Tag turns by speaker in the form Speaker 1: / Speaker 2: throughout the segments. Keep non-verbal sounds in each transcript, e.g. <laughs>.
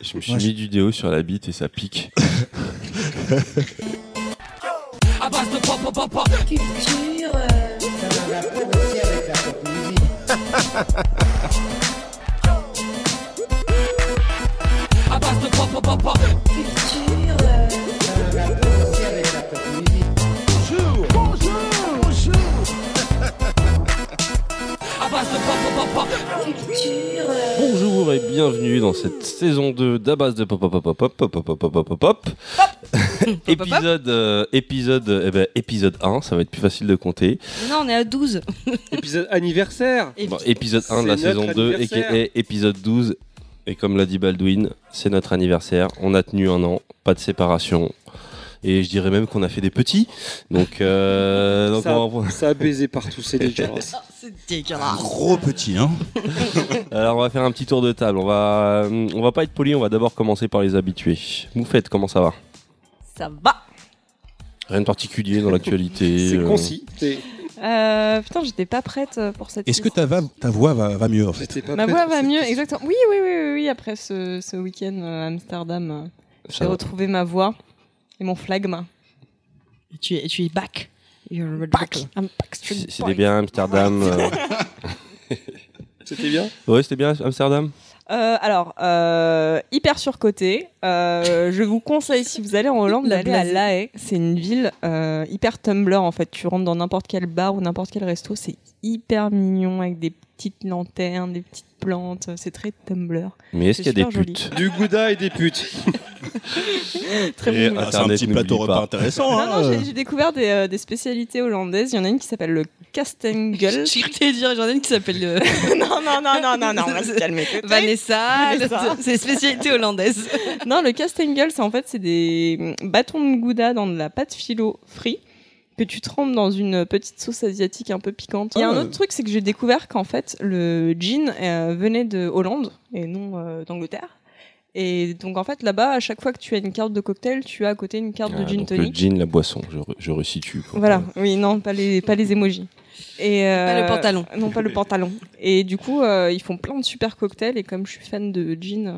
Speaker 1: Je me suis
Speaker 2: Moi, je-
Speaker 1: mis du déo sur la bite et ça pique.
Speaker 3: euh.
Speaker 1: Bonjour et bienvenue dans cette saison 2 d'Abbas de Pop Pop Pop Pop Pop Pop Pop Pop Pop Pop Épisode euh, épisode euh, eh ben, épisode 1, ça va être plus facile de compter.
Speaker 4: Non, on est à 12.
Speaker 5: Épisode anniversaire
Speaker 4: Et
Speaker 1: Bon, épisode 1 de la
Speaker 5: C'est
Speaker 1: saison
Speaker 5: notre
Speaker 1: 2 et
Speaker 5: anniversaire.
Speaker 1: épisode 12 et comme l'a dit Baldwin, c'est notre anniversaire, on a tenu un an, pas de séparation. Et je dirais même qu'on a fait des petits. Donc,
Speaker 5: <laughs>
Speaker 1: euh, donc
Speaker 5: Ça-
Speaker 1: on va-
Speaker 5: Ça a baisé partout, c'est
Speaker 2: <laughs>
Speaker 5: dégueulasse.
Speaker 4: <laughs> C'est dégueulasse.
Speaker 2: Gros petit, hein
Speaker 1: alors on va faire un petit tour de table. On va, euh, on va pas être poli, on va d'abord commencer par les habitués. Moufette, comment ça va
Speaker 4: Ça va.
Speaker 1: Rien de particulier dans l'actualité.
Speaker 5: <laughs> C'est
Speaker 1: euh,
Speaker 5: concis. t'es-
Speaker 6: Euh, putain, j'étais pas prête euh, pour cette.
Speaker 2: Est-ce que
Speaker 6: liste.
Speaker 2: ta, va- ta voix va, va mieux en fait
Speaker 5: t'es pas
Speaker 6: Ma
Speaker 5: prêt
Speaker 6: voix
Speaker 5: pour
Speaker 6: va
Speaker 5: cette
Speaker 6: mieux,
Speaker 5: question.
Speaker 6: exactement. Oui, oui, oui, oui, oui, après ce, ce week-end euh, à Amsterdam, euh,
Speaker 1: ça
Speaker 6: j'ai
Speaker 1: va.
Speaker 6: retrouvé ma voix et mon flagme.
Speaker 4: Tu es, tu es back. You're
Speaker 6: Back. I'm back
Speaker 1: C'est-
Speaker 6: street
Speaker 1: C'était bien Amsterdam. euh.
Speaker 5: C'était bien
Speaker 1: Ouais, c'était bien Amsterdam.
Speaker 6: Euh, alors, euh, hyper surcoté. Euh, je vous conseille, si vous allez en Hollande,
Speaker 4: La
Speaker 6: d'aller à
Speaker 4: blasée.
Speaker 6: La Haye. C'est une ville euh, hyper Tumblr en fait. Tu rentres dans n'importe quel bar ou n'importe quel resto, c'est hyper mignon avec des petites lanternes, des petites plantes. C'est très Tumblr.
Speaker 1: Mais est-ce
Speaker 6: C'est
Speaker 1: qu'il y a des
Speaker 6: super joli.
Speaker 1: putes
Speaker 5: Du gouda et des putes.
Speaker 6: Très
Speaker 1: Et
Speaker 6: mignon.
Speaker 1: Internet
Speaker 2: Ah, C'est un petit
Speaker 1: n'oublie
Speaker 2: plateau repas
Speaker 1: pas.
Speaker 2: intéressant.
Speaker 6: Non,
Speaker 2: hein,
Speaker 6: non,
Speaker 2: euh.
Speaker 6: j'ai- j'ai découvert des, euh, des spécialités hollandaises. Il y en a une qui s'appelle le Kastengel. <laughs>
Speaker 4: J'ai cru que t'allais dire Jordan qui s'appelle <laughs> euh,
Speaker 6: non, non, non, non, non, non, on va se calmer. tout de suite.
Speaker 4: <laughs> Vanessa.
Speaker 6: Vanessa.
Speaker 4: le- C'est spécialité hollandaise.
Speaker 6: Non, le Kastengel, c'est en fait c'est des mm, bâtons de gouda dans de la pâte philo frite que tu trempes dans une petite sauce asiatique un peu piquante. Il y a un
Speaker 2: Ah.
Speaker 6: autre truc, c'est que j'ai découvert qu'en fait le gin euh, venait de Hollande et non euh, d'Angleterre. Et donc en fait là-bas, à chaque fois que tu as une carte de cocktail, tu as à côté une carte
Speaker 1: Ah,
Speaker 6: de gin
Speaker 1: donc Le
Speaker 6: tonic.
Speaker 1: gin, la boisson, je, re- je resitue. quoi.
Speaker 6: Voilà, oui, non, pas les, pas les émojis. Et
Speaker 4: Pas le
Speaker 6: euh,
Speaker 4: pantalon.
Speaker 6: Non, pas le pantalon. Et du coup, euh, ils font plein de super cocktails. Et comme je suis fan de gin, euh,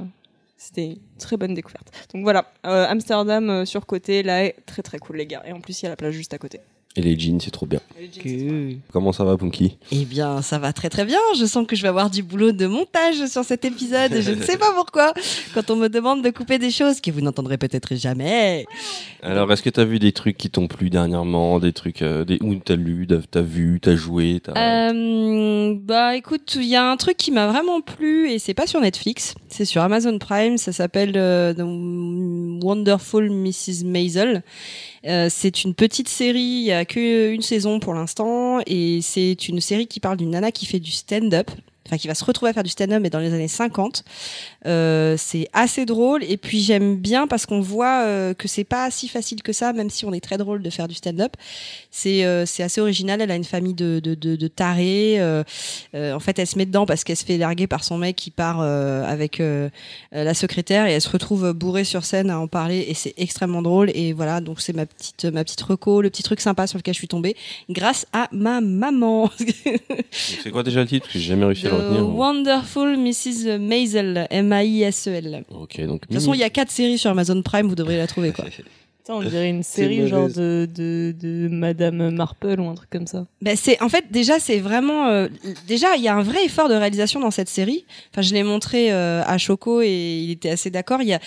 Speaker 6: c'était une très bonne découverte. Donc voilà, euh, Amsterdam euh, sur côté, là, est très très cool, les gars. Et en plus, il y a la plage juste à côté.
Speaker 1: Et les jeans, c'est trop bien. Comment ça va, Punky
Speaker 4: Eh bien, ça va très très bien. Je sens que je vais avoir du boulot de montage sur cet épisode. et Je ne sais pas pourquoi. Quand on me demande de couper des choses que vous n'entendrez peut-être jamais.
Speaker 1: Alors, est-ce que t'as vu des trucs qui t'ont plu dernièrement Des trucs euh, des... où t'as lu, t'as- t'as vu, t'as joué t'as...
Speaker 4: Euh, bah écoute, il y a un truc qui m'a vraiment plu et c'est pas sur Netflix, c'est sur Amazon Prime, ça s'appelle euh, The Wonderful Mrs. Maisel. Euh, c'est une petite série, il y a que une saison pour l'instant et c'est une série qui parle d'une nana qui fait du stand-up. Enfin, qui va se retrouver à faire du stand-up, mais dans les années 50. Euh, c'est assez drôle. Et puis, j'aime bien parce qu'on voit euh, que c'est pas si facile que ça, même si on est très drôle de faire du stand-up. C'est euh, c'est assez original. Elle a une famille de, de, de, de tarés. euh, euh, en fait, elle se met dedans parce qu'elle se fait larguer par son mec qui part euh, avec euh, euh, la secrétaire et elle se retrouve bourrée sur scène à en parler et c'est extrêmement drôle. Et voilà, donc c'est ma petite ma petite reco, le petit truc sympa sur lequel je suis tombée grâce à ma maman.
Speaker 1: C'est quoi déjà le titre Parce que j'ai jamais réussi à le
Speaker 4: The
Speaker 1: retenir. hein.
Speaker 4: Wonderful Mrs. Maisel, M-A-I-S-E-L.
Speaker 1: Ok, donc.
Speaker 4: E
Speaker 1: hmm.
Speaker 4: De toute façon, il y a quatre séries sur Amazon Prime, vous devriez la trouver quoi.
Speaker 6: Putain, on dirait une
Speaker 5: C'est
Speaker 6: série genre
Speaker 5: mauvaise.
Speaker 6: de, de, de Madame Marple ou un truc comme ça.
Speaker 4: Ben c'est en fait déjà c'est vraiment euh, déjà il y a un vrai effort de réalisation dans cette série. Enfin je l'ai montré euh, à Choco et il était assez d'accord. Il y a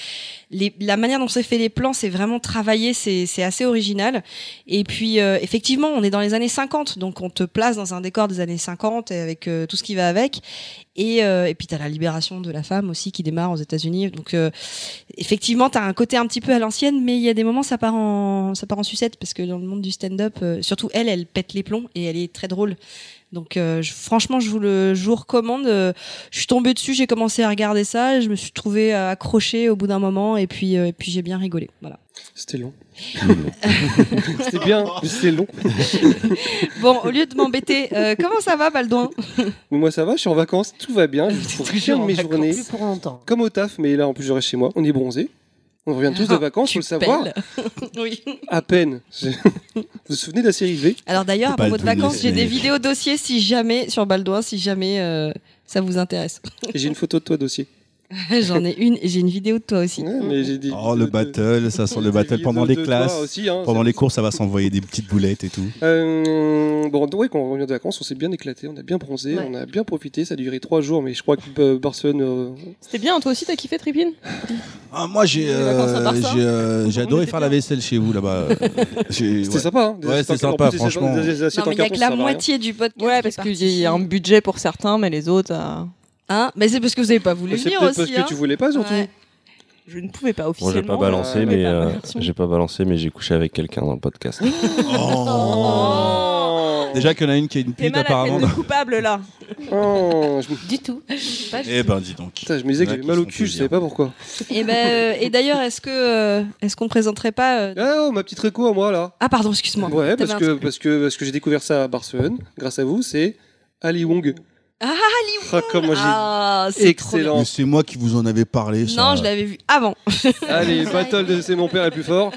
Speaker 4: les, la manière dont c'est fait les plans c'est vraiment travaillé, c'est c'est assez original. Et puis euh, effectivement on est dans les années 50 donc on te place dans un décor des années 50 et avec euh, tout ce qui va avec. Et euh, et puis t'as la libération de la femme aussi qui démarre aux États-Unis donc euh, effectivement, t'as un côté un petit peu à l'ancienne, mais il y a des moments ça part en ça part en sucette parce que dans le monde du stand-up, euh, surtout elle, elle pète les plombs et elle est très drôle. Donc euh, je- franchement, je vous le je vous recommande. euh, je suis tombée dessus, j'ai commencé à regarder ça, et je me suis trouvée euh, accrochée au bout d'un moment et puis euh, et puis j'ai bien rigolé. Voilà.
Speaker 5: C'était long.
Speaker 2: Hmm.
Speaker 5: <laughs> C'était bien, mais c'était long.
Speaker 4: Bon, au lieu de m'embêter, euh, comment ça va, Baldouin
Speaker 5: Mais moi, ça va, je suis en vacances, tout va bien. Je
Speaker 4: T'es
Speaker 5: trouve
Speaker 4: toujours
Speaker 5: rien de
Speaker 4: en
Speaker 5: mes
Speaker 4: vacances.
Speaker 5: journées.
Speaker 3: Plus pour longtemps.
Speaker 5: Comme au taf, mais là, en plus, je reste chez moi. On est bronzé. On revient tous de vacances,
Speaker 4: Oh, Tu
Speaker 5: faut le savoir.
Speaker 4: pelles. <laughs> oui.
Speaker 5: À peine. vous vous souvenez de la série V
Speaker 4: Alors d'ailleurs, à
Speaker 2: Faut pas
Speaker 4: propos de
Speaker 2: le deviner,
Speaker 4: vacances,
Speaker 2: ce
Speaker 4: j'ai des
Speaker 2: mec.
Speaker 4: vidéos dossiers si jamais sur Baldouin, si jamais euh, ça vous intéresse. <laughs>
Speaker 5: Et J'ai une photo de toi, dossier.
Speaker 4: J'en ai une, j'ai une vidéo de toi aussi.
Speaker 5: Ouais, mais j'ai des-
Speaker 2: Oh, le
Speaker 5: de-
Speaker 2: battle, ça sent
Speaker 5: de-
Speaker 2: le
Speaker 5: des
Speaker 2: battle
Speaker 5: vidéos
Speaker 2: pendant
Speaker 5: de
Speaker 2: les
Speaker 5: toi
Speaker 2: classes.
Speaker 5: aussi, hein,
Speaker 2: Pendant
Speaker 5: ça-
Speaker 2: les courses, ça va s'envoyer des petites boulettes et tout.
Speaker 5: Euh, bon, donc, ouais, quand on revient de vacances, on s'est bien éclaté, on a bien bronzé,
Speaker 4: Ouais.
Speaker 5: on a bien profité. Ça a duré trois jours, mais je crois que euh, Barcelone. euh,
Speaker 6: C'était bien, toi aussi t'as kiffé Tripine
Speaker 2: Ah, moi, j'ai
Speaker 6: Les vacances à
Speaker 2: euh,
Speaker 6: Barça.
Speaker 2: j'ai, euh, j'ai
Speaker 6: On
Speaker 2: adoré
Speaker 6: était
Speaker 2: faire
Speaker 6: bien.
Speaker 2: la vaisselle chez vous là-bas. Euh, j'ai-
Speaker 5: C'était
Speaker 2: ouais.
Speaker 5: sympa. Hein, des
Speaker 2: Ouais,
Speaker 5: assiettes
Speaker 2: c'était
Speaker 5: en-
Speaker 2: sympa,
Speaker 5: en plus, des assiettes-
Speaker 2: franchement.
Speaker 5: des
Speaker 4: Non,
Speaker 5: assiettes en
Speaker 4: mais il y a
Speaker 5: carton,
Speaker 4: que la
Speaker 5: ça va rien.
Speaker 4: moitié du podcast.
Speaker 6: Ouais,
Speaker 4: qui
Speaker 6: parce
Speaker 4: est
Speaker 6: qu'il y a un
Speaker 4: parti.
Speaker 6: budget pour certains, mais les autres, euh,
Speaker 4: Hein mais c'est parce que vous n'avez pas voulu
Speaker 5: Mais C'est
Speaker 4: venir
Speaker 5: peut-être parce
Speaker 4: aussi.
Speaker 5: que
Speaker 4: hein.
Speaker 5: tu voulais pas, surtout.
Speaker 4: Ouais.
Speaker 6: je ne pouvais pas
Speaker 1: Bon, j'ai
Speaker 6: officiellement.
Speaker 1: pas balancé,
Speaker 5: euh,
Speaker 1: mais
Speaker 6: pas ma
Speaker 1: euh,
Speaker 6: version.
Speaker 1: j'ai pas balancé, mais j'ai couché avec quelqu'un dans le podcast.
Speaker 2: Oh.
Speaker 5: Oh.
Speaker 2: Déjà qu'il y en a une qui a une
Speaker 6: T'es
Speaker 2: pute
Speaker 6: mal à la
Speaker 2: apparemment.
Speaker 6: peine de coupable là.
Speaker 5: Oh, je me-
Speaker 4: Du tout. <laughs> Pas du
Speaker 2: <laughs> Eh ben, dis donc.
Speaker 5: Putain, je me disais que
Speaker 2: Ouais,
Speaker 5: j'avais mal au
Speaker 2: ils font
Speaker 5: cul, je
Speaker 2: plaisir.
Speaker 5: savais pas pourquoi.
Speaker 4: Et, ben, euh, et d'ailleurs, est-ce que euh, est-ce qu'on ne présenterait pas euh,
Speaker 5: Ah, oh, ma petite réco à moi là.
Speaker 4: Ah pardon, excuse-moi.
Speaker 5: Ouais,
Speaker 4: T'avais
Speaker 5: parce
Speaker 4: un
Speaker 5: que,
Speaker 4: truc.
Speaker 5: parce que, parce que j'ai découvert ça à Barcelone, grâce à vous, c'est Ali Wong.
Speaker 4: Ah,
Speaker 5: Ali Wong Ah, comment j'ai.
Speaker 4: Ah, c'est trop bien.
Speaker 5: Excellent.
Speaker 2: Mais c'est moi qui vous en avais parlé. ça.
Speaker 4: Non, je l'avais vu avant.
Speaker 5: Allez, battle de C'est mon père est plus fort.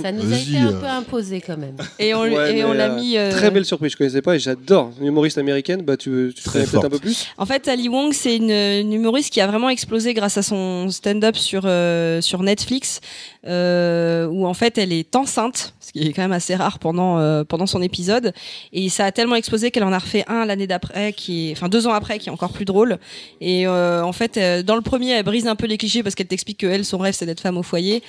Speaker 3: Ça nous a
Speaker 2: Vas-y,
Speaker 3: été un
Speaker 2: euh.
Speaker 3: peu imposé quand même.
Speaker 4: Et on,
Speaker 5: Ouais,
Speaker 4: et on
Speaker 5: mais,
Speaker 4: l'a
Speaker 5: euh,
Speaker 4: mis. euh,
Speaker 5: Très belle surprise, je connaissais pas et j'adore. Une humoriste américaine, bah tu, tu te
Speaker 2: Très
Speaker 5: connais peut-être un
Speaker 2: forte.
Speaker 5: peu plus.
Speaker 4: En fait, Ali Wong, c'est une, une humoriste qui a vraiment explosé grâce à son stand-up sur, euh, sur Netflix, euh, où en fait elle est enceinte, ce qui est quand même assez rare pendant, euh, pendant son épisode. Et ça a tellement explosé qu'elle en a refait un l'année d'après, qui est, enfin deux ans après, qui est encore plus drôle. Et euh, en fait, euh, dans le premier, elle brise un peu les clichés parce qu'elle t'explique que elle, son rêve, c'est d'être femme au foyer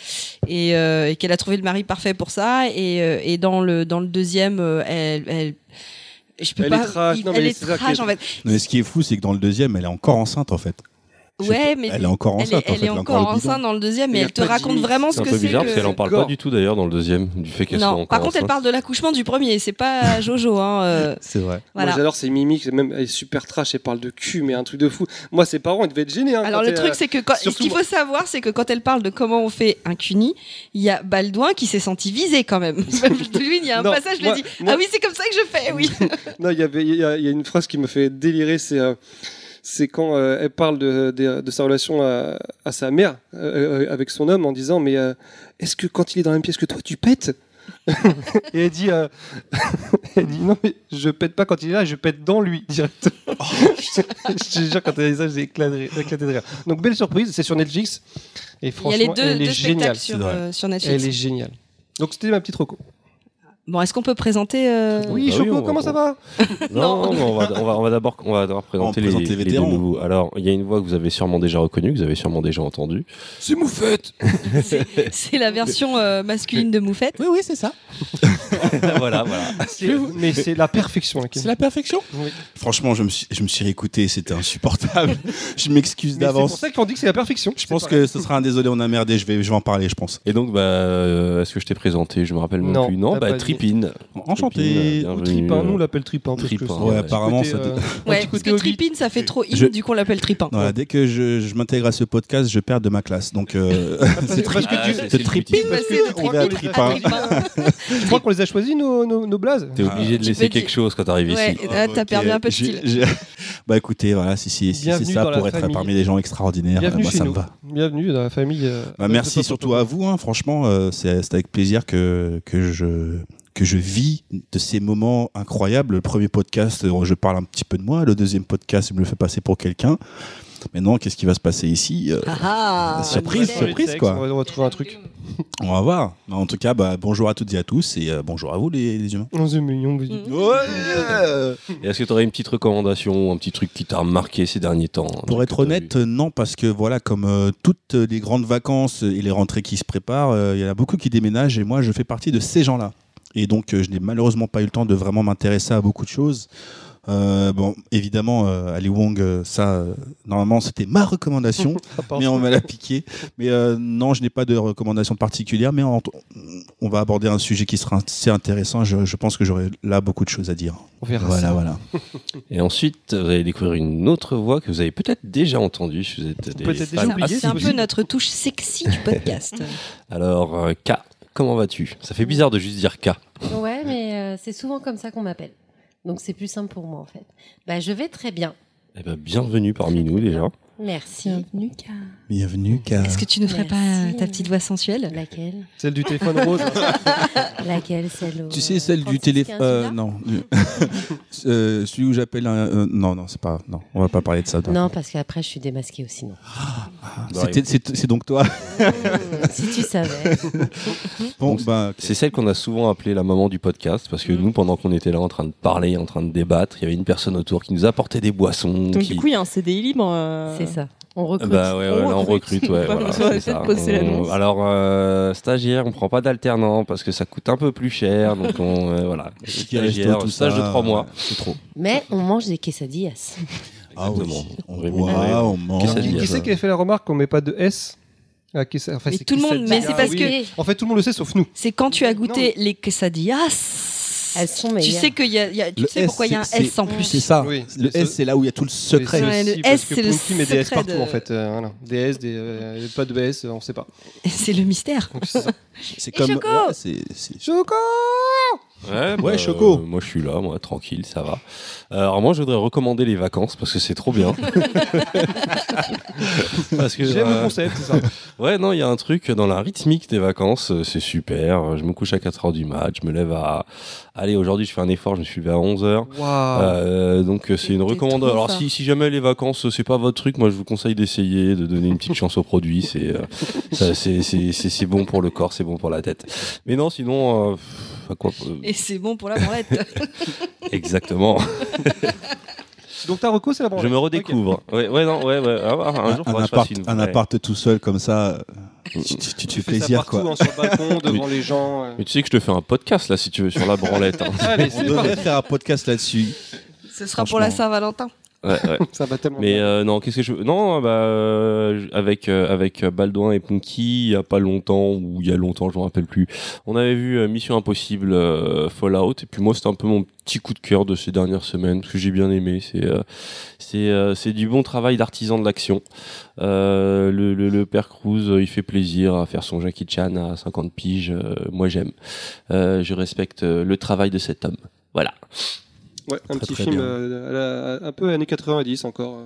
Speaker 4: et, euh, et qu'elle a trouvé le mari parfait pour ça. Et, euh, et dans, le, dans le deuxième, euh, elle. elle je peux
Speaker 5: Elle est
Speaker 4: pas,
Speaker 5: trash.
Speaker 4: il-
Speaker 5: Non, mais
Speaker 4: elle est
Speaker 5: c'est ça qui est-
Speaker 4: trash en fait.
Speaker 2: Non, mais ce qui est fou, c'est que dans le deuxième, elle est encore enceinte en fait. Je sais
Speaker 4: Ouais,
Speaker 2: pas,
Speaker 4: mais
Speaker 2: elle est encore
Speaker 4: elle
Speaker 2: enceinte.
Speaker 4: est,
Speaker 2: en
Speaker 4: elle
Speaker 2: fait,
Speaker 4: est encore
Speaker 2: le bidon.
Speaker 4: enceinte dans le deuxième, mais
Speaker 5: Il y a
Speaker 4: elle te
Speaker 5: pas de
Speaker 4: raconte
Speaker 5: limite.
Speaker 4: vraiment ce
Speaker 1: C'est un
Speaker 4: que
Speaker 1: peu
Speaker 4: c'est
Speaker 1: bizarre parce
Speaker 4: que.
Speaker 1: qu'elle en parle pas
Speaker 5: Gore.
Speaker 1: du tout d'ailleurs dans le deuxième, du fait qu'elle soit
Speaker 4: Non,
Speaker 1: encore
Speaker 4: par contre, elle
Speaker 1: enceinte.
Speaker 4: parle de l'accouchement du premier. C'est
Speaker 5: <laughs>
Speaker 4: pas Jojo, hein. euh,
Speaker 2: C'est vrai.
Speaker 4: voilà.
Speaker 5: Moi j'adore ses mimiques, même elle est super trash, elle parle de cul, mais un truc de fou. Moi ses parents, ils devaient être gênés. Hein,
Speaker 4: Alors
Speaker 5: quand
Speaker 4: le
Speaker 5: elle-
Speaker 4: truc, c'est que quand- ce
Speaker 5: surtout
Speaker 4: qu'il
Speaker 5: moi-
Speaker 4: faut savoir, c'est que quand elle parle de comment on fait un cuni, il y a Baldouin qui s'est senti visé quand
Speaker 5: <laughs>
Speaker 4: même. Baldouin, il y a un
Speaker 5: euh, Non,
Speaker 4: passage, je lui ai
Speaker 5: moi-
Speaker 4: dit,
Speaker 5: moi-
Speaker 4: ah oui, c'est comme ça que je fais, oui.
Speaker 5: Non, il y avait, il y, a- il y a une phrase qui me fait délirer, c'est euh, c'est quand euh, elle parle de, de, de sa relation à, à sa mère euh, euh, avec son homme en disant mais euh, est-ce que quand il est dans la même pièce que toi tu
Speaker 1: <laughs>
Speaker 5: pètes Et elle dit euh, <laughs> elle dit non mais je pète pas quand il est là, je pète dans lui directement.
Speaker 1: Oh,
Speaker 5: <laughs> je te jure quand elle a dit ça j'ai éclaté, j'ai éclaté de rire. Donc belle surprise, c'est sur Netflix et
Speaker 4: Il y a
Speaker 5: franchement
Speaker 4: les deux,
Speaker 5: elle est
Speaker 4: deux
Speaker 5: géniale.
Speaker 4: spectacles sur,
Speaker 2: c'est vrai.
Speaker 4: euh, sur
Speaker 5: Elle
Speaker 4: Netflix.
Speaker 5: est géniale. Donc c'était ma petite reco.
Speaker 4: Bon, est-ce qu'on peut présenter euh,
Speaker 1: Bah
Speaker 5: Oui,
Speaker 1: oui,
Speaker 5: Choco,
Speaker 1: on va-
Speaker 5: comment ça va
Speaker 1: Non,
Speaker 4: Non.
Speaker 1: mais on va, on va, on va d'abord on va d'abord présenter
Speaker 2: On
Speaker 1: les,
Speaker 2: présente les
Speaker 1: les deux
Speaker 2: vétérans.
Speaker 1: nouveaux. Alors, il y a une voix que vous avez sûrement déjà reconnue, que vous avez sûrement déjà entendue.
Speaker 2: C'est moufette.
Speaker 4: C'est <laughs> c'est la version euh, masculine de Moufette.
Speaker 2: Oui, oui, c'est ça.
Speaker 1: voilà, voilà.
Speaker 5: Mais c'est la perfection. hein, la question.
Speaker 2: C'est la perfection.
Speaker 5: Oui.
Speaker 2: Franchement, je me suis, je me suis réécouté,
Speaker 5: <laughs>
Speaker 2: c'était insupportable. <laughs> je m'excuse
Speaker 5: Mais C'est pour
Speaker 2: d'avance.
Speaker 5: ça qu'on dit que c'est la perfection.
Speaker 2: Je pense que ce sera un désolé, on a merdé. Je vais, je vais en parler, je pense.
Speaker 1: Et donc, bah, euh, est-ce que je t'ai présenté Je me rappelle même
Speaker 5: Non,
Speaker 1: plus. Non,
Speaker 5: t'as
Speaker 1: bah,
Speaker 5: pas dit.
Speaker 1: Tripine.
Speaker 2: Enchanté.
Speaker 1: Tripine, euh,
Speaker 5: Ou
Speaker 1: bienvenue,
Speaker 5: tripin,
Speaker 1: euh,
Speaker 5: nous on l'appelle tripin. parce que
Speaker 1: tripin,
Speaker 5: c'est-
Speaker 2: Ouais,
Speaker 1: ouais.
Speaker 2: apparemment,
Speaker 5: Petit
Speaker 2: ça.
Speaker 5: côté, euh, un
Speaker 4: Ouais,
Speaker 5: petit
Speaker 4: parce
Speaker 5: côté
Speaker 4: que
Speaker 5: hobbit.
Speaker 4: Tripin, ça fait trop in,
Speaker 2: Je-
Speaker 4: du coup on l'appelle Tripin.
Speaker 2: Voilà, dès que je, je m'intègre à ce podcast, je perds de ma classe. Donc, euh, c'est Ah,
Speaker 5: Parce que
Speaker 1: Ah,
Speaker 2: <laughs>
Speaker 5: tu-
Speaker 1: c'est-
Speaker 2: c'est
Speaker 1: le
Speaker 2: Tripine.
Speaker 1: petit.
Speaker 5: parce
Speaker 4: c'est
Speaker 5: que
Speaker 4: le
Speaker 5: tu crois
Speaker 2: On est à
Speaker 5: qu'on les a-
Speaker 4: Ah,
Speaker 2: Tripin.
Speaker 5: Tu crois qu'on les a choisis nos, nos, nos blazes
Speaker 1: T'es obligé de
Speaker 4: Tu
Speaker 1: laisser
Speaker 4: peux dire-
Speaker 1: quelque chose quand t'arrives
Speaker 4: Ouais,
Speaker 1: ici.
Speaker 4: là, t'as
Speaker 2: Ok,
Speaker 4: perdu un peu de
Speaker 2: j'ai-
Speaker 4: style.
Speaker 2: j'ai- Bah écoutez, voilà, si, si, si c'est
Speaker 5: Bienvenue
Speaker 2: ça
Speaker 5: dans la
Speaker 2: pour être
Speaker 5: famille.
Speaker 2: parmi des gens extraordinaires,
Speaker 5: Bienvenue
Speaker 2: moi
Speaker 5: chez
Speaker 2: ça
Speaker 5: nous.
Speaker 2: me va.
Speaker 5: Bienvenue dans la famille. euh,
Speaker 2: Bah,
Speaker 5: de-
Speaker 2: merci
Speaker 5: de-
Speaker 2: surtout à vous, hein, franchement, euh, c'est c'est avec plaisir que, que, je, que je vis de ces moments incroyables. Le premier podcast, euh, je parle un petit peu de moi, le deuxième podcast, je me le fais passer pour quelqu'un. Maintenant, qu'est-ce qui va se passer ici Euh,
Speaker 4: Ah, ah,
Speaker 2: Surprise,
Speaker 5: On va
Speaker 4: nickel.
Speaker 5: changer de
Speaker 2: surprise,
Speaker 5: sexe,
Speaker 2: quoi.
Speaker 5: bah, On va, on va trouver un truc.
Speaker 2: On va voir. Mais En tout cas, bah, bonjour à toutes et à tous et euh, bonjour à vous les, les humains.
Speaker 5: On est mignon, vous dites.
Speaker 4: Mm.
Speaker 1: Et est-ce que t'aurais une petite recommandation, un petit truc qui t'a marqué ces derniers temps un
Speaker 2: Pour
Speaker 1: truc
Speaker 2: être
Speaker 1: que t'as
Speaker 2: honnête, euh, non, parce que voilà, comme euh, toutes les grandes vacances euh, et les rentrées qui se préparent, euh, il y en a beaucoup qui déménagent et moi, je fais partie de ces gens-là. Et donc, euh, je n'ai malheureusement pas eu le temps de vraiment m'intéresser à beaucoup de choses. Euh, bon, évidemment, euh, Ali Wong, euh, ça, euh, normalement, c'était ma recommandation,
Speaker 5: Ah, pardon.
Speaker 2: mais on m'a la piqué. Mais euh, non, je n'ai pas de recommandation particulière, mais en- on va aborder un sujet qui sera assez intéressant. Je, je pense que j'aurai là beaucoup de choses à dire.
Speaker 5: On verra
Speaker 2: Voilà,
Speaker 5: ça.
Speaker 2: voilà.
Speaker 1: Et ensuite, vous allez découvrir une autre voix que vous avez peut-être déjà entendue. Si vous êtes des
Speaker 5: Peut-être
Speaker 1: fans.
Speaker 5: déjà oublié,
Speaker 4: C'est un peu
Speaker 5: possible.
Speaker 4: notre touche sexy du podcast.
Speaker 1: Alors, euh, K, comment vas-tu Ça fait bizarre de juste dire K.
Speaker 3: Ouais, mais euh, c'est souvent comme ça qu'on m'appelle. Donc c'est plus simple pour moi en fait. Bah, je vais très bien.
Speaker 1: Eh ben, bienvenue parmi nous déjà.
Speaker 3: Merci.
Speaker 6: Ka.
Speaker 2: Bienvenue, car.
Speaker 4: Est-ce que tu nous ferais pas euh,
Speaker 3: Merci.
Speaker 4: ta petite voix sensuelle
Speaker 3: Laquelle
Speaker 5: Celle du téléphone
Speaker 2: <laughs>
Speaker 5: rose.
Speaker 3: Laquelle celle au-
Speaker 2: Tu sais, celle
Speaker 3: 36,
Speaker 2: du téléphone.
Speaker 3: 15,
Speaker 2: euh,
Speaker 3: là
Speaker 2: non. <laughs> du- Euh, celui où j'appelle un. euh, non, non, c'est pas. Non, on va pas parler de ça. donc.
Speaker 3: Non, parce qu'après, je suis démasquée aussi. Non. <laughs>
Speaker 1: Bah,
Speaker 2: C'était- C'est c'est donc toi.
Speaker 3: si tu savais.
Speaker 2: Bon,
Speaker 1: Donc,
Speaker 2: bah,
Speaker 1: C'est celle qu'on a souvent appelée la maman du podcast parce que nous, pendant qu'on était là en train de parler, en train de débattre, il y avait une personne autour qui nous apportait des boissons.
Speaker 6: Donc
Speaker 1: qui-
Speaker 6: du coup, il y a un CDI libre. euh,
Speaker 3: C'est ça. On recrute.
Speaker 1: Bah ouais,
Speaker 6: <laughs> On
Speaker 1: ouais, là, on
Speaker 6: recrute.
Speaker 1: recrute. <laughs> Ouais,
Speaker 6: Bah,
Speaker 1: voilà,
Speaker 6: vous aurez
Speaker 1: c'est ça.
Speaker 6: peut-être posté l'annonce.
Speaker 1: On- Alors, euh, stagiaire, on prend pas d'alternant parce que ça coûte un peu plus cher. Donc, on, euh, voilà.
Speaker 2: Ticket resto, tout
Speaker 1: stage de
Speaker 2: ça,
Speaker 1: trois mois.
Speaker 2: ouais, C'est trop.
Speaker 3: Mais on mange des quesadillas.
Speaker 2: Ah oui.
Speaker 1: Exactement.
Speaker 2: On
Speaker 1: Rémunéré.
Speaker 2: boit, on mange.
Speaker 1: Quesadillas.
Speaker 5: Qui
Speaker 1: Qui
Speaker 5: c'est
Speaker 1: c'est
Speaker 5: qui a fait la remarque qu'on met pas de S Ah,
Speaker 4: Mais tout le monde,
Speaker 3: Bah,
Speaker 4: mais c'est parce que
Speaker 5: En fait, tout le monde le sait sauf nous.
Speaker 4: c'est quand tu as goûté
Speaker 5: Non,
Speaker 4: les quesadillas.
Speaker 3: Elles sont
Speaker 4: Tu
Speaker 3: meilleures.
Speaker 4: sais qu'il y a, Ah, il y a- tu
Speaker 2: Le
Speaker 4: sais
Speaker 2: S,
Speaker 4: pourquoi il y a un
Speaker 2: c'est-
Speaker 4: S en plus.
Speaker 2: C'est ça.
Speaker 5: Oui.
Speaker 2: Le S, c'est là où il y a tout le secret.
Speaker 4: Ouais,
Speaker 5: aussi
Speaker 4: le
Speaker 5: parce
Speaker 4: S,
Speaker 5: que
Speaker 4: c'est le
Speaker 5: Punky met des S
Speaker 4: secret
Speaker 5: partout
Speaker 4: de-
Speaker 5: en fait. euh, voilà. Des S, des, euh, pas de S, euh, on sait pas.
Speaker 4: <laughs> C'est le mystère.
Speaker 5: Donc, c'est ça.
Speaker 2: C'est
Speaker 4: Et
Speaker 2: comme.
Speaker 4: Choco
Speaker 2: ouais, c'est- c'est-
Speaker 5: Choco
Speaker 1: Ouais,
Speaker 2: Ouais, Choco.
Speaker 1: euh, moi, je suis là, moi, tranquille, ça va. Euh, Alors, moi, je voudrais recommander les vacances parce que c'est trop bien. <laughs> parce que
Speaker 5: J'aime le
Speaker 1: euh,
Speaker 5: concept, c'est ça.
Speaker 1: Ouais, non, il y a un truc dans la rythmique des vacances, euh, c'est super. Euh, Je me couche à 4h du mat, je me lève à. Allez, aujourd'hui, je fais un effort, je me suis levé à 11h.
Speaker 5: <laughs> Waouh
Speaker 1: donc euh, c'est une
Speaker 6: T'es
Speaker 1: recommandation.
Speaker 6: trop
Speaker 1: Alors
Speaker 6: fort.
Speaker 1: si, si jamais les vacances euh, c'est pas votre truc, moi je vous conseille d'essayer, de donner une petite chance au produit. C'est euh, ça, c'est- c'est- c'est- c'est bon pour le corps, c'est bon pour la tête. Mais non, sinon, euh, pff, à quoi euh,
Speaker 4: Et c'est bon pour la branlette.
Speaker 1: exactement
Speaker 5: Donc ta reco, c'est la
Speaker 1: Je
Speaker 5: branlette.
Speaker 1: me redécouvre. Ouais, ouais, non, ouais, ouais. Ah, ah, Un,
Speaker 2: Un,
Speaker 1: jour,
Speaker 2: un
Speaker 1: faudra que je fasse
Speaker 2: appart,
Speaker 1: une
Speaker 2: un
Speaker 1: vraie. Mm.
Speaker 2: appart tout seul comme ça, euh, tu, tu- tu te fais plaisir
Speaker 5: partout,
Speaker 2: quoi.
Speaker 5: hein, sur le <laughs> balcon, devant les gens. euh.
Speaker 1: Mais tu sais que je te fais un podcast là, si tu veux, sur la branlette. hein.
Speaker 5: Allez,
Speaker 2: On
Speaker 5: c'est parti.
Speaker 2: devrait faire un podcast là-dessus.
Speaker 4: Ce sera pour la
Speaker 2: Franchement.
Speaker 4: Saint-Valentin.
Speaker 1: Ouais, ouais.
Speaker 5: Ça va tellement
Speaker 1: Mais
Speaker 5: bien.
Speaker 1: euh, non, qu'est-ce que je non bah euh, je- avec euh, avec Baldwin et Punky, il y a pas longtemps ou il y a longtemps, je me rappelle plus. On avait vu euh, Mission Impossible euh, Fallout et puis moi c'était un peu mon petit coup de cœur de ces dernières semaines parce que j'ai bien aimé, c'est euh, c'est euh, c'est du bon travail d'artisan de l'action. Euh, le, le le père Cruz, euh, il fait plaisir à faire son Jackie Chan à 50 piges, euh, moi j'aime. Euh, je respecte euh, le travail de cet homme. Voilà.
Speaker 5: Ouais, un
Speaker 2: très,
Speaker 5: petit
Speaker 2: très
Speaker 5: film
Speaker 2: bien.
Speaker 5: euh, à la- un peu années 90 encore. euh.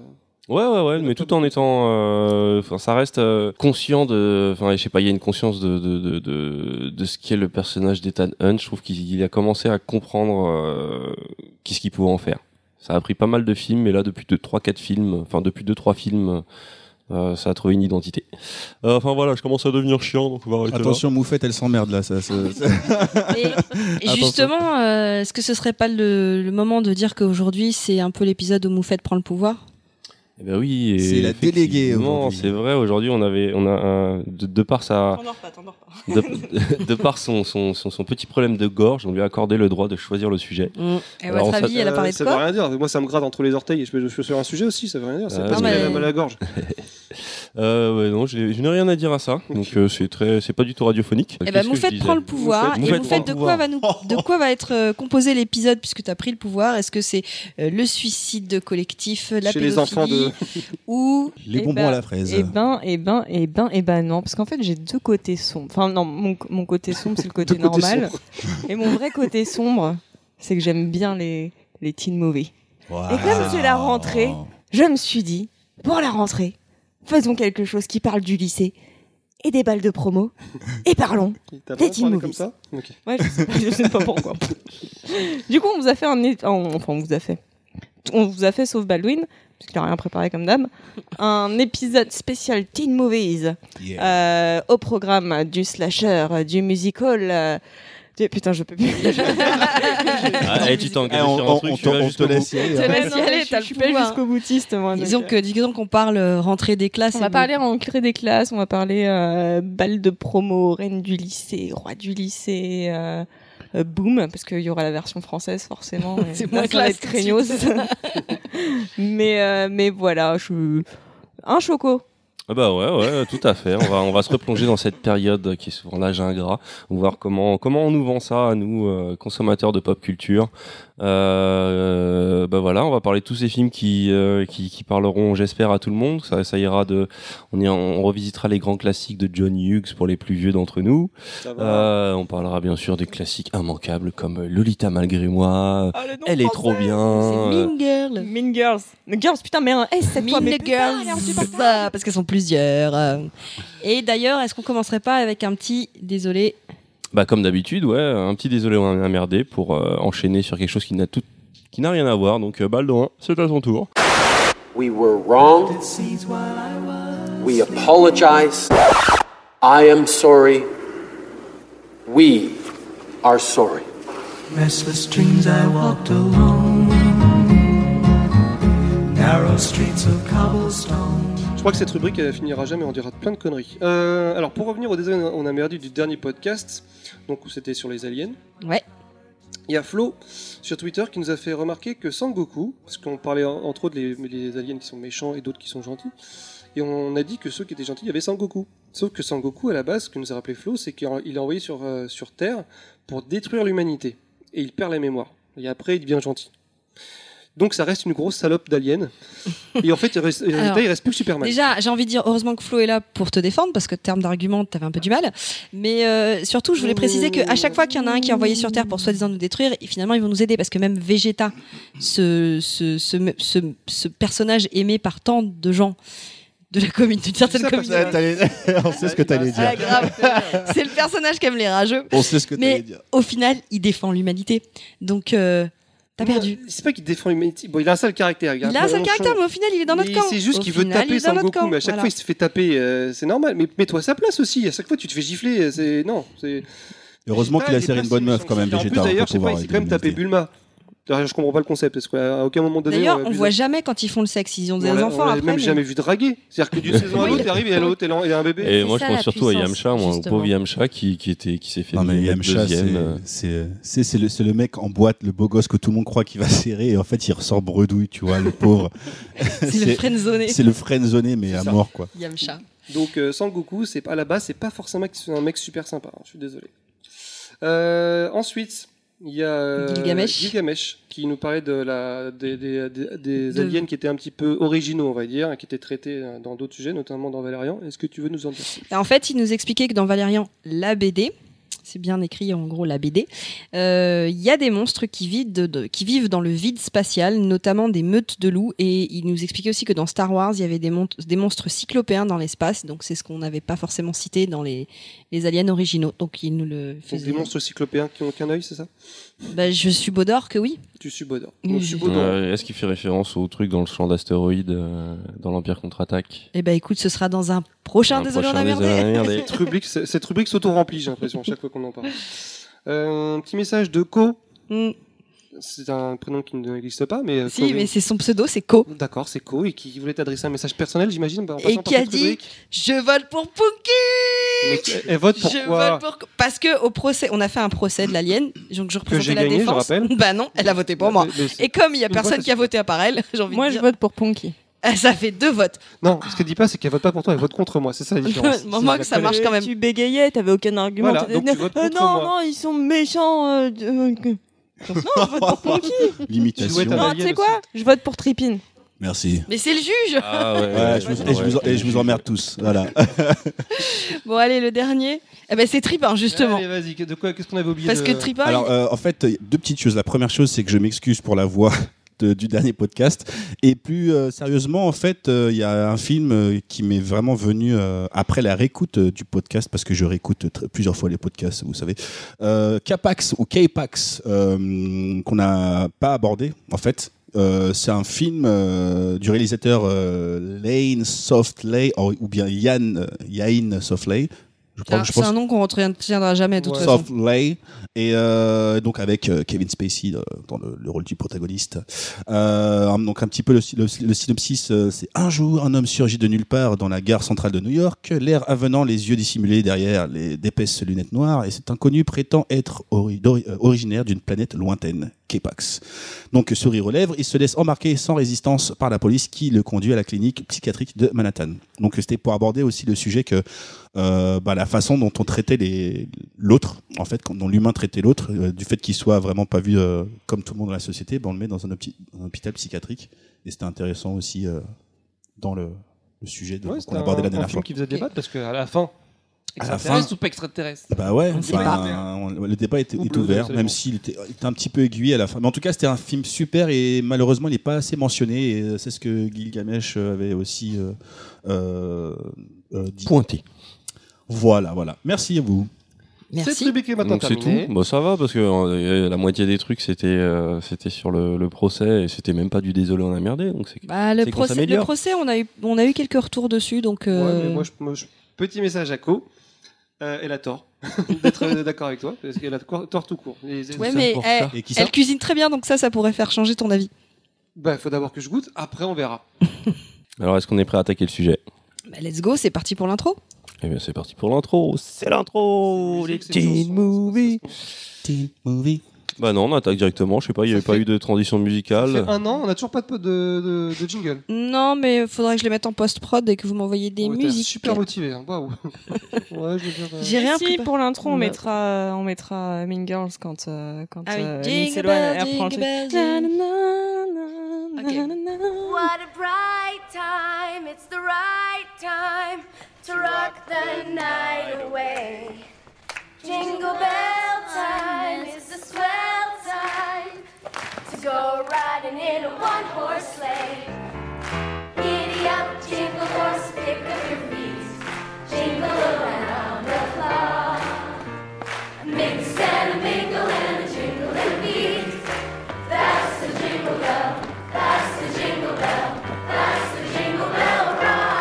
Speaker 1: Ouais, ouais, ouais, mais tout en étant. euh, Enfin, ça reste euh, conscient de. Enfin, je sais pas, il y a une conscience de, de, de, de, de ce qu'est le personnage d'Ethan Hunt. Je trouve qu'il il a commencé à comprendre euh, qu'est-ce qu'il pouvait en faire. Ça a pris pas mal de films, mais là, depuis 3-4 films, enfin, depuis 2-3 films, euh, ça a trouvé une identité. Euh, Enfin, voilà, je commence à devenir chiant, donc on va arrêter là.
Speaker 2: Attention, Moufette, elle s'emmerde là. Ça, ça-
Speaker 4: <laughs>
Speaker 2: ça-
Speaker 4: Et, et justement, euh, est-ce que ce serait pas le, le moment de dire qu'aujourd'hui c'est un peu l'épisode où Moufette prend le pouvoir
Speaker 1: Eh ben oui. et
Speaker 2: C'est la déléguée
Speaker 1: effectivement,
Speaker 2: aujourd'hui.
Speaker 1: C'est vrai, aujourd'hui, on avait. On a un, de, de par sa.
Speaker 6: T'endors pas, t'endors pas.
Speaker 1: de, de par son, son, son, son petit problème de gorge, on lui a accordé le droit de choisir le sujet.
Speaker 4: Mm. Et à
Speaker 1: Alors,
Speaker 4: votre
Speaker 1: en fait,
Speaker 4: avis, elle a
Speaker 5: Euh,
Speaker 4: parlé de
Speaker 5: Ça veut
Speaker 4: quoi
Speaker 5: rien dire. Moi, ça me gratte entre les orteils et je peux, je peux faire un sujet aussi, ça veut rien dire. C'est
Speaker 1: Ah,
Speaker 5: parce
Speaker 4: mais-
Speaker 5: qu'elle a mal à la gorge.
Speaker 1: Euh, ouais, non, j'ai- je n'ai rien à dire à ça, donc euh, c'est très, c'est pas du tout radiophonique.
Speaker 4: Eh
Speaker 1: Qu'est-ce
Speaker 4: ben,
Speaker 1: que je
Speaker 4: Moufette
Speaker 1: disais
Speaker 4: prend le pouvoir.
Speaker 1: Moufette-
Speaker 4: et
Speaker 1: Moufette
Speaker 4: Moufette, de
Speaker 1: prend le
Speaker 4: quoi, va nous, de quoi va être euh, composé l'épisode puisque tu as pris le pouvoir Est-ce que c'est euh, le suicide collectif, la
Speaker 5: Chez
Speaker 4: pédophilie
Speaker 5: les enfants de. <laughs>
Speaker 4: ou
Speaker 2: les
Speaker 6: Eh
Speaker 2: bonbons
Speaker 6: ben,
Speaker 2: à la fraise.
Speaker 6: Eh ben, eh ben, eh ben, eh ben non, parce qu'en fait j'ai deux côtés sombres. Enfin non, mon, mon côté sombre c'est le côté
Speaker 5: Deux côtés
Speaker 6: normal, et mon vrai côté sombre, c'est que j'aime bien les les teens mauvais.
Speaker 2: Waouh.
Speaker 6: Et comme c'est la rentrée, Je me suis dit, pour la rentrée, faisons quelque chose qui parle du lycée et des balles de promo et parlons.
Speaker 5: T'as
Speaker 6: Des
Speaker 5: pas parlé
Speaker 6: teen
Speaker 5: comme
Speaker 6: movies.
Speaker 5: ça Ok.
Speaker 6: Ouais, je sais pas, je sais pas pourquoi. Du coup, on vous a fait un, é- on- enfin, on vous a fait, on vous a fait sauf Baldwin parce qu'il a rien préparé comme d'hab, un épisode spécial Teen Movies.
Speaker 2: Oh, Yeah.
Speaker 6: Euh, au programme du slasher, euh, du musical. euh, du- Putain,
Speaker 4: <laughs>
Speaker 6: je peux plus.
Speaker 1: Ah, eh, tu
Speaker 2: Eh,
Speaker 1: t'engages
Speaker 2: on,
Speaker 1: sur un
Speaker 2: on-
Speaker 1: truc,
Speaker 2: on
Speaker 1: tu
Speaker 2: te-
Speaker 1: vas
Speaker 2: on
Speaker 1: jusqu'au
Speaker 2: te laisse y aller,
Speaker 6: Ouais,
Speaker 2: hein.
Speaker 6: non,
Speaker 4: Vas-y,
Speaker 6: mais
Speaker 4: allez,
Speaker 6: je,
Speaker 4: t'as
Speaker 6: je suis
Speaker 4: le
Speaker 6: pas
Speaker 4: pouvoir.
Speaker 6: jusqu'au boutiste. Moi,
Speaker 4: <laughs> Disons
Speaker 6: donc,
Speaker 4: que, disons qu'on parle euh, rentrée des classes.
Speaker 6: On
Speaker 4: et
Speaker 6: va
Speaker 4: de-
Speaker 6: parler en entrée des classes, on va parler euh, balle de promo, reine du lycée, roi du lycée, euh, euh, boom, parce qu'il y aura la version française
Speaker 4: <laughs>
Speaker 6: forcément. et
Speaker 4: C'est
Speaker 6: là,
Speaker 4: moins
Speaker 6: ça va
Speaker 4: classe
Speaker 6: être
Speaker 4: tout de suite.
Speaker 6: <laughs> craignos. mais, euh, mais voilà, je suis un choco.
Speaker 1: Ah bah ouais, ouais, tout à fait. On va, on va se replonger dans cette période qui est souvent l'âge ingrat. On va voir comment, comment on nous vend ça à nous, euh, consommateurs de pop culture. Euh, bah voilà, on va parler de tous ces films qui, euh, qui, qui parleront, j'espère, à tout le monde. Ça, ça ira de, on, y- on revisitera les grands classiques de John Hughes pour les plus vieux d'entre nous.
Speaker 5: Ça va.
Speaker 1: Euh, on parlera bien sûr des classiques immanquables comme Lolita malgré moi.
Speaker 6: Ah, le nom
Speaker 1: Elle est
Speaker 6: français.
Speaker 1: trop bien. Euh,
Speaker 4: C'est Mean Girl.
Speaker 6: Mean Girls. Mais Girls, putain, mais un S, cette fois, mais
Speaker 4: Mean
Speaker 6: putain,
Speaker 4: Girls.
Speaker 6: elle est insupportable.
Speaker 4: Bah, parce qu'elles sont plusieurs. euh. Et d'ailleurs, est-ce qu'on commencerait pas avec un petit désolé
Speaker 1: Bah comme d'habitude, ouais, un petit désolé ou un merdé pour euh, enchaîner sur quelque chose qui n'a tout qui n'a rien à voir. Donc euh, balle dans un, c'est à son tour.
Speaker 7: We were wrong. We apologize. I am sorry. We are sorry.
Speaker 8: Restless dreams I walked alone. Narrow streets of cobblestone.
Speaker 5: Je crois que cette rubrique elle finira jamais, on dira plein de conneries. Euh, alors pour revenir au désolé, on a merdé du dernier podcast, donc où c'était sur les aliens.
Speaker 4: Ouais.
Speaker 5: Il y a Flo sur Twitter qui nous a fait remarquer que Sangoku, parce qu'on parlait en- entre autres les, les aliens qui sont méchants et d'autres qui sont gentils, et on a dit que ceux qui étaient gentils, il y avait Sangoku. Sauf que Sangoku, à la base, ce que nous a rappelé Flo, c'est qu'il est envoyé sur, euh, sur Terre pour détruire l'humanité. Et il perd la mémoire. Et après, il devient gentil. Donc ça reste une grosse salope d'alien. Et en fait, il reste,
Speaker 4: Alors,
Speaker 5: il reste plus que Superman.
Speaker 4: Déjà, j'ai envie de dire heureusement que Flo est là pour te défendre parce que terme d'argument, t'avais un peu du mal. Mais euh, surtout, je
Speaker 5: Mmh.
Speaker 4: voulais préciser que à chaque fois qu'il y en a un qui est envoyé sur Terre pour soi-disant nous détruire, et finalement, ils vont nous aider parce que même Vegeta, ce, ce, ce, ce, ce personnage aimé par tant de gens de la commune, d'une certaine
Speaker 5: Ça, parce
Speaker 4: communauté,
Speaker 2: on sait ce que t'allais
Speaker 4: Ah,
Speaker 2: dire.
Speaker 4: grave. c'est le personnage qui aime les rageux.
Speaker 2: On sait ce que
Speaker 4: Mais
Speaker 2: t'allais dire.
Speaker 4: au final, il défend l'humanité. Donc, euh, t'as perdu.
Speaker 5: C'est pas qu'il défend l'humanité. Bon, il a un sale caractère.
Speaker 4: Il a un seul caractère, mais au final, il est dans notre
Speaker 5: Mais
Speaker 4: camp.
Speaker 5: C'est juste
Speaker 4: Au
Speaker 5: qu'il veut
Speaker 4: final, il
Speaker 5: taper
Speaker 4: est dans notre
Speaker 5: Sangoku,
Speaker 4: camp.
Speaker 5: mais à chaque
Speaker 4: Voilà.
Speaker 5: fois il se fait taper, euh, c'est normal. Mais mets-toi à sa place aussi, à chaque fois tu te fais gifler, euh, c'est. Non, c'est.
Speaker 2: Heureusement
Speaker 5: Vegeta,
Speaker 2: qu'il a
Speaker 5: il est
Speaker 2: serré
Speaker 5: pas
Speaker 2: une bonne
Speaker 5: si
Speaker 2: meuf
Speaker 5: méchant
Speaker 2: quand même,
Speaker 5: que ça. En
Speaker 2: Vegeta. hein,
Speaker 5: plus d'ailleurs,
Speaker 2: pour
Speaker 5: je sais pas,
Speaker 2: pouvoir
Speaker 5: il s'est
Speaker 2: aider
Speaker 5: quand même tapé
Speaker 2: l'humanité.
Speaker 5: Bulma. D'ailleurs, Je comprends pas le concept, parce qu'à aucun moment donné. euh,
Speaker 4: D'ailleurs, on
Speaker 5: Bulma-
Speaker 4: voit jamais quand ils font le sexe, ils ont des
Speaker 5: on l'a-
Speaker 4: enfants
Speaker 5: On l'a
Speaker 4: après.
Speaker 5: même
Speaker 4: mais-
Speaker 5: jamais vu draguer. C'est-à-dire que d'une saison à
Speaker 4: Oui.
Speaker 5: l'autre, il arrive et à l'autre, elle en- elle a un bébé.
Speaker 1: Et
Speaker 3: c'est
Speaker 1: moi
Speaker 3: ça,
Speaker 1: je pense
Speaker 3: la
Speaker 1: surtout à
Speaker 3: puissance,
Speaker 1: Yamcha, moi, au
Speaker 3: justement.
Speaker 1: pauvre Yamcha qui, qui était qui s'est fait
Speaker 2: Non mais
Speaker 1: nommer
Speaker 2: Yamcha, c'est-
Speaker 1: deuxième. euh.
Speaker 2: c'est c'est- c'est le, c'est le mec en boîte, le beau gosse que tout le monde croit qu'il va <laughs> serrer et en fait il ressort bredouille, tu vois, le pauvre.
Speaker 4: <laughs> C'est le friendzoné.
Speaker 2: c'est le friendzoné mais
Speaker 5: C'est
Speaker 2: à
Speaker 5: ça.
Speaker 2: mort quoi.
Speaker 4: Yamcha.
Speaker 5: Donc, euh, Sangoku, c'est, à la base, c'est pas forcément que c'est un mec super sympa, hein, je suis désolé. Euh, ensuite, il y a euh,
Speaker 4: Gilgamesh.
Speaker 5: qui nous parlait de la, des, des- des- des
Speaker 4: De-
Speaker 5: aliens qui étaient un petit peu originaux, on va dire, hein, qui étaient traités euh, dans d'autres sujets, notamment dans Valérian. Est-ce que tu veux nous en dire plus
Speaker 4: Et Bah, En fait, il nous expliquait que dans Valérian, la BD, c'est bien écrit en gros la BD, euh, il y a des monstres qui vivent, de- de- qui vivent dans le vide spatial, notamment des meutes de loups. Et il nous expliquait aussi que dans Star Wars, il y avait des, mon- des monstres cyclopéens dans l'espace. Donc c'est ce qu'on n'avait pas forcément cité dans les, les aliens originaux. Donc il nous le
Speaker 5: Donc,
Speaker 4: faisait.
Speaker 5: Des monstres cyclopéens qui ont qu'un œil, c'est ça
Speaker 4: Bah, je suis d'or que oui.
Speaker 5: Tu subodores.
Speaker 4: Oui,
Speaker 5: Donc,
Speaker 4: oui.
Speaker 5: subodore.
Speaker 1: Euh, Est-ce qu'il fait référence au truc dans le champ d'astéroïdes euh, dans l'Empire contre-attaque
Speaker 4: Et bah écoute, ce sera dans un prochain
Speaker 1: Un
Speaker 4: désolé on a
Speaker 1: prochain
Speaker 4: merdé.
Speaker 1: Désolé, on a
Speaker 5: <laughs>
Speaker 1: merdé.
Speaker 5: Cette rubrique, cette rubrique s'auto-remplit, j'ai l'impression, à chaque fois qu'on en parle. Euh, un petit message de Ko.
Speaker 4: Mm.
Speaker 5: C'est un prénom qui n'existe pas, mais. euh, Ko-
Speaker 4: Si, mais c'est son pseudo, c'est Ko.
Speaker 5: D'accord, c'est Ko et qui voulait t'adresser un message personnel, j'imagine. bah, en
Speaker 4: Et
Speaker 5: passant par
Speaker 4: qui a
Speaker 5: cette
Speaker 4: dit-
Speaker 5: rubrique.
Speaker 4: Je vole pour Punky
Speaker 5: Mais elle- Elle vote
Speaker 4: Je
Speaker 5: pourquoi
Speaker 4: vote pour... Parce que au procès, on a fait un procès de l'alien, donc je représentais
Speaker 5: j'ai
Speaker 4: la
Speaker 5: gagné, je
Speaker 4: défense. <laughs>
Speaker 5: rappelle.
Speaker 4: bah non, elle a voté pour moi.
Speaker 5: Mais- mais-
Speaker 4: Et comme il y a
Speaker 5: Une fois,
Speaker 4: personne
Speaker 5: c'est
Speaker 4: qui a voté à part elle, <laughs> j'ai envie
Speaker 6: Moi,
Speaker 4: de
Speaker 6: je
Speaker 4: dire,
Speaker 6: vote pour Ponky.
Speaker 4: ah, ça fait deux votes.
Speaker 5: Non, ce qu'elle dit pas, c'est qu'elle vote pas pour toi, elle vote contre moi, c'est ça la
Speaker 6: <laughs>
Speaker 5: différence.
Speaker 4: Moi, moi, que ça
Speaker 5: C'est la
Speaker 4: marche. quand même.
Speaker 6: Tu bégayais, t'avais aucun argument.
Speaker 5: Voilà,
Speaker 6: t'étais
Speaker 5: donc
Speaker 6: né-
Speaker 5: tu votes
Speaker 6: Euh,
Speaker 5: contre
Speaker 6: non,
Speaker 5: moi.
Speaker 6: non, ils sont méchants. euh, de- euh, que- non, je vote pour Ponky.
Speaker 5: Tu dois être
Speaker 2: L'imitation.
Speaker 5: un-
Speaker 6: Non, Ah, tu sais quoi Je vote pour Tripin.
Speaker 2: Merci.
Speaker 4: Mais c'est le juge
Speaker 1: Ah ouais,
Speaker 2: Ouais, je vous- et, je vous, et je vous emmerde tous. Voilà.
Speaker 4: Bon, allez, le dernier. Eh ben, c'est Tripin, justement.
Speaker 5: Allez, vas-y, que- de quoi Qu'est-ce qu'on avait oublié
Speaker 4: Parce
Speaker 5: de-
Speaker 4: que Tripin,
Speaker 2: Alors, euh, en fait, euh, deux petites choses. La première chose, c'est que je m'excuse pour la voix <laughs> de- du dernier podcast. Et plus euh, sérieusement, en fait, euh, il y a un film euh, qui m'est vraiment venu euh, après la réécoute euh, du podcast, parce que je réécoute tr- plusieurs fois les podcasts, vous savez. Euh, Capax ou K-Pax, euh, qu'on n'a pas abordé, en fait. Euh, c'est un film euh, du réalisateur euh, Lane Softley or- ou bien Yann euh, Yain Softley. Je
Speaker 4: c'est un-
Speaker 2: je
Speaker 4: c'est un nom qu'on retiendra jamais, de toute
Speaker 5: Ouais.
Speaker 4: façon.
Speaker 2: Soft Lay. Et euh, donc avec euh, Kevin Spacey euh, dans le, le rôle du protagoniste. Euh, donc un petit peu le, sy- le sy- le synopsis, euh, c'est un jour un homme surgit de nulle part dans la gare centrale de New York, l'air avenant, les yeux dissimulés derrière les d'épaisses lunettes noires, et cet inconnu prétend être ori- d'ori- euh, originaire d'une planète lointaine. Kepax. Donc souris relève, il se laisse embarquer sans résistance par la police qui le conduit à la clinique psychiatrique de Manhattan. Donc c'était pour aborder aussi le sujet que euh, bah, la façon dont on traitait les l'autre, en fait, quand- dont l'humain traitait l'autre, euh, du fait qu'il soit vraiment pas vu euh, comme tout le monde dans la société, bah, on le met dans un, opti- un hôpital psychiatrique. Et c'était intéressant aussi euh, dans le, le sujet de-
Speaker 5: Ouais,
Speaker 2: qu'on
Speaker 5: c'était
Speaker 2: a
Speaker 5: un,
Speaker 2: abordé la
Speaker 5: un
Speaker 2: dernière
Speaker 5: film
Speaker 2: fois.
Speaker 5: qui faisait débattre parce qu'à la fin,
Speaker 2: À la fin-
Speaker 5: extraterrestre ou pas extraterrestre
Speaker 2: Bah ouais,
Speaker 3: On sait
Speaker 2: enfin,
Speaker 5: pas.
Speaker 2: on- le débat était,
Speaker 5: On
Speaker 2: est
Speaker 5: peut-
Speaker 2: ouvert,
Speaker 5: absolument.
Speaker 2: même s'il était, il était un petit peu aiguillé à la fin. Mais en tout cas, c'était un film super et malheureusement, il n'est pas assez mentionné. Et euh, c'est ce que Gilgamesh avait aussi euh, euh, euh, dit.
Speaker 1: Pointé.
Speaker 2: Voilà, voilà. Merci à vous.
Speaker 5: C'est
Speaker 3: Merci.
Speaker 5: Tribeca est maintenant
Speaker 1: Donc c'est
Speaker 5: terminé.
Speaker 1: tout. Bah, ça va parce que euh, la moitié des trucs c'était euh, c'était sur le, le procès et c'était même pas du désolé on a merdé donc c'est
Speaker 4: Bah, le,
Speaker 1: C'est qu'on
Speaker 4: procès, le
Speaker 1: s'améliore.
Speaker 4: procès, on a, eu, on a eu quelques retours dessus, donc. euh,
Speaker 5: Ouais, mais moi, je- moi, je- Petit message à Co. Euh, elle a tort <laughs> d'être euh, d'accord avec toi, parce qu'elle a co- tort tout court. Les- les-
Speaker 4: Ouais,
Speaker 5: ça-
Speaker 4: mais
Speaker 1: pour
Speaker 4: elle,
Speaker 1: ça.
Speaker 2: Et qui ça
Speaker 4: elle cuisine très bien, donc ça, ça pourrait faire changer ton avis.
Speaker 5: Bah, faut d'abord que je goûte, après on verra.
Speaker 1: Alors est-ce qu'on est prêt à attaquer le sujet
Speaker 4: Bah, let's go, c'est parti pour l'intro.
Speaker 1: Eh bien c'est parti pour l'intro. C'est
Speaker 4: Oh,
Speaker 1: l'intro les teen movies. Bah non on attaque directement. Je sais pas il y
Speaker 5: Ça
Speaker 1: avait pas
Speaker 5: fait-
Speaker 1: eu de transition
Speaker 5: Ça fait
Speaker 1: musicale.
Speaker 5: un an, on n'a toujours pas de, de, de- de jingle.
Speaker 4: Non, mais faudrait que je les mette en post-prod et que vous m'envoyez des
Speaker 5: On était
Speaker 4: musiques.
Speaker 5: super motivé, hein, waouh. <laughs> ouais, je veux dire. euh,
Speaker 4: J'ai rien
Speaker 6: si,
Speaker 4: pris.
Speaker 6: pour l'intro, on
Speaker 4: Non.
Speaker 6: mettra, on mettra Mean Girls quand, euh, quand
Speaker 4: Ah oui.
Speaker 6: euh,
Speaker 4: Jingle
Speaker 6: Lindsay Lohan,
Speaker 4: bell,
Speaker 6: elle reprend le
Speaker 4: jingle
Speaker 6: truc.
Speaker 4: bell,
Speaker 6: Na, na, na,
Speaker 4: Ok.
Speaker 6: na, na, na.
Speaker 9: What a bright time, it's the right time to rock the night away. Jingle bell time is the swell time to go riding in a one horse sleigh. Giddy up, jingle horse, pick up your feet, jingle around the clock. A mix and a mingle and a jingle and a beat. That's the jingle bell, that's the jingle bell, that's the jingle bell rock.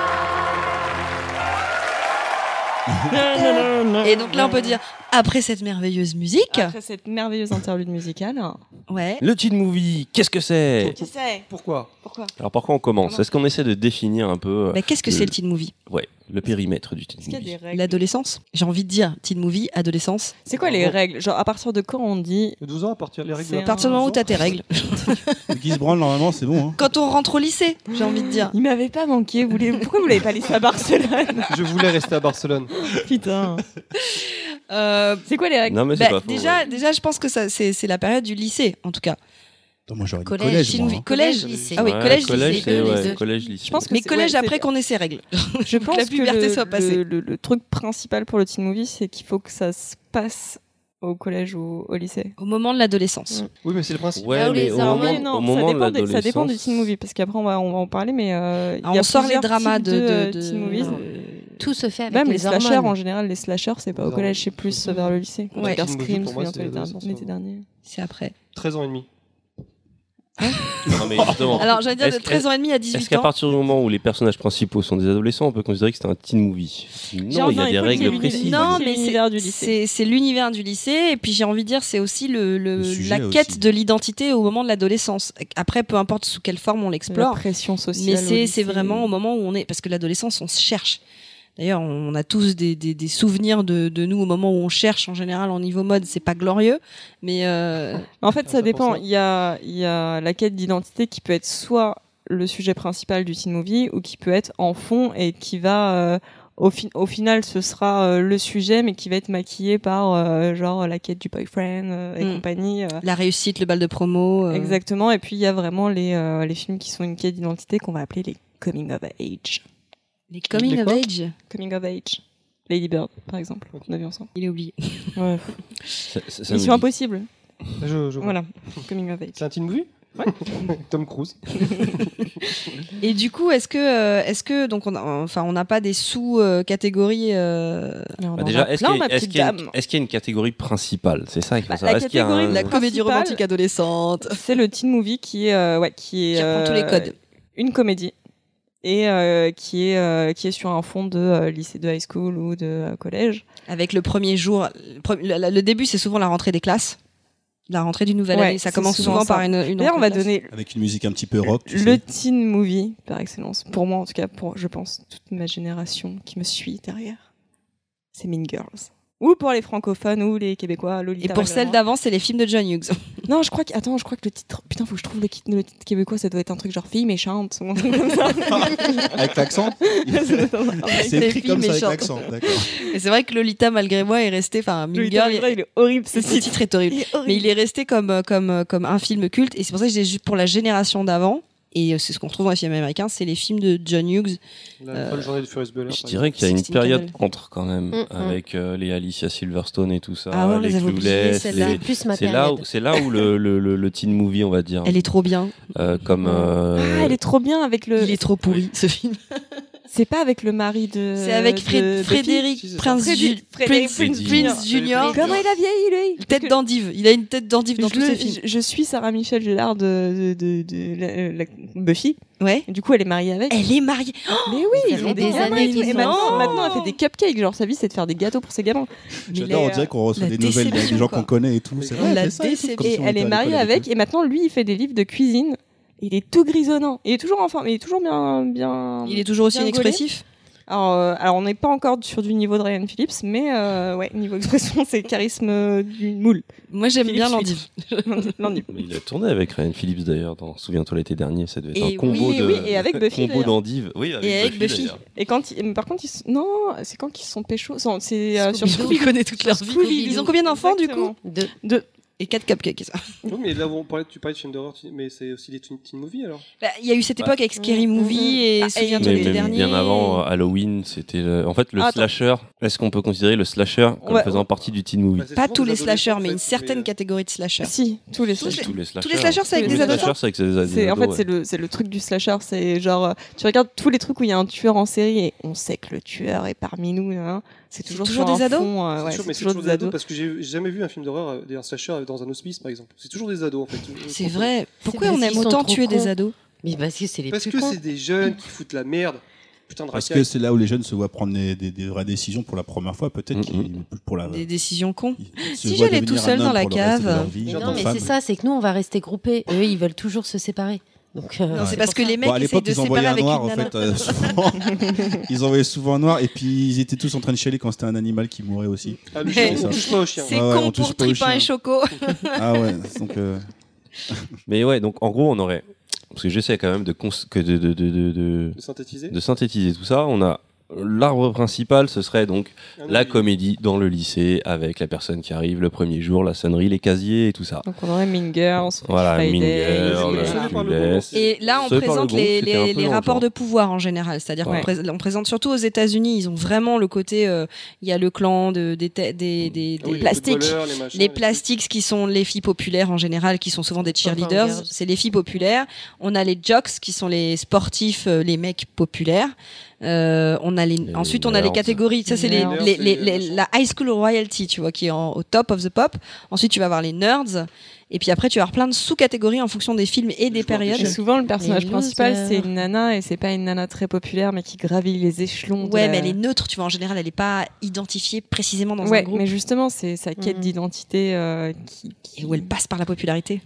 Speaker 4: Et donc là, on peut dire, après cette merveilleuse musique,
Speaker 6: Après cette merveilleuse interlude musicale. hein.
Speaker 4: ouais.
Speaker 1: Le teen movie qu'est-ce que c'est
Speaker 6: Tu sais
Speaker 5: Pourquoi
Speaker 6: pourquoi
Speaker 1: Alors par quoi on commence Est-ce qu'on essaie de définir un peu euh,
Speaker 4: Bah, qu'est-ce que
Speaker 1: le-
Speaker 4: c'est le teen movie
Speaker 1: ouais le périmètre du teen
Speaker 6: Est-ce qu'il y a des
Speaker 1: movie
Speaker 6: règles
Speaker 4: L'adolescence J'ai envie de dire teen movie, adolescence.
Speaker 6: C'est quoi les règles Genre à partir de quand on dit
Speaker 5: De 12 ans, à partir des règles
Speaker 6: C'est
Speaker 5: de
Speaker 6: un-
Speaker 4: À partir du moment où t'as tes règles. <laughs>
Speaker 2: Guy se branle, normalement, c'est bon. hein.
Speaker 4: Quand on rentre au lycée, j'ai envie de
Speaker 6: <laughs>
Speaker 4: dire.
Speaker 6: Il m'avait pas manqué, vous l'avez- pourquoi vous l'avez pas laissé
Speaker 4: <laughs>
Speaker 6: à Barcelone
Speaker 5: Je voulais rester à Barcelone.
Speaker 6: Putain.
Speaker 4: Euh,
Speaker 6: C'est quoi les règles
Speaker 1: Non mais
Speaker 4: bah,
Speaker 1: c'est pas faux,
Speaker 4: déjà,
Speaker 1: ouais.
Speaker 4: déjà, je pense que ça, c'est, c'est la période du lycée, en tout cas.
Speaker 2: Attends, moi, j'aurais dit
Speaker 3: Collège,
Speaker 2: collège.
Speaker 4: Teen
Speaker 2: moi,
Speaker 4: movie.
Speaker 2: hein.
Speaker 4: Collège,
Speaker 3: Collège, lycée.
Speaker 4: Ah oui,
Speaker 1: Ouais,
Speaker 4: collège, lycée.
Speaker 1: c'est
Speaker 3: les
Speaker 1: ouais,
Speaker 3: deux.
Speaker 1: collège lycée.
Speaker 6: Je pense que
Speaker 4: Mais
Speaker 6: c'est-
Speaker 4: collège
Speaker 6: ouais,
Speaker 4: après
Speaker 6: c'est-
Speaker 4: qu'on ait ses règles. <laughs>
Speaker 6: Je pense
Speaker 4: la puberté
Speaker 6: que le,
Speaker 4: soit passée.
Speaker 6: Le, le- le truc principal pour le teen movie, c'est qu'il faut que ça se passe au collège ou au lycée.
Speaker 4: Au moment de l'adolescence.
Speaker 6: Mm.
Speaker 5: Oui, mais c'est le principe.
Speaker 1: Ouais,
Speaker 3: Là où
Speaker 1: mais
Speaker 3: les
Speaker 1: au
Speaker 3: hormones-
Speaker 1: moment,
Speaker 6: Ouais, non,
Speaker 1: au moment
Speaker 6: ça,
Speaker 1: de
Speaker 6: dépend des- ça
Speaker 1: l'adolescence,
Speaker 6: dépend du teen movie parce qu'après on va, on va en parler, mais euh, il
Speaker 4: Ah,
Speaker 6: y a
Speaker 4: on sort les
Speaker 6: plusieurs
Speaker 4: dramas
Speaker 6: types
Speaker 4: de, de, de- euh,
Speaker 6: teen movies.
Speaker 3: Tout se fait avec
Speaker 6: Même les,
Speaker 3: les,
Speaker 6: slashers en
Speaker 3: hormones.
Speaker 6: général, les slashers c'est pas au
Speaker 5: Les
Speaker 6: collège, c'est
Speaker 5: hormones.
Speaker 6: plus euh, vers le lycée.
Speaker 4: Ouais.
Speaker 6: Doctor
Speaker 5: Teen movie,
Speaker 6: Scream,
Speaker 5: pour moi,
Speaker 6: souviens-toi,
Speaker 5: c'est
Speaker 6: l'été-
Speaker 5: l'adolescence,
Speaker 6: l'été
Speaker 5: ouais.
Speaker 6: dernier.
Speaker 4: C'est après.
Speaker 5: 13 ans et demi.
Speaker 1: Non, mais justement.
Speaker 4: <laughs> Alors, j'allais dire de
Speaker 1: Est-ce-
Speaker 4: 13 ans et demi à
Speaker 1: Est-ce
Speaker 4: 18
Speaker 1: qu'à
Speaker 4: ans.
Speaker 1: partir du moment où les personnages principaux sont des adolescents, on peut considérer que c'est un teen movie Non, il y
Speaker 6: envie-
Speaker 1: a des
Speaker 6: il faut qu'il y ait une-
Speaker 1: règles précises.
Speaker 4: Non,
Speaker 6: C'est
Speaker 4: mais
Speaker 6: l'univers du
Speaker 4: c'est-
Speaker 6: lycée.
Speaker 4: c'est c'est l'univers du lycée. Et puis j'ai envie de dire, c'est aussi le, le-
Speaker 2: Le sujet
Speaker 4: la quête
Speaker 2: aussi.
Speaker 4: de l'identité au moment de l'adolescence. Après, peu importe sous quelle forme on
Speaker 6: La
Speaker 4: l'explore,
Speaker 6: pression sociale.
Speaker 4: mais
Speaker 6: au
Speaker 4: c'est
Speaker 6: lycée.
Speaker 4: c'est vraiment au moment où on est, parce que l'adolescence, on se cherche. D'ailleurs, on a tous des, des- des souvenirs de, de nous au moment où on cherche. En général, en niveau mode, c'est pas glorieux, mais euh,
Speaker 6: En fait,
Speaker 5: Ah,
Speaker 6: ça
Speaker 5: ça
Speaker 6: dépend.
Speaker 5: pour ça.
Speaker 6: Il y a, il y a la quête d'identité qui peut être soit le sujet principal du teen movie ou qui peut être en fond et qui va euh, au, fi- au final ce sera euh, le sujet mais qui va être maquillé par euh, genre la quête du boyfriend euh, et
Speaker 4: Mm.
Speaker 6: compagnie. euh.
Speaker 4: la réussite, le bal de promo. euh,
Speaker 6: Exactement. Et puis il y a vraiment les, euh, les films qui sont une quête d'identité qu'on va appeler les coming of age.
Speaker 4: Les coming
Speaker 5: Les
Speaker 4: of
Speaker 5: quoi
Speaker 4: age,
Speaker 6: Coming of age. Lady Bird, par exemple, qu'on a vu ensemble.
Speaker 4: il est
Speaker 6: <laughs>
Speaker 4: oublié.
Speaker 6: Ouais.
Speaker 1: Ça- ça- ça me dit.
Speaker 6: Mission impossible.
Speaker 5: Je, je vois.
Speaker 6: Voilà. Coming of age.
Speaker 5: C'est un teen movie Ouais. <laughs> Tom Cruise.
Speaker 4: Et du coup, est-ce que, euh, est-ce que donc on, a, enfin, on n'a pas des sous-catégories euh,
Speaker 6: Mais on
Speaker 1: Bah,
Speaker 6: en
Speaker 1: déjà,
Speaker 6: a
Speaker 1: est-ce
Speaker 6: plein,
Speaker 1: qu'il y, a-
Speaker 6: ma
Speaker 1: est-ce
Speaker 6: petite
Speaker 1: qu'il y a
Speaker 6: dame.
Speaker 1: une- est-ce qu'il y a une catégorie principale C'est ça qu'il faut
Speaker 6: Bah,
Speaker 1: savoir.
Speaker 6: la
Speaker 1: Est-ce qu'il y a
Speaker 6: catégorie de
Speaker 1: un-
Speaker 6: la-
Speaker 4: comédie
Speaker 6: Principale.
Speaker 4: romantique adolescente
Speaker 6: C'est le teen movie qui est, euh, ouais, qui est
Speaker 4: Qui reprend tous les
Speaker 6: euh,
Speaker 4: codes.
Speaker 6: Une comédie et euh, qui est euh, qui est sur un fond de euh, lycée, de high school ou de euh, collège.
Speaker 4: Avec le premier jour, le, pre- le- le début, c'est souvent la rentrée des classes, la rentrée du nouvel
Speaker 6: Ouais,
Speaker 4: année. Ça
Speaker 6: c'est
Speaker 4: commence
Speaker 6: souvent
Speaker 4: souvent,
Speaker 6: ça.
Speaker 4: par une. une
Speaker 6: D'ailleurs,
Speaker 4: rentrée
Speaker 6: on va
Speaker 4: de classe.
Speaker 6: donner
Speaker 2: Avec une musique un petit peu rock. tu
Speaker 6: le <laughs>
Speaker 2: sais.
Speaker 6: teen movie par excellence pour moi en tout cas pour je pense toute ma génération qui me suit derrière. C'est Mean Girls Ou pour les francophones ou les québécois, Lolita.
Speaker 4: Et pour celle
Speaker 6: Valgrind.
Speaker 4: d'avant, c'est les films de John Hughes.
Speaker 6: Non, je crois que. Attends, je crois que le titre. Putain, faut que je trouve le, kit- le titre québécois, ça doit être un truc genre fille méchante ou un truc
Speaker 2: <laughs>
Speaker 6: comme ça.
Speaker 2: Avec l'accent C'est
Speaker 4: Les
Speaker 2: écrit
Speaker 4: filles
Speaker 2: comme ça avec
Speaker 4: méchantes.
Speaker 2: l'accent, d'accord.
Speaker 4: <laughs> Et c'est vrai que Lolita, malgré moi, est resté. Enfin, Mean
Speaker 6: Lolita
Speaker 4: Girl,
Speaker 6: Valgrind, il est horrible ce
Speaker 4: ce
Speaker 6: titre.
Speaker 4: titre est horrible.
Speaker 6: Il est horrible.
Speaker 4: Mais il est resté comme, euh, comme, euh, comme un film culte. Et c'est pour ça que j'ai juste pour la génération d'avant. Et euh, c'est ce qu'on retrouve dans les films américains, c'est les films de John Hughes.
Speaker 5: La
Speaker 4: Euh,
Speaker 5: folle journée de Ferris Bueller.
Speaker 1: Je
Speaker 5: par
Speaker 1: dirais qu'il y a une
Speaker 4: Sixteen
Speaker 1: période
Speaker 4: Candles.
Speaker 1: entre quand même,
Speaker 3: Mm, mm.
Speaker 1: avec euh, les Alicia Silverstone et tout ça,
Speaker 4: Ah ouais, on
Speaker 1: les
Speaker 4: les avait oubliées,
Speaker 1: Clueless,
Speaker 3: celle-là.
Speaker 1: les-
Speaker 3: Plus ma
Speaker 1: C'est là,
Speaker 3: période.
Speaker 1: où- c'est là où le, le, le, le teen movie, on va dire,
Speaker 4: Elle est trop bien.
Speaker 1: euh, comme euh,
Speaker 6: Ah, elle est trop bien avec le.
Speaker 4: Il est trop pourri ce film.
Speaker 6: C'est pas avec le mari de.
Speaker 4: c'est avec Fré-
Speaker 6: de- de
Speaker 4: Euh, Frédéric
Speaker 5: Si, c'est ça.
Speaker 4: Prince,
Speaker 6: Frédéric-
Speaker 4: Ju-
Speaker 6: Frédéric
Speaker 4: Prince-
Speaker 1: Prince
Speaker 4: Prince
Speaker 6: Philippe.
Speaker 4: Junior.
Speaker 6: Comment il a vieilli lui Parce
Speaker 4: Tête
Speaker 6: que-
Speaker 4: d'endive. Il a une tête d'endive dans
Speaker 6: je,
Speaker 4: tous
Speaker 6: le-
Speaker 4: ses films.
Speaker 6: je- je suis Sarah Michelle Gellar de, de, de, de la- la- Buffy.
Speaker 4: Ouais.
Speaker 6: Et Du coup, elle est mariée avec.
Speaker 4: Elle Oh, est mariée.
Speaker 6: <gasps> Mais oui,
Speaker 3: Ils
Speaker 6: ils
Speaker 3: avaient
Speaker 6: ont
Speaker 3: des
Speaker 6: des gamins et
Speaker 3: années
Speaker 6: tout. Et
Speaker 3: qu'ils
Speaker 6: maintenant,
Speaker 4: sont-
Speaker 6: maintenant, elle fait des cupcakes. Genre, sa vie, c'est de faire des gâteaux pour ses gamins.
Speaker 2: J'adore, on dirait qu'on reçoit
Speaker 4: la
Speaker 2: des nouvelles des
Speaker 4: déception,
Speaker 2: gens
Speaker 4: quoi.
Speaker 2: qu'on connaît et tout.
Speaker 5: Mais
Speaker 2: C'est
Speaker 5: grave.
Speaker 2: vrai,
Speaker 4: La
Speaker 2: c'est ça. et tout,
Speaker 4: déception.
Speaker 2: comme
Speaker 6: Et
Speaker 2: si on
Speaker 6: elle
Speaker 2: était à
Speaker 6: est
Speaker 2: l'école
Speaker 6: mariée avec.
Speaker 2: eux.
Speaker 6: Et maintenant, lui, il fait des livres de cuisine. Il est tout grisonnant. Il est toujours en forme. Il est toujours bien. bien...
Speaker 4: Il est toujours aussi
Speaker 6: Bien
Speaker 4: inexpressif.
Speaker 6: Alors, euh, alors, on n'est pas encore sur du niveau de Ryan Phillips, mais euh, ouais, niveau expression, <laughs> c'est le charisme euh, du moule. <laughs>
Speaker 4: Moi j'aime
Speaker 6: Philippe
Speaker 4: bien
Speaker 6: Suite.
Speaker 4: <laughs> l'endive.
Speaker 6: L'endive.
Speaker 1: Mais il a tourné avec Ryan Phillips d'ailleurs, dans Souviens-toi l'été dernier, ça devait être
Speaker 4: Et
Speaker 1: un combo
Speaker 6: oui,
Speaker 1: de
Speaker 6: oui, et avec Buffy,
Speaker 1: combo
Speaker 6: d'ailleurs.
Speaker 1: d'endives. Oui, avec
Speaker 4: Et avec Buffy.
Speaker 1: d'ailleurs.
Speaker 6: Et quand, ils- mais par contre, ils sont- non, c'est quand qu'ils se sont pécho Non, C'est euh, sur
Speaker 3: Scooby-Doo.
Speaker 6: Scooby.
Speaker 4: Ils connaissent toute leur vie.
Speaker 3: Scooby-Doo.
Speaker 4: Ils ont combien d'enfants du coup
Speaker 6: Exactement.
Speaker 3: Deux.
Speaker 6: Deux.
Speaker 4: Et 4 cupcakes.
Speaker 5: Oui, mais là, où on parlait, tu parlais de films d'horreur, tu- mais c'est aussi des teen, teen movies alors.
Speaker 4: Bah, Il y a eu cette époque avec Scary
Speaker 6: Mmh,
Speaker 4: Movie Mhm. et
Speaker 6: Ah, et-
Speaker 4: Souviens-toi
Speaker 1: Mais
Speaker 4: l'été
Speaker 1: même
Speaker 4: dernier.
Speaker 1: bien avant euh, Halloween, c'était le- en fait le
Speaker 6: Attends.
Speaker 1: slasher. Est-ce qu'on peut considérer le slasher comme
Speaker 6: Ouais.
Speaker 1: faisant partie du teen movie
Speaker 5: Bah, c'est
Speaker 4: Pas
Speaker 5: souvent
Speaker 4: tous
Speaker 5: des
Speaker 4: les
Speaker 5: adolescents,
Speaker 4: slashers,
Speaker 5: en
Speaker 4: mais
Speaker 5: fait,
Speaker 4: une certaine
Speaker 5: euh,
Speaker 4: catégorie de slashers.
Speaker 6: Si, tous les
Speaker 4: Tous les-
Speaker 1: Tous les
Speaker 4: tous
Speaker 1: slashers.
Speaker 4: les slashers, c'est avec
Speaker 1: Tous
Speaker 4: des
Speaker 1: les
Speaker 4: adolescents
Speaker 1: slashers, c'est avec des
Speaker 6: C'est en fait
Speaker 1: ados, ouais.
Speaker 6: c'est le c'est le truc du slasher, c'est genre euh, tu regardes tous les trucs où il y a un tueur en série et on sait que le tueur est parmi nous, hein. c'est toujours,
Speaker 4: toujours
Speaker 6: sur
Speaker 4: des
Speaker 6: un
Speaker 4: ados
Speaker 6: fond, euh,
Speaker 5: c'est
Speaker 6: ouais,
Speaker 5: toujours, mais
Speaker 6: c'est toujours des ados.
Speaker 5: parce que j'ai j'ai jamais vu un film d'horreur euh, d'un slasher dans un hospice par exemple. C'est toujours des ados en fait.
Speaker 4: C'est vrai. Pourquoi
Speaker 3: parce
Speaker 4: on aime
Speaker 3: qu'ils sont
Speaker 4: autant
Speaker 3: trop
Speaker 4: tuer des
Speaker 3: cons.
Speaker 4: ados
Speaker 3: Mais parce que c'est les
Speaker 5: Parce
Speaker 3: plus
Speaker 5: que
Speaker 3: cons.
Speaker 5: c'est des jeunes qui foutent la merde. Putain de
Speaker 2: Parce
Speaker 5: racaille.
Speaker 2: que c'est là où les jeunes se voient prendre des, des- des vraies décisions pour la première fois, peut-être
Speaker 1: Mhm.
Speaker 2: qu'ils- pour la.
Speaker 4: Des décisions cons.
Speaker 2: ils
Speaker 4: Si
Speaker 2: se voient
Speaker 4: j'allais
Speaker 2: devenir
Speaker 4: tout seul
Speaker 2: un
Speaker 4: dans
Speaker 2: homme
Speaker 4: la
Speaker 2: pour le reste de leur
Speaker 4: cave.
Speaker 2: vie,
Speaker 3: Mais
Speaker 2: genre
Speaker 3: non, mais
Speaker 2: femme.
Speaker 3: c'est ça, c'est que nous on va rester groupés. Eux, ils veulent toujours se séparer. Donc, euh,
Speaker 4: Non, c'est
Speaker 3: ouais.
Speaker 4: parce que les mecs
Speaker 2: Bon, à
Speaker 4: essayent
Speaker 2: l'époque,
Speaker 4: de
Speaker 2: ils
Speaker 4: séparer
Speaker 2: envoyaient un
Speaker 4: avec
Speaker 2: noir,
Speaker 4: une
Speaker 2: en
Speaker 4: nana.
Speaker 2: fait, euh, <laughs> souvent. ils envoyaient souvent un noir, et puis ils étaient tous en train de chialer quand c'était un animal qui mourait aussi.
Speaker 5: Ah, mais
Speaker 4: Mais-
Speaker 5: on touche pas au chien.
Speaker 4: C'est
Speaker 2: Ouais, ouais,
Speaker 4: con
Speaker 2: on touche
Speaker 4: pour
Speaker 2: pas aux
Speaker 4: Tripin
Speaker 2: chiens.
Speaker 4: et Choco.
Speaker 2: Ah ouais, donc. euh,
Speaker 1: Mais ouais, donc en gros, on aurait. Parce que j'essaie quand même de, cons- que de, de, de, de- de-
Speaker 5: De synthétiser.
Speaker 1: de synthétiser tout ça. On a l'arbre principal, ce serait donc
Speaker 5: Un
Speaker 1: la
Speaker 5: oubli.
Speaker 1: comédie dans le lycée avec la personne qui arrive le premier jour, la sonnerie, les casiers et tout ça.
Speaker 6: Donc Ah, on euh, aurait Mean Girls, Freaky
Speaker 1: Voilà,
Speaker 6: Friday,
Speaker 1: Mean
Speaker 5: Girls,
Speaker 6: voilà.
Speaker 1: Girl,
Speaker 5: Voilà.
Speaker 1: Clueless.
Speaker 4: Et là, on
Speaker 1: Ceux par le
Speaker 4: présente
Speaker 1: groupe,
Speaker 4: les,
Speaker 1: c'était un
Speaker 4: les,
Speaker 1: peu
Speaker 4: les
Speaker 1: dans le
Speaker 4: rapports
Speaker 1: genre.
Speaker 4: de pouvoir en général. C'est-à-dire
Speaker 1: Ouais.
Speaker 4: qu'on prés- on présente surtout aux États-Unis, ils ont vraiment le côté. euh, Il y a le clan de, des, te-
Speaker 1: Mm.
Speaker 4: des, des,
Speaker 5: Ah oui,
Speaker 4: des-
Speaker 5: les
Speaker 4: plastiques.
Speaker 5: footballeurs, Les, machins,
Speaker 4: Les plastiques qui sont les filles populaires en général, qui sont souvent des cheerleaders,
Speaker 3: girls.
Speaker 4: c'est les filles populaires. On a les jocks qui sont les sportifs, euh, les mecs populaires. Euh, on a les,
Speaker 1: Les
Speaker 4: ensuite on a les
Speaker 1: nerds.
Speaker 4: catégories. Ça c'est les,
Speaker 6: Nerds,
Speaker 4: les- les-
Speaker 5: c'est-
Speaker 4: les- la high school royalty, tu vois, qui est en- au top of the pop. Ensuite tu vas avoir les nerds. Et puis après tu vas avoir plein de sous-catégories en fonction des films et des
Speaker 5: joueurs de
Speaker 6: Et
Speaker 4: périodes.
Speaker 5: chess.
Speaker 6: souvent le personnage
Speaker 3: Les
Speaker 6: principal
Speaker 3: losers.
Speaker 6: c'est une nana et c'est pas une nana très populaire mais qui gravit les échelons. de
Speaker 4: Ouais,
Speaker 6: la-
Speaker 4: mais elle est neutre, tu vois. En général, elle n'est pas identifiée précisément dans un
Speaker 6: Ouais,
Speaker 4: groupe. Mm.
Speaker 6: mais justement c'est sa quête
Speaker 3: Mhm.
Speaker 6: d'identité euh, qui,
Speaker 4: Et où elle passe par la popularité.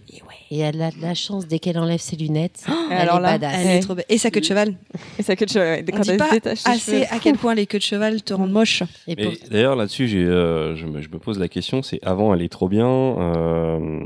Speaker 3: Et elle a de la chance dès qu'elle enlève ses lunettes. elle
Speaker 6: alors
Speaker 3: est
Speaker 6: là,
Speaker 3: badass.
Speaker 4: Ah, Elle est trop belle. Et sa queue de
Speaker 6: Mm.
Speaker 4: cheval.
Speaker 6: et sa queue de cheval, ouais,
Speaker 4: On
Speaker 6: quand
Speaker 4: dit
Speaker 6: elle
Speaker 4: pas
Speaker 6: se détache les
Speaker 4: assez
Speaker 6: cheveux.
Speaker 4: à quel point les queues de cheval te rendent moche.
Speaker 3: Et
Speaker 1: Mais
Speaker 3: pour-
Speaker 1: D'ailleurs, là-dessus, j'ai, euh, je, me, je me pose la question c'est avant, elle est trop bien. euh,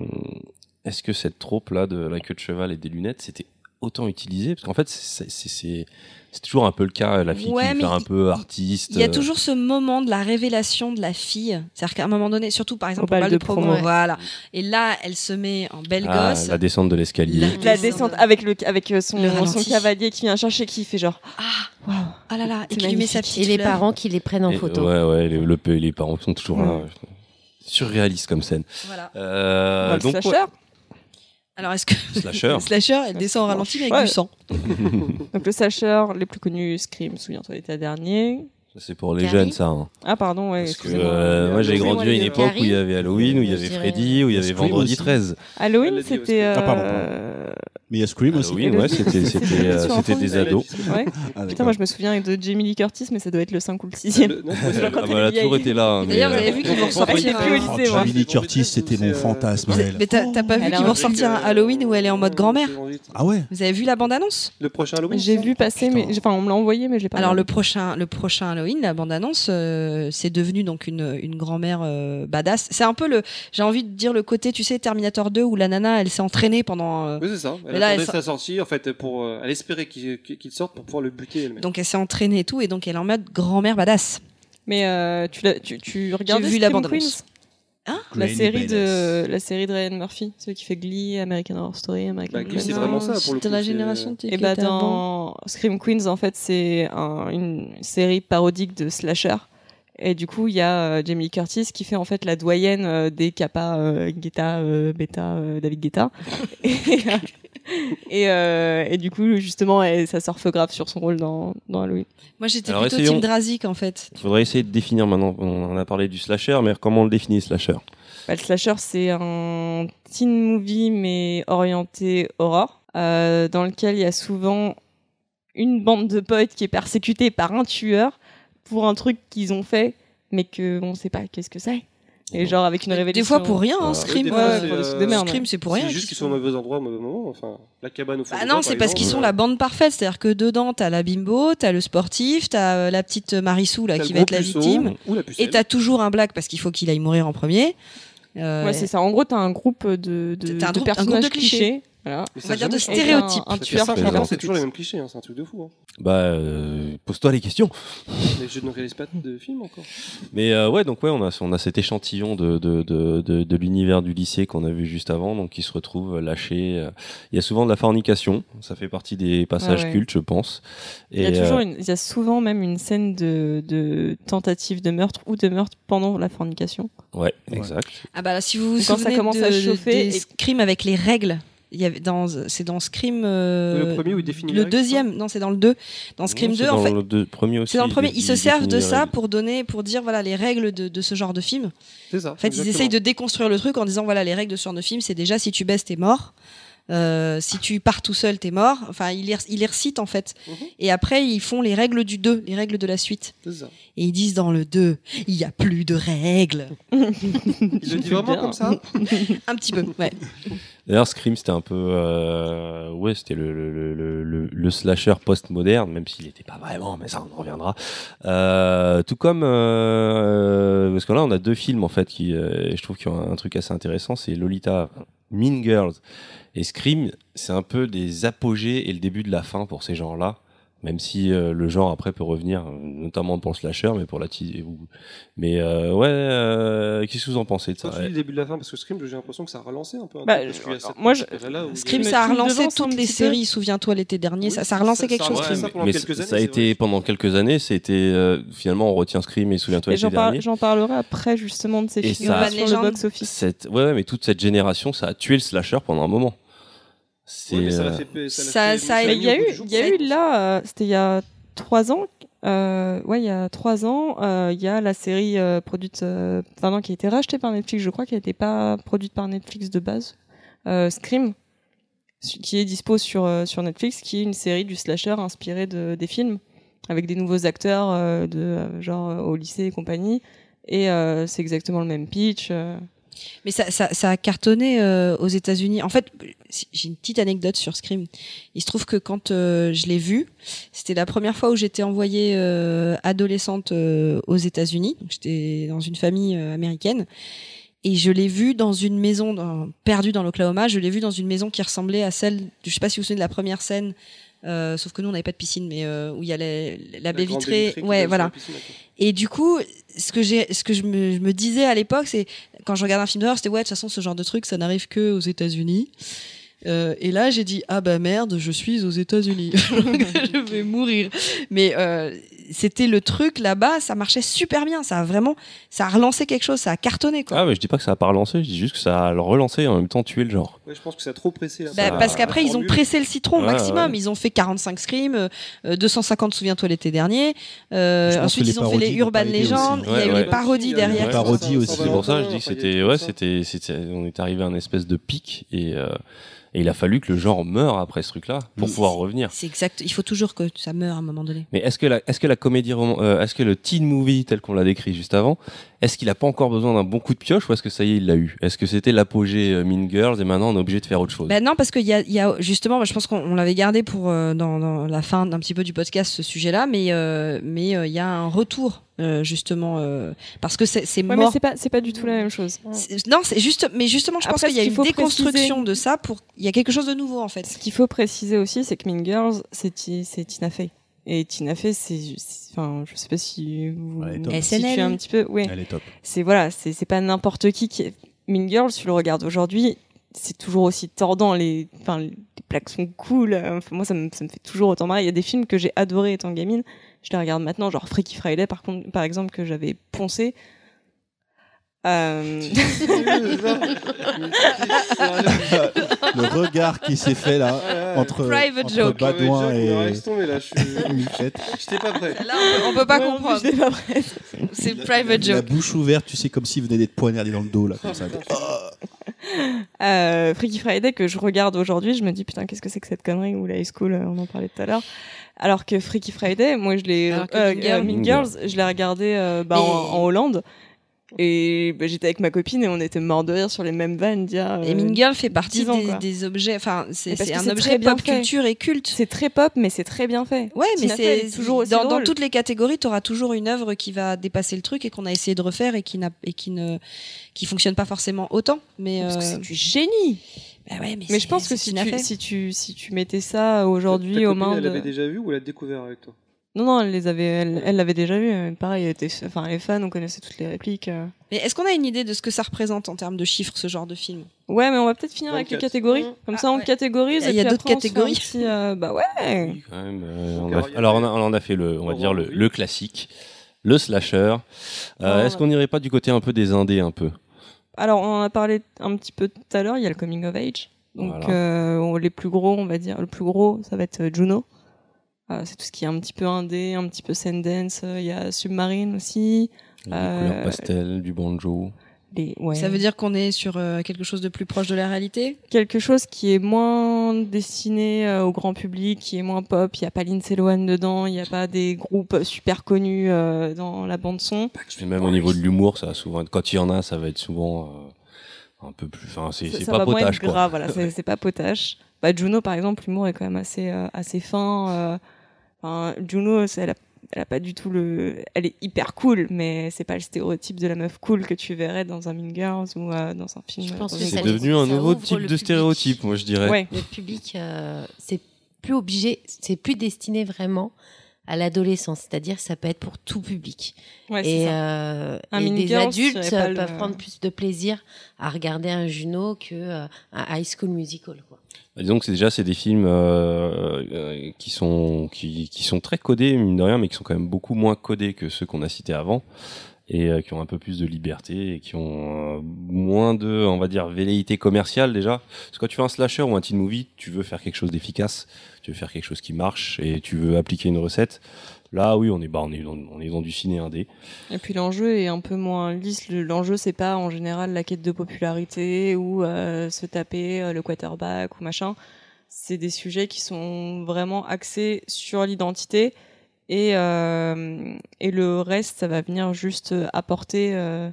Speaker 1: Est-ce que cette troupe-là de la queue de cheval et des lunettes, c'était autant utilisée Parce qu'en fait, c'est- c'est- c'est c'est toujours un peu le cas, la fille
Speaker 4: Ouais,
Speaker 1: qui veut
Speaker 4: mais
Speaker 1: faire un
Speaker 4: il-
Speaker 1: peu artiste.
Speaker 4: Il y a
Speaker 1: euh,
Speaker 4: toujours ce moment de la révélation de la fille. C'est-à-dire qu'à un moment donné, surtout par exemple au bal de, promo,
Speaker 6: promo, ouais.
Speaker 4: voilà. Et là, elle se met en belle
Speaker 1: ah,
Speaker 4: gosse.
Speaker 1: la descente de l'escalier.
Speaker 4: La-
Speaker 6: La descente avec le avec euh, son,
Speaker 4: Le
Speaker 6: son
Speaker 4: ralenti.
Speaker 6: cavalier qui vient chercher qui fait genre
Speaker 4: Ah,
Speaker 6: waouh.
Speaker 4: ah là là, et
Speaker 6: C'est
Speaker 4: qui lui met sa
Speaker 6: magnifique.
Speaker 4: petite
Speaker 3: Et les
Speaker 4: fleur.
Speaker 3: parents qui les prennent en
Speaker 1: Et-
Speaker 3: photo.
Speaker 1: Ouais, ouais, les, le pays- les parents sont toujours
Speaker 6: Ouais.
Speaker 1: là. Surréaliste comme scène.
Speaker 4: Voilà.
Speaker 1: Euh,
Speaker 6: Dans oh, le
Speaker 1: donc,
Speaker 6: slasher.
Speaker 4: Alors est-ce que
Speaker 1: ouais, slasher.
Speaker 4: le <laughs> slasher, elle descend au ralenti mais avec
Speaker 6: Ouais.
Speaker 4: du sang
Speaker 6: Donc le slasher les plus connus Scream, souviens-toi l'été dernier.
Speaker 1: Ça, C'est pour les
Speaker 3: Carrie.
Speaker 1: jeunes, ça. hein.
Speaker 6: Ah pardon, ouais,
Speaker 1: Parce que
Speaker 6: excusez-moi.
Speaker 1: euh, moi, j'ai grandi à une
Speaker 3: Carrie.
Speaker 1: époque où il y avait Halloween, où il y
Speaker 3: Je
Speaker 1: avait
Speaker 3: dirais-
Speaker 1: Freddy, où il y avait
Speaker 2: Scream
Speaker 1: Vendredi
Speaker 2: aussi.
Speaker 1: 13.
Speaker 6: Halloween
Speaker 5: Elle l'a dit
Speaker 6: c'était
Speaker 5: aussi.
Speaker 2: Ah, pardon,
Speaker 6: euh,
Speaker 2: Mais il y a Scream aussi.
Speaker 1: Halloween, ouais, c'était c'était, euh,
Speaker 6: Sur un
Speaker 1: c'était
Speaker 6: fond,
Speaker 1: des
Speaker 6: c'est la
Speaker 1: ados.
Speaker 6: petite- ouais.
Speaker 2: Ah,
Speaker 6: Putain,
Speaker 2: d'accord.
Speaker 6: moi je me souviens de Jamie Lee Curtis, mais ça doit être le 5 ou le 6 e
Speaker 5: Le- non,
Speaker 1: Ah
Speaker 6: quand elle
Speaker 1: bah, la
Speaker 6: est vieille.
Speaker 1: tour était là. hein,
Speaker 4: D'ailleurs,
Speaker 1: mais,
Speaker 4: vous avez
Speaker 1: euh,
Speaker 4: vu qu'ils vont
Speaker 6: Elle était
Speaker 4: ressortir.
Speaker 6: plus au
Speaker 4: un-
Speaker 6: lycée.
Speaker 2: Oh,
Speaker 6: c'est vrai.
Speaker 2: Jamie Lee Curtis, c'était mon fantasme. elle.
Speaker 4: Mais t'as t'as pas vu
Speaker 6: Elle a
Speaker 4: qu'ils
Speaker 6: un euh,
Speaker 4: vont ressortir un Halloween où elle est en mode grand-mère
Speaker 2: Ah ouais
Speaker 4: Vous avez vu la bande-annonce
Speaker 5: Le prochain Halloween
Speaker 6: J'ai vu passer, mais
Speaker 2: Putain.
Speaker 6: enfin on me l'a envoyé, mais je l'ai pas.
Speaker 4: Alors le
Speaker 6: regardé.
Speaker 4: prochain, le prochain Halloween, la bande-annonce, euh, c'est devenu donc une, une grand-mère euh, badass. C'est un peu le, j'ai envie de dire le côté, tu sais, Terminator 2 où la nana, elle s'est entraînée pendant. euh,
Speaker 5: Oui, c'est ça. Elle
Speaker 4: Mais là,
Speaker 5: attendait
Speaker 4: elle sort-
Speaker 5: sa sortie, en fait, pour, euh, elle espérait qu'il qu'il sorte pour pouvoir le buter elle-même.
Speaker 4: donc elle s'est entraînée et tout, et donc elle est en mode grand-mère badass.
Speaker 6: Mais euh, tu, l'as- tu, tu regardes
Speaker 4: vu la bande-annonce.
Speaker 6: la
Speaker 2: Granny
Speaker 6: série de
Speaker 2: Badass.
Speaker 6: la série de Ryan Murphy, celui qui fait Glee, American Horror Story, American
Speaker 5: Bah, Glee,
Speaker 6: Horror
Speaker 5: c'est
Speaker 6: Story.
Speaker 5: vraiment ça, pour le
Speaker 4: C'était
Speaker 5: coup,
Speaker 4: la
Speaker 5: c'est-
Speaker 4: génération
Speaker 6: Et bah dans Scream Queens, en fait, c'est un- une série parodique de slasher. Et du coup, il y a euh, Jamie Lee Curtis qui fait en fait la doyenne euh, des Kappa, euh, Guetta, euh, Beta, euh, David Guetta. et, euh, et, euh, et du coup, justement, elle- ça surfe grave sur son rôle dans, dans Halloween.
Speaker 4: Moi j'étais
Speaker 1: Alors,
Speaker 4: plutôt
Speaker 1: essayons.
Speaker 4: Team Drazik en fait.
Speaker 1: Faudrait essayer de définir maintenant. On en a parlé du slasher, mais comment on le définit, slasher
Speaker 6: Bah, le slasher, c'est un teen movie, mais orienté horreur, euh, dans lequel il y a souvent une bande de potes qui est persécutée par un tueur pour un truc qu'ils ont fait, mais qu'on ne sait pas qu'est-ce que c'est. Et genre avec une révélation.
Speaker 4: Des fois pour rien, hein,
Speaker 1: Euh,
Speaker 4: Scream.
Speaker 5: Ah, des
Speaker 6: Ouais,
Speaker 4: euh,
Speaker 6: ouais, pour des trucs
Speaker 5: euh,
Speaker 6: de merde.
Speaker 4: Scream, c'est pour
Speaker 5: C'est
Speaker 4: rien.
Speaker 5: juste
Speaker 4: qu'ils
Speaker 5: qu'ils sont au mauvais endroit, au mauvais moment. Enfin, la cabane au fond.
Speaker 4: Bah
Speaker 5: du bois,
Speaker 4: non,
Speaker 5: par
Speaker 4: c'est parce
Speaker 5: exemple,
Speaker 4: qu'ils sont
Speaker 5: euh,
Speaker 4: la bande parfaite. C'est-à-dire que dedans, t'as la bimbo, t'as le sportif, t'as euh, la petite Marissou là,
Speaker 5: t'as le
Speaker 4: qui va
Speaker 5: gros
Speaker 4: être la
Speaker 5: puceau
Speaker 4: victime.
Speaker 5: Ou la pucelle.
Speaker 4: Et t'as toujours un black parce qu'il faut qu'il aille mourir en premier. Euh,
Speaker 6: Ouais, c'est ça. En gros, t'as un groupe de, de,
Speaker 4: T'as un groupe- un
Speaker 6: de
Speaker 4: groupe de
Speaker 6: personnages
Speaker 4: clichés.
Speaker 6: clichés. Voilà.
Speaker 5: Mais
Speaker 4: on
Speaker 5: ça
Speaker 4: va
Speaker 5: a
Speaker 4: dire
Speaker 5: jamais
Speaker 4: de
Speaker 5: changé.
Speaker 4: stéréotypes.
Speaker 6: Un
Speaker 5: Ça fait
Speaker 6: tueur
Speaker 5: cinq
Speaker 6: qui
Speaker 1: a
Speaker 5: ans,
Speaker 1: l'air
Speaker 5: C'est
Speaker 6: tout
Speaker 5: toujours
Speaker 6: de
Speaker 5: les mêmes clichés, hein, c'est un truc de fou. hein.
Speaker 1: Bah, euh, pose-toi les questions.
Speaker 5: Mais je ne réalise pas de film encore.
Speaker 1: Mais euh, ouais, donc ouais, on a, on a cet échantillon de, de, de, de, de l'univers du lycée qu'on a vu juste avant, donc qui se retrouve lâché. euh, Il y a souvent de la fornication, ça fait partie des passages
Speaker 6: Ah ouais.
Speaker 1: cultes, je pense.
Speaker 6: Il y, a
Speaker 1: Et,
Speaker 6: toujours
Speaker 1: euh,
Speaker 6: une- il y a souvent même une scène de, de tentative de meurtre ou de meurtre pendant la fornication.
Speaker 1: Ouais,
Speaker 2: Ouais.
Speaker 1: exact.
Speaker 4: Ah bah là, si vous vous
Speaker 6: Ou quand ça
Speaker 4: souvenez
Speaker 6: commence
Speaker 4: de,
Speaker 6: à chauffer
Speaker 4: des
Speaker 6: et-
Speaker 4: Scream avec les règles. Il y avait dans c'est dans Scream euh,
Speaker 5: Le premier où il définit les
Speaker 4: le
Speaker 5: règles,
Speaker 4: deuxième non c'est dans le 2 dans Scream
Speaker 1: Non, c'est
Speaker 4: 2 en
Speaker 1: dans
Speaker 4: fait
Speaker 1: le deux- premier aussi.
Speaker 4: c'est dans le premier
Speaker 1: il-
Speaker 4: ils se
Speaker 1: il
Speaker 4: servent de
Speaker 1: définit les
Speaker 4: ça
Speaker 1: règles.
Speaker 4: pour donner pour dire voilà les règles de, de ce genre de film
Speaker 5: C'est ça.
Speaker 4: En fait, ils essayent de déconstruire le truc en disant voilà, les règles de ce genre de film, c'est déjà si tu baisses, t'es mort. Euh, si tu pars tout seul, t'es mort. Enfin, ils les, ils les recitent en fait.
Speaker 5: Mhm.
Speaker 1: Mm-hmm.
Speaker 4: Et après, ils font les règles du 2, les règles de la suite.
Speaker 5: C'est ça.
Speaker 4: Et ils disent dans le 2, il n'y a plus de règles.
Speaker 5: Il le dit vraiment
Speaker 6: Bien.
Speaker 5: comme ça
Speaker 4: Un petit peu, ouais.
Speaker 1: D'ailleurs, Scream, c'était un peu. euh, ouais, c'était le, le, le- le, le, le slasher post-moderne, même s'il n'était pas vraiment, mais ça, on en reviendra. Euh, tout comme. euh, parce que là, on a deux films, en fait, qui, euh, je trouve, qui ont un truc assez intéressant c'est Lolita, Mean Girls et Scream. C'est un peu des apogées et le début de la fin pour ces genres-là. Même si euh, le genre après peut revenir, euh, notamment pour le slasher, mais pour la tease- ou- Mais euh, ouais, euh, qu'est-ce que vous en pensez de ça
Speaker 5: Quand tu dis le début de la fin, parce que Scream, j'ai l'impression que ça a relancé un peu. un
Speaker 6: Bah,
Speaker 5: truc, parce qu'il y a cette-
Speaker 6: moi, je-
Speaker 5: cette période-là où il y
Speaker 4: Scream,
Speaker 5: avait-
Speaker 6: Mais
Speaker 4: ça a
Speaker 6: tu me
Speaker 4: relancé
Speaker 6: devances un
Speaker 4: toutes les
Speaker 6: petit peu.
Speaker 4: séries, souviens-toi l'été dernier,
Speaker 5: Oui,
Speaker 4: ça, ça a relancé
Speaker 5: ça-
Speaker 4: quelque
Speaker 5: ça a
Speaker 4: chose,
Speaker 5: relancé
Speaker 4: Scream.
Speaker 5: ça pendant
Speaker 1: Ah mais
Speaker 5: quelques
Speaker 1: ça-
Speaker 5: années,
Speaker 1: ça a
Speaker 5: c'est
Speaker 1: été
Speaker 5: vrai.
Speaker 1: pendant quelques années, c'était euh, finalement on retient Scream et souviens-toi
Speaker 6: Et
Speaker 1: l'été
Speaker 6: j'en par-
Speaker 1: dernier.
Speaker 6: j'en parlerai après justement de ces
Speaker 1: Et
Speaker 6: figures
Speaker 1: ça-
Speaker 6: sur le
Speaker 4: Urban
Speaker 6: box office.
Speaker 1: Cette... Ouais, ouais, mais toute cette génération, ça a tué le slasher pendant un moment. C'est
Speaker 5: Oui, mais ça l'a
Speaker 1: euh,
Speaker 5: fait-
Speaker 4: ça-
Speaker 5: l'a fait-
Speaker 4: ça
Speaker 5: l'a
Speaker 4: a-
Speaker 6: Mais
Speaker 5: mis
Speaker 6: il y a
Speaker 5: au bout
Speaker 6: eu,
Speaker 5: du jour.
Speaker 6: il y a eu là, euh, c'était il y a trois ans. Euh, ouais, il y a trois ans, euh, il y a la série euh, produite, euh, enfin non, qui a été rachetée par Netflix. Je crois qu'elle n'était pas produite par Netflix de base. Euh, Scream, su- qui est dispo sur euh, sur Netflix, qui est une série du slasher inspirée de des films avec des nouveaux acteurs euh, de euh, genre euh, au lycée et compagnie. Et euh, c'est exactement le même pitch. euh.
Speaker 4: Mais ça, ça, ça a cartonné euh, aux États-Unis. En fait, si- j'ai une petite anecdote sur Scream. Il se trouve que quand euh, je l'ai vu, c'était la première fois où j'étais envoyée euh, adolescente euh, aux États-Unis. Donc, J'étais dans une famille euh, américaine. Et je l'ai vu dans une maison dans- perdue dans l'Oklahoma. Je l'ai vu dans une maison qui ressemblait à celle, du- je sais pas si vous vous souvenez de la première scène, euh, sauf que nous on n'avait pas de piscine, mais euh, où il y a la, la
Speaker 5: La
Speaker 4: baie
Speaker 5: grande
Speaker 4: vitrée.
Speaker 5: qui donne
Speaker 4: Ouais,
Speaker 5: sur
Speaker 4: voilà.
Speaker 5: la piscine, d'accord.
Speaker 4: Et du coup, ce que j'ai, ce que je me, je me disais à l'époque, c'est quand je regarde un film d'horreur, c'était ouais, de toute façon, ce genre de truc, ça n'arrive que aux États-Unis. Euh, et là, <laughs> j'ai dit ah bah merde, je suis aux États-Unis, je vais mourir. Mais euh, c'était le truc là-bas, ça marchait super bien, ça a vraiment, ça a relancé quelque chose, ça a cartonné quoi.
Speaker 1: Ah, mais je dis pas que ça a pas relancé, je dis juste que ça a le relancé et en même temps tué le genre.
Speaker 5: Ouais, je pense que ça a trop pressé. Là,
Speaker 4: Bah,
Speaker 1: Ça-
Speaker 4: parce qu'après, ils ont pressé le citron au
Speaker 1: Ouais,
Speaker 4: maximum.
Speaker 1: ouais.
Speaker 4: Ils ont fait 45 Scream, euh, euh, 250 Souviens-toi l'été dernier. Euh,
Speaker 2: Je pense
Speaker 4: ensuite,
Speaker 2: que
Speaker 4: ils
Speaker 2: les
Speaker 4: ont fait les
Speaker 2: parodies n'ont
Speaker 4: Urban
Speaker 2: pas aidé aussi.
Speaker 4: Legends. Il y a
Speaker 1: Ouais,
Speaker 4: eu
Speaker 1: ouais.
Speaker 4: les parodies
Speaker 1: Ouais.
Speaker 4: derrière.
Speaker 2: Les parodies
Speaker 5: Ah bah
Speaker 2: aussi.
Speaker 1: C'est pour ça que je dis que c'était, ouais,
Speaker 5: ouais
Speaker 1: c'était, c'était, on est arrivé à un espèce de pic et, euh, et il a fallu que le genre meure après ce truc-là pour
Speaker 2: Mm.
Speaker 1: pouvoir revenir.
Speaker 4: C'est exact. Il faut toujours que ça meure à un moment donné.
Speaker 1: Mais est-ce que la, est-ce que la comédie, roman- euh, est-ce que le teen movie tel qu'on l'a décrit juste avant, est-ce qu'il a pas encore besoin d'un bon coup de pioche ou est-ce que ça y est, il l'a eu Est-ce que c'était l'apogée euh, Mean Girls et maintenant on est obligé de faire autre
Speaker 6: Bah,
Speaker 1: chose
Speaker 4: Ben non, parce qu'il y a, il y a- justement, moi, je pense qu'on on l'avait gardé pour euh, dans, dans la fin d'un petit peu du podcast ce sujet-là, mais euh, mais euh, il y a un retour euh, justement euh, parce que c'est c'est
Speaker 6: Ouais, mais
Speaker 4: mort.
Speaker 6: c'est pas, c'est pas du tout la même chose.
Speaker 4: C'est- Non, c'est juste, mais justement, je pense
Speaker 6: Après,
Speaker 4: qu'il y a
Speaker 6: ce
Speaker 4: une
Speaker 6: qu'il faut
Speaker 4: déconstruction
Speaker 6: préciser-
Speaker 4: de ça pour. Il y a quelque chose de nouveau en fait.
Speaker 6: Ce qu'il faut préciser aussi, c'est que Mean Girls, c'est Ti- c'est Tina Fey. Et Tina Fey, c'est, c'est- enfin, je sais pas si vous
Speaker 2: Elle est top.
Speaker 6: vous
Speaker 4: SNL.
Speaker 6: situez un petit peu. Oui,
Speaker 2: Elle est top.
Speaker 6: c'est voilà, c'est c'est pas n'importe qui qui. Est... Mean Girls, tu le regardes aujourd'hui, c'est toujours aussi tordant. Les, enfin, les plaques sont cool. Enfin, moi, ça me, ça me fait toujours autant marrer. Il y a des films que j'ai adorés étant gamine. Je les regarde maintenant, genre Freaky Friday, par contre, par exemple, que j'avais poncé. Euh...
Speaker 2: Le regard qui s'est fait là entre,
Speaker 4: Private
Speaker 2: entre
Speaker 4: joke.
Speaker 2: Badouin et
Speaker 5: Reste tombé
Speaker 4: <laughs>
Speaker 5: là, je suis-
Speaker 2: Michette.
Speaker 5: j'étais pas prêt.
Speaker 4: Là, on peut pas
Speaker 6: <laughs> ouais,
Speaker 4: comprendre.
Speaker 6: j'étais pas prête.
Speaker 4: C'est private
Speaker 2: La
Speaker 4: joke.
Speaker 2: bouche ouverte, tu sais, comme s'il venait d'être poignardé dans le dos là, comme ça.
Speaker 6: euh, Freaky Friday que je regarde aujourd'hui, je me dis putain qu'est-ce que c'est que cette connerie ou la high school, euh, on en parlait tout à l'heure. Alors que Freaky Friday, moi je l'ai
Speaker 4: Alors que
Speaker 6: euh,
Speaker 4: Mean
Speaker 6: euh,
Speaker 4: Girls.
Speaker 6: Mean Girls, je l'ai regardé euh, bah, en,
Speaker 4: Mais-
Speaker 6: en Hollande et bah, j'étais avec ma copine et on était mort de rire sur les mêmes vannes. d'il y a, euh,
Speaker 4: Et Mean Girl fait partie
Speaker 6: 10 ans,
Speaker 4: des,
Speaker 6: quoi.
Speaker 4: des objets, enfin, c'est
Speaker 6: Mais parce
Speaker 4: c'est
Speaker 6: que
Speaker 4: un
Speaker 6: c'est
Speaker 4: objet
Speaker 6: très bien
Speaker 4: pop
Speaker 6: fait.
Speaker 4: culture et culte.
Speaker 6: C'est très pop mais c'est très bien fait.
Speaker 4: Ouais, mais
Speaker 6: Tina Fey
Speaker 4: c'est
Speaker 6: est toujours aussi
Speaker 4: dans, dans
Speaker 6: drôle.
Speaker 4: toutes les catégories, tu auras toujours une œuvre qui va dépasser le truc et qu'on a essayé de refaire et qui n'a et qui ne qui fonctionne pas forcément autant. Mais
Speaker 6: Parce que c'est
Speaker 4: euh,
Speaker 6: du génie.
Speaker 4: bah ouais, mais,
Speaker 6: Mais
Speaker 4: c'est-
Speaker 6: je pense que
Speaker 4: c'est
Speaker 6: si
Speaker 4: une affaire.
Speaker 6: tu, si tu si tu mettais ça
Speaker 5: Ta
Speaker 6: aujourd'hui aux
Speaker 5: copine,
Speaker 6: mains
Speaker 5: Elle l'avait
Speaker 6: de...
Speaker 5: déjà vu ou elle l'a découvert avec toi
Speaker 6: non non elle les avait elle elle l'avait déjà vu euh, pareil elle était enfin elle est fan on connaissait toutes les répliques. euh.
Speaker 4: Mais est-ce qu'on a une idée de ce que ça représente en termes de chiffres ce genre de film
Speaker 6: Ouais, mais on va peut-être finir avec les
Speaker 5: 24.
Speaker 6: catégories.
Speaker 4: Mmh.
Speaker 6: Comme
Speaker 4: Ah,
Speaker 6: ça, on
Speaker 4: ouais.
Speaker 6: catégorise.
Speaker 4: Il y
Speaker 6: et
Speaker 4: a
Speaker 6: puis
Speaker 4: d'autres
Speaker 6: après, on se fait un
Speaker 4: catégories.
Speaker 6: petit, euh, bah ouais.
Speaker 1: Oui, quand même, euh, on
Speaker 5: Donc,
Speaker 1: a-
Speaker 5: alors, il y
Speaker 1: alors, on
Speaker 5: avait-
Speaker 1: a, on en a fait le, on va
Speaker 5: Horror
Speaker 1: dire le,
Speaker 5: Movie.
Speaker 1: le classique, le slasher. Euh,
Speaker 6: Ouais,
Speaker 1: Est-ce
Speaker 6: ouais.
Speaker 1: qu'on n'irait pas du côté un peu des indés un peu
Speaker 6: Alors, on en a parlé un petit peu tout à l'heure. Il y a le coming of age. Donc,
Speaker 1: Voilà.
Speaker 6: euh, on- les plus gros, on va dire, le plus gros, ça va être euh, Juno. Euh, c'est tout ce qui est un petit peu indé, un petit peu Sundance. Euh, Il y a Submarine aussi.
Speaker 1: Des
Speaker 6: Euh,
Speaker 1: couleurs pastel, du banjo.
Speaker 6: Les, ouais.
Speaker 4: Ça veut dire qu'on est sur euh, quelque chose de plus proche de la réalité
Speaker 6: quelque chose qui est moins destiné euh, au grand public, qui est moins pop. Il n'y a pas Lindsay Lohan dedans. Il n'y a pas des groupes super connus euh, dans la bande son.
Speaker 1: Et même au niveau de l'humour, ça va souvent être- quand il y en a, ça va être souvent euh, un peu plus. Enfin, c'est
Speaker 6: ça,
Speaker 1: c'est
Speaker 6: ça
Speaker 1: pas
Speaker 6: va moins
Speaker 1: potage
Speaker 6: être
Speaker 1: quoi.
Speaker 6: gras, voilà, c'est c'est pas potache. Bah, Juno, par exemple, l'humour est quand même assez, euh, assez fin. euh, enfin, Juno, c'est- elle a, elle a pas du tout le. Elle est hyper cool, mais c'est pas le stéréotype de la meuf cool que tu verrais dans un Mean Girls ou euh, dans un film.
Speaker 3: Je pense
Speaker 6: dans
Speaker 3: que
Speaker 6: une
Speaker 1: C'est
Speaker 3: ça-
Speaker 6: série.
Speaker 1: devenu un
Speaker 3: ça
Speaker 1: nouveau
Speaker 3: ouvre
Speaker 1: type
Speaker 3: le
Speaker 1: de
Speaker 3: public.
Speaker 1: stéréotype, moi je dirais.
Speaker 6: Ouais.
Speaker 3: Le public, euh, c'est plus obligé, c'est plus destiné vraiment à l'adolescence. C'est-à-dire, ça peut être pour tout public.
Speaker 6: Ouais, c'est
Speaker 3: et
Speaker 6: ça.
Speaker 3: euh,
Speaker 6: Un
Speaker 3: et
Speaker 6: Mean
Speaker 3: des
Speaker 6: Girls, je
Speaker 3: adultes
Speaker 6: dirais pas
Speaker 3: euh,
Speaker 6: le-
Speaker 3: peuvent prendre plus de plaisir à regarder un Juno que euh, un High School Musical. Quoi.
Speaker 1: Bah, Disons que c'est déjà c'est des films euh, euh, qui sont qui, qui sont très codés mine de rien, mais qui sont quand même beaucoup moins codés que ceux qu'on a cités avant et euh, qui ont un peu plus de liberté et qui ont euh, moins de on va dire velléité commerciale déjà. Parce que quand tu fais un slasher ou un teen movie, tu veux faire quelque chose d'efficace, tu veux faire quelque chose qui marche et tu veux appliquer une recette. Là, oui, on est bah, on est dans, on est dans du ciné indé.
Speaker 6: Et puis l'enjeu est un peu moins lisse. Le- L'enjeu, c'est pas en général la quête de popularité ou euh, se taper euh, le quarterback ou machin. C'est des sujets qui sont vraiment axés sur l'identité et, euh, et le reste, ça va venir juste euh, apporter, euh,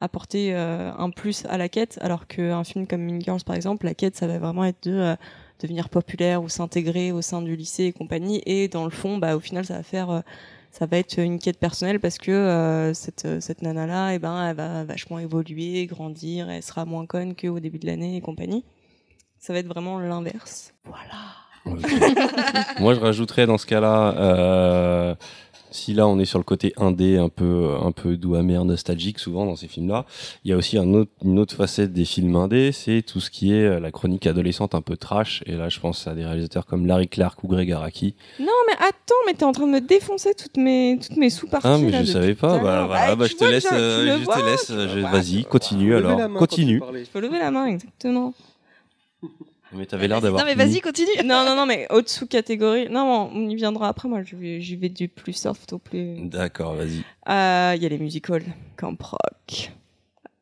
Speaker 6: apporter euh, un plus à la quête. Alors qu'un film comme Mean Girls, par exemple, la quête, ça va vraiment être de euh, devenir populaire ou s'intégrer au sein du lycée et compagnie. Et dans le fond, bah, au final, ça va faire euh, ça va être une quête personnelle parce que euh, cette, cette nana-là, eh ben, elle va vachement évoluer, grandir, elle sera moins conne qu'au début de l'année et compagnie. Ça va être vraiment l'inverse. Voilà.
Speaker 1: Moi, je rajouterais dans ce cas-là euh, Si là on est sur le côté indé, un peu, un peu doux, amer, nostalgique souvent dans ces films-là, il y a aussi un autre, une autre facette des films indés, c'est tout ce qui est euh, la chronique adolescente un peu trash. Et là je pense à des réalisateurs comme Larry Clark ou Greg Araki.
Speaker 6: Non, mais attends, mais t'es en train de me défoncer toutes mes, toutes mes sous-parties.
Speaker 1: Ah mais
Speaker 6: là,
Speaker 1: je
Speaker 6: depuis
Speaker 1: savais
Speaker 6: tout
Speaker 1: pas.
Speaker 6: à
Speaker 1: Bah,
Speaker 6: l'heure.
Speaker 1: voilà,
Speaker 6: Bah,
Speaker 1: bah,
Speaker 6: tu
Speaker 1: je te
Speaker 6: vois,
Speaker 1: laisse,
Speaker 6: tu le
Speaker 1: euh, je
Speaker 6: vois,
Speaker 1: te laisse.
Speaker 6: tu le
Speaker 1: je-
Speaker 4: Bah,
Speaker 6: vois.
Speaker 1: Vas-y, continue
Speaker 5: Levez
Speaker 1: alors.
Speaker 5: la main quand
Speaker 1: Continue.
Speaker 5: vous parlez.
Speaker 6: Il faut lever la main, exactement.
Speaker 1: Mais t'avais l'air d'avoir.
Speaker 4: Non, mais
Speaker 1: fini.
Speaker 4: vas-y, continue.
Speaker 6: non, non, non, mais au-dessous catégorie. Non, on y viendra après. Moi, je vais- j'y vais du plus soft au plus.
Speaker 1: D'accord, vas-y.
Speaker 6: Euh, Il y a les musicals, Camp Rock,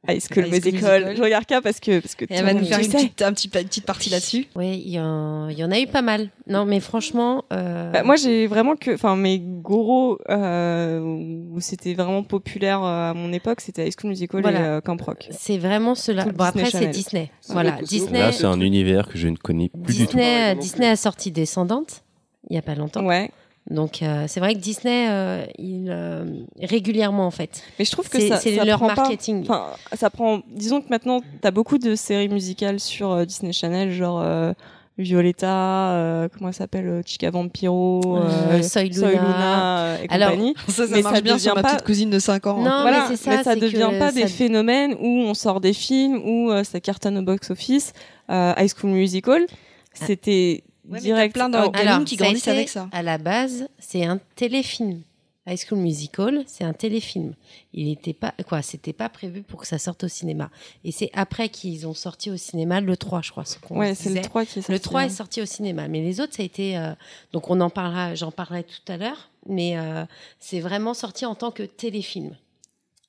Speaker 6: High
Speaker 4: High School
Speaker 6: School Musical.
Speaker 4: Musical.
Speaker 6: Je regarde qu'à parce que parce que
Speaker 4: Et elle va
Speaker 6: tout
Speaker 4: nous
Speaker 6: le
Speaker 4: faire
Speaker 6: monde
Speaker 4: une
Speaker 6: sait.
Speaker 4: petite, un petit, pa- une petite partie là-dessus.
Speaker 3: Oui, il y, en il y en a eu pas mal. Non, mais franchement. euh,
Speaker 6: Bah, moi, j'ai vraiment que, enfin, mes gros euh, où c'était vraiment populaire euh, à mon époque, c'était High School Musical
Speaker 3: Voilà.
Speaker 6: et euh, Camp Rock.
Speaker 3: c'est vraiment cela.
Speaker 6: Tout le
Speaker 3: Bon, après,
Speaker 6: Disney
Speaker 3: c'est
Speaker 6: Channel.
Speaker 3: Disney.
Speaker 5: C'est
Speaker 3: Voilà,
Speaker 5: beaucoup, c'est beaucoup.
Speaker 3: Disney,
Speaker 1: Là, c'est un univers que je ne connais plus du tout.
Speaker 3: Disney,
Speaker 5: Pareil, moi
Speaker 3: euh,
Speaker 5: non plus.
Speaker 3: Disney a sorti Descendante il y a pas longtemps.
Speaker 6: Ouais.
Speaker 3: Donc, euh, c'est vrai que Disney, euh, il, euh, régulièrement, en fait.
Speaker 6: Mais je trouve que
Speaker 3: C'est-
Speaker 6: ça,
Speaker 3: c'est
Speaker 6: ça
Speaker 3: leur
Speaker 6: prend pas-
Speaker 3: marketing.
Speaker 6: Enfin, ça prend. Disons que maintenant, t'as beaucoup de séries musicales sur euh, Disney Channel, genre euh, Violetta, euh, comment elle s'appelle, euh, Chica Vampiro, euh,
Speaker 3: Euh, Soy
Speaker 6: Soy
Speaker 3: Luna.
Speaker 6: Luna, euh, et
Speaker 3: Alors,
Speaker 6: compagnie.
Speaker 4: <laughs> Ça, ça
Speaker 6: Mais
Speaker 4: marche
Speaker 6: ça
Speaker 4: bien sur ma
Speaker 6: devient
Speaker 4: petite
Speaker 6: pas-
Speaker 4: cousine de 5 ans. hein.
Speaker 3: Non,
Speaker 6: voilà,
Speaker 3: mais c'est ça, c'est que
Speaker 6: devient pas
Speaker 3: ça-
Speaker 6: des phénomènes où on sort des films, où euh, ça cartonne au box-office. Euh, High School Musical, c'était
Speaker 4: mais
Speaker 6: direct.
Speaker 4: t'as plein de-
Speaker 6: Oh,
Speaker 4: gamines
Speaker 3: Alors,
Speaker 4: qui
Speaker 3: ça a
Speaker 4: grandissent
Speaker 3: été,
Speaker 4: avec ça.
Speaker 3: À la base, c'est un téléfilm. High School Musical, c'est un téléfilm. Il était pas quoi, c'était pas prévu pour que ça sorte au cinéma. Et c'est après qu'ils ont sorti au cinéma le 3, je crois. ce qu'on
Speaker 6: Ouais, c'est le
Speaker 3: disait.
Speaker 6: 3 qui est sorti. hein.
Speaker 3: Le 3 est sorti euh, au cinéma, mais les autres, ça a été. euh, donc, on en parlera, j'en parlerai tout à l'heure, mais euh, c'est vraiment sorti en tant que téléfilm.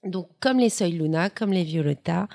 Speaker 3: Donc, comme les Soy Luna, comme les Violetta,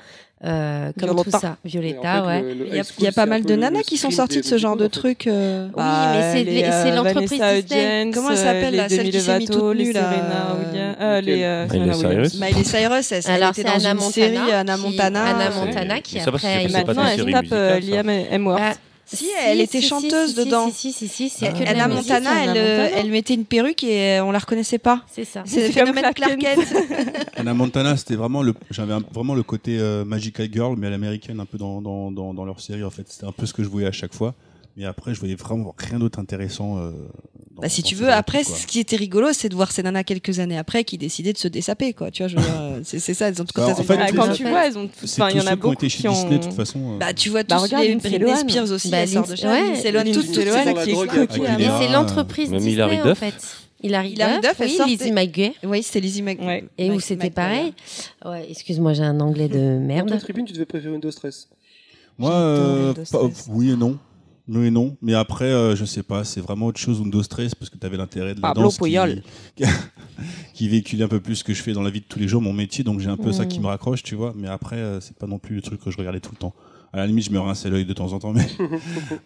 Speaker 3: euh, comme tout
Speaker 6: Violetta.
Speaker 3: ça.
Speaker 5: Et en
Speaker 3: Violetta,
Speaker 5: fait,
Speaker 3: ouais.
Speaker 5: le- le
Speaker 4: Il y a,
Speaker 5: high school,
Speaker 4: il y a pas
Speaker 5: c'est un
Speaker 4: mal
Speaker 5: peu
Speaker 4: de
Speaker 5: le-
Speaker 4: nanas
Speaker 5: le
Speaker 4: qui sont
Speaker 5: stream
Speaker 4: sorties
Speaker 5: des-
Speaker 4: de ce genre de
Speaker 5: musicals, en fait.
Speaker 4: truc. euh,
Speaker 3: Oui,
Speaker 6: Bah,
Speaker 3: mais c'est les- c'est l'entreprise Disney.
Speaker 4: Comment elle
Speaker 6: euh,
Speaker 4: s'appelle, la- celle qui s'est mis toute nue, là, euh,
Speaker 6: là Les euh,
Speaker 1: Miley
Speaker 6: Serena Williams.
Speaker 1: Cyrus
Speaker 4: Miley Cyrus, elle, elle
Speaker 3: Alors,
Speaker 4: était
Speaker 3: c'est
Speaker 4: dans
Speaker 3: Anna
Speaker 4: une
Speaker 3: Montana.
Speaker 4: série Anna
Speaker 3: qui-
Speaker 4: Montana.
Speaker 3: Anna
Speaker 1: C'est-
Speaker 3: Montana euh,
Speaker 1: mais
Speaker 3: qui
Speaker 1: ça, parce que
Speaker 3: après.
Speaker 1: c'est
Speaker 3: ils
Speaker 1: pas
Speaker 3: ont
Speaker 6: Maintenant,
Speaker 1: une
Speaker 3: fait-
Speaker 6: elle
Speaker 1: série
Speaker 6: tape euh,
Speaker 1: musicale, ça.
Speaker 6: Liam
Speaker 3: Bah,
Speaker 6: Hemsworth.
Speaker 4: Si, elle était
Speaker 3: si, si,
Speaker 4: chanteuse
Speaker 3: si, si,
Speaker 4: dedans.
Speaker 3: Si, si, si, si, c'est
Speaker 1: Ah.
Speaker 3: que de la
Speaker 4: Anna
Speaker 3: musique,
Speaker 4: Montana,
Speaker 6: Anna
Speaker 4: elle, euh,
Speaker 6: Montana.
Speaker 4: elle mettait une perruque et euh, on la reconnaissait
Speaker 3: <laughs>
Speaker 4: pas.
Speaker 3: C'est ça.
Speaker 4: C'est le
Speaker 6: C'est comme
Speaker 4: phénomène Clark
Speaker 6: Clark Kent.
Speaker 4: Kent.
Speaker 2: <laughs> Anna Montana, c'était vraiment le, j'avais un- vraiment le côté euh, magical girl, mais à l'américaine, un peu dans, dans, dans, dans leur série en fait. C'était un peu ce que je voyais à chaque fois. Mais après, je voyais vraiment rien d'autre intéressant. euh, dans-
Speaker 4: Bah, si
Speaker 2: dans
Speaker 4: tu
Speaker 2: ce
Speaker 4: veux,
Speaker 2: genre de
Speaker 4: après,
Speaker 2: truc,
Speaker 4: ce qui était rigolo, c'est de voir ces nanas quelques années après qui décidaient de se dessaper, quoi. Tu vois, je veux dire, euh, c'est c'est ça. Elles ont quand
Speaker 2: Bah,
Speaker 4: elles
Speaker 2: en
Speaker 4: ont
Speaker 2: fait,
Speaker 6: Ah,
Speaker 4: grandi,
Speaker 2: c'est-
Speaker 6: Quand
Speaker 4: elles
Speaker 6: tu
Speaker 4: ont-
Speaker 6: vois, elles ont.
Speaker 2: C'est
Speaker 6: Enfin, il y
Speaker 2: tous
Speaker 6: en a
Speaker 2: ceux qui ont
Speaker 6: beaucoup
Speaker 2: été chez
Speaker 6: qui ont.
Speaker 2: Disney de toute façon. euh,
Speaker 4: Bah, tu vois
Speaker 6: Bah,
Speaker 4: tous
Speaker 6: regarde
Speaker 4: les
Speaker 6: Lindsay
Speaker 4: Britney
Speaker 6: Lohan.
Speaker 4: Spears aussi,
Speaker 3: Bah,
Speaker 4: elle sort de
Speaker 3: Lindsay-
Speaker 4: chez elle,
Speaker 3: ouais.
Speaker 4: Lindsay Lohan,
Speaker 5: Lindsay
Speaker 4: toutes, toutes ces
Speaker 5: Lohan,
Speaker 4: nanas.
Speaker 6: qui
Speaker 5: qui
Speaker 6: est
Speaker 5: est
Speaker 6: coquille
Speaker 2: à
Speaker 3: Mais
Speaker 2: mort.
Speaker 3: c'est l'entreprise
Speaker 1: Même
Speaker 3: Disney,
Speaker 1: Hilary
Speaker 3: en
Speaker 1: Duff.
Speaker 3: fait. Hilary
Speaker 4: Hilary
Speaker 3: Duff,
Speaker 4: Duff, elle
Speaker 3: oui,
Speaker 4: sortait-
Speaker 3: Lizzie McGuire.
Speaker 4: Oui, c'était Lizzie Mc...
Speaker 6: Ouais.
Speaker 3: Et où
Speaker 4: Mc-
Speaker 3: c'était
Speaker 4: McGuire.
Speaker 3: pareil. Ouais, excuse-moi, j'ai un
Speaker 4: <laughs>
Speaker 3: anglais de
Speaker 5: Dans ta
Speaker 3: merde.
Speaker 5: tribune, tu devais préférer Windows 13.
Speaker 2: Moi,
Speaker 6: J'adore
Speaker 2: euh,
Speaker 6: Windows
Speaker 2: pas-
Speaker 6: 13.
Speaker 2: oui et non. Oui et non. Mais après, euh, je sais pas, c'est vraiment autre chose Windows 13 parce que tu avais l'intérêt de la
Speaker 6: Pablo
Speaker 2: danse qui,
Speaker 6: Puyol.
Speaker 2: <laughs> qui véhicule un peu plus ce que je fais dans la vie de tous les jours, mon métier. Donc j'ai un peu ça
Speaker 6: Mm.
Speaker 4: Hmm.
Speaker 2: qui me raccroche, tu vois. Mais après, euh, c'est pas non plus le truc que je regardais tout le temps. À la limite, je me rinçais l'œil de temps en
Speaker 4: <laughs>
Speaker 2: temps, mais,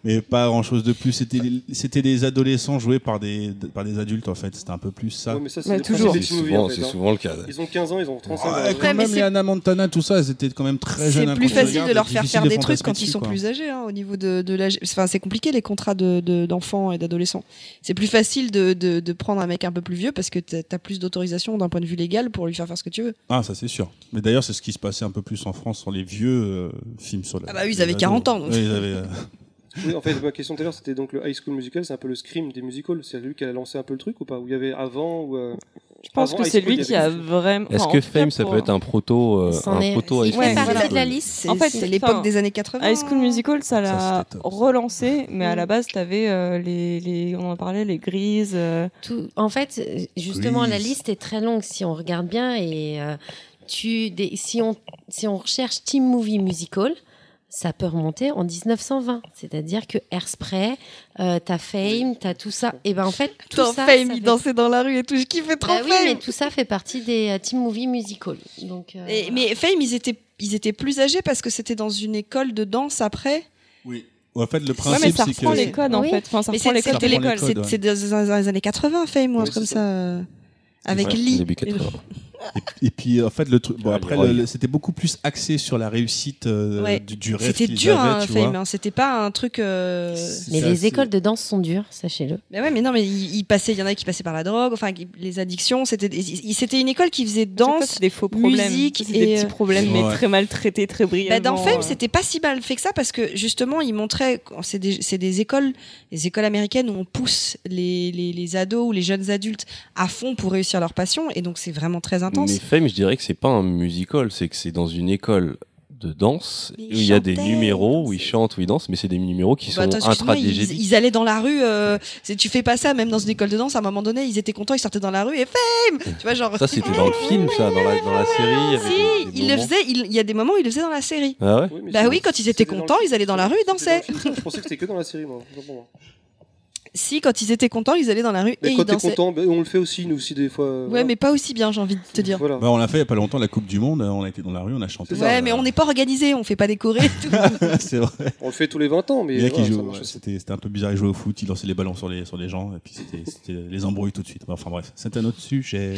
Speaker 2: mais pas grand chose de plus. C'était c'était des adolescents joués par des, par des adultes, en fait. C'était un peu plus ça.
Speaker 5: Ouais, mais ça,
Speaker 6: Mais
Speaker 5: c'est le
Speaker 6: toujours.
Speaker 5: principe des
Speaker 1: C'est
Speaker 5: teen movies, en
Speaker 1: souvent,
Speaker 5: fait,
Speaker 1: c'est
Speaker 5: hein.
Speaker 1: souvent le cas.
Speaker 5: Ils ont 15 ans, ils ont 35 ans.
Speaker 2: Ouais,
Speaker 5: Ouais,
Speaker 2: Ah, quand
Speaker 4: mais
Speaker 2: même,
Speaker 4: c'est-
Speaker 2: les Anna Montana, tout ça, c'était quand même très
Speaker 4: C'est
Speaker 2: jeune.
Speaker 4: plus facile de leur faire faire des trucs quand ils sont plus âgés, hein, au niveau de, de l'âge. Enfin, c'est compliqué les contrats de- de- d'enfants et d'adolescents. C'est plus facile de, de- de prendre un mec un peu plus vieux parce que t'as as plus d'autorisation d'un point de vue légal pour lui faire faire ce que tu veux.
Speaker 2: Ah, ça c'est sûr. Mais d'ailleurs, c'est ce qui se passait un peu plus en France sur les vieux euh, films sur la.
Speaker 4: Ah bah oui, ils
Speaker 2: les
Speaker 4: avaient
Speaker 2: ados.
Speaker 4: 40 ans, donc.
Speaker 2: Ouais, ils avaient, euh,
Speaker 5: Oui, en fait, ma question tout à l'heure, c'était donc le High School Musical, c'est un peu le scream des musicals. C'est lui qui a lancé un peu le truc ou pas Où il y avait avant ou euh,
Speaker 6: Je pense
Speaker 5: Avant
Speaker 6: que
Speaker 5: High
Speaker 6: c'est
Speaker 5: School,
Speaker 6: lui
Speaker 5: il y
Speaker 6: qui
Speaker 5: avait
Speaker 6: a
Speaker 5: des-
Speaker 6: vraiment.
Speaker 1: Est-ce
Speaker 6: enfin, en
Speaker 1: que
Speaker 6: tout cas,
Speaker 1: Fame, ça
Speaker 6: pour-
Speaker 1: peut être un proto, euh,
Speaker 3: C'en
Speaker 1: un
Speaker 3: est-
Speaker 1: proto
Speaker 3: il
Speaker 1: High
Speaker 3: fait
Speaker 1: School
Speaker 6: Ouais,
Speaker 3: partie
Speaker 1: Musical.
Speaker 3: de la liste.
Speaker 4: C'est
Speaker 6: En fait,
Speaker 4: c'est l'époque
Speaker 6: enfin,
Speaker 4: des années 80.
Speaker 6: Ah, High School Musical, ça
Speaker 2: Ça,
Speaker 6: l'a
Speaker 2: c'était top.
Speaker 6: relancé, mais à la
Speaker 4: Mm.
Speaker 6: base, t'avais euh, les, les, on en parlait, les grises. euh,
Speaker 3: Tout- en fait, euh, justement,
Speaker 2: Grease.
Speaker 3: la liste est très longue si on regarde bien. Et euh, tu, des- si, on, si on recherche Team Movie Musical, ça peut remonter en 1920. C'est-à-dire que Airspray, euh, t'as Fame, t'as tout ça. Et ben en fait, tout
Speaker 4: Dans
Speaker 3: ça.
Speaker 4: Fame,
Speaker 3: ça
Speaker 4: il
Speaker 3: fait-
Speaker 4: dansait dans la rue et tout, je kiffais trop
Speaker 3: Bah oui,
Speaker 4: Fame.
Speaker 3: mais tout ça fait partie des euh, Team Movie Musical. Donc, euh,
Speaker 4: Et- mais Fame, ils étaient, ils étaient plus âgés parce que c'était dans une école de danse après.
Speaker 2: En fait, le
Speaker 6: Ouais, mais
Speaker 2: principe,
Speaker 6: ça
Speaker 2: c'est
Speaker 6: reprend
Speaker 2: que.
Speaker 6: les codes en
Speaker 3: Oui.
Speaker 6: fait. Enfin, ça
Speaker 4: Mais
Speaker 6: reprend
Speaker 4: c'est-
Speaker 6: les codes de
Speaker 4: c'était
Speaker 2: Ça reprend
Speaker 6: l'école.
Speaker 2: les codes,
Speaker 4: C'est
Speaker 2: ouais.
Speaker 4: c'est dans les années 80, Fame, ou un
Speaker 5: Oui,
Speaker 4: truc comme
Speaker 5: c'est
Speaker 4: ça. euh, Avec
Speaker 1: Ouais,
Speaker 4: Lee.
Speaker 1: Début 80.
Speaker 2: Et, et puis euh, en fait le truc bon
Speaker 1: Ouais,
Speaker 2: après
Speaker 1: les drogues.
Speaker 2: le- le- c'était beaucoup plus axé sur la réussite euh,
Speaker 4: Ouais.
Speaker 2: du, du rêve
Speaker 4: C'était
Speaker 2: qu'ils
Speaker 4: dur,
Speaker 2: avaient,
Speaker 4: hein,
Speaker 2: tu
Speaker 4: Fame.
Speaker 2: vois.
Speaker 4: hein. C'était pas un truc. euh,
Speaker 3: Mais
Speaker 2: Ça,
Speaker 3: les
Speaker 2: c'est-
Speaker 3: écoles de danse sont dures, sachez-le.
Speaker 4: Mais Bah ouais, mais non, mais il, il passait. Il y en a qui passaient par la drogue, enfin qui- les addictions. C'était, il- il- c'était une école qui faisait
Speaker 6: Danse,
Speaker 4: danse.
Speaker 6: des faux problèmes.
Speaker 4: musique
Speaker 6: C'est
Speaker 4: et,
Speaker 6: des petits
Speaker 4: euh,
Speaker 6: problèmes, mais
Speaker 2: Ouais.
Speaker 6: très mal traités, très
Speaker 4: Bah,
Speaker 6: brillamment.
Speaker 4: dans Fame,
Speaker 6: euh.
Speaker 4: c'était pas si mal fait que ça parce que justement, ils montraient. qu'on- C'est des, c'est des écoles, les écoles américaines où on pousse les, les, les ados ou les jeunes adultes à fond pour réussir leur passion, et donc c'est vraiment très intense.
Speaker 1: Mais Fame, je dirais que c'est pas un musical, c'est que c'est dans une école de danse
Speaker 4: Mais
Speaker 1: où
Speaker 4: ils
Speaker 1: il y a des
Speaker 4: chantaient,
Speaker 1: numéros où
Speaker 4: ils
Speaker 1: ils chantent, où ils dansent, mais c'est des numéros qui
Speaker 4: Bah,
Speaker 1: sont
Speaker 4: attends, excuse-moi, ils,
Speaker 1: intradigédiques.
Speaker 4: ils allaient dans la rue. euh, c'est- tu fais pas ça, même dans une école de danse. À un moment donné, ils étaient contents, ils sortaient dans la rue et fame. Tu vois, genre.
Speaker 1: Ça, c'était
Speaker 4: <laughs>
Speaker 1: dans le film, ça, dans la, dans la série. avec
Speaker 4: Si,
Speaker 1: des- des
Speaker 4: ils le
Speaker 1: moments.
Speaker 4: faisaient. il- Il y a des moments où ils le faisaient dans la série.
Speaker 1: Ah ouais
Speaker 5: mais
Speaker 4: Bah
Speaker 5: c'est-
Speaker 4: oui, quand ils étaient
Speaker 5: c'était dans le
Speaker 4: contents,
Speaker 5: film.
Speaker 4: ils allaient dans la rue, ils dansaient.
Speaker 5: C'était dans le film. Je pensais que c'était que dans la série, moi. autant pour moi.
Speaker 4: Si, quand ils étaient contents, ils allaient dans la rue et
Speaker 5: Mais
Speaker 4: ils
Speaker 5: quand t'es
Speaker 4: dansaient.
Speaker 5: content, bah, on le fait aussi, nous aussi, des fois. euh,
Speaker 4: Ouais,
Speaker 5: voilà.
Speaker 4: mais pas aussi bien, j'ai envie de te dire.
Speaker 5: Voilà.
Speaker 2: Bah, on l'a fait il y a pas longtemps la Coupe du Monde, euh, on a été dans la rue, on a chanté.
Speaker 5: C'est ça,
Speaker 4: Ouais, mais on n'est pas organisé, on fait pas décorer. et tout.
Speaker 5: <laughs>
Speaker 2: <laughs> c'est vrai.
Speaker 5: On le fait tous les 20 ans, mais.
Speaker 2: Il y en a qui
Speaker 5: voilà, ça
Speaker 2: jouent,
Speaker 5: marche
Speaker 2: ouais,
Speaker 5: aussi.
Speaker 2: C'était c'était un peu bizarre, ils jouaient au foot, ils lançaient les ballons sur les, sur les gens, et puis c'était c'était les embrouilles tout de suite. Enfin bref, c'est un autre sujet.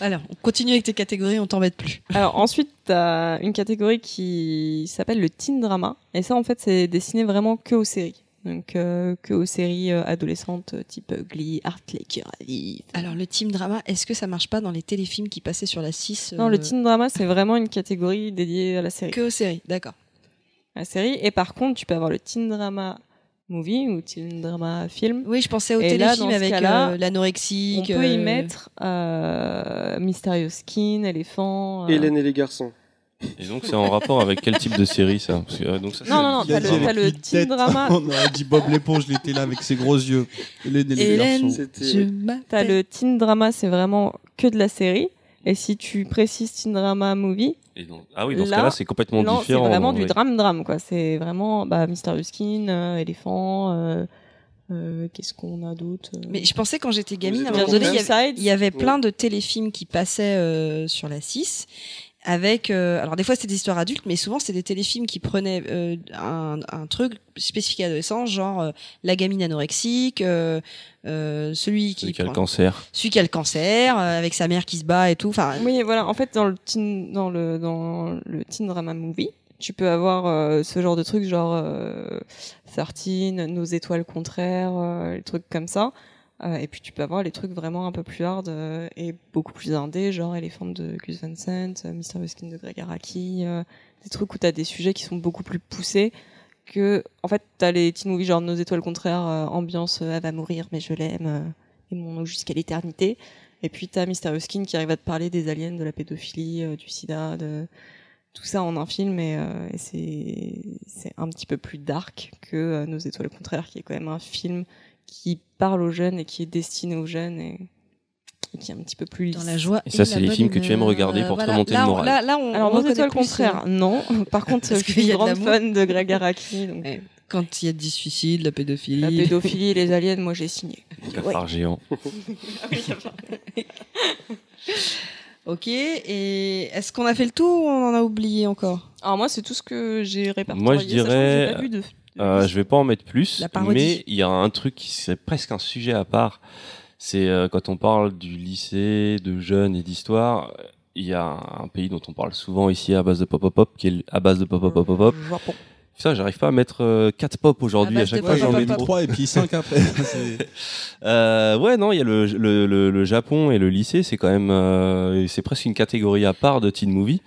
Speaker 4: Alors, on continue avec tes catégories, on t'embête plus.
Speaker 6: Alors ensuite, t'as une catégorie qui s'appelle le teen drama, et ça en fait c'est destiné vraiment que aux séries, donc euh, que aux séries euh, adolescentes euh, type euh, Glee, Art Lake, Ravi.
Speaker 4: Alors, le team drama, est-ce que ça marche pas dans les téléfilms qui passaient sur la 6
Speaker 6: Non, le teen drama c'est vraiment une catégorie dédiée à la série.
Speaker 4: Que aux séries, d'accord.
Speaker 6: À la série. Et par contre, tu peux avoir le teen drama movie ou teen drama film.
Speaker 4: Oui, je pensais aux
Speaker 6: Et là,
Speaker 4: téléfilms
Speaker 6: dans ce
Speaker 4: avec
Speaker 6: cas-là,
Speaker 4: euh,
Speaker 6: On
Speaker 4: l'anorexie.
Speaker 6: peut y mettre euh, Mysterious Skin, Elephant. euh,
Speaker 5: Hélène et
Speaker 4: <laughs>
Speaker 5: les garçons.
Speaker 1: Et donc, c'est <laughs> en rapport avec quel type de série, ça Parce que, euh, donc, ça,
Speaker 6: Non,
Speaker 1: c'est-
Speaker 6: non, non,
Speaker 2: Il a dit
Speaker 6: t'as le,
Speaker 2: avec
Speaker 6: t'as le
Speaker 2: une
Speaker 6: teen
Speaker 2: tête.
Speaker 6: drama.
Speaker 2: <laughs> On aurait dit Bob l'éponge, il était là avec ses gros yeux. Hélène et les
Speaker 4: Hélène,
Speaker 2: garçons.
Speaker 5: C'était-
Speaker 4: je
Speaker 6: T'as
Speaker 4: m'appelle.
Speaker 6: le teen drama, c'est vraiment que de la série. Et si tu précises teen drama movie,
Speaker 1: Et donc- ah oui, dans ce
Speaker 6: Là,
Speaker 1: cas-là, c'est complètement
Speaker 6: non, c'est
Speaker 1: différent.
Speaker 6: vraiment
Speaker 1: non,
Speaker 6: du
Speaker 1: oui.
Speaker 6: drame-drame, quoi. C'est vraiment bah, Mysterious Skin, euh, Elephant, euh, euh, qu'est-ce qu'on a d'autre euh,
Speaker 4: Mais je pensais quand j'étais gamine, à un
Speaker 5: êtes
Speaker 4: moment
Speaker 6: Virgin
Speaker 4: donné, il y avait-
Speaker 6: Suicides.
Speaker 4: il y avait
Speaker 5: Ouais.
Speaker 4: plein de téléfilms qui passaient euh, sur la 6 avec euh, alors des fois c'était des histoires adultes mais souvent c'était des téléfilms qui prenaient euh, un, un truc spécifique à l'adolescence genre euh, la gamine anorexique euh, euh, celui
Speaker 1: Celui
Speaker 4: qui
Speaker 1: qui a le
Speaker 4: prend-
Speaker 6: hein.
Speaker 1: cancer.
Speaker 4: celui qui a le cancer euh, avec sa mère qui se bat et tout enfin
Speaker 6: Oui, voilà. En fait, dans le teen, dans le dans le teen drama movie, tu peux avoir euh, ce genre de trucs, genre euh, 13, Nos étoiles contraires, euh, les trucs comme ça. Euh, et puis tu peux avoir les trucs vraiment un peu plus hard euh, et beaucoup plus indés, genre Elephant de Gus Van Sant, euh, Mysterious Skin de Greg Araki, euh, des trucs où t'as des sujets qui sont beaucoup plus poussés que, en fait, t'as les teen movies genre Nos étoiles contraires, euh, ambiance euh, Elle va mourir mais je l'aime euh, et mon eau jusqu'à l'éternité. Et puis t'as Mysterious Skin qui arrive à te parler des aliens, de la pédophilie, euh, du sida, de tout ça en un film et, euh, et c'est c'est un petit peu plus dark que euh, Nos étoiles contraires qui est quand même un film qui parle aux jeunes et qui est destiné aux jeunes et, et qui est un petit peu plus
Speaker 4: dans
Speaker 6: lisse.
Speaker 4: la joie
Speaker 1: Et ça,
Speaker 4: la
Speaker 1: c'est les
Speaker 4: bonne
Speaker 1: films que tu aimes
Speaker 4: humeur. euh,
Speaker 1: regarder pour te remonter le
Speaker 4: là, on-
Speaker 1: moral.
Speaker 4: là, là, on
Speaker 6: Alors
Speaker 4: on
Speaker 6: Nos
Speaker 4: reconnaît
Speaker 6: étoiles
Speaker 4: plus, euh,
Speaker 6: contraires, non. Par
Speaker 4: <laughs>
Speaker 6: contre,
Speaker 4: Parce
Speaker 6: je
Speaker 4: qu'il
Speaker 6: suis
Speaker 4: y a
Speaker 6: une
Speaker 4: de
Speaker 6: grande
Speaker 4: l'amour.
Speaker 6: fan de Greg Araki. donc,
Speaker 4: Ouais. quand il y a du suicide la pédophilie
Speaker 6: La pédophilie et les aliens, moi j'ai signé.
Speaker 1: Cafard géant.
Speaker 4: ok et est-ce qu'on a fait le tour ou on en a oublié encore
Speaker 6: Alors moi, c'est tout ce que j'ai répertorié.
Speaker 1: Moi, je
Speaker 6: sachant que
Speaker 1: dirais,
Speaker 6: j'ai pas vu de- de-
Speaker 1: Euh, je vais pas en mettre plus,
Speaker 4: La parodie.
Speaker 1: mais il y a un truc qui c'est presque un sujet à part. C'est euh, quand on parle du lycée, de jeunes et d'histoire, euh, il y a un, un pays dont on parle souvent ici à base de pop pop pop, qui est le- à base de pop pop pop pop. pop.
Speaker 6: Japon.
Speaker 1: Putain, j'arrive pas à mettre euh, quatre pop aujourd'hui
Speaker 4: À
Speaker 1: à,
Speaker 4: base
Speaker 1: chaque
Speaker 4: de
Speaker 1: fois
Speaker 4: pop,
Speaker 1: j'en
Speaker 4: pop,
Speaker 1: mets
Speaker 4: pop.
Speaker 1: trop.
Speaker 2: 3 et puis
Speaker 1: <laughs>
Speaker 2: 5 après. C'est-
Speaker 1: Euh, ouais, non, il y a le, le, le, le Japon et le lycée, c'est quand même, euh, c'est presque une catégorie à part de teen movie,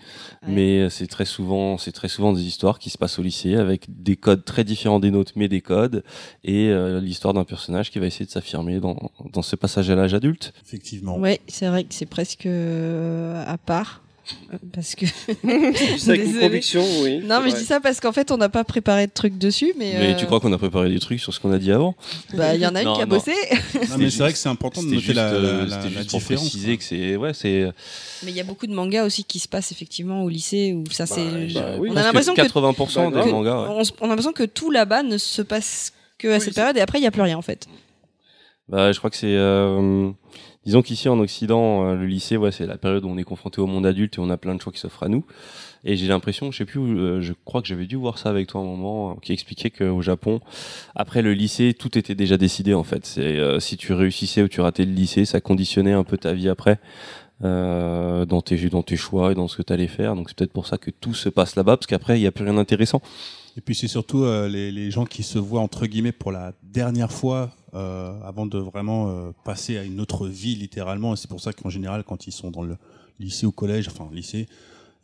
Speaker 4: Ouais.
Speaker 1: mais euh, c'est très souvent, c'est très souvent des histoires qui se passent au lycée avec des codes très différents des nôtres, mais des codes et euh, l'histoire d'un personnage qui va essayer de s'affirmer dans, dans ce passage à l'âge adulte.
Speaker 2: Effectivement.
Speaker 4: Ouais, c'est vrai que c'est presque euh, à part. Euh, Parce <laughs> que
Speaker 5: Je dis ça avec une
Speaker 4: Désolée.
Speaker 5: conviction, oui.
Speaker 4: non, mais
Speaker 5: c'est
Speaker 4: je dis ça parce qu'en fait, on n'a pas préparé de trucs dessus, mais
Speaker 1: Mais
Speaker 4: euh,
Speaker 1: tu crois qu'on a préparé des trucs sur ce qu'on a dit avant
Speaker 4: bah, il y en a une
Speaker 1: Non,
Speaker 4: qui a
Speaker 1: non.
Speaker 4: bossé,
Speaker 2: Non, mais c'est vrai que c'est important de
Speaker 1: C'était
Speaker 2: noter
Speaker 1: juste,
Speaker 2: la,
Speaker 1: euh,
Speaker 2: la- la-
Speaker 1: c'était
Speaker 2: la
Speaker 1: juste pour
Speaker 2: différence.
Speaker 1: préciser que c'est, ouais, c'est.
Speaker 4: <laughs> mais il y a beaucoup de mangas aussi qui se passent effectivement au lycée où ça c'est.
Speaker 5: bah,
Speaker 1: je
Speaker 5: oui.
Speaker 1: pense
Speaker 5: On a
Speaker 1: euh, que
Speaker 4: l'impression que-
Speaker 1: 80%
Speaker 5: que-
Speaker 1: des mangas. ouais.
Speaker 4: On, s- on a l'impression que tout là-bas ne se passe que à
Speaker 5: Oui,
Speaker 4: cette
Speaker 5: c'est-
Speaker 4: période et après il n'y a plus rien en fait.
Speaker 1: Bah, je crois que c'est. euh, disons qu'ici en Occident, euh, le lycée, ouais, c'est la période où on est confronté au monde adulte et on a plein de choix qui s'offrent à nous. Et j'ai l'impression, je sais plus, où, euh, je crois que j'avais dû voir ça avec toi un moment, euh, qui expliquait qu'au Japon, après le lycée, tout était déjà décidé en fait. C'est euh, si tu réussissais ou tu ratais le lycée, ça conditionnait un peu ta vie après. euh, dans, tes, dans tes choix et dans ce que tu allais faire. Donc c'est peut-être pour ça que tout se passe là-bas, parce qu'après, il n'y a plus rien d'intéressant.
Speaker 2: Et puis c'est surtout euh, les, les gens qui se voient entre guillemets pour la dernière fois euh, avant de vraiment euh, passer à une autre vie littéralement. Et c'est pour ça qu'en général, quand ils sont dans le lycée ou collège, enfin lycée,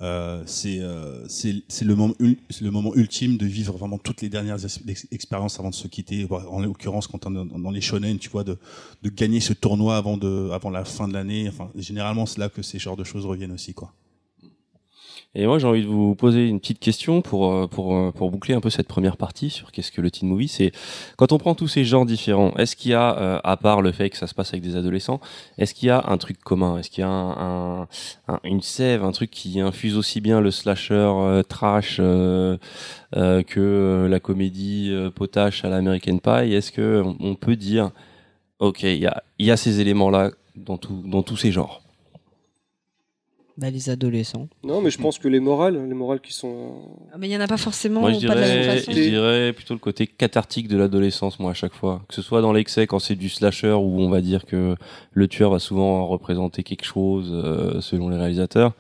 Speaker 2: euh, c'est euh, c'est c'est le moment ul- c'est le moment ultime de vivre vraiment toutes les dernières ex- ex- expériences avant de se quitter. Bah, En l'occurrence, quand on est dans dans les shonen, tu vois, de, de gagner ce tournoi avant de avant la fin de l'année. Enfin, généralement, c'est là que ces genres de choses reviennent aussi, quoi.
Speaker 1: Et moi, j'ai envie de vous poser une petite question pour, euh, pour, euh, pour boucler un peu cette première partie sur qu'est-ce que le teen movie. C'est quand on prend tous ces genres différents, est-ce qu'il y a, euh, à part le fait que ça se passe avec des adolescents, est-ce qu'il y a un truc commun Est-ce qu'il y a un, un- un- une sève, un truc qui infuse aussi bien le slasher euh, trash euh, euh, que euh, la comédie euh, potache à l'American Pie Est-ce que on- on peut dire, ok, il y a, il y a ces éléments-là dans, tout, dans tous ces genres
Speaker 4: Bah, les adolescents.
Speaker 5: Non, mais je pense que les morales, les morales qui sont. euh,
Speaker 4: Ah, mais il n'y en a pas forcément,
Speaker 1: Moi, je
Speaker 4: pas de la même
Speaker 1: dirais,
Speaker 4: façon.
Speaker 1: je dirais plutôt le côté cathartique de l'adolescence, moi, à chaque fois. Que ce soit dans l'excès, quand c'est du slasher, où on va dire que le tueur va souvent représenter quelque chose, euh, selon les réalisateurs.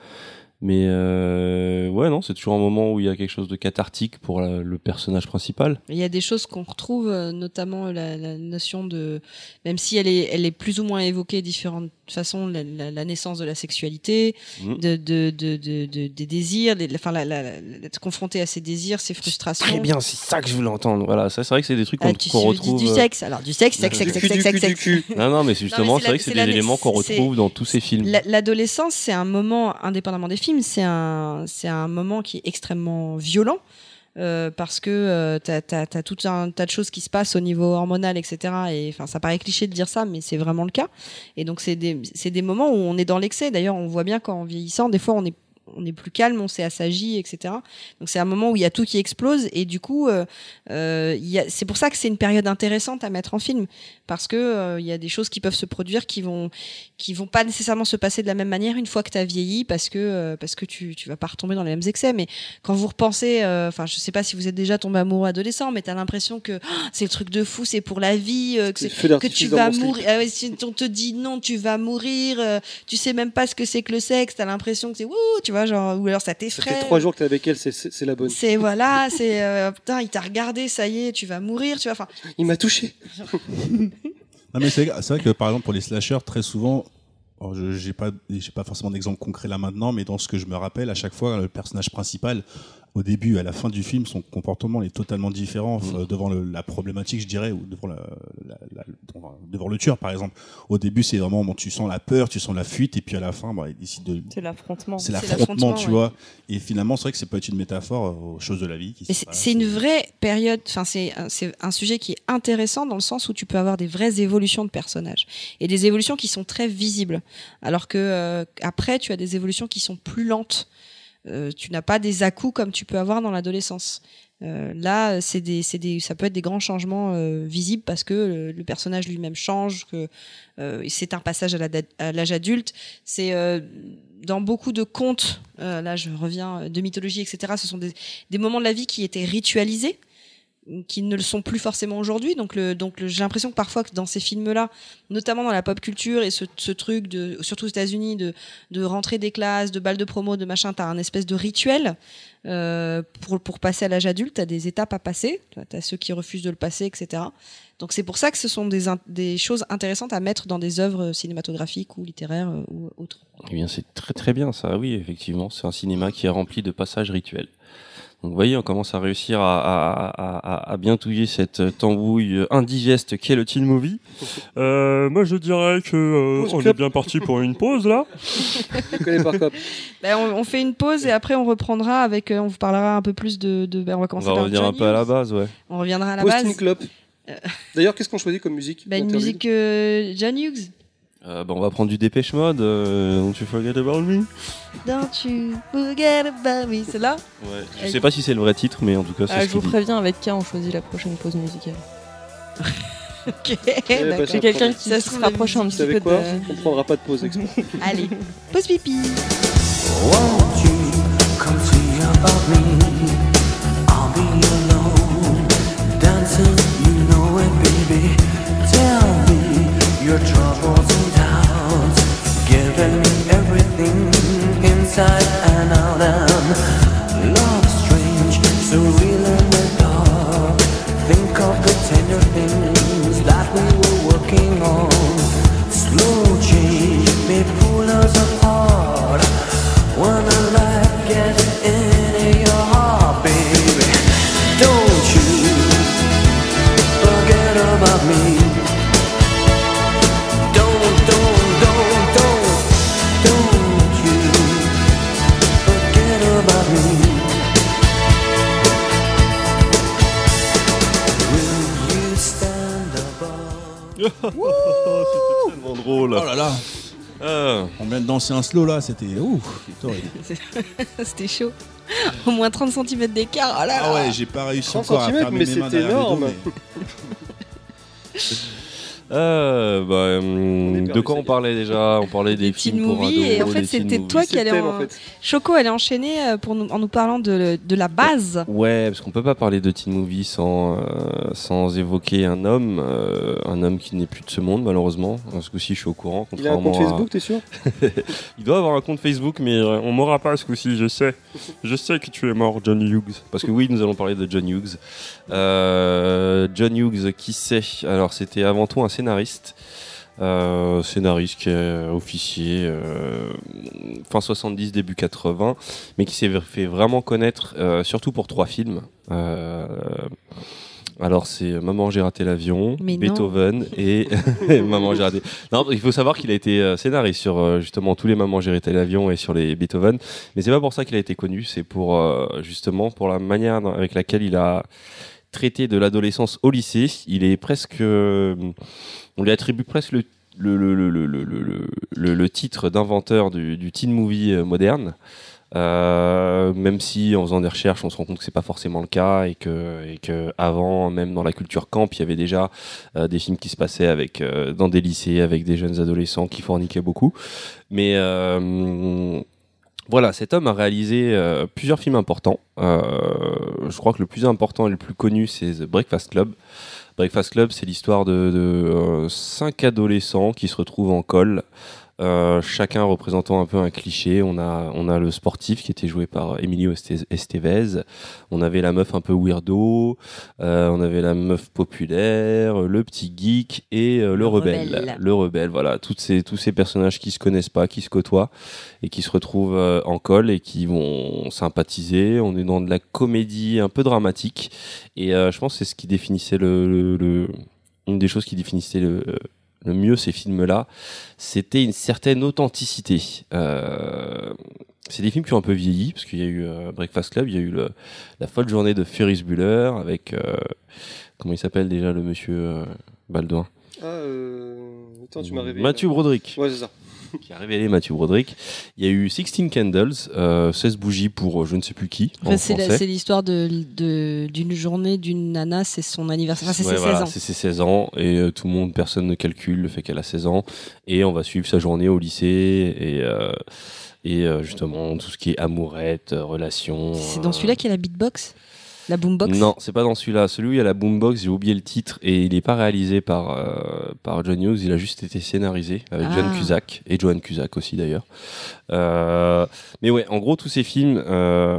Speaker 1: Mais euh, ouais, non, c'est toujours un moment où il y a quelque chose de cathartique pour la- le personnage principal.
Speaker 4: Il y a des choses qu'on retrouve, euh, notamment la, la notion de, même si elle est, elle est plus ou moins évoquée de différentes façons, la, la- la naissance de la sexualité,
Speaker 1: Mhm.
Speaker 4: de, de, de, de- de- des désirs, des- enfin, la- la- la- d'être confronté à ses désirs, ses frustrations.
Speaker 1: Très bien, c'est ça que je voulais entendre. Voilà, ça, c'est vrai que c'est des trucs qu'on
Speaker 4: Ah,
Speaker 1: qu'on
Speaker 4: tu sais, du-
Speaker 1: retrouve. euh,
Speaker 4: du sexe, alors du sexe, sexe,
Speaker 1: Du
Speaker 4: sexe,
Speaker 5: Du
Speaker 4: sexe,
Speaker 5: cul, du
Speaker 4: sexe,
Speaker 5: cul, du
Speaker 4: sexe.
Speaker 5: cul.
Speaker 1: Non, non, mais c'est justement, c'est
Speaker 4: c'est la-
Speaker 1: vrai que c'est
Speaker 4: c'est
Speaker 1: des
Speaker 4: la-
Speaker 1: éléments qu'on
Speaker 4: c'est-
Speaker 1: retrouve dans tous ces films.
Speaker 4: La- L'adolescence, c'est un moment, indépendamment des films, c'est un, c'est un moment qui est extrêmement violent. euh, parce que euh, t'as, t'as, t'as tout un tas de choses qui se passent au niveau hormonal, etc. Et enfin, ça paraît cliché de dire ça, mais c'est vraiment le cas. Et donc, c'est des, c'est des moments où on est dans l'excès. D'ailleurs, on voit bien qu'en vieillissant, des fois, on est, on est plus calme, on s'est assagi, etc. Donc, c'est un moment où il y a tout qui explose. Et du coup, euh, euh, il y a, c'est pour ça que c'est une période intéressante à mettre en film. Parce que euh, il y a des choses qui peuvent se produire qui vont, qui vont pas nécessairement se passer de la même manière une fois que tu as vieilli parce que euh, parce que tu tu vas pas retomber dans les mêmes excès mais quand vous repensez euh, enfin je sais pas si vous êtes déjà tombé amoureux adolescent mais tu as l'impression que Ah, c'est le truc de fou c'est pour la vie euh, que
Speaker 5: C'est
Speaker 4: c'est
Speaker 5: le feu
Speaker 4: que tu
Speaker 5: d'artifice dans
Speaker 4: vas
Speaker 5: mon slip.
Speaker 4: mourir Ah ouais, si on te dit non tu vas mourir euh, tu sais même pas ce que c'est que le sexe t'as l'impression que c'est wouh tu vois genre ou alors ça
Speaker 5: Ça fait
Speaker 4: t'effraie
Speaker 5: trois jours que t'es avec elle, c'est- c'est c'est la bonne.
Speaker 4: c'est voilà c'est euh, putain il t'a regardé ça y est tu vas mourir tu vois enfin
Speaker 5: Il m'a touché.
Speaker 2: Non, mais c'est c'est vrai que par exemple pour les slashers, très souvent, alors, je j'ai pas, j'ai pas forcément d'exemple concret là maintenant, mais dans ce que je me rappelle, à chaque fois, le personnage principal, au début et à la fin du film, son comportement est totalement différent euh, devant le- la problématique, je dirais, ou devant, la- la- la- devant- devant le tueur, par exemple. Au début, c'est vraiment, bon, tu sens la peur, tu sens la fuite, et puis à la fin, bah, il décide de.
Speaker 6: C'est l'affrontement.
Speaker 2: C'est
Speaker 4: l'affrontement,
Speaker 2: l'affrontement, tu
Speaker 4: ouais.
Speaker 2: vois. Et finalement, c'est vrai que c'est peut être une métaphore euh, aux choses de la vie. qui se
Speaker 4: Mais c'est-
Speaker 2: passent. euh,
Speaker 4: c'est une vraie période, enfin c'est un- c'est un sujet qui est intéressant dans le sens où tu peux avoir des vraies évolutions de personnages et des évolutions qui sont très visibles, alors que euh, après tu as des évolutions qui sont plus lentes. Euh, tu n'as pas des à-coups comme tu peux avoir dans l'adolescence. Euh, là, c'est des, c'est des, ça peut être des grands changements euh, visibles parce que euh, le personnage lui-même change, que euh, et c'est un passage à la da- à l'âge adulte. C'est euh, dans beaucoup de contes, euh, là je reviens euh, de mythologie, etc. Ce sont des, des moments de la vie qui étaient ritualisés qui ne le sont plus forcément aujourd'hui donc le donc le- j'ai l'impression que parfois que dans ces films là notamment dans la pop culture et ce, ce truc de surtout aux États-Unis de de rentrer des classes de balles de promo de machin t'as un espèce de rituel euh, pour pour passer à l'âge adulte t'as des étapes à passer t'as ceux qui refusent de le passer etc donc c'est pour ça que ce sont des in- des choses intéressantes à mettre dans des œuvres cinématographiques ou littéraires euh, ou autres
Speaker 1: Eh bien, c'est très très bien ça, oui, effectivement. C'est un cinéma qui est rempli de passages rituels. Donc, vous voyez, on commence à réussir à, à, à- à- à bien touiller cette euh, tambouille euh, indigeste qu'est le teen movie. <laughs> Euh, moi, je dirais que euh,
Speaker 5: Pause
Speaker 1: on est
Speaker 5: club.
Speaker 1: bien parti pour une pause là.
Speaker 5: Je connais par cop.
Speaker 4: Ben, on, on fait une pause et après on reprendra avec, euh, on vous parlera un peu plus de, de- ben, on va
Speaker 1: On
Speaker 4: commencer
Speaker 1: va
Speaker 4: par
Speaker 1: revenir un
Speaker 4: Johnny.
Speaker 1: peu à la base, ouais.
Speaker 4: On reviendra <laughs> à la
Speaker 5: Post une
Speaker 4: base.
Speaker 5: clope.
Speaker 4: Euh.
Speaker 5: D'ailleurs, qu'est-ce qu'on choisit comme musique
Speaker 4: Ben, une
Speaker 5: d'interlude
Speaker 4: musique euh, John Hughes.
Speaker 1: Euh, bah, on va prendre du dépêche mode. Euh, don't you forget about me.
Speaker 4: Don't you forget about me. C'est là.
Speaker 1: Ouais. Je sais pas si c'est le vrai titre, mais en tout cas, c'est
Speaker 6: Ah,
Speaker 1: ce
Speaker 6: je vous
Speaker 1: qu'il dit.
Speaker 6: préviens, avec K, on choisit la prochaine pause musicale.
Speaker 4: Ok.
Speaker 5: Eh, bah,
Speaker 4: d'accord.
Speaker 5: ça-
Speaker 6: C'est quelqu'un qui
Speaker 4: Ça se
Speaker 6: se
Speaker 4: trouve,
Speaker 6: rapproche un
Speaker 5: Vous
Speaker 6: petit peu
Speaker 5: savez quoi
Speaker 6: de...
Speaker 5: On prendra pas de pause
Speaker 4: <laughs>
Speaker 5: exprès.
Speaker 4: Allez, pause pipi. <laughs>
Speaker 8: Won't you come see about me? I'll be alone. Dancing, you know it, baby. Tell me your troubles and doubts. Giving me everything. inside and out and love strange, so real and the dark. Think of the tender things that we were working on. Slow change may pull us apart. When a light gets into your heart, baby, don't you forget about me. Don't, don't, don't, don't, don't you forget about me. Will you stand above?
Speaker 1: C'était tellement drôle.
Speaker 2: Oh là là,
Speaker 1: Ah.
Speaker 2: on vient de danser un slow là, c'était ouf, c'était horrible.
Speaker 4: C'était chaud. Au moins 30 cm d'écart. Oh là là.
Speaker 2: Ah ouais, j'ai pas réussi
Speaker 5: 30
Speaker 2: encore à
Speaker 5: centimètres, mais
Speaker 2: fermer mes mains
Speaker 5: c'était
Speaker 2: derrière les dos,
Speaker 5: énorme.
Speaker 2: mais-
Speaker 1: Euh, bah, hum,
Speaker 5: est
Speaker 1: de
Speaker 5: perdu,
Speaker 1: quoi
Speaker 5: ça
Speaker 1: on
Speaker 5: y est.
Speaker 1: parlait déjà On parlait des,
Speaker 4: Des teen
Speaker 1: films pour
Speaker 4: movies,
Speaker 1: ados,
Speaker 4: et en fait,
Speaker 1: des teen
Speaker 4: c'était
Speaker 1: movies.
Speaker 4: toi qui
Speaker 5: C'est
Speaker 4: allais
Speaker 5: le thème,
Speaker 4: en-
Speaker 5: en fait.
Speaker 4: Choco, elle a enchaîné euh, pour nous, en nous parlant de, de la base.
Speaker 1: Ouais, parce qu'on peut pas parler de teen movie sans euh, sans évoquer un homme, euh, un homme qui n'est plus de ce monde malheureusement. Parce que si je suis au courant,
Speaker 5: Il a un
Speaker 1: contrairement
Speaker 5: compte
Speaker 1: à-
Speaker 5: Facebook, t'es sûr
Speaker 1: Il doit avoir un compte Facebook, mais euh, on m'aura pas ce coup-ci, je sais. Je sais que tu es mort, John Hughes. Parce que oui, nous allons parler de John Hughes. Euh, John Hughes, qui sait Alors, c'était avant tout un scénariste. Euh, scénariste qui est officier euh, fin 70, début 80, mais qui s'est fait vraiment connaître euh, surtout pour trois films. Euh, alors, c'est Maman, j'ai raté l'avion,
Speaker 4: Mais non.
Speaker 1: Beethoven et <laughs> Maman, j'ai raté. Non, il faut savoir qu'il a été euh, scénariste sur euh, justement tous les Maman, j'ai raté l'avion et sur les Beethoven. Mais c'est pas pour ça qu'il a été connu, c'est pour euh, justement pour la manière dans- avec laquelle il a traité de l'adolescence au lycée. Il est presque, euh, on lui attribue presque le le, le, le, le, le, le- le- le titre d'inventeur du, du teen movie euh, moderne. Euh, même si en faisant des recherches, on se rend compte que c'est pas forcément le cas et que, et que avant, même dans la culture camp, il y avait déjà euh, des films qui se passaient avec euh, dans des lycées avec des jeunes adolescents qui forniquaient beaucoup. Mais euh, voilà, cet homme a réalisé euh, plusieurs films importants. Euh, je crois que le plus important et le plus connu, c'est The Breakfast Club. Breakfast Club, c'est l'histoire de, de, euh, cinq adolescents qui se retrouvent en col. euh, chacun représentant un peu un cliché. On a, on a le sportif qui était joué par Emilio Este- Estevez. On avait la meuf un peu weirdo. euh, on avait la meuf populaire, le petit geek et euh, le,
Speaker 4: Le
Speaker 1: rebelle.
Speaker 4: rebelle.
Speaker 1: Le rebelle, voilà. Toutes ces, tous ces personnages qui se connaissent pas, qui se côtoient et qui se retrouvent euh, en col et qui vont sympathiser. On est dans de la comédie un peu dramatique. Et euh, je pense que c'est ce qui définissait le, le- le- une des choses qui définissait le, le mieux ces films-là, c'était une certaine authenticité. Euh, c'est des films qui ont un peu vieilli, parce qu'il y a eu euh, Breakfast Club, il y a eu le- La folle journée de Ferris Bueller avec. euh, comment il s'appelle déjà le monsieur euh, Baldwin
Speaker 5: Ah, euh... Attends, tu m'as réveillé.
Speaker 1: Mathieu
Speaker 5: là.
Speaker 1: Broderick
Speaker 5: Ouais, c'est ça.
Speaker 1: qui a révélé Mathieu Broderick. Il y a eu 16 Candles, euh, 16 bougies pour euh, je ne sais plus qui. en
Speaker 4: Enfin, c'est la-
Speaker 1: français.
Speaker 4: c'est l'histoire de- de- d'une journée d'une nana, c'est son anniversaire. Enfin, c'est
Speaker 1: Ouais,
Speaker 4: ses
Speaker 1: voilà,
Speaker 4: 16 ans.
Speaker 1: C'est ses 16 ans et euh, tout le monde, personne ne calcule le fait qu'elle a 16 ans et on va suivre sa journée au lycée et, euh, et euh, justement tout ce qui est amourette, euh, relation.
Speaker 4: C'est
Speaker 1: euh,
Speaker 4: dans celui-là qu'il y a la beatbox La boombox
Speaker 1: Non, c'est pas dans celui-là. Celui où il y a la boombox, j'ai oublié le titre et il n'est pas réalisé par, euh, par John Hughes, il a juste été scénarisé avec John
Speaker 4: Ah.
Speaker 1: Cusack et Joan Cusack aussi d'ailleurs. Euh, mais ouais, en gros, tous ces films, euh,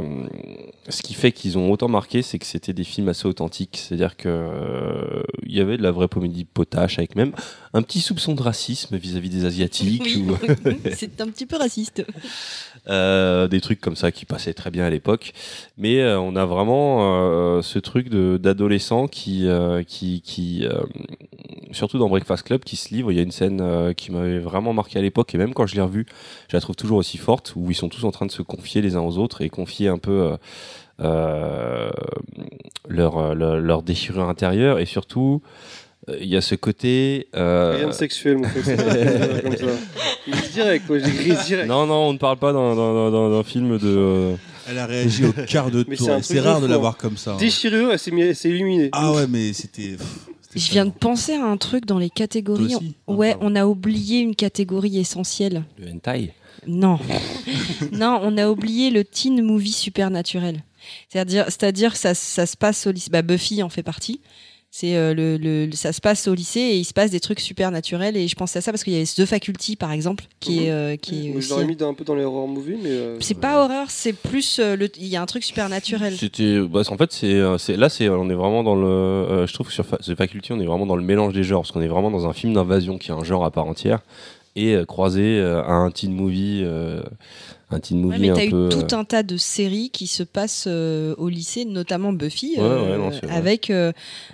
Speaker 1: ce qui fait qu'ils ont autant marqué, c'est que c'était des films assez authentiques. C'est-à-dire que euh, il y avait de la vraie comédie potache avec même un petit soupçon de racisme vis-à-vis des Asiatiques ou
Speaker 4: <laughs> c'est un petit peu raciste.
Speaker 1: euh, des trucs comme ça qui passaient très bien à l'époque. Mais euh, on a vraiment euh, ce truc de- d'adolescent qui, euh, qui, qui euh, surtout dans Breakfast Club, qui se livre. Il y a une scène euh, qui m'avait vraiment marqué à l'époque et même quand je l'ai revue, je la trouve toujours aussi forte, où ils sont tous en train de se confier les uns aux autres et confier un peu euh, euh, leur, euh, leur, leur déchirure intérieure et surtout. euh, Il y a ce côté. euh,
Speaker 5: Rien de sexuel, <laughs> mon pote. C'est pas comme ça. Grise direct, quoi. Je dis grise direct.
Speaker 1: non, non, on ne parle pas d'un- d'un d'un- d'un film de. euh,
Speaker 2: Elle a réagi au quart de <laughs>
Speaker 5: Mais
Speaker 2: tour.
Speaker 5: c'est un
Speaker 2: et
Speaker 5: truc
Speaker 2: C'est
Speaker 5: de
Speaker 2: rare de
Speaker 5: fou,
Speaker 2: l'avoir comme ça. hein.
Speaker 5: Déchirure, elle s'est mis- elle s'est illuminée.
Speaker 2: Ah ouais, mais c'était. pff, c'était
Speaker 4: Je viens de
Speaker 2: tellement-
Speaker 4: penser à un truc dans les
Speaker 2: Toi
Speaker 4: catégories.
Speaker 2: aussi
Speaker 4: Ouais,
Speaker 2: Ah, pardon.
Speaker 4: on a oublié une catégorie essentielle.
Speaker 1: de hentai.
Speaker 5: <laughs>
Speaker 4: Non. non, on a oublié le teen movie supernaturel. C'est-à-dire, c'est-à-dire que ça, ça se passe au lycée. Bah, Buffy en fait partie. C'est euh, le, le- ça se passe au lycée et il se passe des trucs super naturels et je pensais à ça parce qu'il y avait The Faculty par exemple qui est euh, qui est aussi-
Speaker 5: Moi, Mhm. Je l'aurais mis dans- un peu dans les horror movies, mais. euh,
Speaker 4: c'est pas horreur, c'est plus euh, le il y a un truc super naturel.
Speaker 1: C'était, bah, en fait, c'est, euh, c'est, là, c'est, on est vraiment dans le, euh, je trouve que sur Fa- The Faculty, on est vraiment dans le mélange des genres, parce qu'on est vraiment dans un film d'invasion qui est un genre à part entière, et euh, croisé euh, à un teen movie, euh, un teen
Speaker 4: Ouais,
Speaker 1: movie
Speaker 4: mais
Speaker 1: un
Speaker 4: t'as eu
Speaker 1: peu. euh,
Speaker 4: tout un tas de séries qui se passent euh, au lycée, notamment Buffy,
Speaker 1: Ouais,
Speaker 4: euh,
Speaker 1: ouais, non, c'est vrai.
Speaker 4: avec, euh,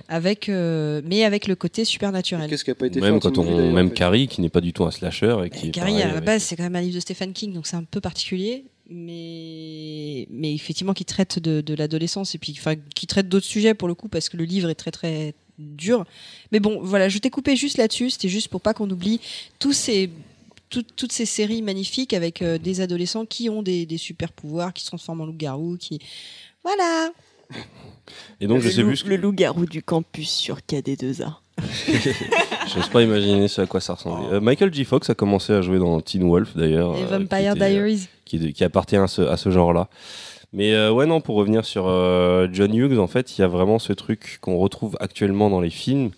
Speaker 4: avec, euh, mais avec le côté supernaturel.
Speaker 5: Qu'est-ce qui a pas été fait
Speaker 1: même
Speaker 5: en
Speaker 1: quand
Speaker 5: teen movie,
Speaker 1: on,
Speaker 5: d'ailleurs,
Speaker 1: même
Speaker 5: en fait.
Speaker 1: Carrie, qui n'est pas du tout un slasher et qui. est
Speaker 4: Carrie,
Speaker 1: pareil
Speaker 4: à la
Speaker 1: avec-
Speaker 4: base, c'est quand même un livre de Stephen King, donc c'est un peu particulier, mais, mais effectivement, qui traite de, de l'adolescence et puis enfin, qui traite d'autres sujets pour le coup, parce que le livre est très très dur. Mais bon, voilà, je t'ai coupé juste là-dessus, c'était juste pour pas qu'on oublie tous ces. tout- toutes ces séries magnifiques avec euh, des adolescents qui ont des, des super pouvoirs, qui se transforment en loup-garou, qui. Voilà!
Speaker 1: Et donc, je sais plus. ce que-
Speaker 6: Le loup-garou du campus sur KD2A.
Speaker 1: J'ose pas imaginer ce à quoi ça ressemblait.
Speaker 4: Oh.
Speaker 1: Euh, Michael G. Fox a commencé à jouer dans Teen Wolf d'ailleurs.
Speaker 4: Les
Speaker 1: euh, qui
Speaker 4: Vampire
Speaker 1: était, euh,
Speaker 4: Diaries.
Speaker 1: qui, est de- qui appartient à ce, à ce genre-là. Mais euh, ouais, non, pour revenir sur euh, John Hughes, en fait, il y a vraiment ce truc qu'on retrouve actuellement dans les films.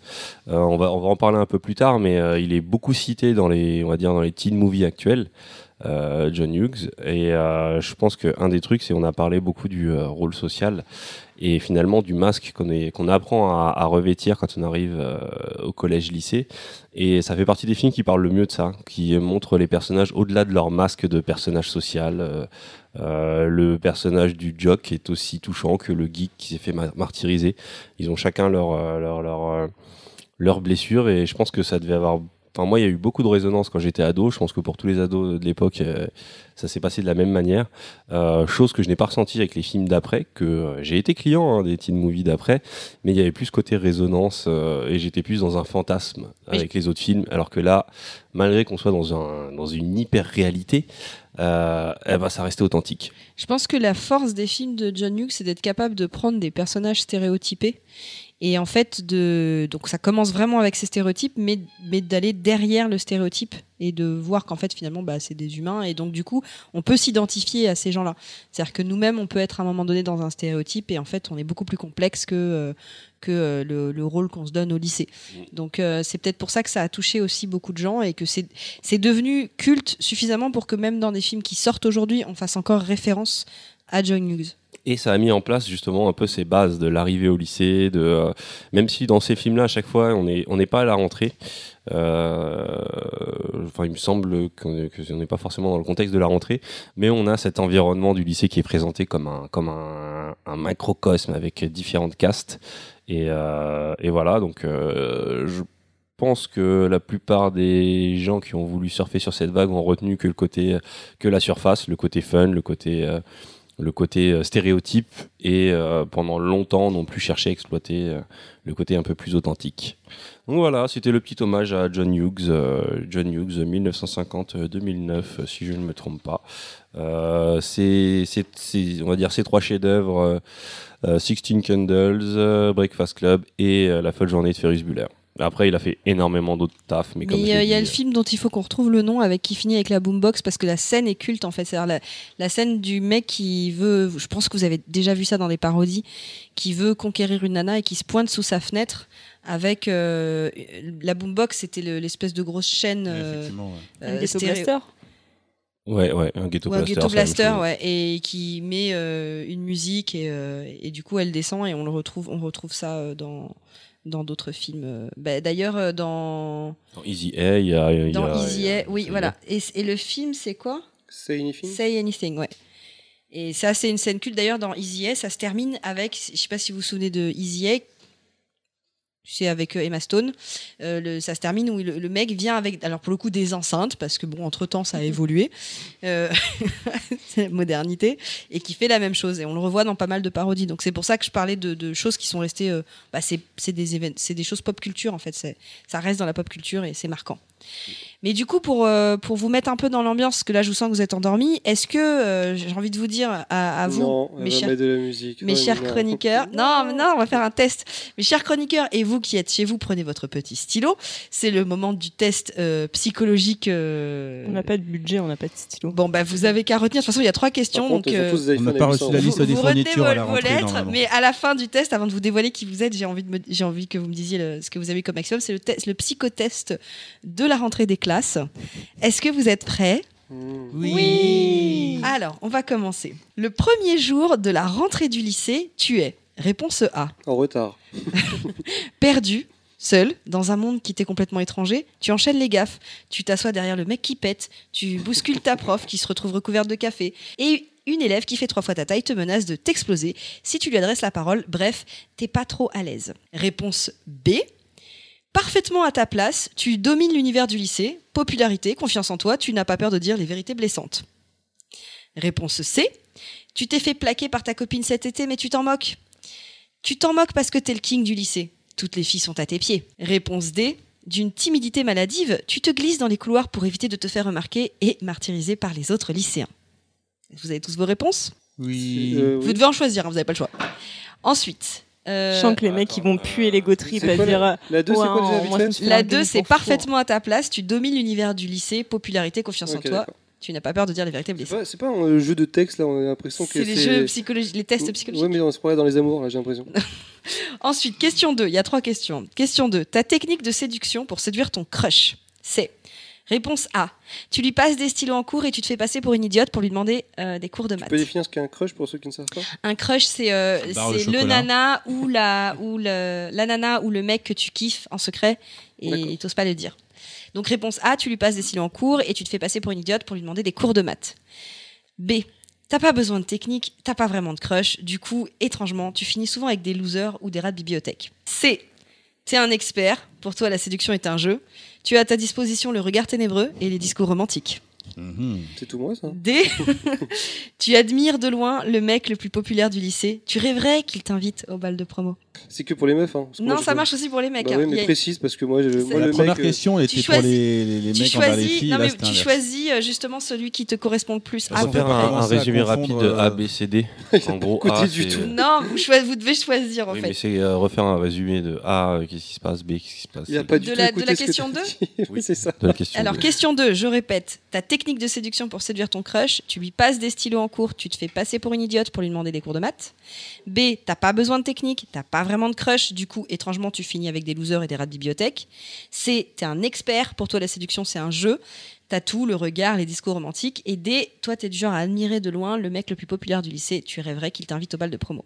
Speaker 1: Euh, on, va, on va en parler un peu plus tard, mais euh, il est beaucoup cité dans les, on va dire, dans les teen movies actuels, euh, John Hughes. Et euh, je pense qu'un des trucs, c'est on a parlé beaucoup du euh, rôle social et finalement du masque qu'on est- qu'on apprend à, à revêtir quand on arrive euh, au collège-lycée. Et ça fait partie des films qui parlent le mieux de ça, qui montrent les personnages au-delà de leur masque de personnage social. Euh, euh, le personnage du jock est aussi touchant que le geek qui s'est fait ma- martyriser. Ils ont chacun leur, euh, leur, leur, euh, leur blessure et je pense que ça devait avoir... Enfin, moi, il y a eu beaucoup de résonance quand j'étais ado. Je pense que pour tous les ados de l'époque, euh, ça s'est passé de la même manière. Euh, chose que je n'ai pas ressentie avec les films d'après, que euh, j'ai été client hein, des teen movies d'après, mais il y avait plus ce côté résonance euh, et j'étais plus dans un fantasme
Speaker 4: Mais
Speaker 1: avec les autres films. Alors que là, malgré qu'on soit dans, un, dans une hyper-réalité, euh, eh ben, ça restait authentique.
Speaker 4: Je pense que la force des films de John Hughes, c'est d'être capable de prendre des personnages stéréotypés. Et en fait, de... donc ça commence vraiment avec ces stéréotypes, mais, mais d'aller derrière le stéréotype et de voir qu'en fait, finalement, bah, c'est des humains. Et donc, du coup, on peut s'identifier à ces gens-là. C'est-à-dire que nous-mêmes, on peut être à un moment donné dans un stéréotype et en fait, on est beaucoup plus complexe que, euh, que euh, le, le rôle qu'on se donne au lycée. Donc, euh, c'est peut-être pour ça que ça a touché aussi beaucoup de gens et que c'est c'est devenu culte suffisamment pour que même dans des films qui sortent aujourd'hui, on fasse encore référence à John Hughes.
Speaker 1: Et ça a mis en place justement un peu ces bases de l'arrivée au lycée, de euh, même si dans ces films-là à chaque fois on est on n'est pas à la rentrée. euh, Enfin, il me semble qu'on est- que on n'est pas forcément dans le contexte de la rentrée, mais on a cet environnement du lycée qui est présenté comme un comme un, un macrocosme avec différentes castes et, euh, et voilà donc euh, je pense que la plupart des gens qui ont voulu surfer sur cette vague ont retenu que le côté que la surface, le côté fun, le côté euh, le côté euh, stéréotype et euh, pendant longtemps n'ont plus cherché à exploiter euh, le côté un peu plus authentique. Donc voilà, c'était le petit hommage à John Hughes, euh, John Hughes 1950-2009 euh, si je ne me trompe pas. Euh, c'est, c'est, c'est- on va dire ces trois chefs-d'œuvre, euh, euh, Sixteen Candles, euh, Breakfast Club et euh, La folle journée de Ferris Bueller. Après, il a fait énormément d'autres tafs, mais,
Speaker 4: Mais
Speaker 1: comme
Speaker 4: il
Speaker 1: je
Speaker 4: y a-
Speaker 1: l'ai
Speaker 4: il y a le
Speaker 1: dit,
Speaker 4: film dont il faut qu'on retrouve le nom avec qui finit avec la boombox parce que la scène est culte en fait. C'est-à-dire la, la scène du mec qui veut, je pense que vous avez déjà vu ça dans des parodies, qui veut conquérir une nana et qui se pointe sous sa fenêtre avec euh, la boombox, c'était le- l'espèce de grosse chaîne euh,
Speaker 2: Effectivement, ouais.
Speaker 4: euh,
Speaker 6: Ghetto
Speaker 4: stéréo-
Speaker 6: Blaster.
Speaker 1: ouais, ouais, un ghetto
Speaker 4: Ouais,
Speaker 1: blaster.
Speaker 4: Ghetto
Speaker 1: c'est la même
Speaker 4: Blaster,
Speaker 1: chose.
Speaker 4: ouais, et qui met euh, une musique et, euh, et du coup elle descend et on le retrouve, on retrouve ça euh, dans dans d'autres films. euh. Bah, D'ailleurs euh, dans
Speaker 1: Dans Easy A, il y a, il y
Speaker 4: dans
Speaker 1: a- il
Speaker 4: Easy
Speaker 1: y a-
Speaker 4: A, oui
Speaker 1: c'est-
Speaker 4: voilà. Et, c- et le film c'est quoi
Speaker 5: Say anything.
Speaker 4: Say Anything, ouais. Et ça c'est une scène culte. D'ailleurs dans Easy A, ça se termine avec, je sais pas si vous vous souvenez de Easy A. C'est avec euh, Emma Stone. Euh, le, ça se termine où le, le mec vient avec, alors pour le coup, des enceintes, parce que bon, entre-temps, ça a évolué. Euh, c'est la <laughs> modernité, et qui fait la même chose. Et on le revoit dans pas mal de parodies. Donc c'est pour ça que je parlais de, de choses qui sont restées. euh, bah, c'est c'est des, évén- c'est des choses pop culture, en fait. C'est- Ça reste dans la pop culture et c'est marquant. Mais du coup, pour, euh, pour vous mettre un peu dans l'ambiance, parce que là, je vous sens que vous êtes endormis, est-ce que, euh, j'ai envie de vous dire à, à vous,
Speaker 5: non,
Speaker 4: mes
Speaker 5: elle va
Speaker 4: chers
Speaker 5: mettre de la musique.
Speaker 4: mes
Speaker 5: Non,
Speaker 4: chers
Speaker 5: non.
Speaker 6: <laughs>
Speaker 4: chroniqueurs. Non, mais non, on va faire un test. Mes chers chroniqueurs et vous qui êtes chez vous, prenez votre petit stylo. C'est le moment du test euh, psychologique. euh,
Speaker 6: On n'a pas de budget, on n'a pas de stylo.
Speaker 4: Bon, bah, vous avez qu'à retenir. De toute façon, il y a trois
Speaker 5: Par
Speaker 4: questions.
Speaker 5: contre,
Speaker 4: donc,
Speaker 5: ils ont
Speaker 4: euh,
Speaker 5: tous des
Speaker 2: On n'a
Speaker 5: iPhones
Speaker 2: pas
Speaker 5: et
Speaker 2: reçu
Speaker 5: des
Speaker 2: la
Speaker 5: Samsung.
Speaker 2: liste des
Speaker 4: vous
Speaker 2: fournitures à
Speaker 4: retenez
Speaker 2: la
Speaker 4: vos, vos
Speaker 2: rentrée,
Speaker 4: lettres,
Speaker 2: normalement.
Speaker 4: mais à la fin du test, avant de vous dévoiler qui vous êtes, j'ai envie, de me- j'ai envie que vous me disiez le- ce que vous avez eu comme maximum. C'est le, test, le psychotest de la rentrée des classes. Est-ce que vous êtes prêts
Speaker 5: Mmh.
Speaker 6: Oui.
Speaker 4: Alors, on va commencer. Le premier jour de la rentrée du lycée, tu es. Réponse A.
Speaker 5: En retard.
Speaker 4: perdu, seul, dans un monde qui t'est complètement étranger, tu enchaînes les gaffes, tu t'assois derrière le mec qui pète, tu bouscules ta prof qui se retrouve recouverte de café, et une élève qui fait trois fois ta taille te menace de t'exploser si tu lui adresses la parole, bref, t'es pas trop à l'aise. Réponse B. Parfaitement à ta place, tu domines l'univers du lycée, popularité, confiance en toi, tu n'as pas peur de dire les vérités blessantes. Réponse C. Tu t'es fait plaquer par ta copine cet été, mais tu t'en moques. Tu t'en moques parce que t'es le king du lycée. Toutes les filles sont à tes pieds. Réponse D. D'une timidité maladive, tu te glisses dans les couloirs pour éviter de te faire remarquer et martyriser par les autres lycéens. Vous avez tous vos réponses
Speaker 2: Oui.
Speaker 5: Euh,
Speaker 4: Vous
Speaker 5: oui.
Speaker 4: devez en choisir, hein, vous n'avez pas le choix. Ensuite, euh,
Speaker 6: Je sens que les mecs, ils vont puer les gauteries, pas dire. euh,
Speaker 5: La 2, c'est
Speaker 6: Ouais,
Speaker 5: quoi déjà
Speaker 6: on-
Speaker 5: Big
Speaker 6: moi, je
Speaker 5: Fred
Speaker 6: me suis fait
Speaker 4: la
Speaker 6: un
Speaker 4: 2,
Speaker 6: demi
Speaker 4: c'est
Speaker 6: pour four.
Speaker 4: parfaitement à ta place, tu domines l'univers du lycée, popularité, confiance
Speaker 5: Ok,
Speaker 4: en toi,
Speaker 5: d'accord.
Speaker 4: tu n'as pas peur de dire les vérités
Speaker 5: C'est
Speaker 4: blessantes.
Speaker 5: pas- C'est pas un jeu de texte, là, on a l'impression que
Speaker 4: C'est les jeux psychologiques, les tests psychologiques.
Speaker 5: Ouais, mais on se croirait dans les amours, là, j'ai l'impression.
Speaker 4: Ensuite, question 2, il y a trois questions. Question 2, ta technique de séduction pour séduire ton crush, c'est Réponse A. Tu lui passes des stylos en cours et tu te fais passer pour une idiote pour lui demander euh, des cours de
Speaker 5: Tu
Speaker 4: maths.
Speaker 5: peux définir ce qu'est un crush pour ceux qui ne savent pas
Speaker 4: Un crush, c'est euh,
Speaker 2: Une barre de
Speaker 4: c'est le
Speaker 2: chocolat.
Speaker 4: nana ou la ou le, la nana ou le mec que tu kiffes en secret et
Speaker 5: D'accord.
Speaker 4: il t'ose pas le dire. Donc réponse A, tu lui passes des stylos en cours et tu te fais passer pour une idiote pour lui demander des cours de maths. B, t'as pas besoin de technique, t'as pas vraiment de crush, du coup, étrangement, tu finis souvent avec des losers ou des rats de bibliothèque. C, t'es un expert, pour toi la séduction est un jeu, tu as à ta disposition le regard ténébreux et les discours romantiques.
Speaker 2: Mhm.
Speaker 5: C'est tout moi, ça
Speaker 4: D. <laughs> tu admires de loin le mec le plus populaire du lycée. Tu rêverais qu'il t'invite au bal de promo.
Speaker 5: C'est que pour les meufs, hein. parce que
Speaker 4: Mm. Non,
Speaker 5: moi, je-
Speaker 4: ça marche aussi pour les mecs.
Speaker 5: Bah
Speaker 4: hein.
Speaker 5: oui,
Speaker 4: Il y
Speaker 5: mais
Speaker 4: a-
Speaker 5: précise, parce que moi, je... moi,
Speaker 2: La
Speaker 5: le
Speaker 2: première
Speaker 5: mec, euh,
Speaker 2: question était pour
Speaker 4: choisis-
Speaker 2: les, les- les
Speaker 4: tu
Speaker 2: mecs envers les
Speaker 4: choisis,
Speaker 2: filles.
Speaker 4: non,
Speaker 2: là,
Speaker 4: mais
Speaker 2: c'était
Speaker 4: tu
Speaker 2: inverse.
Speaker 4: choisis euh, justement celui qui te correspond le plus.
Speaker 2: Ah,
Speaker 1: On va
Speaker 2: on
Speaker 1: faire
Speaker 2: peut pas
Speaker 1: un, un
Speaker 2: commencer à
Speaker 1: résumé rapide
Speaker 2: confondre,
Speaker 1: de
Speaker 2: euh,
Speaker 1: A, B, C,
Speaker 3: <laughs>
Speaker 1: D.
Speaker 5: il a
Speaker 1: En gros,
Speaker 5: pas
Speaker 1: A,
Speaker 5: écouté du
Speaker 1: c'est- euh,
Speaker 5: tout.
Speaker 4: non, vous, choi- vous devez choisir en
Speaker 1: Oui, mais
Speaker 4: fait.
Speaker 1: c'est euh, refaire un résumé de A, euh, qu'est-ce qui se passe, B, qu'est-ce qui se passe.
Speaker 5: Il a
Speaker 1: C,
Speaker 5: pas
Speaker 1: D,
Speaker 5: du
Speaker 4: De
Speaker 5: tout
Speaker 4: la- de
Speaker 5: écouté
Speaker 4: la
Speaker 5: ce que
Speaker 4: question
Speaker 5: t'as
Speaker 4: deux
Speaker 5: dit. <laughs> Oui, c'est ça.
Speaker 1: de la question.
Speaker 4: Alors,
Speaker 1: deux.
Speaker 4: question 2, je répète. Ta technique de séduction pour séduire ton crush, tu lui passes des stylos en cours, tu te fais passer pour une idiote pour lui demander des cours de maths. B, t'as pas besoin de technique, t'as pas vraiment de crush, du coup, étrangement, tu finis avec des losers et des rats de bibliothèque. C, t'es un expert, pour toi, la séduction, c'est un jeu. T'as tout, le regard, les discours romantiques. Et D, toi, t'es du genre à admirer de loin le mec le plus populaire du lycée, tu rêverais qu'il t'invite au bal de promo.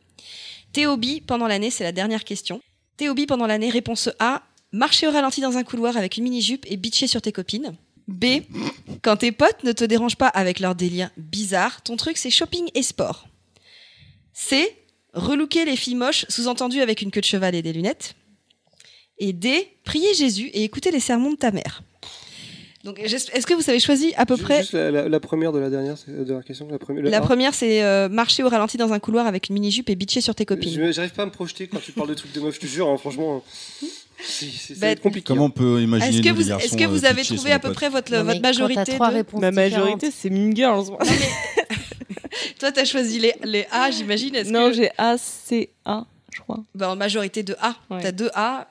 Speaker 4: T'es hobby pendant l'année, c'est la dernière question. T'es hobby pendant l'année, réponse A, marcher au ralenti dans un couloir avec une mini-jupe et bitcher sur tes copines. B. Quand tes potes ne te dérangent pas avec leurs délires bizarres, ton truc c'est shopping et sport. C. Relooker les filles moches, sous-entendu avec une queue de cheval et des lunettes. Et D. Prier Jésus et écouter les sermons de ta mère. Donc, j'es- est-ce que vous avez choisi à peu
Speaker 5: Ju-
Speaker 4: près
Speaker 5: Juste la, la- la première de la dernière c'est- de la question. La première. le
Speaker 4: La
Speaker 5: A.
Speaker 4: première, c'est euh, marcher au ralenti dans un couloir avec une mini-jupe et bitcher sur tes copines.
Speaker 5: Je- J'arrive pas à me projeter quand tu parles de trucs de meuf, je te jure, hein, franchement. C'est c'est- ça va
Speaker 4: Bah,
Speaker 5: être compliqué.
Speaker 2: Comment on peut imaginer
Speaker 4: Est-ce que
Speaker 2: nous, les
Speaker 4: vous, est-ce
Speaker 2: garçons,
Speaker 4: que
Speaker 2: euh,
Speaker 4: vous avez
Speaker 2: pitchés sur
Speaker 4: trouvé à
Speaker 2: nos
Speaker 4: peu
Speaker 2: potes
Speaker 4: près votre,
Speaker 3: Non, mais
Speaker 4: votre
Speaker 3: quand
Speaker 4: majorité
Speaker 3: t'as trois
Speaker 4: de-
Speaker 3: réponses
Speaker 6: Ma
Speaker 3: différentes,
Speaker 6: majorité, c'est Mean Girls. moi.
Speaker 4: <laughs> Toi, t'as choisi les, les A, j'imagine. est-ce
Speaker 6: Non,
Speaker 4: que-
Speaker 6: j'ai A, C, A, je crois.
Speaker 4: Bah, en majorité de A.
Speaker 6: Ouais.
Speaker 4: T'as deux A.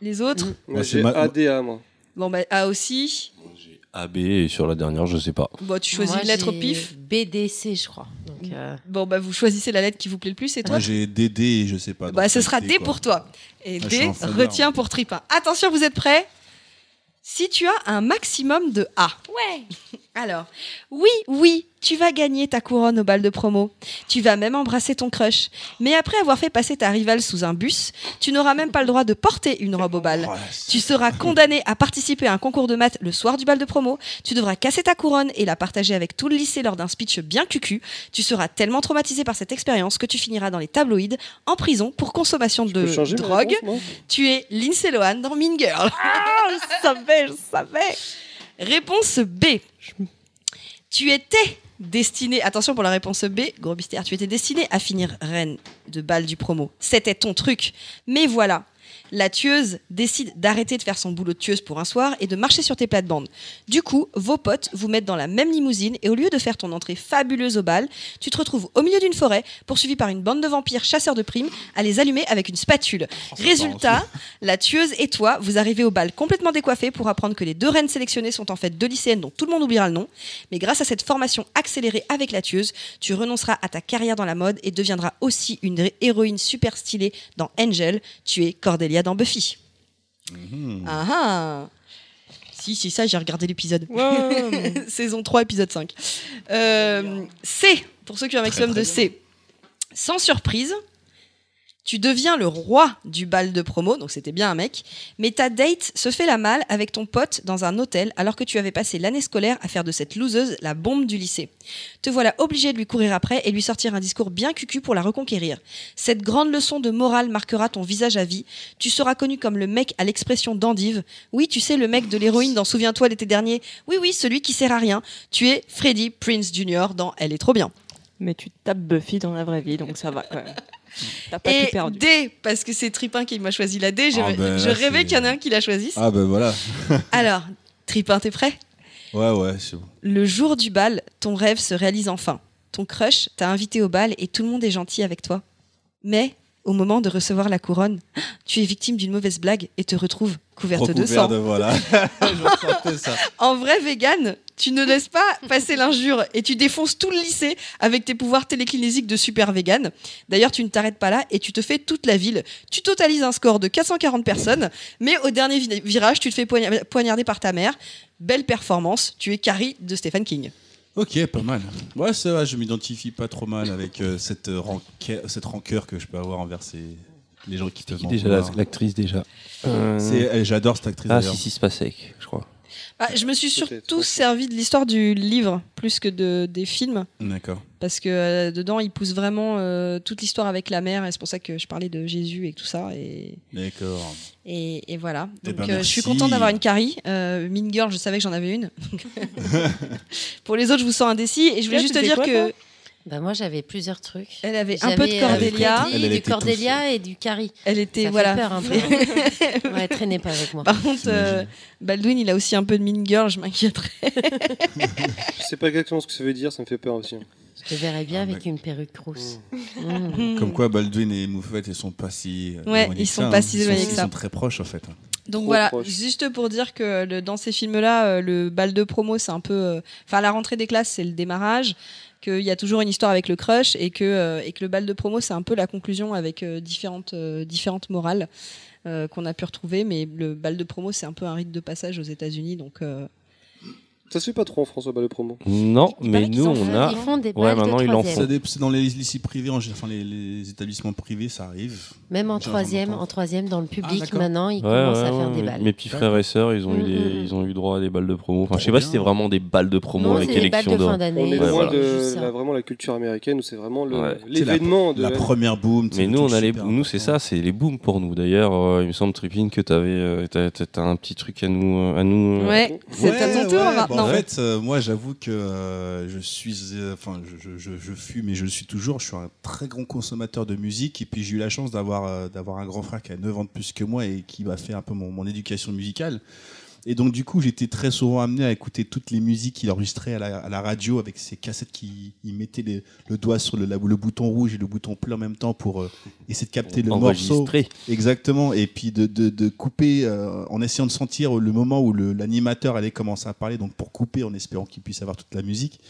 Speaker 4: Les autres
Speaker 3: Mm.
Speaker 5: hein. Moi,
Speaker 2: Bah, c'est
Speaker 5: J'ai
Speaker 2: ma-
Speaker 5: ADA, moi.
Speaker 4: Bon, bah, A aussi.
Speaker 1: A, B, et sur la dernière, je sais pas.
Speaker 4: Bon, tu choisis
Speaker 3: Moi,
Speaker 4: une lettre au
Speaker 3: j'ai
Speaker 4: pif.
Speaker 3: BDC, je crois. Donc, euh,
Speaker 4: Bon, bah, vous choisissez la lettre qui vous plaît le plus, et toi
Speaker 2: Moi, j'ai DD et je sais pas.
Speaker 4: Bah,
Speaker 2: donc
Speaker 4: ce
Speaker 2: c'est
Speaker 4: sera D
Speaker 2: quoi.
Speaker 4: pour toi. Et
Speaker 2: Ah, je suis
Speaker 4: D,
Speaker 2: un fainéant.
Speaker 4: retiens pour Tripin. Attention, vous êtes prêts Si tu as un maximum de A.
Speaker 9: Ouais.
Speaker 4: <laughs> Alors, oui, oui, tu vas gagner ta couronne au bal de promo. Tu vas même embrasser ton crush. Mais après avoir fait passer ta rivale sous un bus, tu n'auras même pas le droit de porter une robe au bal.
Speaker 2: Oh, la
Speaker 4: Tu seras condamné à participer à un concours de maths le soir du bal de promo. Tu devras casser ta couronne et la partager avec tout le lycée lors d'un speech bien cucu. Tu seras tellement traumatisé par cette expérience que tu finiras dans les tabloïdes, en prison pour consommation
Speaker 5: Je peux
Speaker 4: de
Speaker 5: changer ma
Speaker 4: drogue.
Speaker 5: réponse, moi
Speaker 4: Tu es Lindsay Lohan dans Mean Girl.
Speaker 6: Ah, je savais, je savais.
Speaker 4: Réponse B. Tu étais destiné, attention pour la réponse B, gros mystère, tu étais destiné à finir reine de balle du promo. C'était ton truc. Mais voilà, la tueuse décide d'arrêter de faire son boulot de tueuse pour un soir et de marcher sur tes plates-bandes. Du coup, vos potes vous mettent dans la même limousine et au lieu de faire ton entrée fabuleuse au bal, tu te retrouves au milieu d'une forêt, poursuivi par une bande de vampires chasseurs de primes, à les allumer avec une spatule. Résultat, la tueuse et toi, vous arrivez au bal complètement décoiffés pour apprendre que les deux reines sélectionnées sont en fait deux lycéennes dont tout le monde oubliera le nom. Mais grâce à cette formation accélérée avec la tueuse, tu renonceras à ta carrière dans la mode et deviendras aussi une ré- héroïne super stylée dans Angel. Tu es Cordelia dans Buffy. Ah ah Si, si, ça, j'ai regardé l'épisode. <laughs> Saison 3, épisode 5. Euh, C, pour ceux qui ont un maximum de C. Sans surprise, tu deviens le roi du bal de promo, donc c'était bien un mec, mais ta date se fait la malle avec ton pote dans un hôtel alors que tu avais passé l'année scolaire à faire de cette loseuse la bombe du lycée. Te voilà obligé de lui courir après et lui sortir un discours bien cucu pour la reconquérir. Cette grande leçon de morale marquera ton visage à vie. Tu seras connu comme le mec à l'expression d'endive. Oui, tu sais, le mec de l'héroïne dans Souviens-toi l'été dernier. Oui, oui, celui qui sert à rien. Tu es Freddy Prince Jr. dans Elle est trop bien.
Speaker 6: Mais tu tapes Buffy dans la vraie vie, donc ça va quand même. T'as pas
Speaker 4: Et
Speaker 6: tout perdu.
Speaker 4: D, parce que c'est Tripin qui m'a choisi la D. j'ai-
Speaker 2: Ah ben
Speaker 4: je
Speaker 2: là,
Speaker 4: rêvais
Speaker 2: c'est-
Speaker 4: qu'il y en a un qui la choisisse.
Speaker 2: Ah ben voilà.
Speaker 4: Alors, Tripin, t'es prêt
Speaker 2: Ouais, ouais, c'est bon.
Speaker 4: Le jour du bal, ton rêve se réalise enfin. Ton crush t'a invité au bal et tout le monde est gentil avec toi. Mais, au moment de recevoir la couronne, <gasps> tu es victime d'une mauvaise blague et te retrouves couverte de
Speaker 2: Recouvert
Speaker 4: sang. <laughs>
Speaker 2: de voilà. <laughs> Je ressentais ça.
Speaker 4: En vrai vegan, tu ne laisses pas passer l'injure et tu défonces tout le lycée avec tes pouvoirs télékinésiques de super vegan. D'ailleurs, tu ne t'arrêtes pas là et tu te fais toute la ville. Tu totalises un score de 440 personnes, mais au dernier vi- virage, tu te fais poigna- poignarder par ta mère. Belle performance, tu es Carrie de Stephen King.
Speaker 2: Ok, pas mal. Ouais, ça va, je m'identifie pas trop mal avec euh, cette, euh, ranca- cette rancœur que je peux avoir envers ces... les gens qui te
Speaker 1: Qui
Speaker 2: font
Speaker 1: déjà
Speaker 2: voir. Euh,
Speaker 1: la- l'actrice déjà
Speaker 2: C'est- elle, J'adore cette actrice
Speaker 1: Ah
Speaker 2: d'ailleurs.
Speaker 1: si si c'est pas sec, je crois.
Speaker 4: Ah, je me suis surtout
Speaker 5: ouais.
Speaker 4: servi de l'histoire du livre plus que de, des films,
Speaker 2: D'accord.
Speaker 4: parce que euh, dedans, il pousse vraiment euh, toute l'histoire avec la mère, et c'est pour ça que je parlais de Jésus et tout ça. Et...
Speaker 2: D'accord.
Speaker 4: Et, et voilà.
Speaker 2: Eh
Speaker 4: Donc,
Speaker 2: ben,
Speaker 4: euh, je
Speaker 2: merci.
Speaker 4: suis contente d'avoir une carie. Euh, mean Girl, je savais que j'en avais une.
Speaker 2: <laughs>
Speaker 4: Pour les autres, je vous sens indécis. Et je voulais
Speaker 6: Toi,
Speaker 4: juste te
Speaker 6: t'étais
Speaker 4: dire
Speaker 6: quoi,
Speaker 4: que
Speaker 3: Bah, moi, j'avais plusieurs trucs.
Speaker 4: elle avait un
Speaker 3: J'avais,
Speaker 4: peu de
Speaker 3: euh,
Speaker 4: Cordelia.
Speaker 3: Freddy,
Speaker 2: Elle, elle
Speaker 3: du
Speaker 2: était
Speaker 3: Cordelia et du Carrie.
Speaker 4: Elle
Speaker 3: Ça
Speaker 4: était
Speaker 3: fait
Speaker 4: voilà.
Speaker 3: peur
Speaker 4: <laughs>
Speaker 3: un peu. hein. ouais, traînez pas avec moi.
Speaker 4: Par contre, euh,
Speaker 2: T'imagines.
Speaker 4: Baldwin, il a aussi un peu de Mean Girl. Je m'inquiéterais.
Speaker 5: Je sais pas exactement ce que ça veut dire, ça me fait peur aussi. hein.
Speaker 3: Je te verrais bien
Speaker 2: Ah,
Speaker 3: avec
Speaker 1: bah,
Speaker 2: mec.
Speaker 3: une perruque rousse.
Speaker 1: oh.
Speaker 3: Mm.
Speaker 2: Comme quoi, Baldwin et Moufette, ils sont pas si. euh,
Speaker 4: Hmm. Ouais,
Speaker 2: éloignés
Speaker 4: ils
Speaker 2: que
Speaker 4: sont
Speaker 2: ça,
Speaker 4: pas
Speaker 2: hein.
Speaker 4: si
Speaker 2: Ils sont-
Speaker 4: éloignés que
Speaker 2: Ils
Speaker 4: ça.
Speaker 2: sont très proches en fait. hein.
Speaker 4: Donc
Speaker 5: Trop
Speaker 4: voilà,
Speaker 5: proche.
Speaker 4: juste pour dire que le- dans ces films-là, euh, le bal de promo, c'est un peu. euh, Enfin, la rentrée des classes, c'est le démarrage. Qu'il y a toujours une histoire avec le crush et que, euh, et que le bal de promo, c'est un peu la conclusion avec euh, différentes, euh, différentes morales euh, qu'on a pu retrouver. Mais le bal de promo, c'est un peu un rite de passage aux États-Unis. Donc, euh,
Speaker 5: Ça se fait pas trop en France au bal de promo.
Speaker 1: Non,
Speaker 3: Il
Speaker 1: mais
Speaker 3: paraît qu'ils
Speaker 1: nous
Speaker 3: en
Speaker 1: on
Speaker 3: font-
Speaker 1: a
Speaker 3: Ils font des
Speaker 1: Ouais,
Speaker 3: balles de
Speaker 1: maintenant, ils en
Speaker 3: troisième.
Speaker 1: font.
Speaker 2: Ça dé- C'est dans les lycées privés, en gé- enfin les, les établissements privés, ça arrive.
Speaker 3: Même en
Speaker 2: Genre,
Speaker 3: troisième,
Speaker 2: en temps.
Speaker 3: en troisième, dans le
Speaker 4: Ah,
Speaker 3: public,
Speaker 2: d'accord.
Speaker 3: maintenant, ils
Speaker 1: Ouais,
Speaker 3: commencent à
Speaker 1: ouais,
Speaker 3: faire
Speaker 1: ouais,
Speaker 3: des
Speaker 1: mes-
Speaker 3: balles.
Speaker 1: Mes petits frères et sœurs, ils ont eu
Speaker 3: Mm,
Speaker 1: des,
Speaker 3: mm.
Speaker 1: ils ont eu droit à des balles de promo. Enfin, je sais
Speaker 2: Trop
Speaker 1: pas
Speaker 2: bien.
Speaker 1: si c'était vraiment des balles de promo
Speaker 3: Non,
Speaker 1: avec
Speaker 3: c'est des balles
Speaker 1: élection
Speaker 3: de
Speaker 1: de.
Speaker 3: fin
Speaker 5: On
Speaker 3: d'année.
Speaker 5: est
Speaker 1: Ouais,
Speaker 5: loin
Speaker 1: voilà.
Speaker 5: de
Speaker 3: Juste ça.
Speaker 5: la- vraiment la culture américaine où c'est vraiment le-
Speaker 1: Ouais.
Speaker 5: l'événement de.
Speaker 2: La première boom.
Speaker 1: Mais nous, on a les, nous c'est ça, c'est les booms pour nous. D'ailleurs, euh, il me semble Trippin que t'avais, euh, t'as, t'as- t'as un petit truc à nous, euh, à nous. euh,
Speaker 4: ouais, c'est à ton tour
Speaker 2: ouais. Bah,
Speaker 4: maintenant.
Speaker 2: en fait, euh, moi, j'avoue que euh, je suis, euh, enfin, je- je, je, je fume et je le suis toujours. Je suis un très grand consommateur de musique et puis j'ai eu la chance d'avoir euh, d'avoir un grand frère qui a 9 ans de plus que moi et qui m'a fait un peu mon, mon éducation musicale. Et donc, du coup, j'étais très souvent amené à écouter toutes les musiques qu'il enregistrait à la, à la radio avec ses cassettes qui il mettait les- le doigt sur le, la- le bouton rouge et le bouton bleu en même temps pour euh, essayer de capter le morceau.
Speaker 1: enregistré.
Speaker 2: Exactement, et puis de, de, de couper euh, en essayant de sentir le moment où le- l'animateur allait commencer à parler, donc pour couper en espérant qu'il puisse avoir toute la musique.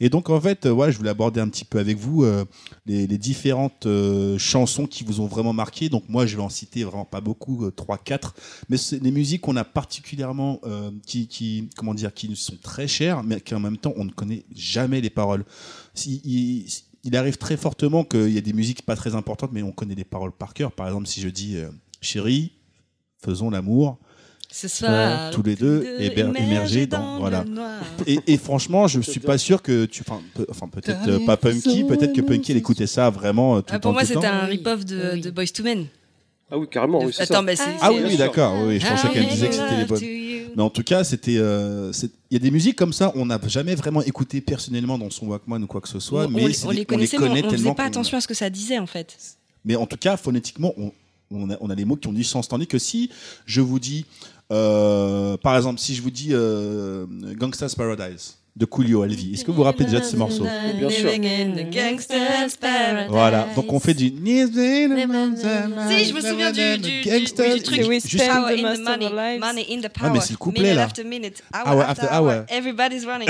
Speaker 2: Et donc en fait, euh, voilà, je voulais aborder un petit peu avec vous euh, les, les différentes euh, chansons qui vous ont vraiment marqué. Donc moi, je vais en citer vraiment pas beaucoup, 3-4, mais c'est des musiques qu'on a particulièrement, euh, qui, qui, comment dire, qui nous sont très chères, mais qu'en même temps, on ne connaît jamais les paroles. Si- il, il arrive très fortement qu'il y a des musiques pas très importantes, mais on connaît les paroles par cœur. Par exemple, si je dis euh, chérie, faisons l'amour.
Speaker 4: C'est
Speaker 2: soir, tous les deux, éber- immergés dans- voilà. Et, et franchement, je suis pas sûr que tu. Enfin, peu- enfin, peut-être euh, pas Punky, peut-être que Punky elle écoutait ça vraiment euh, tout le temps.
Speaker 4: Ah, pour moi,
Speaker 2: tout le
Speaker 4: c'était
Speaker 2: temps.
Speaker 4: un rip-off de,
Speaker 3: Oui.
Speaker 4: de Boys to Men.
Speaker 5: Ah oui, carrément, oui, c'est ça.
Speaker 4: Attends, bah, mais c'est.
Speaker 2: Ah oui,
Speaker 5: Bien
Speaker 2: oui,
Speaker 5: sûr.
Speaker 2: d'accord. oui, oui, je pensais
Speaker 4: Ah,
Speaker 2: qu'elle disait que c'était les
Speaker 4: love
Speaker 2: bonnes.
Speaker 4: to you.
Speaker 2: Mais en tout cas, c'était. euh, c'est- Il y a des musiques comme ça, on n'a jamais vraiment écouté personnellement dans son Walkman ou quoi que ce soit,
Speaker 4: on,
Speaker 2: mais
Speaker 4: on-
Speaker 2: c'est
Speaker 4: on
Speaker 2: des-
Speaker 4: les connaissait, mais on- on ne faisait
Speaker 2: tellement
Speaker 4: pas
Speaker 2: qu'on-
Speaker 4: attention à ce que ça disait en fait.
Speaker 2: Mais en tout cas, phonétiquement, on, On a, on a des mots qui ont du sens. Tandis que si je vous dis, euh, par exemple, si je vous dis euh, Gangsta's Paradise de Coolio Alvi, est-ce que vous vous rappelez déjà de ce morceau
Speaker 5: Bien sûr.
Speaker 2: Voilà, donc on fait du. Si,
Speaker 4: Si, je
Speaker 2: je
Speaker 4: me souviens du, du, du, du truc.
Speaker 6: Oui,
Speaker 2: Juste
Speaker 6: Spend
Speaker 4: Power
Speaker 6: the
Speaker 4: in
Speaker 6: Most
Speaker 4: the
Speaker 6: of
Speaker 4: money,
Speaker 6: Our Lives.
Speaker 4: money in the power.
Speaker 2: Ah, mais c'est le couplet,
Speaker 4: minute
Speaker 2: là.
Speaker 4: after minute, hour,
Speaker 2: Hour
Speaker 4: after,
Speaker 2: after
Speaker 4: hour.
Speaker 2: hour.
Speaker 4: Everybody's
Speaker 2: <laughs>
Speaker 4: running.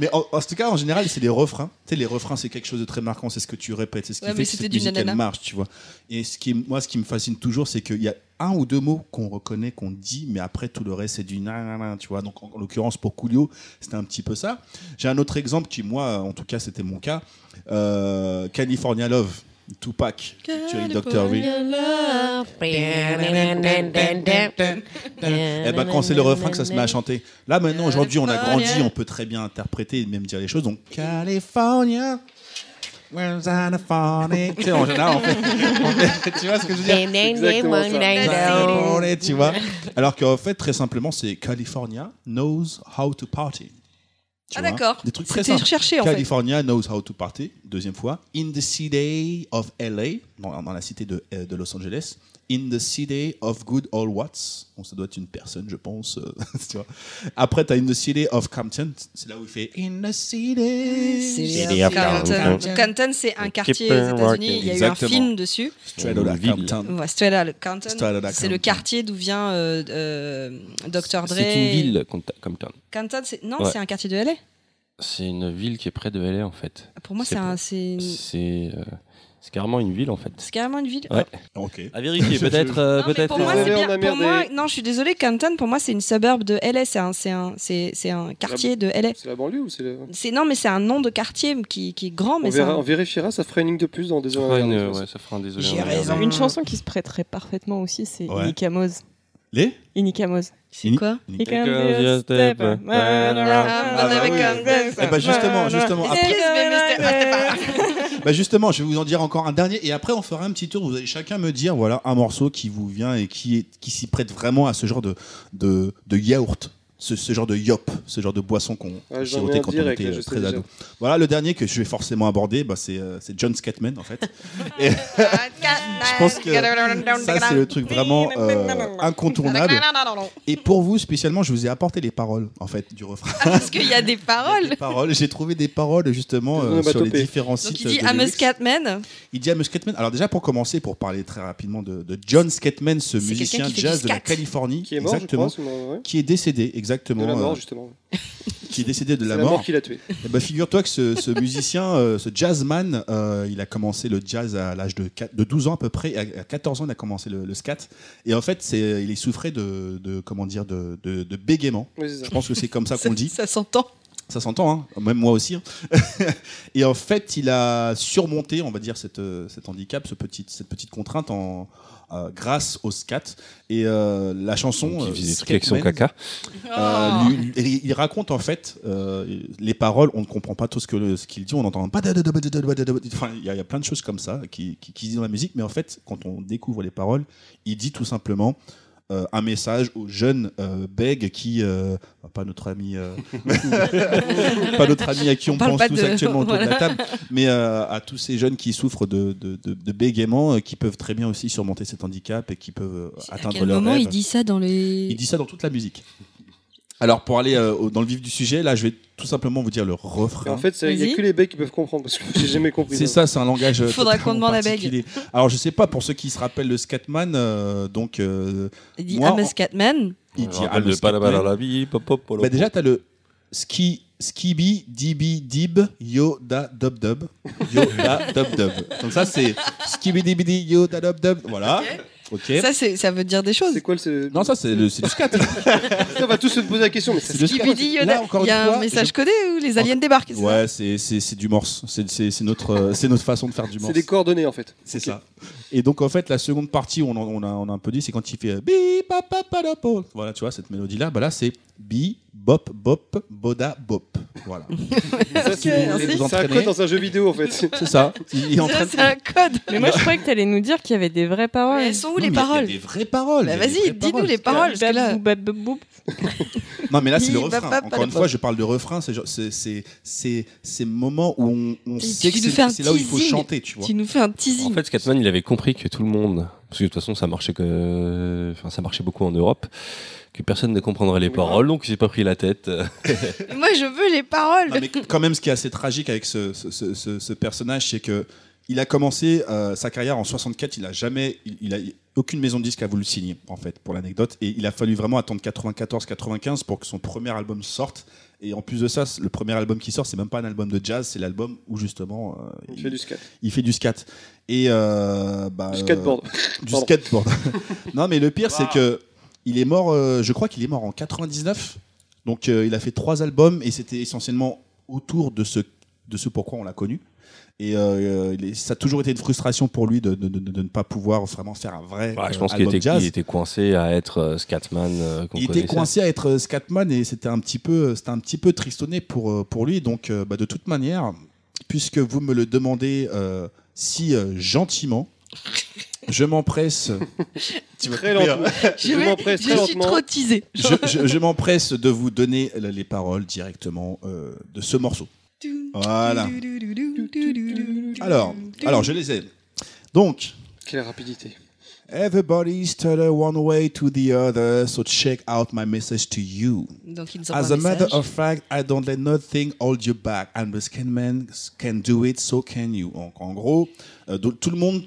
Speaker 2: Mais en, en tout cas, en général, c'est des refrains. Tu sais, les refrains, c'est quelque chose de très marquant. C'est ce que tu répètes. C'est ce qui
Speaker 4: Ouais, mais
Speaker 2: fait que
Speaker 4: c'était
Speaker 2: cette
Speaker 4: du
Speaker 2: musique, elle
Speaker 4: nanana.
Speaker 2: marche, tu vois. Et ce qui, moi, ce qui me fascine toujours, c'est qu'il y a un ou deux mots qu'on reconnaît, qu'on dit, mais après, tout le reste, c'est du nanana, tu vois. Donc, en, en l'occurrence, pour Coolio, c'était un petit peu ça. J'ai un autre exemple qui, moi, en tout cas, c'était mon cas. Euh, California Love, Tupac, featuring Dr. Dre. Eh ben, quand c'est le refrain que ça se
Speaker 3: <laughs>
Speaker 2: met à chanter. Là, maintenant, aujourd'hui, on a grandi, on peut très bien interpréter et même dire les choses. Donc, California. Where's Anna Farney? Tu sais, en général, on fait, on fait- <laughs> Tu vois ce que je veux dire? California, tu
Speaker 4: <laughs>
Speaker 2: vois. Alors qu'en fait, très simplement, c'est California knows how to party. Tu
Speaker 4: Ah,
Speaker 2: vois.
Speaker 4: d'accord.
Speaker 2: Des trucs très
Speaker 4: C'était
Speaker 2: simples.
Speaker 4: recherché, en fait.
Speaker 2: California knows how to party, deuxième fois. In the city of LA, dans, dans la cité de, euh, de Los Angeles. In the city of good old Watts. Bon, ça doit être une personne, je pense. euh, <laughs> tu vois. Après, tu as In the city of Compton. C'est là où il fait In the city.
Speaker 1: City of
Speaker 4: Canton.
Speaker 1: Compton.
Speaker 4: Canton, c'est un quartier aux
Speaker 1: Keep it
Speaker 4: États-Unis. Il y a eu un
Speaker 2: Exactement.
Speaker 4: film dessus.
Speaker 2: Straight outta
Speaker 1: Ville.
Speaker 2: Compton.
Speaker 4: Ouais, Stella, le Canton,
Speaker 2: Stella, la
Speaker 4: c'est le
Speaker 2: Compton.
Speaker 4: quartier d'où vient euh, euh, Dr. Dre.
Speaker 1: C'est une ville, Compta- Compton.
Speaker 4: Canton, c'est... non,
Speaker 1: Ouais.
Speaker 4: c'est un quartier de LA.
Speaker 1: C'est une ville qui est près de LA, en fait.
Speaker 4: Pour moi,
Speaker 1: C'est
Speaker 4: c'est, un- c'est, une-
Speaker 1: C'est euh, c'est carrément une ville, en fait.
Speaker 4: c'est carrément une ville.
Speaker 1: Ouais.
Speaker 2: Ok.
Speaker 1: À <laughs> vérifier, peut-être. euh,
Speaker 4: Non, mais
Speaker 1: peut-être
Speaker 4: pour moi,
Speaker 1: euh,
Speaker 4: c'est bien.
Speaker 5: Désolé, on a
Speaker 4: Pour moi,
Speaker 5: merdé.
Speaker 4: non, je suis désolée, Canton, pour moi, c'est une suburb de LA. C'est un, c'est un, c'est, c'est un quartier de LA.
Speaker 5: C'est la banlieue ou c'est le-
Speaker 4: C'est, non, mais c'est un nom de quartier qui, qui est grand,
Speaker 5: on,
Speaker 4: mais c'est
Speaker 5: verra-
Speaker 4: un-
Speaker 5: on vérifiera, ça fera une ligne de plus dans deux
Speaker 1: ça
Speaker 5: ans.
Speaker 1: fera une- euh, ouais, ça fera un désolé.
Speaker 2: J'ai
Speaker 1: on regarde.
Speaker 2: raison.
Speaker 6: Une chanson qui se prêterait parfaitement aussi, c'est
Speaker 2: Ouais.
Speaker 6: Inikamoz.
Speaker 2: Les
Speaker 6: Inikamoz.
Speaker 2: C'est
Speaker 4: quoi
Speaker 6: You can
Speaker 1: Because
Speaker 6: be
Speaker 1: you
Speaker 6: a step,
Speaker 1: step,
Speaker 6: man around,
Speaker 4: Ah,
Speaker 6: man
Speaker 4: bah
Speaker 6: around,
Speaker 4: oui.
Speaker 6: man around.
Speaker 2: Eh bah justement, justement,
Speaker 6: It's
Speaker 4: après-
Speaker 6: just me, Mr.
Speaker 2: Bah justement, je vais vous en dire encore un dernier et après on fera un petit tour. Vous allez chacun me dire voilà un morceau qui vous vient et qui est qui s'y prête vraiment à ce genre de de, de yaourt, ce, ce genre de yop, ce genre de boisson qu'on
Speaker 5: Ouais, Ah, j'en ai
Speaker 2: sirotait
Speaker 5: un
Speaker 2: quand on
Speaker 5: direct,
Speaker 2: était
Speaker 5: là, je
Speaker 2: euh,
Speaker 5: sais
Speaker 2: très
Speaker 5: déjà.
Speaker 2: ado. Voilà le dernier que je vais forcément aborder, bah, c'est euh, c'est John Scatman en fait.
Speaker 4: <laughs>
Speaker 2: Et <laughs> je pense que ça c'est le truc vraiment euh, incontournable. Et pour vous spécialement, je vous ai apporté les paroles en fait du refrain.
Speaker 4: Parce qu'il y a des paroles.
Speaker 2: <laughs> Les paroles, j'ai trouvé des paroles justement euh,
Speaker 5: Des
Speaker 2: sur les
Speaker 5: onomatopées.
Speaker 2: différents sites.
Speaker 4: Donc il dit
Speaker 2: de
Speaker 4: Amos
Speaker 2: lyrics.
Speaker 4: Catman.
Speaker 2: Il dit à Musketman. Alors déjà pour commencer, pour parler très rapidement de, de John Skatman, ce
Speaker 4: C'est
Speaker 2: musicien
Speaker 4: quelqu'un qui fait
Speaker 2: jazz
Speaker 4: du
Speaker 2: de la
Speaker 4: scat.
Speaker 2: Californie,
Speaker 5: Qui est mort,
Speaker 2: exactement,
Speaker 5: je pense. ou non, ouais.
Speaker 2: qui est décédé, exactement,
Speaker 5: De la
Speaker 2: euh,
Speaker 5: mort, justement.
Speaker 2: qui est décédé de
Speaker 5: C'est
Speaker 2: la
Speaker 5: la mort
Speaker 2: mort.
Speaker 5: qui l'a tué.
Speaker 2: Eh ben, Figure-toi que ce, ce musicien, euh, ce jazzman, euh, il a commencé le jazz à l'âge de, quatre- de 12 ans à peu près. et À, à 14 ans, il a commencé le, le scat. Et en fait, c'est, il est souffrait de, de comment dire, de, de, de bégaiement.
Speaker 5: Oui, c'est ça.
Speaker 2: Je pense que c'est comme ça
Speaker 4: <laughs>
Speaker 2: qu'on le dit.
Speaker 4: Ça s'entend.
Speaker 2: Ça s'entend, hein même moi aussi. hein. <laughs> et en fait, il a surmonté, on va dire, cette, euh, cet handicap, ce petit, cette petite contrainte en, euh, grâce au scat. Et euh, la chanson.
Speaker 1: Donc, il faisait
Speaker 2: euh,
Speaker 1: des trucs avec son
Speaker 2: Scatman,
Speaker 1: caca.
Speaker 4: Ah.
Speaker 2: euh,
Speaker 4: Oh.
Speaker 2: lui- lui- il- il raconte en fait euh, les paroles, on ne comprend pas tout ce que le- ce qu'il dit, on entend pas. da- da- da- da- da- da- da- da- Enfin, il y, a- il y a plein de choses comme ça qui, qui, qui se disent dans la musique, mais en fait, quand on découvre les paroles, il dit tout simplement euh, un message aux jeunes euh, bègues qui, euh, pas notre ami, euh, <laughs> pas notre ami à qui on,
Speaker 4: parle
Speaker 2: pense
Speaker 4: pas
Speaker 2: tous
Speaker 4: de-
Speaker 2: actuellement autour de la table, mais euh, à tous ces jeunes qui souffrent de, de, de, de bégaiement, euh, qui peuvent très bien aussi surmonter cet handicap et qui peuvent euh,
Speaker 4: À
Speaker 2: atteindre
Speaker 4: quel
Speaker 2: leur
Speaker 4: moment
Speaker 2: rêve.
Speaker 4: il dit ça dans les.
Speaker 2: Il dit ça dans toute la musique. Alors pour aller euh, au- dans le vif du sujet, là je vais tout simplement vous dire le
Speaker 5: Et
Speaker 2: refrain.
Speaker 5: en fait, il n'y a
Speaker 4: Vas-y.
Speaker 5: que les becs qui peuvent comprendre parce que j'ai jamais compris.
Speaker 2: c'est ça, c'est un langage. euh,
Speaker 4: Faudra
Speaker 2: totalement
Speaker 4: qu'on demande à Beg.
Speaker 2: particulier. Alors je sais pas pour ceux qui se rappellent le Scatman, euh, donc euh,
Speaker 4: Il dit
Speaker 2: Moi,
Speaker 4: Amos
Speaker 2: en-
Speaker 4: Catman.
Speaker 2: il
Speaker 1: Je
Speaker 2: dit
Speaker 1: me
Speaker 2: ah,
Speaker 1: rappelle
Speaker 2: le
Speaker 1: de Palabra
Speaker 2: Scatman.
Speaker 1: dans la vie, pop, pop, polo.
Speaker 2: Bah, déjà t'as le ski skibi dibi dib yo da dub dub yo da dub dub. Donc ça c'est skibi dibi di yo da dub dub. Voilà. Ok.
Speaker 4: Ça, c'est, ça veut dire des choses.
Speaker 5: C'est quoi le.
Speaker 2: Non ça c'est le- c'est du scat.
Speaker 5: Putain, on va tous se poser la question, mais ça
Speaker 2: C'est le
Speaker 4: Qui
Speaker 2: scat.
Speaker 4: lui dit Yoda.
Speaker 2: Là encore
Speaker 4: Il y
Speaker 2: une
Speaker 4: a
Speaker 2: fois.
Speaker 4: un
Speaker 2: je
Speaker 4: message codé où les aliens débarquent. c'est ça
Speaker 2: Ouais, c'est- c'est c'est du morse. C'est- C'est c'est notre, euh, c'est notre façon de faire du
Speaker 5: C'est
Speaker 2: morse.
Speaker 5: des coordonnées en fait.
Speaker 2: C'est ça. Et donc, en fait, la seconde partie, on, en- on, a, on a un peu dit, c'est quand il fait euh, bi pa, pa, pa, da, po. Voilà, tu vois, cette mélodie-là, bah là, c'est bi, bop, bop, boda, bop.
Speaker 4: <laughs>
Speaker 2: Voilà.
Speaker 5: Ça,
Speaker 2: si vous voulez vous
Speaker 5: C'est un
Speaker 2: entraîner.
Speaker 5: code dans un jeu vidéo en fait.
Speaker 2: C'est ça. Il est en train
Speaker 4: Ça,
Speaker 2: de-
Speaker 4: c'est un code.
Speaker 6: Mais moi, je croyais que t'allais nous dire qu'il y avait des vraies
Speaker 4: Mais
Speaker 6: paroles.
Speaker 4: Elles sont où
Speaker 2: Non, mais
Speaker 4: les
Speaker 2: il y a
Speaker 4: paroles
Speaker 2: Des vraies paroles.
Speaker 4: Bah,
Speaker 2: il y a des
Speaker 4: Vas-y,
Speaker 2: vraies
Speaker 4: dis-nous
Speaker 2: paroles.
Speaker 4: les paroles. parce que là-
Speaker 6: Bab- bab- bab- boub.
Speaker 2: Non, mais là, c'est le
Speaker 4: Bi, ba,
Speaker 2: refrain.
Speaker 4: pa, pa,
Speaker 2: Encore
Speaker 4: da,
Speaker 2: une
Speaker 4: pa.
Speaker 2: fois, je parle de refrain. C'est genre- c'est- c'est- c'est- c'est moments où on, on
Speaker 4: Il
Speaker 2: sait que
Speaker 4: suffit de
Speaker 2: c'est
Speaker 4: faire un
Speaker 2: c'est là où il faut
Speaker 4: teasing.
Speaker 2: chanter, tu vois.
Speaker 4: Tu nous fais un
Speaker 1: En
Speaker 4: teasing.
Speaker 1: fait, Scatman, il avait compris que tout le monde, parce que de toute façon ça marchait, que, enfin, ça marchait beaucoup en Europe, que personne ne comprendrait les paroles, donc j'ai pas pris la tête.
Speaker 4: Moi, je veux les paroles.
Speaker 2: Non, mais quand même, ce qui est assez tragique avec ce, ce- ce- ce- ce personnage, c'est que il a commencé euh, sa carrière en 64. Il a jamais, il, il a aucune maison de disque a voulu le signer en fait, pour l'anecdote. Et il a fallu vraiment attendre 94-95 pour que son premier album sorte. Et en plus de ça, le premier album qui sort, c'est même pas un album de jazz, c'est l'album où justement euh,
Speaker 5: Il
Speaker 2: il,
Speaker 5: fait du scat.
Speaker 2: il fait du scat. Et euh, bah,
Speaker 5: Du
Speaker 2: euh,
Speaker 5: skateboard.
Speaker 2: du
Speaker 5: Pardon.
Speaker 2: skateboard. non, mais le pire, c'est que il est mort. euh, je crois qu'il est mort en 99. Donc, euh, il a fait trois albums et c'était essentiellement autour de ce de ce pourquoi on l'a connu. Et euh, il est- ça a toujours été une frustration pour lui de, de- de- de ne pas pouvoir vraiment faire un vrai.
Speaker 1: Ouais, je
Speaker 2: euh,
Speaker 1: pense qu'il
Speaker 2: album
Speaker 1: était,
Speaker 2: jazz.
Speaker 1: il était coincé à être euh, Scatman. euh, qu'on
Speaker 2: Il était
Speaker 1: connaissait.
Speaker 2: coincé à être euh, Scatman et c'était un petit peu, euh, c'était un petit peu tristonné pour euh, pour lui. Donc, euh, bah, de toute manière, puisque vous me le demandez euh, si euh, gentiment, je m'empresse. Tu vas
Speaker 5: Très
Speaker 2: couper, hein.
Speaker 5: lentement.
Speaker 4: Je,
Speaker 5: Je
Speaker 4: vais-
Speaker 5: m'en presse
Speaker 4: je
Speaker 5: très
Speaker 4: suis
Speaker 5: lentement.
Speaker 4: trop teasée.
Speaker 2: <laughs> je, je- je m'empresse de vous donner la- les paroles directement euh, de ce morceau. Voilà. Alors, alors je les ai. Donc,
Speaker 5: Quelle rapidité.
Speaker 2: everybody's turned one way to the other, so check out my message to you.
Speaker 4: Donc, il nous
Speaker 2: As
Speaker 4: envoie
Speaker 2: a
Speaker 4: un
Speaker 2: matter
Speaker 4: message.
Speaker 2: of fact, I don't let nothing hold you back. And the skin man can do it, so can you. Donc, en gros, euh, donc, tout le monde.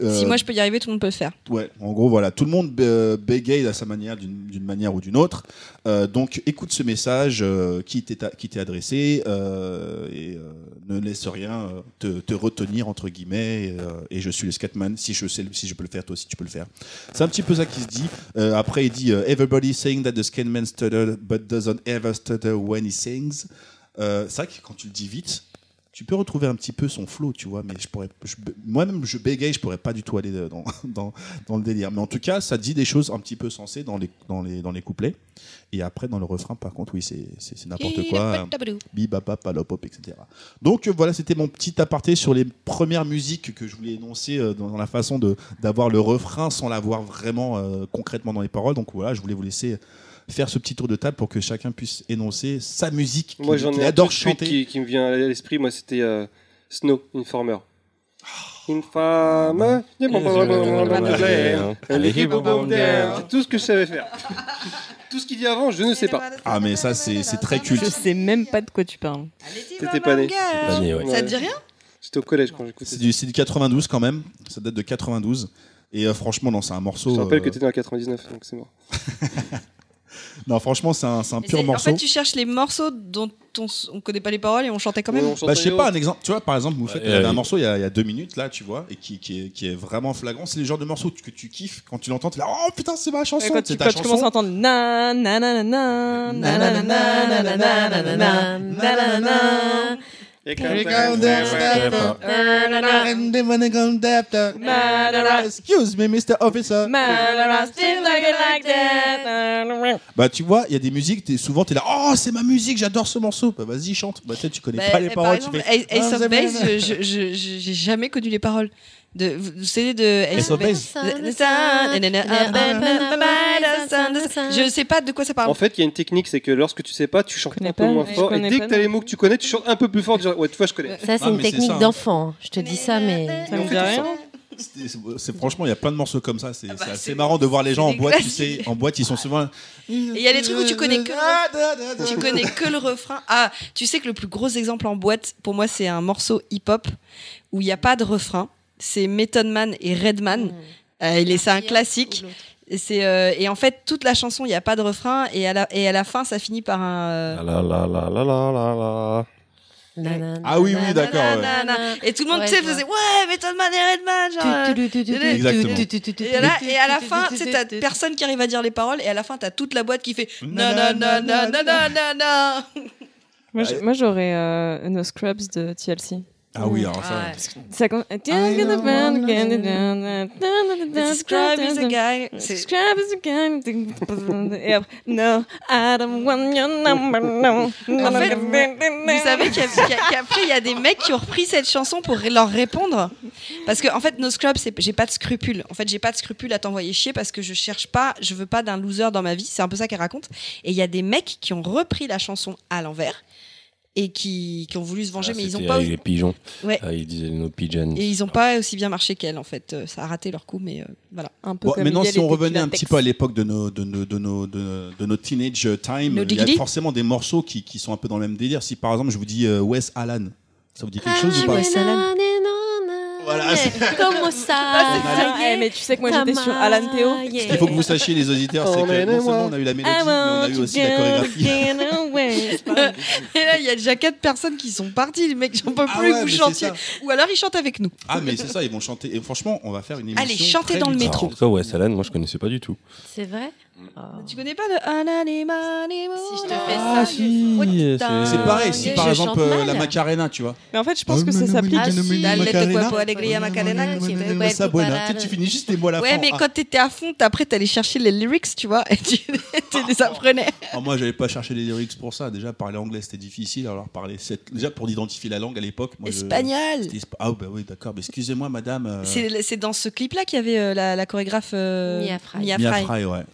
Speaker 2: euh,
Speaker 4: Si moi je peux y arriver, tout le monde peut le faire.
Speaker 2: Ouais, en gros, voilà, tout le monde euh, bégaye à sa manière, d'une d'une manière ou d'une autre. Euh, donc, écoute ce message euh, qui t'est a- qui t'est adressé euh, et euh, ne laisse rien euh, te, te retenir, entre guillemets. euh, et je suis le Scatman. Si je, sais, le- si je peux le faire, toi aussi, tu peux le faire. C'est un petit peu ça qui se dit. Euh, après, il dit euh, Everybody saying that the Scatman stutter, but doesn't ever stutter when he sings. Euh, c'est vrai que quand tu le dis vite, tu peux retrouver un petit peu son flow, tu vois, mais je pourrais, je- moi-même, je bégaye, je pourrais pas du tout aller euh, dans, <laughs> dans, dans le délire. Mais en tout cas, ça dit des choses un petit peu sensées dans les, dans les, dans les couplets. Et après, dans le refrain, par contre, oui, c'est, c'est, c'est n'importe quoi. hein. Bibaba, palopop, etc. Donc euh, voilà, c'était mon petit aparté sur les premières musiques que je voulais énoncer euh, dans, dans la façon de, d'avoir le refrain sans l'avoir vraiment euh, concrètement dans les paroles. Donc voilà, je voulais vous laisser faire ce petit tour de table pour que chacun puisse énoncer sa musique. qu'il-
Speaker 5: Moi, j'en
Speaker 2: qu'il
Speaker 5: ai un tout
Speaker 2: adore
Speaker 5: de suite
Speaker 2: chanter.
Speaker 5: qui, qui me vient à l'esprit. Moi, c'était euh, Snow, Informer. Informer. C'est tout ce que je savais faire. <laughs> Tout ce qu'il dit avant, je ne sais pas.
Speaker 2: Ah mais ça c'est c'est très
Speaker 6: Je
Speaker 2: culte.
Speaker 6: sais même pas de quoi tu parles.
Speaker 5: T'étais pas né.
Speaker 1: Pas né, ouais.
Speaker 4: Ça te dit rien
Speaker 5: J'étais au collège quand j'écoutais
Speaker 2: C'est
Speaker 5: ça.
Speaker 2: du, c'est du 92 quand même, ça date de 92. Et euh, franchement, non, c'est un
Speaker 5: Je
Speaker 2: morceau.
Speaker 5: te rappelle
Speaker 2: euh,
Speaker 5: que t'étais dans le 99, donc c'est mort.
Speaker 2: Non, franchement, c'est un, c'est un
Speaker 4: Mais
Speaker 2: pur
Speaker 4: c'est- En
Speaker 2: morceau.
Speaker 4: fait, tu cherches les morceaux dont on, s- on connaît pas les paroles et on chantait quand même.
Speaker 5: Ouais, on chantait
Speaker 2: Bah, je sais
Speaker 5: les
Speaker 2: pas,
Speaker 5: autres.
Speaker 2: un exemple. Tu vois, par exemple, vous faites
Speaker 1: Ouais, ouais.
Speaker 2: un morceau il y, a, il y a deux minutes, là, tu vois, et qui, qui, est, qui est vraiment flagrant. C'est le genre de morceau que tu kiffes quand tu l'entends, t'es là, oh putain, c'est ma
Speaker 6: Et
Speaker 2: chanson,
Speaker 6: quand tu,
Speaker 2: c'est
Speaker 6: quand
Speaker 2: ta
Speaker 6: tu commences
Speaker 2: chanson.
Speaker 6: à entendre na na na na na na na na na na na na na na na na
Speaker 5: Et quand
Speaker 2: Here
Speaker 5: t'as-
Speaker 2: comes the step. And the money comes after. Excuse me, Mr. Officer.
Speaker 6: na, still like it like that. Na, na, na.
Speaker 2: Bah, tu vois, il y a des musiques, t'es, souvent t'es là, oh, c'est ma musique, j'adore ce morceau. Bah, vas-y, chante. Bah, peut-être tu connais
Speaker 4: Bah,
Speaker 2: pas les
Speaker 4: par
Speaker 2: paroles.
Speaker 4: exemple,
Speaker 2: tu fais,
Speaker 4: Ace- Ace
Speaker 2: Ah,
Speaker 4: of
Speaker 2: c'est-
Speaker 4: Base, je- je- je- je- j'ai jamais connu les paroles. De, vous vous savez de Ace of Base Je sais pas de quoi ça
Speaker 5: En
Speaker 4: parle.
Speaker 5: fait, il y a une technique, c'est que lorsque tu sais pas, tu chantes
Speaker 6: connais
Speaker 5: un peu
Speaker 6: pas,
Speaker 5: moins
Speaker 6: ouais.
Speaker 5: fort.
Speaker 6: Je
Speaker 5: Et
Speaker 6: connais
Speaker 5: dès que
Speaker 6: pas,
Speaker 5: t'as
Speaker 6: non.
Speaker 5: les mots que tu connais, tu chantes un peu plus fort. du genre, Ouais, tu vois, je
Speaker 3: Ça,
Speaker 5: connais.
Speaker 3: c'est
Speaker 2: Ah,
Speaker 3: une
Speaker 2: mais c'est ça,
Speaker 3: technique
Speaker 2: hein.
Speaker 3: d'enfant. Je te dis ça, mais.
Speaker 6: Ça me dit rien.
Speaker 2: C'est- c'est- c'est- franchement, il y a plein de morceaux comme ça. C'est
Speaker 4: bah,
Speaker 2: c'est assez
Speaker 4: c'est-
Speaker 2: marrant de voir les gens en
Speaker 4: c'est
Speaker 2: boîte, tu
Speaker 4: classique.
Speaker 2: sais, en boîte, ils sont souvent. Il
Speaker 4: y a des trucs où tu connais que le- Tu connais que le refrain. Ah, tu sais que le plus gros exemple en boîte, pour moi, c'est un morceau hip-hop où il n'y a pas de refrain. C'est Method Man et Redman. Euh, il est- c'est un classique. Et, c'est, euh, et en fait, toute la chanson, il n'y a pas de refrain. Et à, la, et à la fin, ça finit par un. euh,
Speaker 1: La la la la la la la
Speaker 2: Ah oui, oui, d'accord, ouais.
Speaker 4: nanana. Et tout le monde, tu sais, faisait Ouais, Method Man et Redman. Genre, euh,
Speaker 2: Exactement.
Speaker 4: Et, là, et à la fin, tu sais, t'as personne qui arrive à dire les paroles, et à la fin, t'as toute la boîte qui fait
Speaker 2: Nanana,
Speaker 4: nanana, nanana, nanana.
Speaker 6: Moi, je- moi, j'aurais euh, No Scrubs de TLC.
Speaker 2: Ah oui, alors ça.
Speaker 4: Ouais.
Speaker 6: Ça commence.
Speaker 4: This scribe is a guy. C'est-
Speaker 6: Scrub is a guy. Et après, no, I don't want your number, no.
Speaker 4: En fait, Vous savez qu'il y a- qu'il y a- qu'après, il y a des mecs qui ont repris cette chanson pour ré- leur répondre. Parce que, en fait, No Scrub, c'est- j'ai pas de scrupules. En fait, j'ai pas de scrupules à t'envoyer chier parce que je cherche pas, je veux pas d'un loser dans ma vie. C'est un peu ça qu'elle raconte. Et il y a des mecs qui ont repris la chanson à l'envers et qui, qui ont voulu se venger, mais ils
Speaker 1: Ah, C'était
Speaker 4: ont pas.
Speaker 1: avec les pigeons.
Speaker 4: Ouais.
Speaker 1: Ah, ils disaient nos pigeons.
Speaker 4: Et ils n'ont pas aussi bien marché qu'elle, en fait. Euh, Ça a raté leur coup, mais euh, voilà.
Speaker 6: Un peu
Speaker 2: Bon,
Speaker 6: comme
Speaker 2: maintenant,
Speaker 6: il y a
Speaker 2: si
Speaker 6: les
Speaker 2: on revenait un
Speaker 6: Tex.
Speaker 2: petit peu à l'époque de nos, de, nos, de, nos, de, nos- de nos teenage time,
Speaker 4: Nos
Speaker 2: il y a
Speaker 4: diggity.
Speaker 2: forcément des morceaux qui, qui sont un peu dans le même délire. Si par exemple je vous dis euh, Wes Allen, ça vous dit quelque chose ou pas
Speaker 3: Ah,
Speaker 2: Wes
Speaker 3: nanana, nanana.
Speaker 2: Voilà, c'est-
Speaker 3: Comment
Speaker 2: <laughs>
Speaker 3: ça
Speaker 6: Ah,
Speaker 3: ça y
Speaker 6: eh,
Speaker 3: est,
Speaker 6: mais tu sais que moi j'étais sur Alan Théo.
Speaker 3: Tamaye.
Speaker 2: Ce qu'il faut que vous sachiez, les auditeurs, c'est que non seulement on a eu la mélodie, mais on a eu aussi la chorégraphie.
Speaker 4: <laughs>
Speaker 6: <laughs>
Speaker 4: Et là, il y a déjà quatre personnes qui sont parties, les mecs, j'en peux plus
Speaker 2: Ah
Speaker 4: que
Speaker 2: ouais,
Speaker 4: vous
Speaker 2: mais c'est
Speaker 4: chantiez.
Speaker 2: ça.
Speaker 4: Ou alors ils chantent avec nous.
Speaker 2: Ah, mais c'est ça, ils vont chanter. Et franchement, on va faire une émission.
Speaker 4: Allez, chantez
Speaker 2: très
Speaker 4: dans le
Speaker 1: Ah,
Speaker 2: ludique.
Speaker 4: métro.
Speaker 1: en tout cas, ouais, Salan, moi je connaissais pas du tout.
Speaker 3: C'est vrai Oh.
Speaker 4: Tu connais pas le Ananimani
Speaker 3: Si je te fais
Speaker 1: Ah,
Speaker 3: ça,
Speaker 1: si,
Speaker 4: putain.
Speaker 1: c'est-
Speaker 2: C'est pareil,
Speaker 3: Je
Speaker 2: si par exemple
Speaker 3: chante
Speaker 2: euh,
Speaker 3: mal.
Speaker 2: la Macarena, tu vois.
Speaker 6: Mais en fait, je pense que ça s'applique.
Speaker 3: Ah, si,
Speaker 4: Dale
Speaker 3: Macarena.
Speaker 4: cuerpo, alegría, Macarena, que te
Speaker 2: Mais ça,
Speaker 3: cuerpo
Speaker 2: voilà.
Speaker 3: para-
Speaker 2: Tu sais, Tu finis juste les mots à la
Speaker 4: Ouais,
Speaker 2: fin.
Speaker 4: mais
Speaker 2: Ah,
Speaker 4: quand t'étais à fond, après t'allais chercher les lyrics, tu vois, et tu, <laughs> tu les apprenais.
Speaker 2: Ah, moi, j'avais pas cherché les lyrics pour ça. Déjà, parler anglais, c'était difficile. Alors, parler cette... déjà pour identifier la langue à l'époque. moi, je-
Speaker 4: Espagnol
Speaker 2: c'était espa- Ah, bah oui, d'accord. Mais excusez-moi, madame. euh,
Speaker 4: C'est c'est dans ce clip-là qu'il y avait euh, la, la chorégraphe euh,
Speaker 3: Mia Fry.
Speaker 2: Mia Fry, ouais. ouais.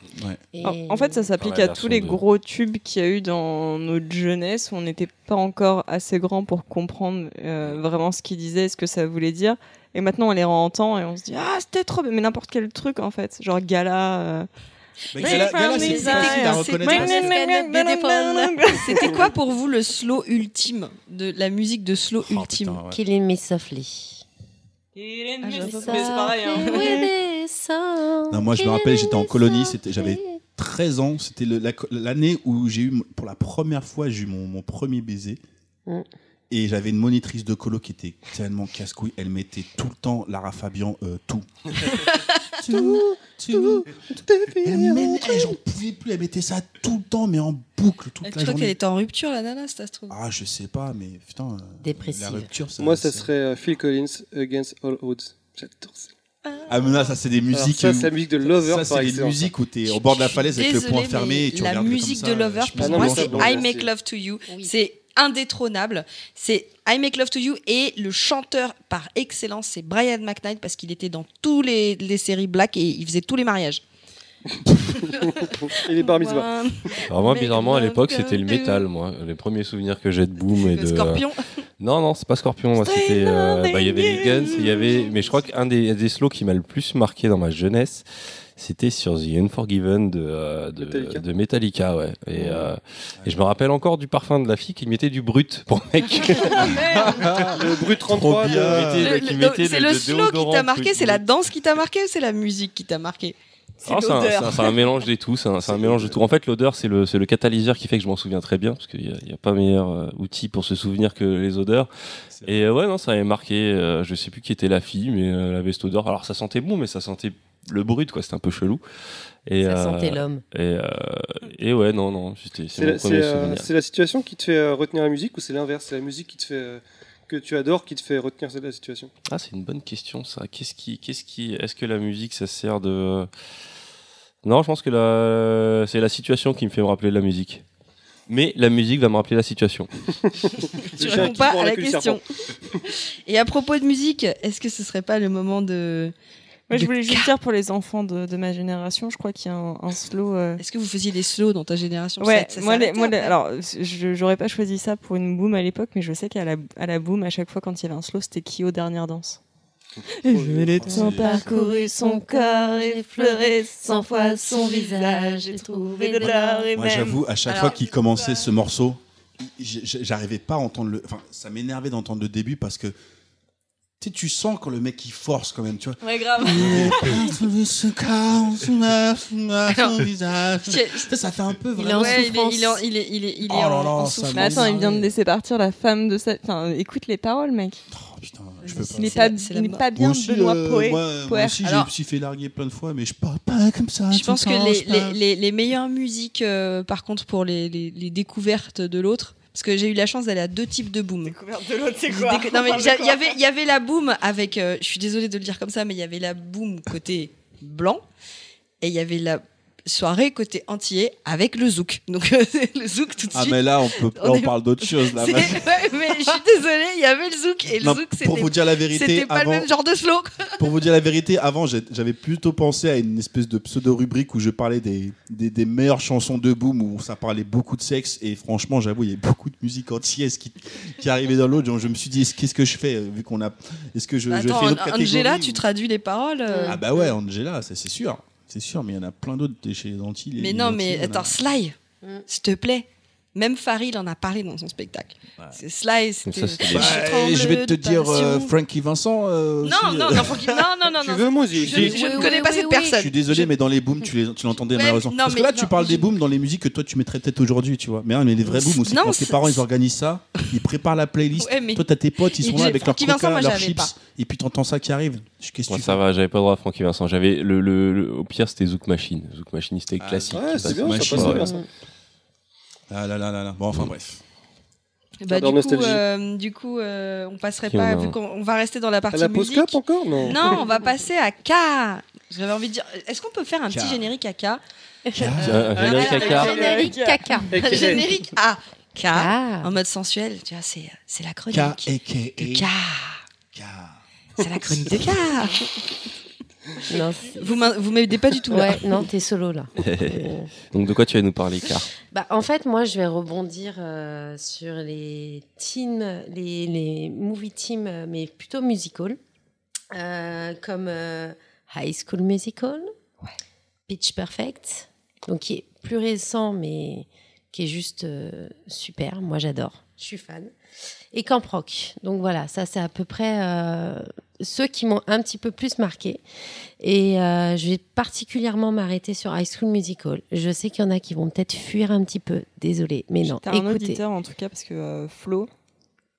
Speaker 3: Et-
Speaker 6: En- En fait, ça s'applique
Speaker 1: Ouais,
Speaker 6: à
Speaker 1: la
Speaker 6: tous les
Speaker 1: version de-
Speaker 6: gros tubes qu'il y a eu dans notre jeunesse. où On n'était pas encore assez grand pour comprendre euh, vraiment ce qu'ils disaient, ce que ça voulait dire. Et maintenant, on les entend et on se dit Ah, c'était trop bien. Mais n'importe quel truc, en fait. Genre gala. euh,
Speaker 2: Mais
Speaker 6: Bring
Speaker 2: Gala-
Speaker 6: from
Speaker 2: Gala,
Speaker 6: the
Speaker 2: c'est difficile à
Speaker 6: desire.
Speaker 2: reconnaître. parce que-
Speaker 4: C'était quoi pour vous le slow ultime de La musique de slow
Speaker 2: Oh,
Speaker 4: ultime
Speaker 2: putain, ouais.
Speaker 3: Killing me softly.
Speaker 4: Ah, je
Speaker 6: Mais
Speaker 4: vois
Speaker 6: c'est pareil. hein. <laughs>
Speaker 2: Non, moi, je me rappelle, j'étais en colonie, c'était- j'avais 13 ans, c'était le- la- l'année où j'ai eu, mon- pour la première fois, j'ai eu mon, mon premier baiser.
Speaker 3: Mm.
Speaker 2: Et j'avais une monitrice de colo qui était tellement casse-couille, elle mettait tout le temps Lara Fabian, euh,
Speaker 5: <laughs>
Speaker 2: tout. tout, tout, Elle mettait- j'en pouvais plus, elle mettait ça tout le temps, mais en boucle,
Speaker 4: Tu
Speaker 2: toute la
Speaker 4: crois qu'elle
Speaker 2: journée.
Speaker 4: était en rupture, la nana, si ça se trouve
Speaker 2: Ah, je sais pas, mais putain. euh,
Speaker 3: Dépressive.
Speaker 2: La rupture, ça.
Speaker 5: Moi, ça
Speaker 2: c'est-
Speaker 5: serait euh, Phil Collins, Against All Odds. J'adore ça.
Speaker 2: Ah, mais là, ça, c'est des
Speaker 5: Alors
Speaker 2: musiques.
Speaker 5: ça,
Speaker 2: où-
Speaker 5: c'est la musique de Lover,
Speaker 2: euh, Ça,
Speaker 5: par
Speaker 2: c'est les
Speaker 5: excellence.
Speaker 2: musiques où t'es
Speaker 4: Je-
Speaker 2: au bord de la
Speaker 4: je suis
Speaker 2: falaise avec le
Speaker 4: désolée,
Speaker 2: poing
Speaker 4: mais
Speaker 2: fermé et tu
Speaker 4: La
Speaker 2: regardes comme
Speaker 4: musique
Speaker 2: ça,
Speaker 4: de
Speaker 2: euh,
Speaker 4: Lover,
Speaker 2: chemise
Speaker 4: pour
Speaker 5: Ah non,
Speaker 4: moi,
Speaker 5: mais
Speaker 2: blanche,
Speaker 4: c'est
Speaker 5: bon,
Speaker 2: blanche.
Speaker 4: I
Speaker 5: merci.
Speaker 4: Make Love to You.
Speaker 3: Oui.
Speaker 4: C'est indétrônable. C'est I Make Love to You et le chanteur par excellence, c'est Brian McKnight parce qu'il était dans toutes les, les séries Black et il faisait tous les mariages.
Speaker 5: Et les bar mitzvah.
Speaker 1: Alors moi,
Speaker 4: Mais
Speaker 1: bizarrement, à
Speaker 4: non,
Speaker 1: l'époque,
Speaker 4: que
Speaker 1: c'était le
Speaker 4: de-
Speaker 1: métal, moi. Les premiers souvenirs que j'ai de Boom et
Speaker 4: Le
Speaker 1: de...
Speaker 4: Scorpion.
Speaker 1: <laughs> Non, non, c'est pas Scorpion. Moi, c'était. euh, bah, Il y avait les Guns, il y avait. Mais je crois qu'un des, des slows qui m'a le plus marqué dans ma jeunesse, c'était sur The Unforgiven de, euh, de,
Speaker 5: Metallica.
Speaker 1: de Metallica, ouais. Et, euh, et je me rappelle encore du parfum de la fille qui mettait du brut pour mec.
Speaker 5: Le Brut 33
Speaker 2: Trop bien.
Speaker 5: de...
Speaker 1: Qui mettait- Ah, qui
Speaker 4: Le- le-
Speaker 1: mettait
Speaker 4: C'est
Speaker 1: de-
Speaker 4: le
Speaker 1: de
Speaker 4: slow qui
Speaker 1: déodorant,
Speaker 4: t'a marqué,
Speaker 1: truc
Speaker 4: c'est la
Speaker 1: brut.
Speaker 4: danse qui t'a marqué ou c'est la musique qui t'a marqué C'est
Speaker 1: Ah, C'est un, c'est un-
Speaker 4: l'odeur.
Speaker 1: c'est un mélange des tout, c'est un, c'est un mélange de tout. En fait, l'odeur, c'est le, c'est le catalyseur qui fait que je m'en souviens très bien, parce qu'il n'y a, il y a pas meilleur euh, outil pour se souvenir que les odeurs.
Speaker 2: C'est
Speaker 1: Et euh, ouais, non, ça avait marqué, euh, je sais plus qui était la fille, mais euh, elle avait cette odeur. Alors ça sentait bon, mais ça sentait le brut, quoi, c'était un peu chelou. Et,
Speaker 3: Ça
Speaker 1: euh,
Speaker 3: sentait l'homme.
Speaker 1: et, euh, et ouais, non, non, c'était- c'est
Speaker 5: C'est
Speaker 1: mon
Speaker 5: la,
Speaker 1: premier
Speaker 5: c'est, euh,
Speaker 1: souvenir.
Speaker 5: c'est la situation qui te fait euh, retenir la musique ou c'est l'inverse C'est la musique qui te fait euh, que tu adores qui te fait retenir cette- la situation.
Speaker 1: Ah, c'est une bonne question, ça. Qu'est-ce qui, qu'est-ce qui, est-ce que la musique, ça sert de. Non, je pense que la... c'est la situation qui me fait me rappeler de la musique. Mais la musique va me rappeler la situation.
Speaker 4: Tu
Speaker 5: Le chien
Speaker 4: réponds
Speaker 5: qui
Speaker 4: pas
Speaker 5: court
Speaker 4: à la
Speaker 5: avec le
Speaker 4: question. <laughs> Et à propos de musique, est-ce que ce serait pas le moment de.
Speaker 6: Moi, je
Speaker 4: De
Speaker 6: voulais juste dire pour les enfants de, de ma génération, je crois qu'il y a un, un slow. euh,
Speaker 4: Est-ce que vous faisiez des slows dans ta génération
Speaker 6: Ouais,
Speaker 4: Ça- ça
Speaker 6: moi, les-
Speaker 4: s'arrêtait
Speaker 6: moi, les-
Speaker 4: après
Speaker 6: alors, je- j'aurais pas choisi ça pour une boom à l'époque, mais je sais qu'à la, à la boom, à chaque fois quand il y avait un slow, c'était Kyo dernière danse.
Speaker 4: Oh,
Speaker 6: Et je l'ai tant
Speaker 2: C'est-
Speaker 6: parcouru son corps, effleuré cent fois son visage, j'ai trouvé de l'or et
Speaker 2: Moi,
Speaker 6: même.
Speaker 2: j'avoue, à chaque
Speaker 4: Alors- euh,
Speaker 2: fois qu'il commençait ce morceau, j- j- j'arrivais pas à entendre le. Enfin, ça m'énervait d'entendre le début parce que. Tu sais, tu sens quand le mec il force quand même, tu <laughs> vois.
Speaker 6: Ouais, grave.
Speaker 4: <laughs> Tiens,
Speaker 2: Ça, ça fait un peu
Speaker 3: Il
Speaker 2: vraiment.
Speaker 3: est en
Speaker 4: Ouais, il est,
Speaker 3: souffrance.
Speaker 4: il est en- il est, il est, il est
Speaker 2: Oh là
Speaker 4: en,
Speaker 2: là,
Speaker 4: en
Speaker 2: ça
Speaker 4: souffrance.
Speaker 6: Mais attends, il vient de laisser partir la femme de sa. Enfin, écoute les paroles, mec.
Speaker 2: Oh, putain, je peux pas.
Speaker 6: Il n'est
Speaker 4: C'est
Speaker 6: pas,
Speaker 4: la- c'est
Speaker 6: il
Speaker 4: la
Speaker 6: n'est
Speaker 4: mort.
Speaker 6: pas bien
Speaker 2: Moi aussi,
Speaker 6: Benoît
Speaker 2: euh,
Speaker 6: Poé.
Speaker 2: moi, euh, moi
Speaker 6: Poer.
Speaker 2: aussi, j'ai
Speaker 4: Alors-
Speaker 2: me suis fait larguer plein de fois, mais je parle pas comme ça.
Speaker 4: Ah, Je
Speaker 2: tout
Speaker 4: pense
Speaker 2: le
Speaker 4: que
Speaker 2: temps,
Speaker 4: les,
Speaker 2: je parle-
Speaker 4: les, les, les meilleures musiques, euh, par contre, pour les, les, les découvertes de l'autre, parce que j'ai eu la chance d'aller à deux types de boom.
Speaker 6: Découverte de l'autre, c'est
Speaker 4: Dès que- non, mais j'a- il y avait il y avait la boom avec euh, je suis désolée de le dire comme ça mais il y avait la boom côté blanc et il y avait la soirée côté antillais avec le zouk. Donc <laughs> euh, le zouk tout de
Speaker 2: Ah
Speaker 4: suite.
Speaker 2: mais là on peut
Speaker 4: On
Speaker 2: on,
Speaker 4: est-
Speaker 2: parle d'autre chose là.
Speaker 4: <laughs> C'est-
Speaker 2: maintenant.
Speaker 4: ouais, mais je suis désolée, il y avait le zouk et le
Speaker 2: Non,
Speaker 4: zouk
Speaker 2: pour
Speaker 4: c'était
Speaker 2: vous dire la vérité,
Speaker 4: c'était pas le
Speaker 2: avant,
Speaker 4: même genre de slow. quoi.
Speaker 2: pour vous dire la vérité, avant j'ai- j'avais plutôt pensé à une espèce de pseudo rubrique où je parlais des, des, des meilleures chansons de Boom où ça parlait beaucoup de sexe et franchement j'avoue il y a beaucoup de musique antillaise qui qui arrivait dans l'autre. Donc, Je me suis dit qu'est-ce que je fais euh, vu qu'on a est-ce que je, je
Speaker 4: Bah Attends,
Speaker 2: fais une autre catégorie
Speaker 4: Angela,
Speaker 2: ou-
Speaker 4: tu traduis les paroles. euh,
Speaker 2: Ah bah ouais Angela ça c'est sûr c'est sûr mais il y en a plein d'autres chez les Antilles.
Speaker 4: mais
Speaker 2: les
Speaker 4: non,
Speaker 2: Antilles,
Speaker 4: mais
Speaker 2: il y en a-
Speaker 4: attends, Sly,
Speaker 3: Hum.
Speaker 4: s'il te plaît. Même Farid en a parlé dans son spectacle. C'est Sly, c'était.
Speaker 1: Ça, c'était
Speaker 4: suis
Speaker 1: des-
Speaker 2: Bah,
Speaker 4: tremble
Speaker 2: je vais te
Speaker 4: de
Speaker 2: dire euh,
Speaker 4: passion.
Speaker 2: Frankie Vincent. euh,
Speaker 4: Non,
Speaker 2: aussi,
Speaker 4: non,
Speaker 2: euh,
Speaker 4: non, faut qu'il- non, non, non,
Speaker 2: <laughs>
Speaker 5: Tu
Speaker 4: non.
Speaker 5: veux, moi, j'ai-
Speaker 4: Je,
Speaker 5: j'ai-
Speaker 4: je ne
Speaker 3: Oui,
Speaker 4: connais
Speaker 3: oui,
Speaker 4: pas
Speaker 3: oui,
Speaker 4: cette
Speaker 3: oui.
Speaker 2: Je
Speaker 4: personne.
Speaker 2: suis désolé, mais dans les booms, tu, les- tu l'entendais
Speaker 4: Ouais,
Speaker 2: malheureusement.
Speaker 4: non,
Speaker 2: Parce que
Speaker 4: mais
Speaker 2: là,
Speaker 4: non,
Speaker 2: tu parles des
Speaker 4: je-
Speaker 2: booms dans les musiques que toi tu mettrais peut-être aujourd'hui, tu vois. Mais, hein, mais les vrais booms où c'est
Speaker 4: Non,
Speaker 2: quand tes
Speaker 4: c'est-
Speaker 2: parents ils organisent ça, ils préparent la playlist.
Speaker 4: Ouais, mais-
Speaker 2: Toi, t'as tes potes, ils sont
Speaker 4: Et
Speaker 2: là
Speaker 4: j'ai-
Speaker 2: avec leurs
Speaker 4: Francky Vincent,
Speaker 2: coca,
Speaker 4: moi,
Speaker 2: leurs
Speaker 4: j'avais
Speaker 2: chips.
Speaker 4: pas.
Speaker 2: Et puis t'entends ça qui arrive. Je- Qu'est-ce que
Speaker 1: Moi,
Speaker 2: tu
Speaker 1: ça
Speaker 2: fais
Speaker 1: va, j'avais pas le droit à Francky Vincent. J'avais le, le, le- au pire, c'était Zouk Machine. Zouk Machine, c'était
Speaker 2: Ah,
Speaker 1: classique.
Speaker 5: ouais,
Speaker 1: qui
Speaker 5: c'est
Speaker 1: passe.
Speaker 5: bien, ça
Speaker 2: Machine,
Speaker 5: passe
Speaker 1: ouais.
Speaker 5: bien, ça.
Speaker 2: Ah là là là là. Bon, enfin
Speaker 4: <laughs>
Speaker 2: bref.
Speaker 4: Bah, du, coup,
Speaker 5: J'adore Nostalgie.
Speaker 4: euh, du coup, euh, on passerait
Speaker 1: Qui on
Speaker 4: pas,
Speaker 1: a-
Speaker 4: vu qu'on on va rester dans la
Speaker 5: À
Speaker 4: partie
Speaker 5: la
Speaker 4: musique.
Speaker 5: post-cop encore Non.
Speaker 4: Non, on va passer à K. J'avais envie de dire, est-ce qu'on peut faire un petit
Speaker 2: K.
Speaker 4: générique à K
Speaker 1: Euh,
Speaker 4: Euh,
Speaker 1: Générique
Speaker 4: ouais,
Speaker 1: à
Speaker 4: Caca.
Speaker 1: carte.
Speaker 3: Générique caca.
Speaker 4: Un <laughs> générique à K
Speaker 3: Ah.
Speaker 4: en mode sensuel. Tu vois, c'est euh, c'est la chronique
Speaker 2: K et
Speaker 4: de
Speaker 2: K.
Speaker 4: K. C'est la chronique
Speaker 3: <laughs>
Speaker 4: de K.
Speaker 3: Non, c'est-
Speaker 4: Vous m'in- vous m'aidez pas du tout là.
Speaker 3: ouais, non, t'es solo là. Euh,
Speaker 1: <laughs> Donc, de quoi tu vas nous parler, Car
Speaker 3: bah, en fait, moi, je vais rebondir euh, sur les teams, les, les movie teams, euh, mais plutôt musical, Euh, comme euh, High School Musical, Pitch Perfect, donc qui est plus récent, mais qui est juste euh, super. Moi, j'adore. Je suis fan. Et Camp Rock. Donc voilà, ça, c'est à peu près euh, ceux qui m'ont un petit peu plus marqué. Et euh, je vais particulièrement m'arrêter sur High School Musical. Je sais qu'il y en a qui vont peut-être fuir un petit peu. Désolée, mais non.
Speaker 6: T'as un
Speaker 3: Écoutez.
Speaker 6: auditeur en tout cas parce que euh, Flo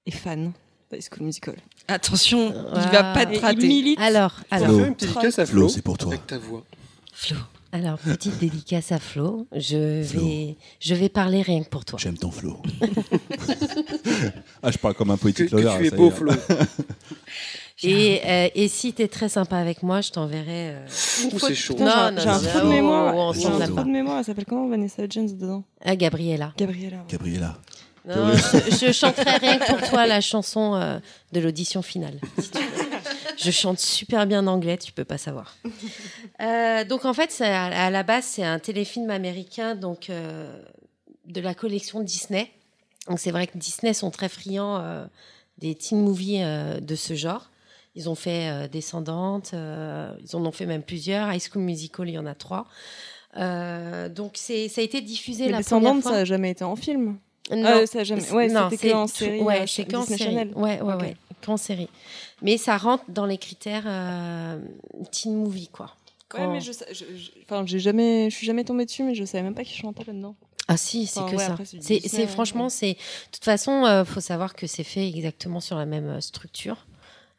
Speaker 6: est fan d'High School Musical.
Speaker 4: Attention, il
Speaker 3: Ah.
Speaker 4: va pas Ah,
Speaker 6: Et
Speaker 4: te
Speaker 3: il
Speaker 6: il
Speaker 4: rater.
Speaker 6: milite.
Speaker 3: Alors,
Speaker 5: On
Speaker 3: alors.
Speaker 5: va faire une petite dédicace à Flo
Speaker 2: Flo, c'est pour toi.
Speaker 5: avec ta voix.
Speaker 4: Flo.
Speaker 3: Alors, petite dédicace à Flo. Je
Speaker 2: Flo.
Speaker 3: vais, je vais parler rien que pour toi.
Speaker 2: J'aime ton
Speaker 5: <laughs>
Speaker 2: flow. ah, je parle comme un
Speaker 5: Que,
Speaker 2: poétique
Speaker 5: que
Speaker 2: lover,
Speaker 5: tu es
Speaker 2: ça y
Speaker 5: beau,
Speaker 2: est.
Speaker 5: Flo.
Speaker 3: Et, euh, et si t'es très sympa avec moi, je t'enverrai euh, une
Speaker 5: Ouh,
Speaker 3: photo-
Speaker 5: c'est chaud.
Speaker 3: Non,
Speaker 6: Putain,
Speaker 3: non,
Speaker 6: j'ai- j'ai un
Speaker 3: non,
Speaker 6: trou
Speaker 3: oh,
Speaker 6: de
Speaker 3: oh, oh, on
Speaker 6: mémoire. J'ai
Speaker 3: s'en
Speaker 6: un
Speaker 3: a
Speaker 6: trou
Speaker 3: pas.
Speaker 6: de mémoire. Elle s'appelle comment Vanessa Jones dedans
Speaker 3: Ah, Gabriella.
Speaker 6: Gabriella. ouais.
Speaker 2: hein. Gabriella.
Speaker 3: Non, je, je chanterai rien que pour toi la chanson euh, de l'audition finale. si tu veux. Je chante super bien anglais, tu peux pas savoir. Euh, donc en fait, c'est à, à la base, c'est un téléfilm américain donc euh, de la collection Disney. Donc c'est vrai que Disney sont très friands euh, des teen movies euh, de ce genre. Ils ont fait euh, Descendante, euh, ils en ont fait même plusieurs. High School Musical, il y en a trois. Euh, donc c'est, ça a été diffusé
Speaker 6: Mais
Speaker 3: la
Speaker 6: Descendante,
Speaker 3: première
Speaker 6: ça
Speaker 3: fois.
Speaker 6: n'a jamais été en film.
Speaker 3: Non.
Speaker 6: Euh, ça a jamais. Ouais,
Speaker 3: Non,
Speaker 6: c'était que en
Speaker 3: tout-
Speaker 6: série.
Speaker 3: Ouais,
Speaker 6: euh,
Speaker 3: c'est
Speaker 6: sur
Speaker 3: qu'en
Speaker 6: Disney
Speaker 3: série.
Speaker 6: Channel.
Speaker 3: Ouais, ouais,
Speaker 6: Ok.
Speaker 3: ouais, qu'en série. Mais ça rentre dans les critères euh, teen movie, quoi.
Speaker 6: Ouais,
Speaker 3: Quand-
Speaker 6: mais je, sais- je, je- enfin, j'ai jamais, je suis jamais tombée dessus, mais je savais même pas qui chantait là-dedans.
Speaker 3: Ah si, c'est
Speaker 6: Enfin,
Speaker 3: que
Speaker 6: ouais,
Speaker 3: ça.
Speaker 6: après, c'est du
Speaker 3: C'est,
Speaker 6: Disney,
Speaker 3: c'est-
Speaker 6: ouais,
Speaker 3: franchement,
Speaker 6: ouais.
Speaker 3: c'est. De toute façon, euh, faut savoir que c'est fait exactement sur la même euh, structure,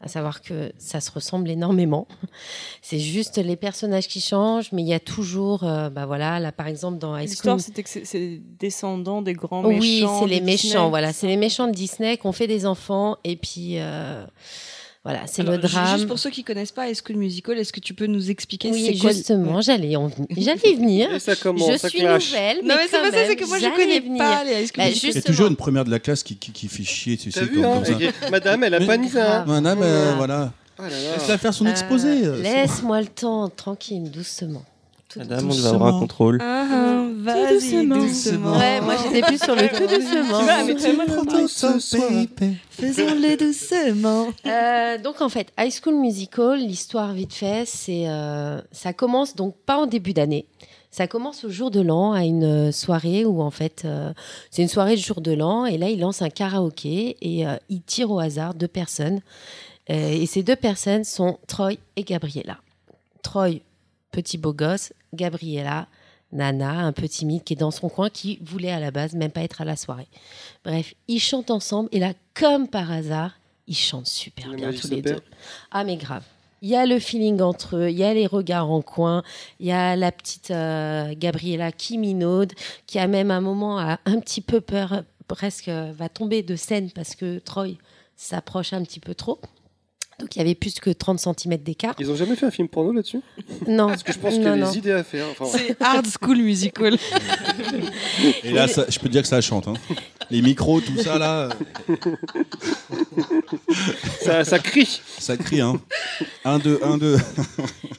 Speaker 3: à savoir que ça se ressemble énormément. <laughs> C'est juste les personnages qui changent, mais il y a toujours, euh, bah voilà, là par exemple dans High School
Speaker 6: L'histoire, c'était que c'est- c'est descendant des grands
Speaker 3: Oui,
Speaker 6: méchants.
Speaker 3: c'est les
Speaker 6: de Disney.
Speaker 3: méchants, voilà. C'est les méchants de Disney qui ont fait des enfants et puis euh, voilà, c'est
Speaker 4: Alors,
Speaker 3: le
Speaker 4: ju-
Speaker 3: drame.
Speaker 4: Juste pour ceux qui connaissent pas High School Musical, est-ce que tu peux nous expliquer
Speaker 3: Oui,
Speaker 4: c'est quoi
Speaker 3: justement, j'allais en venir. J'allais y
Speaker 5: <laughs>
Speaker 3: venir.
Speaker 5: Et ça commence,
Speaker 3: Je
Speaker 5: ça
Speaker 3: suis
Speaker 5: clash.
Speaker 3: nouvelle, mais,
Speaker 4: Non mais c'est
Speaker 3: quand
Speaker 4: pas ça,
Speaker 3: même,
Speaker 4: c'est que moi je
Speaker 3: j'allais
Speaker 4: connais
Speaker 3: venir.
Speaker 4: pas les High School
Speaker 3: Bah,
Speaker 4: Musical.
Speaker 2: Il y a
Speaker 3: Justement.
Speaker 2: toujours une première de la classe qui, qui, qui fait chier, tu
Speaker 5: T'as
Speaker 2: sais,
Speaker 5: vu,
Speaker 2: comme,
Speaker 5: hein
Speaker 2: comme ça.
Speaker 5: et- Madame, elle a
Speaker 2: Mais-
Speaker 5: panisé. Hein.
Speaker 2: Madame, euh,
Speaker 3: Ah.
Speaker 2: voilà.
Speaker 5: Oh là là.
Speaker 2: Laisse-la faire son
Speaker 3: Euh,
Speaker 2: exposé. euh, c'est-
Speaker 3: Laisse-moi le temps, tranquille, doucement. Tout
Speaker 1: Madame, on
Speaker 2: on
Speaker 1: va
Speaker 2: va avoir
Speaker 1: avoir
Speaker 2: un
Speaker 1: un contrôle.
Speaker 4: Ah, ah, vas-y,
Speaker 6: doucement.
Speaker 4: doucement.
Speaker 2: doucement.
Speaker 3: Ouais, moi j'étais plus sur le tout
Speaker 6: Tu vois, mais
Speaker 3: doucement.
Speaker 6: très mal
Speaker 2: Photo,
Speaker 5: ce soir.
Speaker 6: hein.
Speaker 2: baby.
Speaker 4: Faisons-le doucement.
Speaker 3: <laughs> <laughs> Euh, donc en fait, High School Musical, l'histoire vite fait, c'est euh, ça commence donc pas en début d'année. Ça commence au jour de l'an à une euh, soirée où en fait euh, c'est une soirée du jour de l'an et là il lance un karaoké et euh, il tire au hasard deux personnes Euh, et ces deux personnes sont Troy et Gabriella. Troy, petit beau gosse, Gabriella, Nana, un peu timide qui est dans son coin qui voulait à la base même pas être à la soirée. Bref, ils chantent ensemble et là comme par hasard ils chantent super
Speaker 5: La
Speaker 3: bien
Speaker 5: magie
Speaker 3: tous les
Speaker 5: s'opère.
Speaker 3: deux. Ah mais grave. Il y a le feeling entre eux, il y a les regards en coin, il y a la petite euh, Gabriella qui minaude, qui a même un moment a un petit peu peur, presque euh, va tomber de scène parce que Troy s'approche un petit peu trop. Donc il y avait plus que 30 cm d'écart.
Speaker 5: Ils ont jamais fait un film porno là-dessus
Speaker 3: Non.
Speaker 5: Parce que je pense qu'il y a
Speaker 3: non,
Speaker 5: des
Speaker 3: non.
Speaker 5: idées à faire. Enfin,
Speaker 4: C'est hard school musical.
Speaker 2: Et là, ça- je peux te dire que ça chante. hein. Les micros, tout ça, là, euh,
Speaker 5: ça, ça crie.
Speaker 2: ça crie. Hein. Un, deux, un, deux.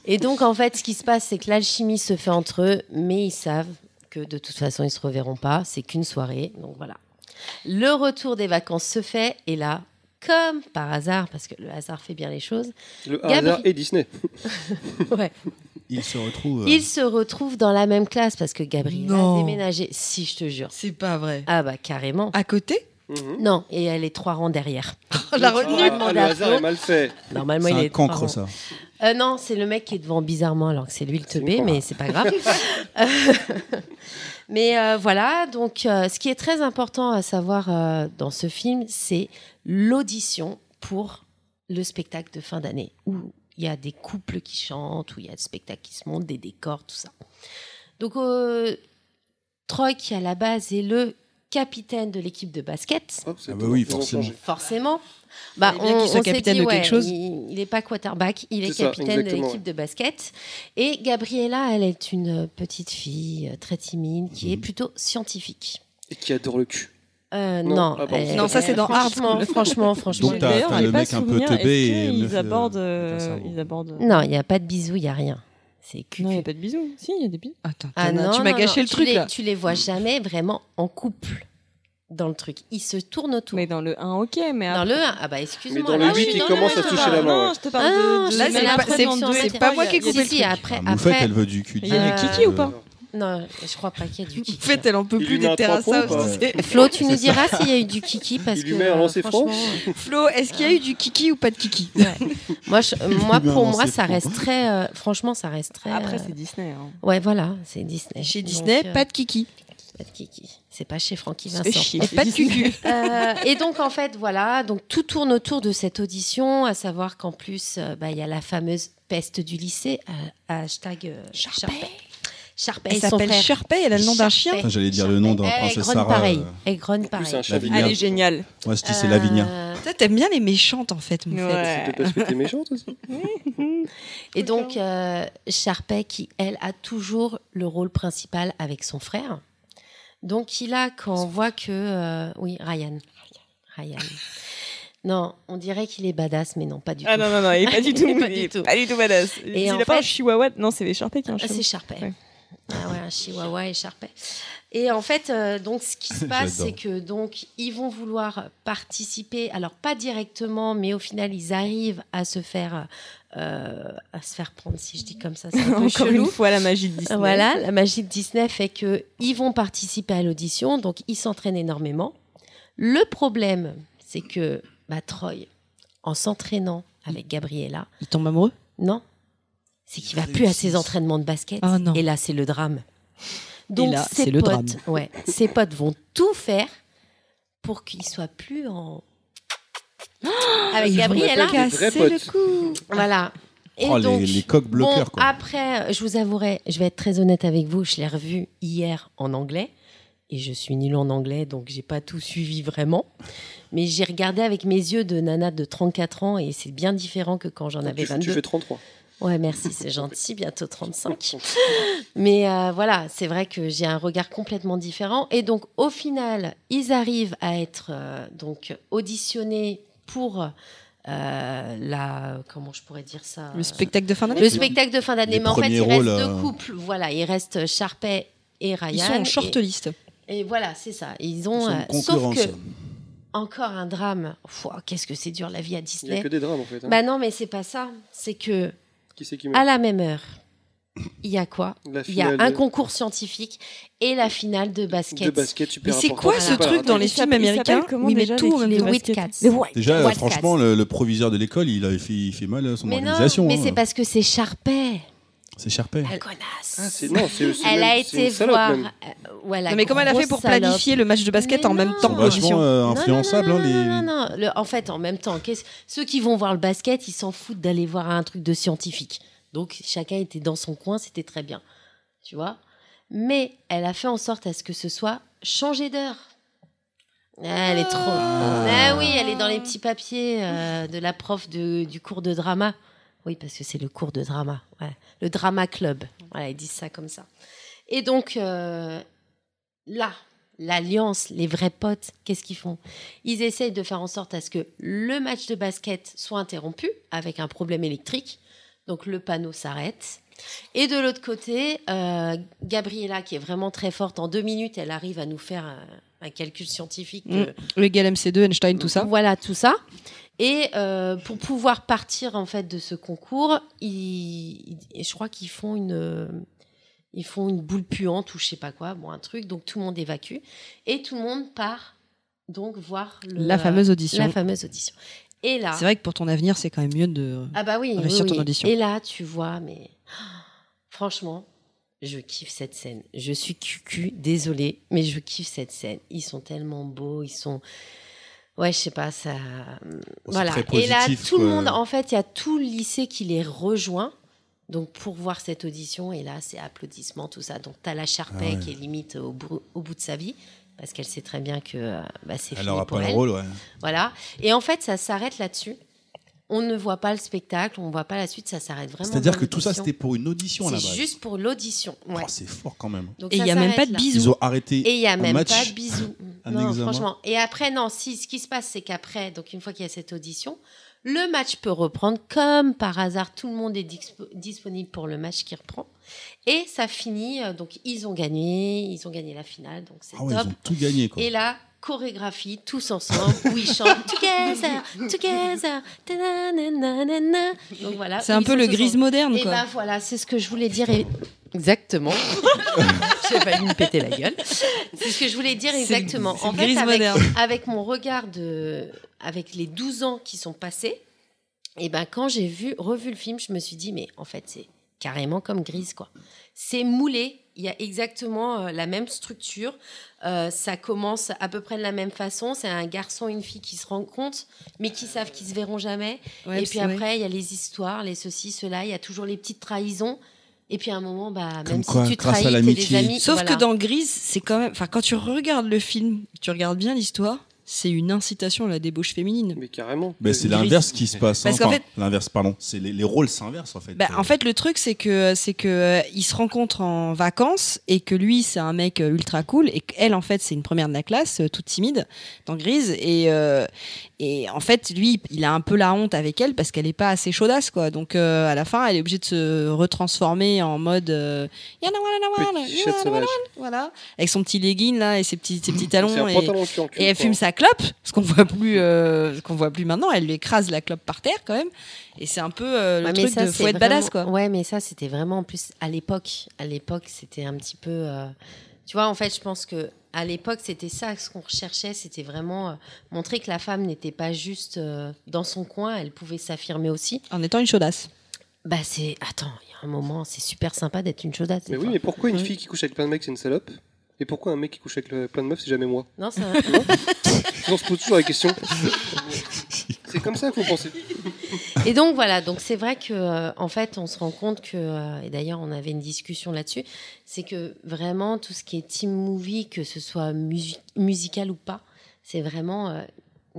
Speaker 3: Et donc en fait, ce qui se passe, c'est que l'alchimie se fait entre eux, mais ils savent que de toute façon, ils se reverront pas. C'est qu'une soirée. Donc voilà. Le retour des vacances se fait, et là, comme par hasard, parce que le hasard fait bien les choses,
Speaker 5: Le
Speaker 3: Gabri-
Speaker 5: hasard et Disney.
Speaker 3: ouais,
Speaker 2: Il se retrouve. euh,
Speaker 3: ils se retrouvent dans la même classe parce que Gabriel
Speaker 4: Non.
Speaker 3: a déménagé. Si, je te jure.
Speaker 4: C'est pas vrai.
Speaker 3: Ah bah carrément.
Speaker 4: À côté
Speaker 5: Mhm.
Speaker 3: Non, et elle est trois rangs derrière.
Speaker 4: <laughs> Oh, La
Speaker 5: Ah,
Speaker 4: retenue
Speaker 5: ah, le
Speaker 3: Mandat
Speaker 5: hasard
Speaker 3: Flo.
Speaker 5: est mal fait.
Speaker 3: Normalement,
Speaker 2: C'est
Speaker 3: il
Speaker 2: un
Speaker 3: est trois
Speaker 2: cancre,
Speaker 3: rangs.
Speaker 2: ça.
Speaker 3: Euh, non, c'est le mec qui est devant bizarrement alors que c'est lui le
Speaker 5: C'est
Speaker 3: teubé,
Speaker 5: une
Speaker 3: mais c'est pas
Speaker 5: <laughs>
Speaker 3: grave. Euh, <laughs> mais euh, voilà, donc euh, ce qui est très important à savoir euh, dans ce film, c'est l'audition pour le spectacle de fin d'année où il y a des couples qui chantent, où il y a des spectacles qui se montent, des décors, tout ça. Donc euh, Troy, qui à la base est le capitaine de l'équipe de basket,
Speaker 5: Hop, c'est
Speaker 2: Ah bah
Speaker 5: étonnant,
Speaker 2: oui,
Speaker 5: ils ont
Speaker 2: forcément.
Speaker 5: changé.
Speaker 3: Forcément. Bah,
Speaker 4: Il fallait bien qu'il soit
Speaker 3: s'est
Speaker 4: capitaine de quelque chose.
Speaker 3: Il n'est pas quarterback, il est,
Speaker 5: C'est ça,
Speaker 3: capitaine de
Speaker 5: exactement,
Speaker 3: l'équipe de basket. Et Gabriella, elle est une euh, petite fille euh, très timide qui
Speaker 5: Mhm.
Speaker 3: est plutôt scientifique.
Speaker 5: Et qui adore le cul.
Speaker 3: Euh,
Speaker 5: Non,
Speaker 3: non,
Speaker 5: ah bon.
Speaker 3: elle-
Speaker 4: Non, ça, c'est
Speaker 3: elle-
Speaker 4: dans Hard
Speaker 3: franchement,
Speaker 4: School. <laughs>
Speaker 3: franchement, franchement.
Speaker 2: Donc, t'as-
Speaker 6: D'ailleurs,
Speaker 2: t'as
Speaker 6: j'ai
Speaker 2: le
Speaker 6: pas
Speaker 2: mec un peu
Speaker 6: souvenir,
Speaker 2: teubé
Speaker 6: est-ce
Speaker 2: et
Speaker 6: qu'ils
Speaker 2: meuf, euh,
Speaker 6: abordent,
Speaker 2: avec un
Speaker 6: euh,
Speaker 2: cerveau.
Speaker 6: ils abordent.
Speaker 3: Non, il n'y a pas de bisous, il n'y a rien. C'est cul.
Speaker 6: Non, il n'y a pas de bisous. Si, il y a des bisous.
Speaker 4: Attends,
Speaker 3: Ah
Speaker 4: Tana,
Speaker 3: non,
Speaker 4: tu m'as
Speaker 3: non,
Speaker 4: gâché
Speaker 3: non,
Speaker 4: le
Speaker 3: tu
Speaker 4: truc
Speaker 3: les-
Speaker 4: là.
Speaker 3: Tu les vois jamais vraiment en couple dans le truc. Ils se tournent autour.
Speaker 6: Mais dans le 1, ok, mais
Speaker 3: Dans
Speaker 6: après.
Speaker 3: le 1, ah bah excuse-moi.
Speaker 5: dans le
Speaker 3: là, je
Speaker 5: huit,
Speaker 3: suis
Speaker 5: ils
Speaker 3: dans le
Speaker 5: commencent à
Speaker 3: un.
Speaker 5: se toucher la main.
Speaker 6: Non,
Speaker 5: ouais.
Speaker 6: je te
Speaker 3: Ah
Speaker 6: parle
Speaker 3: non,
Speaker 6: de- de.
Speaker 4: là,
Speaker 6: de-
Speaker 4: c'est
Speaker 6: de-
Speaker 4: la-
Speaker 6: de-
Speaker 4: c'est-
Speaker 6: de-
Speaker 4: c'est
Speaker 6: de-
Speaker 4: pas moi qui ai
Speaker 6: il
Speaker 4: coupé
Speaker 6: y a- il y a
Speaker 4: le
Speaker 6: des-
Speaker 3: Si, si, après,
Speaker 2: Ah, vous faites,
Speaker 3: après.
Speaker 2: elle veut du cul.
Speaker 6: Il y a
Speaker 3: Euh,
Speaker 6: du kiki ou pas
Speaker 3: Non, je crois pas qu'il y a du
Speaker 4: En
Speaker 3: kiki.
Speaker 4: fait, elle en peut
Speaker 5: Il
Speaker 4: plus
Speaker 5: lui met
Speaker 4: des
Speaker 5: un tampon,
Speaker 4: terrassas.
Speaker 5: quoi.
Speaker 4: je sais.
Speaker 3: Flo, tu nous diras s'il y a eu du kiki parce
Speaker 5: Il lui
Speaker 3: que.
Speaker 5: met un
Speaker 3: euh,
Speaker 5: lancer franc.
Speaker 3: franchement,
Speaker 4: Flo, est-ce qu'il y a eu du kiki ou pas de kiki
Speaker 3: Moi, je- euh, moi,
Speaker 2: met un
Speaker 3: pour moi,
Speaker 2: lancer
Speaker 3: ça
Speaker 2: franc.
Speaker 3: reste très. euh, franchement, ça reste très.
Speaker 6: Après,
Speaker 3: euh,
Speaker 6: c'est Disney. hein.
Speaker 3: Ouais, voilà, c'est
Speaker 4: <laughs>
Speaker 3: Disney.
Speaker 4: Chez
Speaker 3: Donc,
Speaker 4: Disney,
Speaker 3: euh,
Speaker 4: pas de kiki
Speaker 3: pas de kiki. C'est pas chez Francky
Speaker 6: C'est
Speaker 3: Vincent.
Speaker 6: chier.
Speaker 4: et pas de cucu.
Speaker 3: <laughs> Euh, et donc en fait voilà, donc tout tourne autour de cette audition, à savoir qu'en plus euh, bah, il y a la fameuse peste du lycée, euh, hashtag euh,
Speaker 4: Sharpay.
Speaker 3: Sharpay. Sharpay,
Speaker 4: Elle
Speaker 3: son
Speaker 4: s'appelle
Speaker 3: frère.
Speaker 4: Sharpay, elle a le nom d'un chien.
Speaker 3: Sharpay.
Speaker 2: Putain, j'allais dire le nom d'un
Speaker 3: Sharpay.
Speaker 2: princesse
Speaker 3: Elle grogne
Speaker 2: Sarah,
Speaker 3: pareil.
Speaker 2: euh,
Speaker 3: Elle grogne
Speaker 5: Plus
Speaker 3: pareil.
Speaker 5: un chat
Speaker 2: La vie.
Speaker 6: Elle
Speaker 2: Merde.
Speaker 6: est géniale.
Speaker 2: Moi, cette c'est Lavinia.
Speaker 3: Euh,
Speaker 4: Toi, t'aimes bien les méchantes en fait, mon fait.
Speaker 6: Ouais.
Speaker 5: Peut-être parce que t'es méchante
Speaker 3: <laughs>
Speaker 5: aussi.
Speaker 3: Et donc, euh, Sharpay, qui, elle, a toujours le rôle principal avec son frère. Donc, il a, quand on voit que... euh, oui, Ryan. Ryan. Non, on dirait qu'il est badass, mais non, pas du
Speaker 6: Ah
Speaker 3: tout.
Speaker 6: non, non, non, il est pas du tout.
Speaker 3: Il est pas
Speaker 6: il
Speaker 3: du
Speaker 6: est
Speaker 3: tout.
Speaker 6: Pas du tout badass. Il
Speaker 3: en
Speaker 6: a pas
Speaker 3: fait-
Speaker 6: un chihuahua. Non, c'est Sharpay qui a un
Speaker 3: Ah, c'est
Speaker 6: chihuahua.
Speaker 3: Sharpay.
Speaker 6: Ouais.
Speaker 3: Ah ouais, un chihuahua et Sharpay. Et en fait, euh, donc, ce qui se passe,
Speaker 2: J'adore.
Speaker 3: c'est que donc ils vont vouloir participer. Alors pas directement, mais au final, ils arrivent à se faire euh, à se faire prendre, si je dis comme
Speaker 6: <laughs>
Speaker 3: ça, c'est un peu
Speaker 6: Encore une
Speaker 3: chelou.
Speaker 6: fois, la magie de Disney.
Speaker 3: Voilà, la magie de Disney fait que ils vont participer à l'audition, donc ils s'entraînent énormément. Le problème, c'est que bah, Troy, en s'entraînant avec Gabriella,
Speaker 4: Il tombe amoureux
Speaker 3: non, c'est qu'il va plus à ses entraînements de basket.
Speaker 4: Oh non.
Speaker 3: Et là, c'est le drame. Donc
Speaker 4: là,
Speaker 3: ses
Speaker 4: c'est le
Speaker 3: potes,
Speaker 4: drame.
Speaker 3: ouais, ses potes vont tout faire pour qu'il soit plus en
Speaker 4: Ah,
Speaker 3: avec
Speaker 4: Ils vont
Speaker 3: Gabriella.
Speaker 5: Des vrais
Speaker 4: Casser
Speaker 5: potes.
Speaker 4: Ah, le cou.
Speaker 3: Voilà. Et
Speaker 2: Oh,
Speaker 3: donc,
Speaker 2: les, les coques bloqueurs,
Speaker 3: Bon,
Speaker 2: quoi.
Speaker 3: Après, je vous avouerai, je vais être très honnête avec vous, je l'ai revu hier en anglais. Et je suis nulle en anglais, donc j'ai pas tout suivi vraiment. Mais j'ai regardé avec mes yeux de nana de 34 ans et c'est bien différent que quand j'en avais
Speaker 5: Tu,
Speaker 3: 22.
Speaker 5: tu fais 33.
Speaker 3: Ouais, merci, c'est gentil, bientôt
Speaker 5: <laughs>
Speaker 3: 35. Mais euh, voilà, c'est vrai que j'ai un regard complètement différent. Et donc, au final, ils arrivent à être euh, donc auditionnés pour euh, la. Comment je pourrais dire ça
Speaker 4: Le spectacle de fin d'année
Speaker 3: le spectacle de fin d'année.
Speaker 2: Les
Speaker 3: Mais en fait,
Speaker 2: premiers
Speaker 3: il reste
Speaker 2: rôles, euh,
Speaker 3: deux couples. Voilà, il reste Sharpay et Ryan.
Speaker 4: Ils sont en short
Speaker 3: Et,
Speaker 4: list.
Speaker 3: et voilà, c'est ça. Ils
Speaker 2: Ils
Speaker 3: ont.
Speaker 2: sont
Speaker 3: euh,
Speaker 2: en
Speaker 3: sauf
Speaker 2: concurrence.
Speaker 3: que, encore un drame. Pouah, Qu'est-ce que c'est dur la vie à
Speaker 5: Il n'y
Speaker 3: Disney.
Speaker 5: a que des drames en fait. hein.
Speaker 3: Bah non, mais c'est pas ça. C'est que,
Speaker 5: qui c'est qui
Speaker 3: à
Speaker 5: meurt
Speaker 3: la même heure, il y a quoi
Speaker 5: La
Speaker 3: Il y a
Speaker 5: finale
Speaker 3: un
Speaker 5: de-
Speaker 3: concours scientifique et la finale de
Speaker 5: de
Speaker 3: basket.
Speaker 5: basket super
Speaker 4: Mais c'est
Speaker 5: important. Ah,
Speaker 4: quoi ce
Speaker 5: Super
Speaker 4: truc dans
Speaker 5: important.
Speaker 4: les
Speaker 6: Il
Speaker 4: films
Speaker 6: s'appelle- il s'appelle
Speaker 4: américains
Speaker 6: comment
Speaker 4: où ils
Speaker 6: déjà,
Speaker 4: mettent
Speaker 6: les
Speaker 4: tout en
Speaker 6: films
Speaker 4: même
Speaker 3: Les
Speaker 6: de
Speaker 4: temps
Speaker 6: basket
Speaker 3: Wildcats.
Speaker 6: Les Wildcats.
Speaker 2: Déjà,
Speaker 3: Wildcats.
Speaker 2: franchement, le, le proviseur de l'école, il, a- il fait, il fait mal à son
Speaker 3: Mais non,
Speaker 2: organisation.
Speaker 3: mais
Speaker 2: hein.
Speaker 3: c'est parce que c'est Sharpay,
Speaker 2: C'est Sharpay.
Speaker 3: la
Speaker 5: Ah,
Speaker 3: connasse.
Speaker 5: c'est- non, c'est- c'est
Speaker 3: elle
Speaker 5: même-
Speaker 3: a
Speaker 5: c'est
Speaker 3: été
Speaker 5: une salope,
Speaker 3: voir.
Speaker 5: même.
Speaker 3: euh, ouais, la
Speaker 4: Non, mais comment elle a fait
Speaker 3: grosse
Speaker 4: pour
Speaker 3: salope.
Speaker 4: planifier le match de basket
Speaker 3: Mais
Speaker 4: en même
Speaker 3: non.
Speaker 2: Ils sont
Speaker 4: temps
Speaker 2: vachement euh, influençables,
Speaker 3: Non,
Speaker 2: hein,
Speaker 3: non, non,
Speaker 2: les.
Speaker 3: non, non, non. Le- en fait, en même temps, qu'est-ce- ceux qui vont voir le basket, ils s'en foutent d'aller voir un truc de scientifique. Donc chacun était dans son coin, c'était très bien, tu vois. Mais elle a fait en sorte à ce que ce soit changé d'heure. Ah, Elle est trop. Ah oui, elle est dans les petits papiers euh, de la prof de- du cours de drama. Oui, parce que c'est le cours de drama. ouais. Le drama club. Voilà, ils disent ça comme ça. Et donc, euh, là, l'alliance, les vrais potes, qu'est-ce qu'ils font Ils essayent de faire en sorte à ce que le match de basket soit interrompu avec un problème électrique. Donc, le panneau s'arrête. Et de l'autre côté, euh, Gabriella, qui est vraiment très forte, en deux minutes, elle arrive à nous faire un, un calcul scientifique. que-
Speaker 4: Mm. Legal MC2, Einstein, tout ça.
Speaker 3: voilà, tout ça. Et euh, pour pouvoir partir en fait de ce concours, ils, ils- je crois qu'ils font une, euh, ils font une boule puante ou je sais pas quoi, bon un truc. Donc tout le monde évacue et tout le monde part donc voir le-
Speaker 4: La fameuse
Speaker 3: euh,
Speaker 4: audition.
Speaker 3: la fameuse audition. Et là,
Speaker 4: C'est vrai que pour ton avenir, c'est quand même mieux de.
Speaker 3: ah bah oui, oui,
Speaker 4: Réussir ton
Speaker 3: oui.
Speaker 4: audition.
Speaker 3: Et là, tu vois, mais <gasps> franchement, je kiffe cette scène. Je suis cucu, désolée, mais je kiffe cette scène. Ils sont tellement beaux, ils sont. Ouais, je sais pas, ça.
Speaker 2: c'est
Speaker 3: voilà.
Speaker 2: très
Speaker 3: Et là,
Speaker 2: positif,
Speaker 3: tout le
Speaker 2: quoi.
Speaker 3: monde, en fait, il y a tout le lycée qui les rejoint. Donc, pour voir cette audition, et là, c'est applaudissements, tout ça. Donc, t'as la Charpet
Speaker 2: Ah ouais.
Speaker 3: qui est limite au bout, au bout de sa vie, parce qu'elle sait très bien que euh, bah, c'est
Speaker 2: Elle
Speaker 3: fini
Speaker 2: aura
Speaker 3: pour
Speaker 2: pas le
Speaker 3: elle.
Speaker 2: rôle, ouais.
Speaker 3: Voilà. Et en fait, ça s'arrête là-dessus. On ne voit pas le spectacle, on ne voit pas la suite, ça s'arrête vraiment.
Speaker 2: C'est-à-dire
Speaker 3: dans
Speaker 2: que tout ça,
Speaker 3: l'audition.
Speaker 2: c'était pour une audition à la
Speaker 3: C'est
Speaker 2: base.
Speaker 3: juste pour l'audition.
Speaker 2: Oh,
Speaker 3: Ouais.
Speaker 2: c'est fort quand même.
Speaker 3: Donc
Speaker 4: Et il
Speaker 3: ça
Speaker 4: n'y a même
Speaker 3: s'arrête
Speaker 4: pas de
Speaker 3: là.
Speaker 4: bisous.
Speaker 2: Ils ont arrêté.
Speaker 3: Et il n'y a même
Speaker 2: match,
Speaker 3: pas de bisous.
Speaker 2: un
Speaker 3: non,
Speaker 2: examen.
Speaker 3: franchement. Et après, non, si, ce qui se passe, c'est qu'après, donc une fois qu'il y a cette audition, le match peut reprendre comme par hasard. Tout le monde est dispo- disponible pour le match qui reprend. Et ça finit. euh, Donc ils ont gagné, ils ont gagné la finale. Donc c'est
Speaker 2: Ah ouais,
Speaker 3: top.
Speaker 2: ils ont tout gagné, quoi.
Speaker 3: Et là, chorégraphie, tous ensemble, où ils
Speaker 2: <laughs>
Speaker 3: chantent Together, Together. ta-na-na-na-na-na. Donc voilà.
Speaker 4: C'est un
Speaker 3: ils
Speaker 4: peu
Speaker 3: sont
Speaker 4: le
Speaker 3: tous
Speaker 4: grise
Speaker 3: ensemble.
Speaker 4: moderne,
Speaker 3: Et
Speaker 4: quoi.
Speaker 3: ben voilà, c'est ce que je voulais dire. et- Exactement. J'ai failli me péter la gueule. C'est ce que je voulais dire
Speaker 4: C'est-
Speaker 3: exactement.
Speaker 4: c'est
Speaker 3: En
Speaker 4: le
Speaker 3: fait,
Speaker 4: grise
Speaker 3: avec,
Speaker 4: moderne.
Speaker 3: avec mon regard de. avec les 12 ans qui sont passés, et ben quand j'ai vu, revu le film, je me suis dit, mais en fait, c'est carrément comme grise, quoi. C'est moulé. Il y a exactement euh, la même structure. Euh, ça commence à peu près de la même façon. C'est un garçon et une fille qui se rencontrent, mais qui savent qu'ils se verront jamais.
Speaker 4: Ouais,
Speaker 3: et
Speaker 4: c'est
Speaker 3: puis
Speaker 4: vrai.
Speaker 3: après, il y a les histoires, les ceci, cela. Il y a toujours les petites trahisons. Et puis à un moment, bah, même
Speaker 2: Comme
Speaker 3: si
Speaker 2: quoi,
Speaker 3: tu
Speaker 2: grâce à
Speaker 3: trahis, t'es des
Speaker 2: l'amitié.
Speaker 3: amis.
Speaker 4: Sauf
Speaker 3: voilà.
Speaker 4: que dans Grise, c'est quand même. Enfin, quand tu regardes le film, tu regardes bien l'histoire, c'est une incitation à la débauche féminine.
Speaker 5: Mais carrément.
Speaker 2: Mais Bah, c'est
Speaker 4: Gris.
Speaker 2: l'inverse qui se passe. hein.
Speaker 4: Parce qu'en
Speaker 2: Enfin,
Speaker 4: fait-
Speaker 2: L'inverse, pardon. C'est les, les rôles s'inversent en fait.
Speaker 4: Bah, en fait, le truc, c'est que c'est que euh, ils se rencontrent en vacances et que lui, c'est un mec euh, ultra cool et qu'elle, en fait, c'est une première de la classe, euh, toute timide, dans Grise. Et, euh, et en fait, lui, il a un peu la honte avec elle parce qu'elle n'est pas assez chaudasse, quoi. Donc, euh, à la fin, elle est obligée de se retransformer en mode. euh, Yana wana wana,
Speaker 5: Petit
Speaker 4: yana
Speaker 5: chat
Speaker 4: wana
Speaker 5: sauvage.
Speaker 4: Voilà, avec son petit legging là et ses petits, ses petits
Speaker 5: C'est
Speaker 4: talons.
Speaker 5: un
Speaker 4: et-
Speaker 5: pantalon cul en cul,
Speaker 4: et elle
Speaker 5: quoi.
Speaker 4: fume sa clope, ce qu'on voit plus, euh, ce qu'on voit plus maintenant. Elle lui écrase la clope par terre quand même. Et c'est un peu euh, le
Speaker 3: Ouais, mais
Speaker 4: truc
Speaker 3: ça,
Speaker 4: de
Speaker 3: c'est
Speaker 4: faut être badass
Speaker 3: vraiment-
Speaker 4: quoi.
Speaker 3: Ouais, mais ça, c'était vraiment en plus à l'époque. À l'époque, c'était un petit peu. euh, Tu vois, en fait, je pense que à l'époque, c'était ça ce qu'on recherchait. C'était vraiment euh, montrer que la femme n'était pas juste euh, dans son coin. Elle pouvait s'affirmer aussi.
Speaker 4: En étant une chaudasse.
Speaker 3: Bah, c'est. Attends, il y a un moment, c'est super sympa d'être une chaudasse. des
Speaker 5: Mais oui,
Speaker 3: fois.
Speaker 5: mais pourquoi une
Speaker 3: Ouais.
Speaker 5: fille qui couche avec plein de mecs, c'est une salope Et pourquoi un mec qui couche avec euh, plein de meufs, c'est jamais moi
Speaker 3: Non, ça.
Speaker 5: On se pose toujours la
Speaker 2: <laughs>
Speaker 5: question. c'est comme ça qu'il faut penser.
Speaker 3: Et donc voilà, donc c'est vrai que euh, en fait, on se rend compte que euh, et d'ailleurs, on avait une discussion là-dessus, c'est que vraiment tout ce qui est team movie, que ce soit musi- musical ou pas, c'est vraiment euh,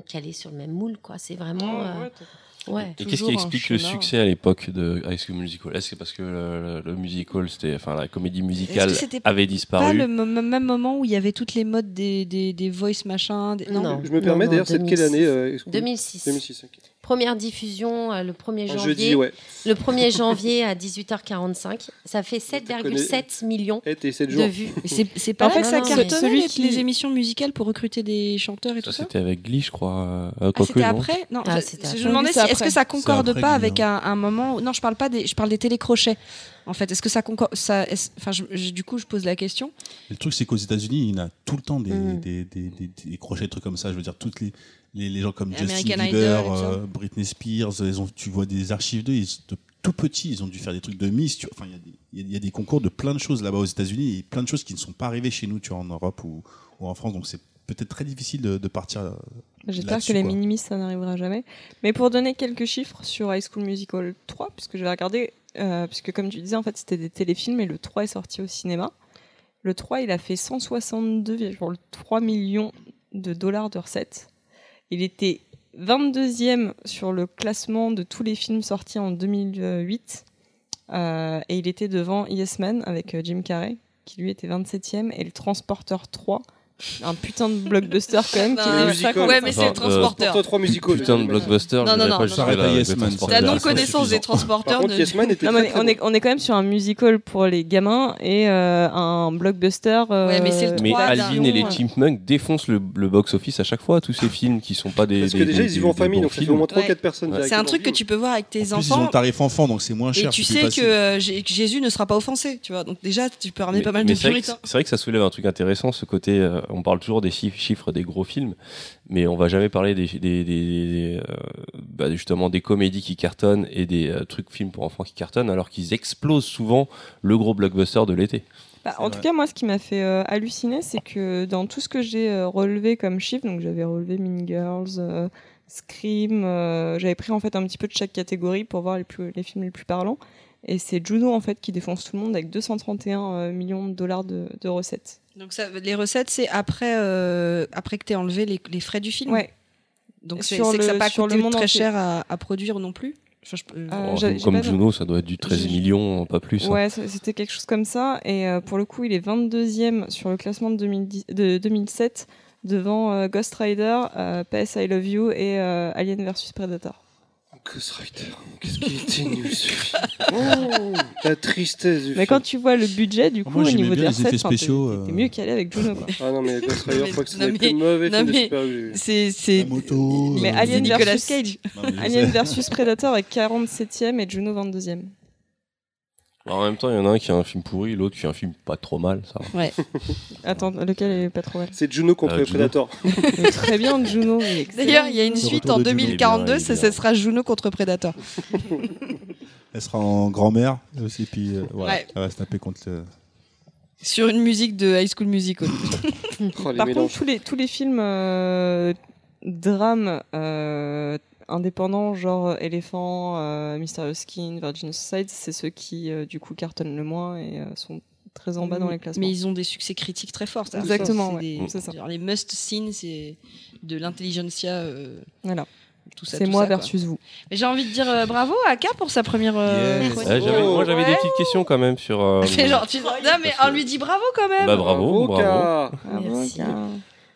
Speaker 3: calé sur le même moule, quoi. C'est vraiment
Speaker 5: Ah,
Speaker 3: euh, ouais.
Speaker 1: Et qu'est-ce
Speaker 4: toujours
Speaker 1: qui
Speaker 4: un
Speaker 1: explique le
Speaker 4: chemin.
Speaker 1: succès à l'époque de High School Musical Est-ce que parce que le, le- le musical, c'était, enfin la comédie musicale
Speaker 4: Est-ce que c'était
Speaker 1: avait
Speaker 4: Pas
Speaker 1: disparu
Speaker 4: le mo- mo- même moment où il y avait toutes les modes des, des, des voice machin. des-
Speaker 3: Non.
Speaker 5: Je me permets
Speaker 3: non,
Speaker 5: d'ailleurs, c'est de quelle
Speaker 3: 2006.
Speaker 5: année euh, excuse-
Speaker 3: 2006.
Speaker 5: 2006, ok.
Speaker 3: Première diffusion euh, le 1er
Speaker 5: Un
Speaker 3: janvier.
Speaker 5: jeudi, ouais.
Speaker 3: Le
Speaker 5: <laughs>
Speaker 3: 1er janvier à 18h45, ça fait 7,7 millions
Speaker 5: Et t'es 7
Speaker 3: de
Speaker 5: jours.
Speaker 3: vues.
Speaker 4: Mais C'est c'est pas
Speaker 6: En fait,
Speaker 4: là-
Speaker 6: ça
Speaker 4: non, non,
Speaker 6: cartonnait
Speaker 4: celui
Speaker 6: les-
Speaker 4: qui les émissions musicales pour recruter des chanteurs
Speaker 1: Ça,
Speaker 4: et tout ça.
Speaker 1: c'était avec Glee, je crois. Euh,
Speaker 4: Ah,
Speaker 1: quoique,
Speaker 4: c'était
Speaker 1: non.
Speaker 4: après Non,
Speaker 3: Ah,
Speaker 4: je-
Speaker 3: c'était
Speaker 4: je
Speaker 3: après.
Speaker 4: me demandais
Speaker 6: Oui,
Speaker 4: si,
Speaker 6: c'est
Speaker 4: est-ce que
Speaker 6: après.
Speaker 4: ça concorde
Speaker 2: après,
Speaker 4: pas
Speaker 2: lui,
Speaker 4: avec un, un moment où... Non, je parle pas des je parle des télécrochets. En fait, est-ce que ça concorde ça est-ce- enfin je- je- du coup, je pose la question.
Speaker 2: Le truc, c'est qu'aux États-Unis, il y en a tout le temps des,
Speaker 3: Mm.
Speaker 2: des, des, des, des crochets, des trucs comme ça. Je veux dire, toutes les, les, les gens comme
Speaker 4: American
Speaker 2: Justin
Speaker 4: Idol,
Speaker 2: Bieber,
Speaker 4: et tout ça.
Speaker 2: euh, Britney Spears, ils ont, tu vois des archives d'eux, ils sont de- tout petits, ils ont dû faire des trucs de Miss. tu vois. Enfin, il y, a des- il y a- il y a des concours de plein de choses là-bas aux États-Unis et plein de choses qui ne sont pas arrivées chez nous, tu vois, en Europe ou, ou en France. Donc, c'est peut-être très difficile de, de partir. euh,
Speaker 6: J'espère
Speaker 2: là-dessus,
Speaker 6: que les
Speaker 2: quoi.
Speaker 6: minimis, ça n'arrivera jamais. Mais pour donner quelques chiffres sur High School Musical 3, puisque j'avais regardé, euh, puisque comme tu disais, en fait, c'était des téléfilms et le 3 est sorti au cinéma. Le 3, il a fait 162,3 millions de dollars de recettes. Il était 22e sur le classement de tous les films sortis en 2008. euh, et il était devant Yes Man avec euh, Jim Carrey, qui lui était 27e, et Le Transporteur 3, un putain de blockbuster quand même. qui
Speaker 4: Ben,
Speaker 6: est
Speaker 4: ouais,
Speaker 5: musical.
Speaker 6: 50.
Speaker 4: Ouais, mais c'est
Speaker 1: Enfin,
Speaker 4: le transporteur.
Speaker 5: Pourtant, euh, trois musicaux.
Speaker 1: Putain
Speaker 5: le-
Speaker 1: de blockbuster,
Speaker 4: Non, non,
Speaker 1: j'irai
Speaker 4: non,
Speaker 1: pas
Speaker 4: non,
Speaker 1: jusque-là
Speaker 2: non.
Speaker 1: avec
Speaker 2: Yes
Speaker 1: le
Speaker 2: Man.
Speaker 1: transporteur.
Speaker 4: La
Speaker 2: Là,
Speaker 4: non-connaissance des
Speaker 2: c'est
Speaker 5: Par
Speaker 4: transporteurs.
Speaker 5: contre,
Speaker 4: ne-
Speaker 5: Yes Man était
Speaker 6: euh, Non,
Speaker 5: très,
Speaker 6: mais
Speaker 5: très
Speaker 6: on
Speaker 5: bon.
Speaker 6: est, on est quand même sur un musical pour les gamins et euh, un blockbuster. euh,
Speaker 4: Ouais, mais c'est le
Speaker 1: Mais
Speaker 4: Trois
Speaker 1: Alvin
Speaker 4: darons,
Speaker 1: et les
Speaker 4: ouais.
Speaker 1: Chipmunks défoncent le, le box-office à chaque fois, tous ces films qui sont pas des.
Speaker 5: Parce que
Speaker 1: des-
Speaker 5: déjà,
Speaker 1: des-
Speaker 5: ils y vont en
Speaker 1: des
Speaker 5: famille,
Speaker 1: bons
Speaker 5: donc ça fait
Speaker 1: films.
Speaker 5: au moins 3-4
Speaker 4: Ouais.
Speaker 5: personnes.
Speaker 4: C'est un truc que tu peux voir avec tes
Speaker 2: En plus, ils ont
Speaker 4: enfants.
Speaker 2: le tarif enfant, donc c'est moins
Speaker 4: Et
Speaker 2: cher.
Speaker 4: tu
Speaker 2: c'est plus
Speaker 4: sais que,
Speaker 2: facile.
Speaker 4: euh, J- que Jésus ne sera pas offensé, tu vois. Donc déjà, tu peux ramener
Speaker 1: Mais-
Speaker 4: pas mal
Speaker 1: mais
Speaker 4: de
Speaker 1: c'est vrai que-
Speaker 5: hein.
Speaker 4: puritains.
Speaker 1: C'est vrai que ça soulève un truc intéressant, ce côté. euh, on parle toujours des chiffres, chiffres des gros films, mais on va jamais parler des, des, des- des, euh, bah, justement des comédies qui cartonnent et des euh, trucs films pour enfants qui cartonnent, alors qu'ils explosent souvent le gros blockbuster de l'été.
Speaker 6: Bah,
Speaker 2: C'est
Speaker 6: en
Speaker 2: vrai.
Speaker 6: tout cas, moi, ce qui m'a fait euh, halluciner, c'est que dans tout ce que j'ai euh, relevé comme chiffre, donc j'avais relevé Mean Girls, euh, Scream, euh, j'avais pris en fait un petit peu de chaque catégorie pour voir les, plus, les films les plus parlants. Et c'est Juno en fait qui défonce tout le monde avec 231 euh, millions de dollars de, de recettes.
Speaker 4: Donc ça, les recettes, c'est après, euh, après que t'aies enlevé les, les frais du film.
Speaker 6: Ouais.
Speaker 4: Donc c'est
Speaker 6: Sur
Speaker 4: c'est que ça
Speaker 6: le-
Speaker 4: n'a pas
Speaker 6: sur le
Speaker 4: coûté
Speaker 6: monde
Speaker 4: très
Speaker 6: entier.
Speaker 4: cher à, à produire non plus. Enfin, je peux-
Speaker 6: Euh,
Speaker 1: Alors,
Speaker 6: j'a- j'ai
Speaker 1: Oh, comme
Speaker 6: pas-
Speaker 1: Juno, ça doit être du 13
Speaker 6: j'ai-
Speaker 1: millions, pas plus. hein.
Speaker 6: Ouais, ça- c'était quelque chose comme ça. Et euh, pour le coup, il est 22e sur le classement de, 2010 de 2007 devant euh, Ghost Rider, euh, PS I Love You et euh, Alien vs Predator.
Speaker 5: Ghost Rider, qu'est-ce qu'il était nul ce film. Oh, la tristesse du
Speaker 6: Mais
Speaker 5: film.
Speaker 6: quand tu vois le budget, du coup,
Speaker 2: Ah, Moi,
Speaker 6: au
Speaker 2: j'aimais bien
Speaker 6: niveau des
Speaker 2: les
Speaker 6: recettes,
Speaker 2: effets
Speaker 6: enfin, t'es-
Speaker 2: spéciaux,
Speaker 6: t'es- t'es
Speaker 2: euh.
Speaker 6: mieux qu'aller avec
Speaker 2: <laughs>
Speaker 6: Juno. Quoi.
Speaker 5: Ah non, mais Ghost Rider, je crois que c'est
Speaker 4: Non,
Speaker 5: le
Speaker 4: mais-
Speaker 5: plus mauvais
Speaker 4: non,
Speaker 5: film de
Speaker 4: mais-
Speaker 5: super que j'ai vu.
Speaker 4: C'est
Speaker 2: La
Speaker 4: c'est
Speaker 2: moto.
Speaker 6: Mais
Speaker 2: euh,
Speaker 6: Alien
Speaker 2: non,
Speaker 4: Nicolas
Speaker 6: versus-
Speaker 4: Cage.
Speaker 2: <laughs> mais je sais.
Speaker 6: Alien vs Predator est 47e et Juno 22e.
Speaker 1: Alors, en même temps, il y en a un qui a un film pourri, l'autre qui a un film pas trop mal. Ça. va.
Speaker 6: Attends, lequel est pas trop mal
Speaker 5: C'est Juno contre
Speaker 1: Euh, Juno.
Speaker 5: Predator. Oh,
Speaker 6: Mais Très bien, Juno. il est
Speaker 4: <laughs>
Speaker 6: excellent.
Speaker 4: D'ailleurs, il y a une
Speaker 2: Le
Speaker 4: suite
Speaker 2: retour
Speaker 4: en
Speaker 2: de Juno.
Speaker 4: 2042,
Speaker 1: Il est bien,
Speaker 4: c'est
Speaker 1: il est bien.
Speaker 4: ce sera Juno contre Predator.
Speaker 2: Elle sera en grand-mère aussi, puis euh, voilà,
Speaker 4: Ouais.
Speaker 2: elle va se taper contre. le-
Speaker 4: Sur une musique de High School Musical.
Speaker 5: Oh, les
Speaker 6: Par
Speaker 5: mélanges.
Speaker 6: contre, tous les, tous les films euh, drames euh, indépendants, genre Elephant, euh, Mysterious Skin, Virgin Suicide, c'est ceux qui, euh, du coup, cartonnent le moins et euh, sont très en bas dans les classements.
Speaker 4: Mais ils ont des succès critiques très forts. ça.
Speaker 6: Exactement,
Speaker 4: C'est
Speaker 6: ouais.
Speaker 4: des-
Speaker 6: Mm. C'est ça.
Speaker 4: genre les must-scenes, c'est de l'intelligentsia, euh,
Speaker 6: Voilà,
Speaker 4: tout ça.
Speaker 6: c'est
Speaker 4: tout
Speaker 6: moi
Speaker 4: ça, quoi.
Speaker 6: versus vous.
Speaker 4: Mais J'ai envie de dire euh, bravo à Aka pour sa première. euh,
Speaker 2: Yes.
Speaker 3: Merci.
Speaker 1: Ouais, Eh, j'avais- moi, j'avais
Speaker 4: Ouais.
Speaker 1: des petites questions quand même sur. euh,
Speaker 4: C'est genre, tu- non, mais on lui dit bravo quand
Speaker 1: <laughs>
Speaker 4: même.
Speaker 1: Bah, bravo, bravo.
Speaker 5: Car.
Speaker 3: Merci.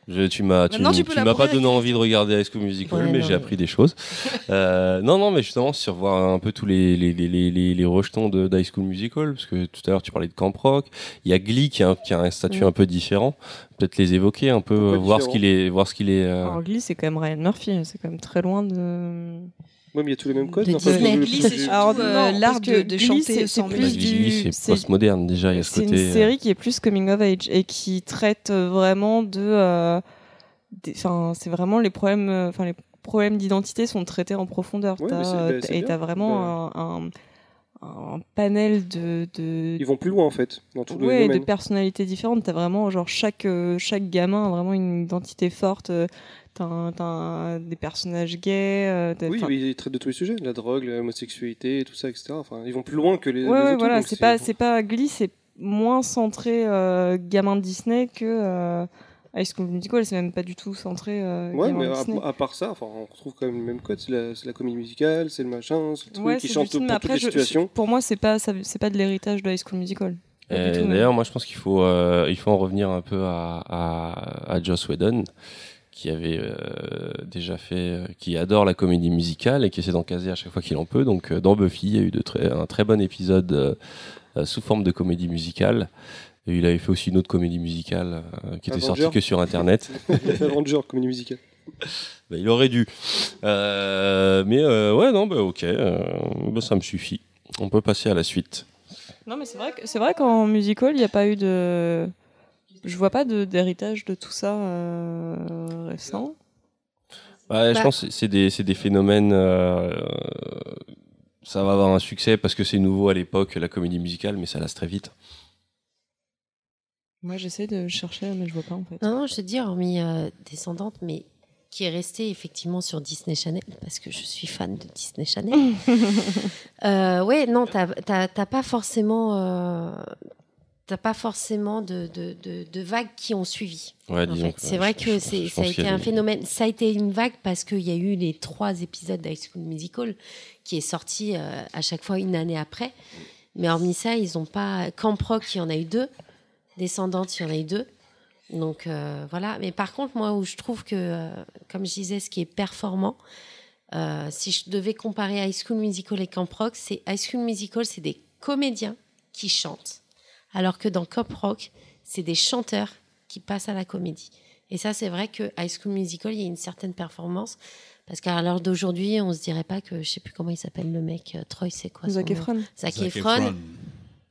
Speaker 1: Je- tu m'as, tu,
Speaker 4: Maintenant, tu
Speaker 1: m-
Speaker 4: peux
Speaker 1: tu m'as pas
Speaker 4: l'apprendre.
Speaker 1: donné envie de regarder High School Musical,
Speaker 3: Ouais,
Speaker 1: mais
Speaker 3: non,
Speaker 1: j'ai
Speaker 3: mais-
Speaker 1: appris des choses. Euh, non, non, mais justement, sur voir un peu tous les, les, les, les, les- les rejetons de, d'High School Musical, parce que tout à l'heure, tu parlais de Camp Rock. Il y a Glee qui a, un- qui a un statut
Speaker 6: Mm.
Speaker 1: un peu différent. Peut-être les évoquer un peu,
Speaker 5: Pourquoi
Speaker 1: euh, voir ce
Speaker 5: différent
Speaker 1: qu'il est, voir ce qu'il est, euh,
Speaker 6: Alors, Glee, c'est quand même Ryan Murphy, hein, c'est quand même très loin de.
Speaker 5: Ouais, mais il y a tous les mêmes codes.
Speaker 4: De
Speaker 5: non, parce que
Speaker 3: Disney.
Speaker 5: le-
Speaker 4: Glee, c'est
Speaker 5: le-
Speaker 4: sûr. surtout, euh,
Speaker 6: parce
Speaker 4: l'art
Speaker 6: que
Speaker 4: de- de
Speaker 6: Glee,
Speaker 4: chanter
Speaker 6: c'est-
Speaker 4: sans
Speaker 1: bah,
Speaker 6: c'est
Speaker 4: mélodie.
Speaker 6: plus
Speaker 1: Glee,
Speaker 6: du.
Speaker 1: c'est postmoderne, déjà. Il y a ce
Speaker 6: C'est
Speaker 1: côté.
Speaker 6: une
Speaker 1: euh,
Speaker 6: série qui est plus coming of age et qui traite euh, vraiment de. euh, des- Enfin, c'est vraiment les problèmes. euh, Enfin, les problèmes d'identité sont traités en profondeur.
Speaker 5: Ouais,
Speaker 6: T'as,
Speaker 5: mais c'est-
Speaker 6: euh,
Speaker 5: bah, c'est
Speaker 6: t'as- et
Speaker 5: bien. Ben,
Speaker 6: t'as vraiment un, un- un panel de. de
Speaker 5: Ils vont plus loin en fait, dans tout le
Speaker 6: ouais, de
Speaker 5: domaine.
Speaker 6: personnalités différentes. T'as vraiment, genre, chaque, euh, chaque gamin a vraiment une identité forte. euh, T'as, un- t'as un- des personnages gays. euh, t'as-
Speaker 5: Oui,
Speaker 6: enfin,
Speaker 5: mais ils traitent de tous les sujets, la drogue, l'homosexualité, tout ça, etc. Enfin, ils vont plus loin que les, les
Speaker 6: ouais, ouais,
Speaker 5: autres.
Speaker 6: voilà,
Speaker 5: donc
Speaker 6: c'est pas, c'est pas Glee, c'est moins centré euh, gamin Disney que euh, High School Musical, c'est même pas du tout centré euh,
Speaker 5: Ouais,
Speaker 6: gamin
Speaker 5: mais
Speaker 6: Disney.
Speaker 5: à, à part ça, enfin, on retrouve quand même le même code. C'est la, c'est la comédie musicale, c'est le machin, c'est le truc
Speaker 6: Ouais,
Speaker 5: qui
Speaker 6: c'est
Speaker 5: chante
Speaker 6: du film,
Speaker 5: pour
Speaker 6: mais
Speaker 5: toutes les
Speaker 6: je-
Speaker 5: situations.
Speaker 6: <laughs> pour moi, c'est pas, ça- c'est pas de l'héritage de High School Musical. Pas du
Speaker 1: Euh,
Speaker 6: tout, même.
Speaker 1: D'ailleurs, moi, je pense qu'il faut, euh, il faut en revenir un peu à, à, à Joss Whedon, qui avait euh, déjà fait, euh, qui adore la comédie musicale et qui essaie d'en caser à chaque fois qu'il en peut. Donc, euh, dans Buffy, il y a eu de très, un très bon épisode euh, euh, sous forme de comédie musicale. Et il avait fait aussi une autre comédie musicale euh, qui était sortie
Speaker 5: Avenger.
Speaker 1: que sur Internet.
Speaker 5: Avenger, comédie musicale.
Speaker 1: Bah, il aurait dû. Euh, mais euh, ouais, non, bah, ok, euh, bah, ça me suffit. On peut passer à la suite.
Speaker 6: Non, mais c'est vrai, que- c'est vrai qu'en musical, il n'y a pas eu de. Je vois pas de- d'héritage de, tout ça euh, récent.
Speaker 1: Ouais,
Speaker 3: Bah-
Speaker 1: je pense que c'est des, c'est des phénomènes. euh, ça va avoir un succès parce que c'est nouveau à l'époque, la comédie musicale, mais ça lasse très vite.
Speaker 6: Moi, j'essaie de chercher, mais je vois pas en fait.
Speaker 3: Non, non, je te dis, hormis euh, Descendante, mais qui est restée effectivement sur Disney Channel, parce que je suis fan de Disney Channel. euh, ouais, non, t'as t'as- t'as pas forcément. euh, t'as- t'as pas forcément de, de, de- de vagues qui ont suivi.
Speaker 1: Ouais,
Speaker 3: en
Speaker 1: disons
Speaker 3: fait.
Speaker 1: que,
Speaker 3: C'est
Speaker 1: ouais,
Speaker 3: vrai
Speaker 1: euh, je-
Speaker 3: que
Speaker 1: je-
Speaker 3: c'est-
Speaker 1: je
Speaker 3: ça a
Speaker 1: pense qu'il
Speaker 3: été
Speaker 1: y a
Speaker 3: un
Speaker 1: des-
Speaker 3: phénomène. Ça a été une vague parce qu'il y a eu les trois épisodes d'High School Musical qui est sorti euh, à chaque fois une année après. Mais hormis ça, ils ont pas. Camp Rock, il y en a eu deux. Descendante, il y en a eu deux. Donc euh, voilà. Mais par contre, moi, où je trouve que, euh, comme je disais, ce qui est performant, euh, si je devais comparer High School Musical et Camp Rock, c'est High School Musical, c'est des comédiens qui chantent, alors que dans Camp Rock, c'est des chanteurs qui passent à la comédie. Et ça, c'est vrai que High School Musical, il y a une certaine performance, parce qu'à l'heure d'aujourd'hui, on se dirait pas que, je sais plus comment il s'appelle le mec, euh, Troy, c'est quoi son
Speaker 6: Zac
Speaker 3: nom
Speaker 6: Efron.
Speaker 3: Zac
Speaker 2: Zac
Speaker 3: Efron,
Speaker 2: Efron.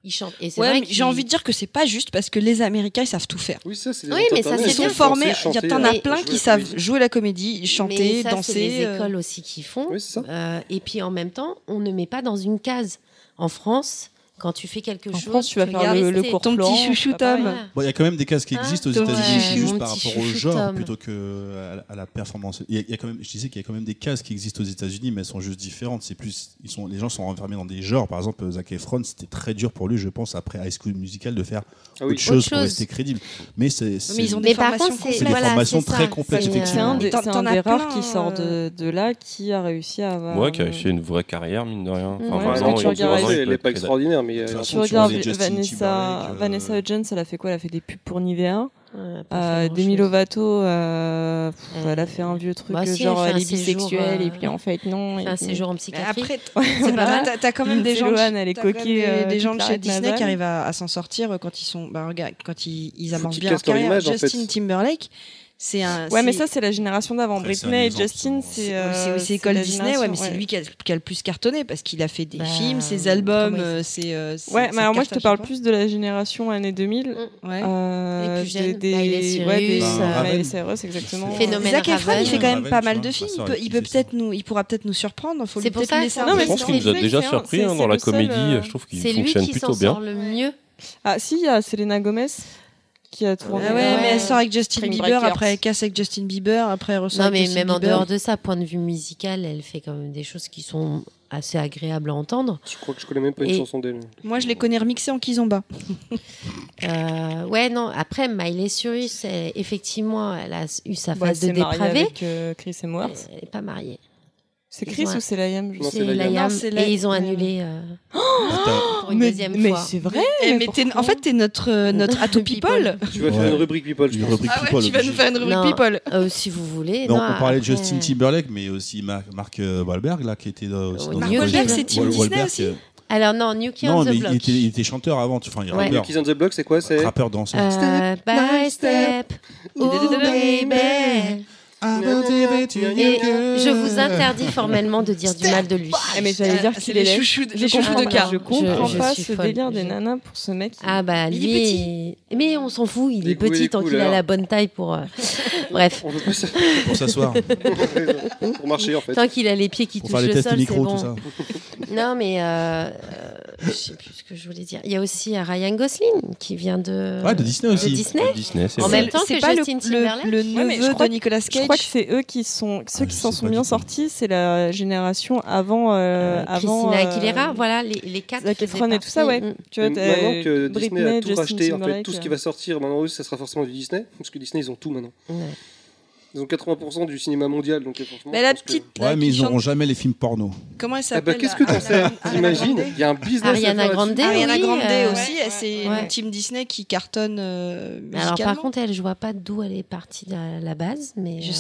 Speaker 3: il chante. Et c'est
Speaker 4: Ouais,
Speaker 3: vrai
Speaker 4: mais
Speaker 3: qu'il-
Speaker 4: j'ai envie de dire que c'est pas juste parce que les Américains ils savent tout faire.
Speaker 5: Oui, ça, c'est
Speaker 3: Oui, mais ça,
Speaker 5: entertainés,
Speaker 3: c'est
Speaker 4: Ils
Speaker 5: ils
Speaker 4: sont
Speaker 3: bien.
Speaker 5: censés
Speaker 4: formés. Il y
Speaker 5: chanter,
Speaker 4: a- t'en as
Speaker 5: euh,
Speaker 4: plein
Speaker 5: jouer
Speaker 4: qui
Speaker 5: la
Speaker 4: savent
Speaker 5: comédie.
Speaker 4: jouer la comédie,
Speaker 3: Mais
Speaker 4: chanter,
Speaker 3: ça,
Speaker 4: danser.
Speaker 3: C'est les
Speaker 4: euh,
Speaker 3: écoles aussi qui font.
Speaker 5: Oui, c'est ça.
Speaker 3: Euh, et puis en même temps, on ne met pas dans une case. En France, quand tu fais quelque
Speaker 6: En
Speaker 3: chose,
Speaker 6: France, tu vas faire
Speaker 3: regardes
Speaker 6: le,
Speaker 3: les
Speaker 6: le
Speaker 3: stats.
Speaker 6: cours
Speaker 4: ton petit
Speaker 6: Florent,
Speaker 4: chouchou
Speaker 6: c'est pas
Speaker 4: Tom.
Speaker 6: pareil.
Speaker 2: Bon, il y a quand même des cases qui
Speaker 3: Ah,
Speaker 2: existent aux
Speaker 3: ouais.
Speaker 2: États-Unis, c'est juste
Speaker 3: Mon
Speaker 2: par
Speaker 3: petit
Speaker 2: rapport au
Speaker 3: chouchou
Speaker 2: genre
Speaker 3: Tom.
Speaker 2: plutôt que euh, à la, à la performance. Il y a- il y a quand même, je disais qu'il y a quand même des cases qui existent aux États-Unis, mais elles sont juste différentes. C'est plus, ils sont, les gens sont enfermés dans des genres. Par exemple, Zac Efron, c'était très dur pour lui, je pense, après High School Musical, de faire
Speaker 5: Ah oui.
Speaker 2: autre chose
Speaker 3: Autre
Speaker 2: pour
Speaker 3: chose.
Speaker 2: rester crédible. Mais c'est, c'est-
Speaker 4: Mais ils ont des
Speaker 3: Mais par
Speaker 4: formations
Speaker 3: contre, c'est
Speaker 2: c'est des
Speaker 4: complètes.
Speaker 3: voilà,
Speaker 2: formations
Speaker 3: c'est ça.
Speaker 2: très complexes,
Speaker 3: C'est, euh,
Speaker 6: C'est un
Speaker 2: effectivement.
Speaker 6: des,
Speaker 4: T'en-
Speaker 6: c'est un
Speaker 4: t'en as
Speaker 6: des rares
Speaker 4: plein,
Speaker 6: qui sort
Speaker 4: euh.
Speaker 6: de, de là qui a réussi à avoir.
Speaker 1: Ouais, qui a
Speaker 6: euh,
Speaker 1: fait une vraie carrière, mine de rien.
Speaker 3: Ouais,
Speaker 1: vraiment,
Speaker 6: parce que
Speaker 1: il
Speaker 6: tu
Speaker 1: faut
Speaker 6: regardes-
Speaker 1: vraiment qu'il
Speaker 5: Elle est
Speaker 1: peut
Speaker 5: pas
Speaker 1: être très-
Speaker 5: extraordinaire, mais euh,
Speaker 6: Tu
Speaker 2: Sur les
Speaker 6: regardes
Speaker 2: Justin
Speaker 6: Vanessa,
Speaker 2: Timberlake, euh,
Speaker 6: Vanessa Hudgens, elle a fait quoi Elle a fait des pubs pour Nivea.
Speaker 3: Euh, pas
Speaker 6: Euh,
Speaker 3: faire
Speaker 6: Demi
Speaker 3: grand-chose.
Speaker 6: Lovato, euh, pff,
Speaker 3: Euh,
Speaker 6: elle a fait un vieux truc
Speaker 3: bah
Speaker 6: euh,
Speaker 3: si,
Speaker 6: genre
Speaker 3: elle fait
Speaker 6: elle
Speaker 3: un
Speaker 6: est
Speaker 3: séjour,
Speaker 6: bisexuelle
Speaker 3: euh,
Speaker 6: et puis en fait non.
Speaker 3: Elle
Speaker 6: et
Speaker 3: fait un
Speaker 6: puis- <laughs>
Speaker 3: séjour en
Speaker 4: Mais
Speaker 3: psychiatrie.
Speaker 4: après, t-
Speaker 6: Voilà.
Speaker 4: c'est pas mal. T'as- T'as quand même des gens.
Speaker 6: Lindsay Lohan, elle est
Speaker 4: t'as quand même
Speaker 6: coquée,
Speaker 4: des-
Speaker 6: euh,
Speaker 4: Des gens de chez
Speaker 6: Claret
Speaker 4: Disney
Speaker 6: Nazan.
Speaker 4: qui arrivent à, à s'en sortir quand ils sont. Bah, regarde, quand ils, ils amorcent
Speaker 5: qu'ils
Speaker 4: bien leur
Speaker 5: cassent leur
Speaker 4: carrière.
Speaker 5: image, en
Speaker 4: Justin
Speaker 5: fait.
Speaker 4: Timberlake, c'est un.
Speaker 6: Ouais, mais
Speaker 4: c'est-
Speaker 6: ça c'est la génération d'avant.
Speaker 2: Après, c'est
Speaker 6: Britney
Speaker 2: un
Speaker 6: et
Speaker 2: exemple,
Speaker 6: Justin,
Speaker 2: hein.
Speaker 6: c'est.
Speaker 4: Oui,
Speaker 6: euh,
Speaker 4: c'est aussi
Speaker 6: c'est
Speaker 4: école
Speaker 6: la
Speaker 4: Disney, ouais, mais
Speaker 6: génération,
Speaker 4: c'est
Speaker 6: ouais.
Speaker 4: lui qui a, qui a le plus cartonné parce qu'il a fait des
Speaker 3: Bah,
Speaker 4: films, ses
Speaker 3: comment
Speaker 4: albums,
Speaker 3: il-
Speaker 4: euh, ses. euh, ses-
Speaker 6: Ouais,
Speaker 4: ses
Speaker 6: mais alors moi je
Speaker 4: cartes,
Speaker 6: te parle
Speaker 4: sais
Speaker 6: plus de la génération années 2000.
Speaker 4: pas. Ouais.
Speaker 6: euh,
Speaker 3: Les plus jeunes,
Speaker 6: de- des,
Speaker 3: Miley Cyrus,
Speaker 6: ouais, des,
Speaker 2: euh,
Speaker 6: Miley
Speaker 2: Raven.
Speaker 6: Cyrus, exactement.
Speaker 3: Phénomène.
Speaker 4: Zac Efron,
Speaker 3: Raven,
Speaker 4: il fait quand même
Speaker 2: Raven,
Speaker 4: pas
Speaker 2: tu
Speaker 4: mal
Speaker 2: vois,
Speaker 4: de
Speaker 2: sa
Speaker 4: films.
Speaker 2: sœur,
Speaker 4: Il, peut,
Speaker 2: elle
Speaker 4: il peut
Speaker 2: fait ça.
Speaker 4: peut-être nous, il pourra peut-être nous surprendre. Faut
Speaker 3: C'est
Speaker 4: lui
Speaker 3: pour
Speaker 4: peut-être
Speaker 3: ça,
Speaker 4: nous laisser
Speaker 3: ça-
Speaker 4: un
Speaker 6: Non,
Speaker 4: peu
Speaker 6: mais
Speaker 1: Je pense
Speaker 6: c'est
Speaker 1: qu'il nous a
Speaker 6: vrai
Speaker 1: déjà
Speaker 6: que c'est un-
Speaker 1: surpris hein,
Speaker 6: c'est-
Speaker 1: dans la
Speaker 6: c'est le seul,
Speaker 1: comédie.
Speaker 6: euh,
Speaker 1: Je trouve qu'il
Speaker 3: C'est lui
Speaker 1: fonctionne
Speaker 3: qui s'en
Speaker 1: plutôt bien.
Speaker 3: sort le mieux.
Speaker 6: Ah si, il y a Selena Gomez qui a euh, tourné.
Speaker 4: Ah ouais,
Speaker 3: Ouais.
Speaker 4: mais elle sort avec Justin
Speaker 6: Spring
Speaker 4: Bieber,
Speaker 6: Breakers.
Speaker 4: après elle casse avec Justin Bieber, après elle ressort
Speaker 3: Non,
Speaker 4: avec
Speaker 3: mais
Speaker 4: Justin
Speaker 3: même en
Speaker 4: Bieber.
Speaker 3: dehors de ça, point de vue musical, elle fait quand même des choses qui sont assez agréables à entendre.
Speaker 5: Je crois que je connais même pas une
Speaker 3: Et-
Speaker 5: chanson d'elle.
Speaker 4: Moi, je les connais remixés en kizomba.
Speaker 3: Euh, ouais, non. Après, Miley Cyrus, elle- effectivement, elle a eu sa
Speaker 6: Bah, elle
Speaker 3: phase
Speaker 6: s'est
Speaker 3: de
Speaker 6: mariée
Speaker 3: dépravée.
Speaker 6: avec euh, Chris Hemsworth.
Speaker 3: Elle n'est pas mariée.
Speaker 6: C'est Chris
Speaker 3: Ouais.
Speaker 6: ou c'est Liam je
Speaker 5: Non,
Speaker 6: sais
Speaker 5: c'est
Speaker 3: C'est la
Speaker 5: Liam.
Speaker 3: Yam.
Speaker 4: Non, c'est la-
Speaker 3: Et ils ont annulé euh, pour une
Speaker 6: mais,
Speaker 3: deuxième
Speaker 6: mais
Speaker 3: fois.
Speaker 6: c'est vrai.
Speaker 4: Eh,
Speaker 6: mais
Speaker 4: mais t'es- en
Speaker 6: pourquoi
Speaker 4: fait, t'es notre, euh, notre Ato People.
Speaker 5: Tu vas faire
Speaker 2: Ouais.
Speaker 5: une rubrique People, je
Speaker 2: Une
Speaker 5: pense.
Speaker 2: rubrique
Speaker 4: Ah ouais,
Speaker 2: people,
Speaker 4: tu vas nous
Speaker 2: obligé.
Speaker 4: faire une rubrique
Speaker 3: Non.
Speaker 4: People.
Speaker 3: Euh, si vous voulez.
Speaker 2: Non,
Speaker 3: non,
Speaker 2: on parlait de
Speaker 3: après- euh,
Speaker 2: Justin Timberlake, mais aussi Mar- Mark euh, Wahlberg, là, qui était euh, aussi
Speaker 3: Mark
Speaker 2: dans le
Speaker 3: Wahlberg,
Speaker 2: projet.
Speaker 3: c'est
Speaker 4: Team
Speaker 2: Wal-
Speaker 4: Disney
Speaker 2: Wahlberg,
Speaker 4: aussi
Speaker 2: euh,
Speaker 3: Alors non, New Kids
Speaker 2: Non,
Speaker 3: on the
Speaker 2: mais il
Speaker 3: Block.
Speaker 2: était, il était chanteur avant, tu- enfin, il est
Speaker 3: Ouais.
Speaker 2: rappeur,
Speaker 5: Kids on the Block, c'est quoi C'est
Speaker 2: rappeur danseur.
Speaker 3: Euh, by step, oh baby. Et je vous interdis formellement de dire du mal de lui.
Speaker 6: Eh, mais j'allais dire
Speaker 4: Ah,
Speaker 6: qu'il
Speaker 4: les
Speaker 6: est laid.
Speaker 4: chouchous de-
Speaker 6: Je
Speaker 4: les chouchous
Speaker 6: comprends
Speaker 4: de
Speaker 6: pas,
Speaker 4: K.
Speaker 6: Je comprends
Speaker 3: Je- je
Speaker 6: pas
Speaker 3: suis
Speaker 6: ce
Speaker 3: folle.
Speaker 6: délire des
Speaker 3: Je-
Speaker 6: nanas pour ce mec.
Speaker 3: Ah bah
Speaker 4: Il est
Speaker 3: lui, il- mais on s'en fout, il
Speaker 5: Les
Speaker 3: est
Speaker 5: goûts et les
Speaker 3: petit tant qu'il a
Speaker 5: couleurs.
Speaker 3: la bonne taille pour. euh, <laughs> Bref,
Speaker 5: On veut pas ça <laughs>
Speaker 2: pour s'asseoir,
Speaker 5: pour marcher en fait.
Speaker 3: tant qu'il a les pieds qui
Speaker 2: pour faire
Speaker 3: touchent le
Speaker 2: les tests
Speaker 3: sol, c'est
Speaker 2: micro,
Speaker 3: bon.
Speaker 2: tout ça.
Speaker 3: Non mais euh, euh, je sais plus ce que je voulais dire. Il y a aussi euh, Ryan Gosling qui vient de.
Speaker 2: Ouais, de Disney aussi.
Speaker 3: De Euh, Disney.
Speaker 1: Disney, c'est
Speaker 3: En
Speaker 1: vrai.
Speaker 3: même temps
Speaker 4: C'est
Speaker 3: que
Speaker 4: pas le-
Speaker 3: Justin
Speaker 4: le-
Speaker 3: Timberlake.
Speaker 4: le
Speaker 6: Ouais, mais je
Speaker 4: neveu de
Speaker 6: crois que-
Speaker 4: Nicolas
Speaker 6: Je crois que
Speaker 4: Cage.
Speaker 6: c'est eux qui sont ceux
Speaker 2: Ah,
Speaker 6: qui
Speaker 2: je
Speaker 6: s'en
Speaker 2: sais
Speaker 6: sont
Speaker 2: pas
Speaker 6: bien
Speaker 2: du tout.
Speaker 6: sortis, c'est la génération avant euh,
Speaker 3: euh,
Speaker 6: avant
Speaker 3: Christina
Speaker 6: euh,
Speaker 3: Aguilera, voilà les, les quatre.
Speaker 6: Zac
Speaker 3: faisaient
Speaker 6: Efron et tout ça, ouais.
Speaker 3: partie. Mm.
Speaker 6: Tu vois,
Speaker 5: Mais
Speaker 6: t'as,
Speaker 5: maintenant que
Speaker 6: euh,
Speaker 5: Disney
Speaker 6: Britney,
Speaker 5: a tout
Speaker 6: Justin
Speaker 5: racheté, en fait,
Speaker 6: Timberlake,
Speaker 5: tout ce qui
Speaker 6: euh,
Speaker 5: va sortir maintenant, eux, ça sera forcément du Disney, parce que Disney, ils ont tout maintenant.
Speaker 3: Ouais.
Speaker 5: Ils ont 80% du cinéma mondial, donc franchement.
Speaker 4: Mais
Speaker 5: je
Speaker 4: la
Speaker 5: pense que-
Speaker 4: petite. là,
Speaker 2: Ouais, mais
Speaker 4: qui
Speaker 2: ils
Speaker 4: chante-
Speaker 2: n'auront jamais les films porno.
Speaker 4: Comment elle
Speaker 5: Ah
Speaker 4: s'appelle
Speaker 5: bah, qu'est-ce que t'en
Speaker 4: Ariana-
Speaker 5: sais
Speaker 4: Ariana
Speaker 5: Imagine,
Speaker 4: Grande
Speaker 5: il y a un business. à
Speaker 3: Ariana
Speaker 5: faire là-dessus. Ah
Speaker 3: Grande,
Speaker 4: Ariana
Speaker 3: oui,
Speaker 4: Grande
Speaker 3: euh,
Speaker 4: Ah, aussi, elle, c'est
Speaker 3: ouais.
Speaker 4: une team Disney qui cartonne euh,
Speaker 3: Mais Alors par
Speaker 4: musicalement.
Speaker 3: contre, elle, je vois pas d'où elle est partie à la base, mais
Speaker 4: Je-
Speaker 3: euh,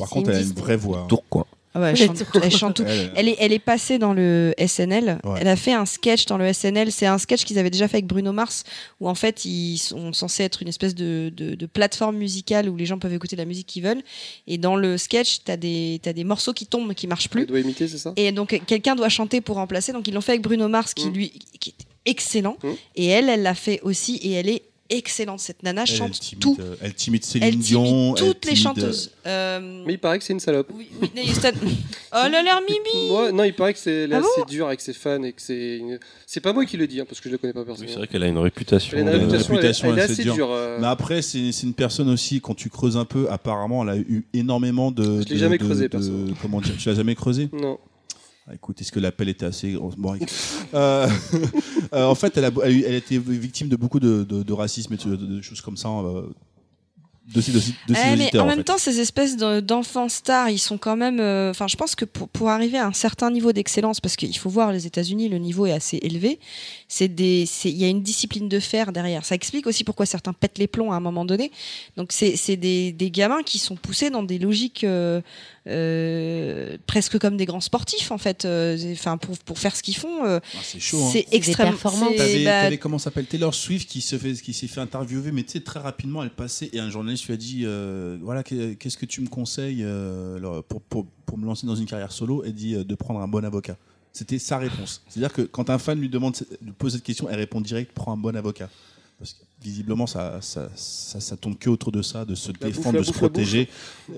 Speaker 2: Par
Speaker 3: c'est
Speaker 2: contre, elle a une
Speaker 3: Disney.
Speaker 2: vraie voix. hein.
Speaker 1: Pourquoi
Speaker 4: Ah ouais, elle, chante, elle chante tout.
Speaker 2: Elle-
Speaker 4: Elle est, elle est passée dans le SNL.
Speaker 2: Ouais.
Speaker 4: Elle a fait un sketch dans le SNL. C'est un sketch qu'ils avaient déjà fait avec Bruno Mars, où en fait ils sont censés être une espèce de, de- de plateforme musicale où les gens peuvent écouter la musique qu'ils veulent. Et dans le sketch, t'as des, t'as des morceaux qui tombent qui marchent
Speaker 5: Tu
Speaker 4: plus.
Speaker 5: dois imiter, c'est ça
Speaker 4: Et donc quelqu'un doit chanter pour remplacer. Donc ils l'ont fait avec Bruno Mars, qui
Speaker 5: Mm.
Speaker 4: lui, qui est excellent.
Speaker 5: Mm.
Speaker 4: Et elle, elle l'a fait aussi. Et elle est excellente. Cette nana
Speaker 2: elle
Speaker 4: chante
Speaker 2: timide,
Speaker 4: tout.
Speaker 2: euh, Elle timide
Speaker 4: Elle
Speaker 2: Céline
Speaker 4: timide
Speaker 2: Dion. elle
Speaker 4: toutes les
Speaker 2: timide,
Speaker 4: chanteuses. Euh,
Speaker 5: Mais il paraît que c'est une salope.
Speaker 4: oui, Whitney
Speaker 5: <laughs>
Speaker 4: Houston. oh là là, Mimi.
Speaker 5: Moi, non, il paraît que c'est là,
Speaker 4: Ah bon
Speaker 5: c'est dur avec ses fans et que c'est. une- C'est pas moi qui le dis, hein, parce que je le connais pas
Speaker 1: Oui, c'est
Speaker 5: personnellement.
Speaker 1: vrai qu'elle a une réputation.
Speaker 5: Elle
Speaker 1: de-
Speaker 5: a une réputation, elle-
Speaker 2: réputation,
Speaker 5: elle est
Speaker 2: elle, c'est
Speaker 5: assez
Speaker 2: dur. Bah.
Speaker 5: dure. euh,
Speaker 2: Mais après, c'est c'est une personne aussi, quand tu creuses un peu, apparemment, elle a eu énormément de.
Speaker 5: Je l'ai
Speaker 2: de-
Speaker 5: jamais
Speaker 2: de-
Speaker 5: creusé,
Speaker 2: de-
Speaker 5: perso. <laughs>
Speaker 2: Comment dire Tu l'as jamais creusé
Speaker 5: Non.
Speaker 2: Ah, Écoute, est-ce que l'appel était assez gros Bon, écoute. <laughs> Euh, euh, en fait, elle a, elle, elle a été victime de beaucoup de, de- de racisme et de, de- de choses comme ça. euh, de ses, de ses- de ses
Speaker 4: Ouais, Eh, mais
Speaker 2: auditeurs,
Speaker 4: en
Speaker 2: en
Speaker 4: même
Speaker 2: fait.
Speaker 4: temps, ces espèces de- d'enfants stars, ils sont quand même. euh, Enfin, je pense que pour, pour arriver à un certain niveau d'excellence, parce qu'il faut voir les États-Unis, le niveau est assez élevé. C'est des. c'est- Il y a une discipline de fer derrière. Ça explique aussi pourquoi certains pètent les plombs à un moment donné. Donc, c'est c'est des, des gamins qui sont poussés dans des logiques euh, euh, presque comme des grands sportifs, en fait. euh, Enfin, pour pour faire ce qu'ils font, euh,
Speaker 2: Ah, c'est chaud. hein.
Speaker 4: c'est
Speaker 3: des
Speaker 4: extrêmement.
Speaker 3: performances.
Speaker 4: c'est-
Speaker 2: T'avais,
Speaker 4: bah,
Speaker 2: t'avais comment s'appelle Taylor Swift qui se fait, qui s'est fait interviewer, mais tu sais très rapidement elle passait et un journaliste lui a dit euh, voilà que- qu'est-ce que tu me conseilles euh, alors, pour, pour, pour me lancer dans une carrière solo Elle dit euh, de prendre un bon avocat. C'était sa réponse. C'est-à-dire que quand un fan lui demande lui pose cette question, elle répond direct prends un bon avocat. Parce que visiblement ça ça, ça, ça tourne que autour de ça, de se
Speaker 5: La bouffe,
Speaker 2: défendre,
Speaker 5: la
Speaker 2: de se
Speaker 5: bouffe, la
Speaker 2: protéger.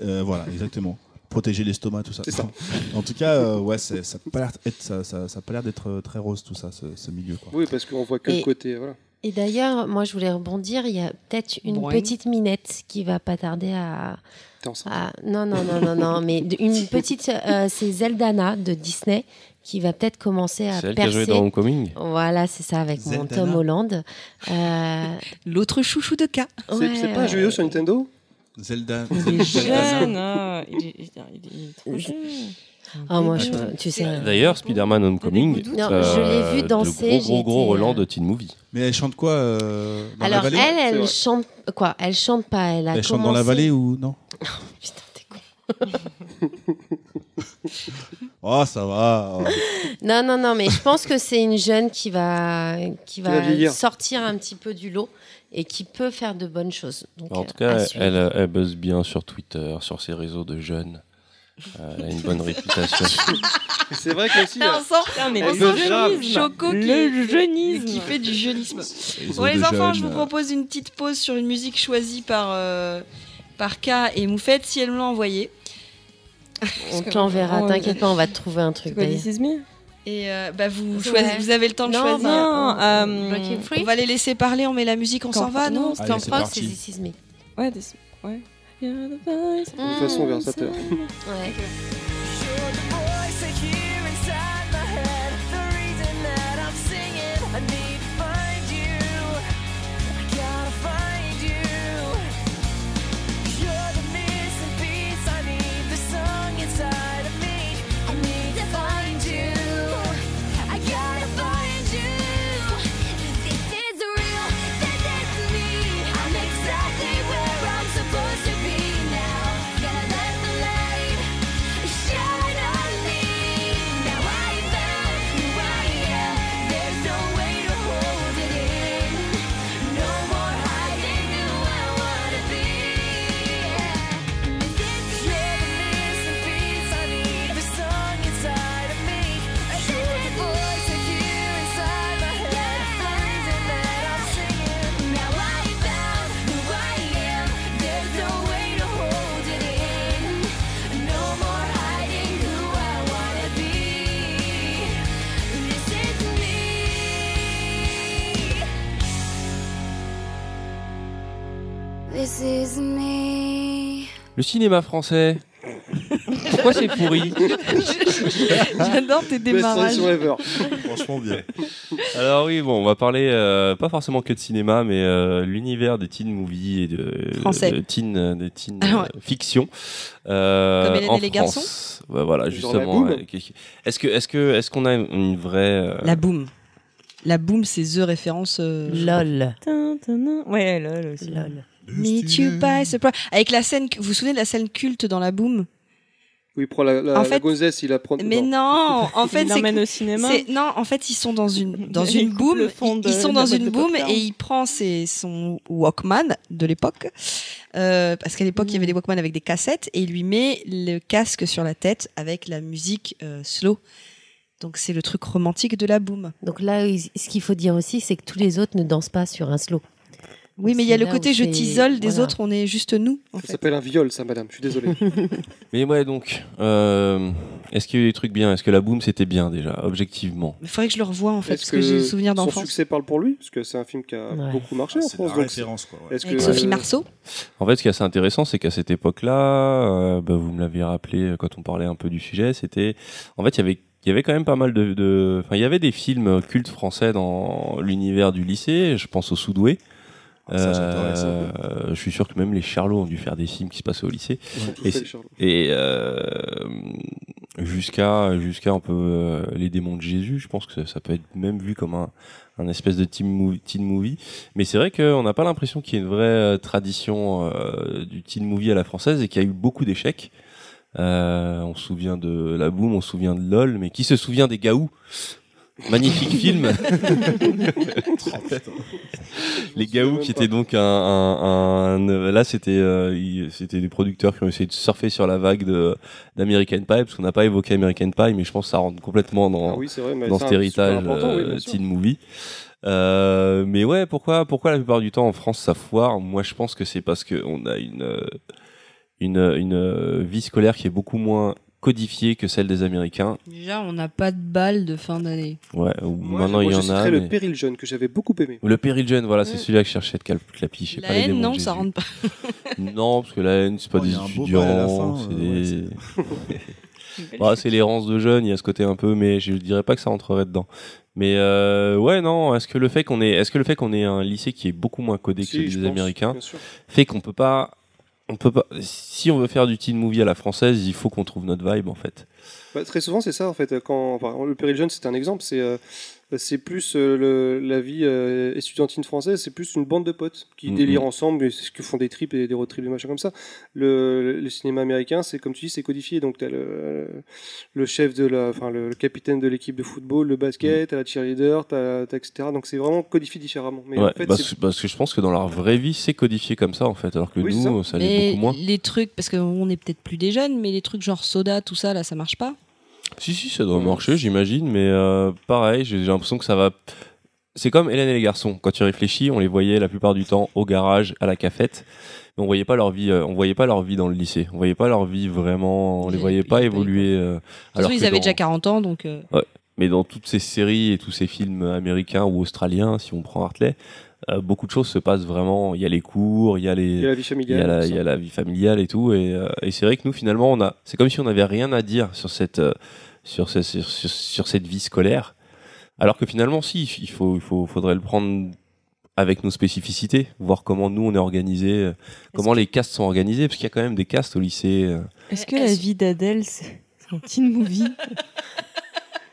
Speaker 2: Euh, voilà exactement. Protéger l'estomac, tout ça.
Speaker 5: C'est ça.
Speaker 2: En tout cas, euh, ouais, c'est- ça n'a pas l'air d'être- ça- ça- ça a pas l'air d'être euh, très rose tout ça, ce, ce milieu. Quoi.
Speaker 5: Oui, parce qu'on voit que le
Speaker 3: Et-
Speaker 5: côté. Voilà.
Speaker 3: Et d'ailleurs, moi, je voulais rebondir. Il y a peut-être une
Speaker 4: Boing.
Speaker 3: petite minette qui va pas tarder à.
Speaker 5: T'es enceinte.
Speaker 3: à- Non, non, non, non, non. Mais d- une petite. euh, c'est Zeldana de Disney qui va peut-être commencer à
Speaker 1: C'est elle qui a joué
Speaker 3: percer.
Speaker 1: dans Homecoming.
Speaker 3: Voilà, c'est ça, avec mon
Speaker 2: Zeldana.
Speaker 3: Tom Holland. Euh,
Speaker 4: L'autre chouchou de K.
Speaker 3: ouais,
Speaker 5: C'est c'est pas un jeu vidéo sur Nintendo
Speaker 2: Zelda.
Speaker 6: Il est
Speaker 2: Zelda.
Speaker 6: jeune, hein. il est, il est- il est trop jeune.
Speaker 3: Ah, moi, je, tu sais.
Speaker 1: D'ailleurs, Spider-Man Homecoming,
Speaker 6: Non,
Speaker 3: je l'ai vu
Speaker 1: de
Speaker 3: danser,
Speaker 1: gros gros gros
Speaker 3: j'étais,
Speaker 1: relent
Speaker 3: euh,
Speaker 1: de Teen Movie.
Speaker 2: Mais elle chante quoi euh, dans la
Speaker 3: Alors, elle,
Speaker 2: vallée
Speaker 5: C'est
Speaker 3: elle
Speaker 5: vrai.
Speaker 3: chante. Quoi Elle chante pas. Elle a
Speaker 2: Elle chante dans la
Speaker 3: commencé-
Speaker 2: vallée ou non
Speaker 3: Putain, t'es con.
Speaker 2: Oh, ça va. oh.
Speaker 3: Non, non, non, mais je pense que c'est une jeune qui va, qui
Speaker 5: va
Speaker 3: va
Speaker 5: vieillir.
Speaker 3: sortir un petit peu du lot et qui peut faire de bonnes choses. Donc,
Speaker 1: En
Speaker 3: euh,
Speaker 1: tout
Speaker 3: à
Speaker 1: cas,
Speaker 3: suivre.
Speaker 1: elle, elle buzz bien sur Twitter, sur ses réseaux de jeunes. Euh, elle a une
Speaker 4: <laughs>
Speaker 1: bonne réputation.
Speaker 5: C'est vrai que aussi. euh,
Speaker 4: on sent,
Speaker 6: Putain, mais
Speaker 5: Elle
Speaker 6: le
Speaker 5: veut grave.
Speaker 6: jeunisme.
Speaker 4: Choco qui-
Speaker 6: Le jeunisme.
Speaker 4: qui fait du jeunisme.
Speaker 2: Ils ont
Speaker 4: Bon, les
Speaker 2: des
Speaker 4: enfants,
Speaker 2: jeunes,
Speaker 4: je vous
Speaker 2: euh,
Speaker 4: propose une petite pause sur une musique choisie par, euh, par K et Moufette, si elle me l'a envoyée.
Speaker 3: on te l'enverra,
Speaker 6: Oh,
Speaker 3: t'inquiète pas, on va te trouver un
Speaker 6: C'est
Speaker 3: truc
Speaker 6: quoi,
Speaker 3: d'ailleurs.
Speaker 6: This Is Me
Speaker 4: Et euh, bah, vous,
Speaker 3: Ouais.
Speaker 4: choisissez- vous avez le temps de
Speaker 3: Non,
Speaker 4: choisir.
Speaker 3: bah,
Speaker 6: Non, euh,
Speaker 3: Breaking
Speaker 4: on
Speaker 3: Free
Speaker 4: va les laisser parler, on met la musique, on
Speaker 6: Quand-
Speaker 4: s'en va, non
Speaker 6: non,
Speaker 2: Allez,
Speaker 3: T'en
Speaker 2: c'est
Speaker 3: prends, c'est
Speaker 2: parti.
Speaker 3: This Is Me.
Speaker 6: Ouais, This- ouais. You're the voice.
Speaker 5: De toute façon, on verra ça tout à l'heure.
Speaker 3: Ouais.
Speaker 9: Supposed to be now. Gonna let the light shine on me. Now I found who I am. There's no way to hold it in. No more hiding who I wanna be. You're the missing piece I need. The song inside of me. You're the voice I hear inside my head. Finding that I'm singing. Now I found who I am. There's no way to hold it in. No more hiding who I wanna be. This is me. This is me.
Speaker 1: Le cinéma français. Pourquoi c'est pourri
Speaker 4: J'adore
Speaker 2: <laughs> Bah,
Speaker 4: tes
Speaker 5: Best
Speaker 4: démarrages.
Speaker 5: transition ever.
Speaker 2: <laughs> Franchement, bien.
Speaker 1: Alors oui, bon, on va parler euh, pas forcément que de cinéma, mais euh, l'univers des teen movies et de
Speaker 4: Français.
Speaker 1: de teen, des teen
Speaker 4: Alors,
Speaker 1: euh, fiction. euh,
Speaker 4: Comme Hélène
Speaker 1: en
Speaker 4: et les
Speaker 1: France. Ouais, voilà,
Speaker 5: Genre la
Speaker 1: justement.
Speaker 5: boum.
Speaker 1: ouais. Est-ce que, est-ce que, est-ce qu'on a une vraie euh,
Speaker 4: La boum. La boum, c'est The référence. euh,
Speaker 3: LOL.
Speaker 6: Tin, tin, tin. Ouais, lol aussi.
Speaker 3: LOL.
Speaker 4: Meet you by surprise. Avec la scène, vous vous souvenez de la scène culte dans la boum
Speaker 5: Oui, il prend la, la,
Speaker 4: En
Speaker 5: la
Speaker 4: fait-
Speaker 5: gonzesse, il la prend.
Speaker 4: Mais non, <laughs> en fait,
Speaker 6: il
Speaker 4: c'est
Speaker 6: l'emmène au cinéma.
Speaker 4: C'est- Non, en fait, ils sont dans <laughs> une dans
Speaker 6: Il
Speaker 4: une
Speaker 6: coupe
Speaker 4: boom.
Speaker 6: le fond de
Speaker 4: ils sont
Speaker 6: la
Speaker 4: dans
Speaker 6: boîte
Speaker 4: une
Speaker 6: de
Speaker 4: boom
Speaker 6: popcorn.
Speaker 4: et il prend ses, son Walkman de l'époque, Euh, parce qu'à l'époque il y avait des Walkman avec des cassettes et il lui met le casque sur la tête avec la musique euh, slow. Donc c'est le truc romantique de la boom.
Speaker 3: Donc là, il- ce qu'il faut dire aussi, c'est que tous les autres ne dansent pas sur un slow.
Speaker 4: Oui, mais
Speaker 3: C'est
Speaker 4: il y a le
Speaker 3: là
Speaker 4: côté
Speaker 3: où
Speaker 4: je
Speaker 3: c'est-
Speaker 4: t'isole des
Speaker 3: voilà.
Speaker 4: autres, on est juste nous. En
Speaker 5: Ça
Speaker 4: fait.
Speaker 5: s'appelle un viol, ça, madame. Je suis désolé.
Speaker 1: Mais ouais, donc, euh, est-ce qu'il y a eu des trucs bien Est-ce que la boom c'était bien déjà, objectivement
Speaker 4: Il faudrait que je le revoie en fait
Speaker 5: Est-ce
Speaker 4: parce que, j'ai le souvenir
Speaker 5: Son
Speaker 4: d'enfance
Speaker 5: succès parle pour lui, parce que c'est un film qui a
Speaker 3: Ouais.
Speaker 5: beaucoup
Speaker 1: Ah,
Speaker 5: marché en
Speaker 2: Ah, C'est
Speaker 5: France.
Speaker 2: la
Speaker 5: Donc,
Speaker 2: référence, quoi. ouais.
Speaker 5: est-ce
Speaker 4: avec
Speaker 5: que- euh,
Speaker 4: Sophie Marceau.
Speaker 1: En fait, ce qui est assez intéressant, c'est qu'à cette époque-là, euh, bah, vous me l'avez rappelé euh, quand on parlait un peu du sujet, c'était, en fait, il y avait il y il y avait quand même pas mal de, de- enfin, il y avait des films cultes français dans l'univers du lycée. Je pense au Soudoué.
Speaker 2: Ça, j'adorais ça.
Speaker 1: Euh, je suis sûr que même les Charlots ont dû faire des films qui se passaient au lycée. Et c'est- Et euh, jusqu'à jusqu'à un peu euh, les démons de Jésus, je pense que ça, ça peut être même vu comme un, un espèce de teen movie. Teen movie. Mais c'est vrai qu'on n'a pas l'impression qu'il y ait une vraie euh, tradition euh, du teen movie à la française et qu'il y a eu beaucoup d'échecs. Euh, on se souvient de La Boum, on se souvient de LOL, mais qui se souvient des Gaou Magnifique film les Gaou qui étaient donc un, un- un- euh, là c'était euh, il- c'était des producteurs qui ont essayé de surfer sur la vague de d'American Pie parce qu'on n'a pas évoqué American Pie mais je pense que ça rentre complètement dans
Speaker 5: Ah oui, c'est vrai, mais
Speaker 1: dans
Speaker 5: c'est
Speaker 1: cet
Speaker 5: un-
Speaker 1: héritage
Speaker 5: super important, oui, bien
Speaker 1: euh,
Speaker 5: sûr.
Speaker 1: teen movie. Euh, mais ouais, pourquoi, pourquoi la plupart du temps en France ça foire Moi, je pense que c'est parce qu'on a une, euh, une, une euh, vie scolaire qui est beaucoup moins codifiée que celle des Américains.
Speaker 4: Déjà, on n'a pas de balle de fin d'année.
Speaker 1: Ouais, où
Speaker 5: Moi,
Speaker 1: maintenant
Speaker 5: moi,
Speaker 1: il y
Speaker 5: je
Speaker 1: en a.
Speaker 5: citerai le
Speaker 1: mais-
Speaker 5: péril jeune que j'avais beaucoup aimé.
Speaker 1: Le péril jeune, voilà, c'est
Speaker 4: Mm.
Speaker 1: celui-là que cherchait de Cal- Clapy. je sais
Speaker 4: La
Speaker 1: pas, les
Speaker 4: haine,
Speaker 1: démons
Speaker 4: non,
Speaker 1: de
Speaker 4: ça
Speaker 1: Jésus.
Speaker 4: rentre pas.
Speaker 1: Non, parce que la haine, c'est pas
Speaker 2: Oh, il
Speaker 1: des
Speaker 2: y a un beau bail à la
Speaker 1: étudiants,
Speaker 2: fin,
Speaker 1: c'est
Speaker 2: euh,
Speaker 1: des-
Speaker 2: ouais,
Speaker 1: <laughs>
Speaker 2: <laughs>
Speaker 1: Bah, c'est l'errance de jeunes, il y a ce côté un peu, mais je dirais pas que ça rentrerait dedans. Mais euh, ouais, non, est-ce que le fait qu'on ait, est-ce que le fait qu'on ait un lycée qui est beaucoup moins codé que
Speaker 5: Si,
Speaker 1: celui
Speaker 5: je
Speaker 1: des
Speaker 5: pense,
Speaker 1: Américains
Speaker 5: bien sûr.
Speaker 1: fait qu'on peut pas, on peut pas, si on veut faire du teen movie à la française, il faut qu'on trouve notre vibe en fait.
Speaker 5: Bah, très souvent, c'est ça, en fait. Quand, enfin, le péril jeune, c'est un exemple. C'est euh, c'est plus euh, le- la vie euh, étudiantine française, c'est plus une bande de potes qui
Speaker 1: Mhm.
Speaker 5: délirent ensemble, et c'est ce que font des trips et des road trips, des machins comme ça. Le, le cinéma américain, c'est comme tu dis, c'est codifié. Donc, tu as le, le chef de la, enfin, le, le capitaine de l'équipe de football, le
Speaker 1: Mm-hmm.
Speaker 5: basket, t'as la cheerleader, t'as t'as etc. Donc, c'est vraiment codifié différemment. Mais
Speaker 1: Ouais, bah,
Speaker 5: en fait,
Speaker 1: parce,
Speaker 5: c'est-
Speaker 1: parce que je pense que dans leur vraie vie, c'est codifié comme ça en fait, alors que
Speaker 5: Oui,
Speaker 1: nous, ça, l'est
Speaker 4: Mais
Speaker 1: beaucoup moins.
Speaker 4: les trucs, parce qu'on est peut-être plus des jeunes, mais les trucs genre soda, tout ça, là, ça marche pas.
Speaker 1: Si, si, ça
Speaker 4: Mm.
Speaker 1: doit marcher, j'imagine, mais euh, pareil, j'ai j'ai l'impression que ça va. C'est comme Hélène et les garçons. Quand tu réfléchis, on les voyait la plupart du temps au garage, à la cafette, mais on voyait pas leur vie. euh, on voyait pas leur vie dans le lycée. On voyait pas leur vie vraiment. On les
Speaker 4: Ils-
Speaker 1: voyait pas
Speaker 4: ils- ils-
Speaker 1: évoluer. euh,
Speaker 4: De toute façon,
Speaker 1: que
Speaker 4: ils avaient
Speaker 1: dans-
Speaker 4: déjà 40 ans, donc. euh,
Speaker 1: mais dans toutes ces séries et tous ces films américains ou australiens, si on prend Hartley, euh, beaucoup de choses se passent vraiment. Il y a les cours, il y a
Speaker 5: il y a
Speaker 1: les,
Speaker 5: la vie
Speaker 1: il y
Speaker 5: familiale.
Speaker 1: a la,
Speaker 5: tout
Speaker 1: il
Speaker 5: ça.
Speaker 1: y a la vie familiale et tout. Et, euh, et c'est vrai que nous, finalement, on a, c'est comme si on n'avait rien à dire sur cette, euh, sur, ce- sur, sur- sur cette vie scolaire. Alors que finalement, si, il faut, il faut, faudrait le prendre avec nos spécificités, voir comment nous on est organisé, euh, comment les castes sont organisées, parce qu'il y a quand même des castes au lycée. euh,
Speaker 6: Est-ce que la vie d'Adèle, c'est c'est un teen movie
Speaker 4: <laughs>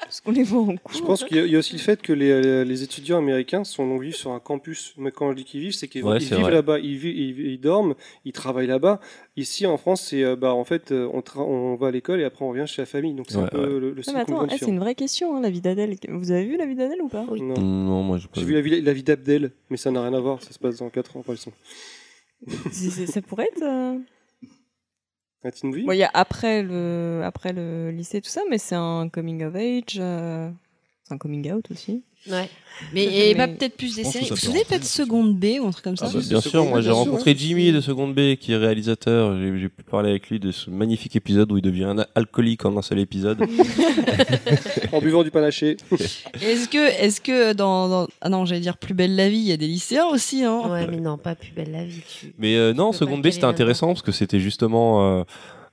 Speaker 6: Parce qu'on les voit en cours.
Speaker 5: Je pense qu'il y, a- il y a aussi le fait que les, euh, les étudiants américains sont donc vivent sur un campus. Mais quand je dis qu'ils vivent, c'est qu'ils
Speaker 1: Ouais,
Speaker 5: ils
Speaker 1: c'est
Speaker 5: vivent
Speaker 1: vrai.
Speaker 5: là-bas, ils, vi- ils, ils dorment, ils travaillent là-bas. Ici, en France, c'est euh, bah en fait euh, on, tra- on va à l'école et après on revient chez la famille. Donc c'est
Speaker 1: Ouais,
Speaker 5: un peu le, le
Speaker 6: Non,
Speaker 5: cycle
Speaker 6: mais attends, eh, c'est
Speaker 5: différent.
Speaker 6: une vraie question, hein, la vie d'Adèle. Vous avez vu la vie d'Adèle ou pas
Speaker 3: Oui.
Speaker 5: Non.
Speaker 1: Mmh, Non, moi j'ai pas vu.
Speaker 5: J'ai vu la vie, la vie d'Abdel, mais ça n'a rien à voir. Ça se passe dans 4 ans. Enfin, ils sont.
Speaker 6: <laughs> C'est- c'est- Ça pourrait être. euh,
Speaker 5: Un teen movie
Speaker 6: Bon, il y a après le, après le lycée, tout ça, mais c'est un coming of age. euh, C'est un coming out aussi.
Speaker 3: Ouais.
Speaker 4: Mais, et
Speaker 6: Mais-
Speaker 4: bah, peut-être plus des
Speaker 2: pense que
Speaker 4: séries. Vous
Speaker 2: ça
Speaker 4: vous
Speaker 2: peut
Speaker 4: souvenez
Speaker 2: rentrer,
Speaker 4: pas de Seconde B ou un truc comme ça
Speaker 1: Ah bah,
Speaker 5: si,
Speaker 1: bien
Speaker 5: c'est
Speaker 1: sûr,
Speaker 5: Seconde
Speaker 1: moi
Speaker 5: B,
Speaker 1: j'ai
Speaker 5: bien sûr,
Speaker 1: rencontré
Speaker 5: ouais.
Speaker 1: Jimmy de Seconde B qui est réalisateur. J'ai j'ai pu parler avec lui de ce magnifique épisode où il devient un alcoolique en un seul épisode.
Speaker 5: En buvant du panaché.
Speaker 4: Est-ce que, est-ce que dans, dans- Ah non, j'allais dire Plus belle la vie, il y a des lycéens aussi, hein
Speaker 3: Ouais, mais non, pas plus belle la vie. tu-
Speaker 1: Mais euh, non,
Speaker 3: Tu peux pas
Speaker 1: Seconde B
Speaker 3: caler
Speaker 1: c'était intéressant parce que c'était justement. euh,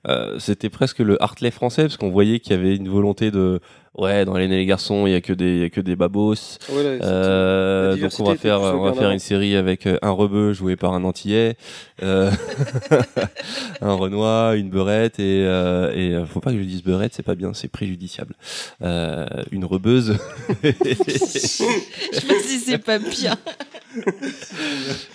Speaker 1: euh, c'était presque le Hartley français parce qu'on voyait qu'il y avait une volonté de. Ouais, dans les et les garçons, il y a que des, il y a que des babos.
Speaker 5: Voilà, Ah c'est-
Speaker 1: Euh,
Speaker 5: La
Speaker 1: donc
Speaker 5: diversité
Speaker 1: on va
Speaker 5: était
Speaker 1: faire,
Speaker 5: plus
Speaker 1: on va
Speaker 5: bien
Speaker 1: faire
Speaker 5: avant.
Speaker 1: une série avec euh, un rebeu joué par un antillais, euh, <laughs> un renois, une beurette et, euh, et euh, faut pas que je dise beurette, c'est pas bien, c'est préjudiciable. Euh, une rebeuse. <laughs>
Speaker 4: <laughs> Je sais pas si c'est pas pire.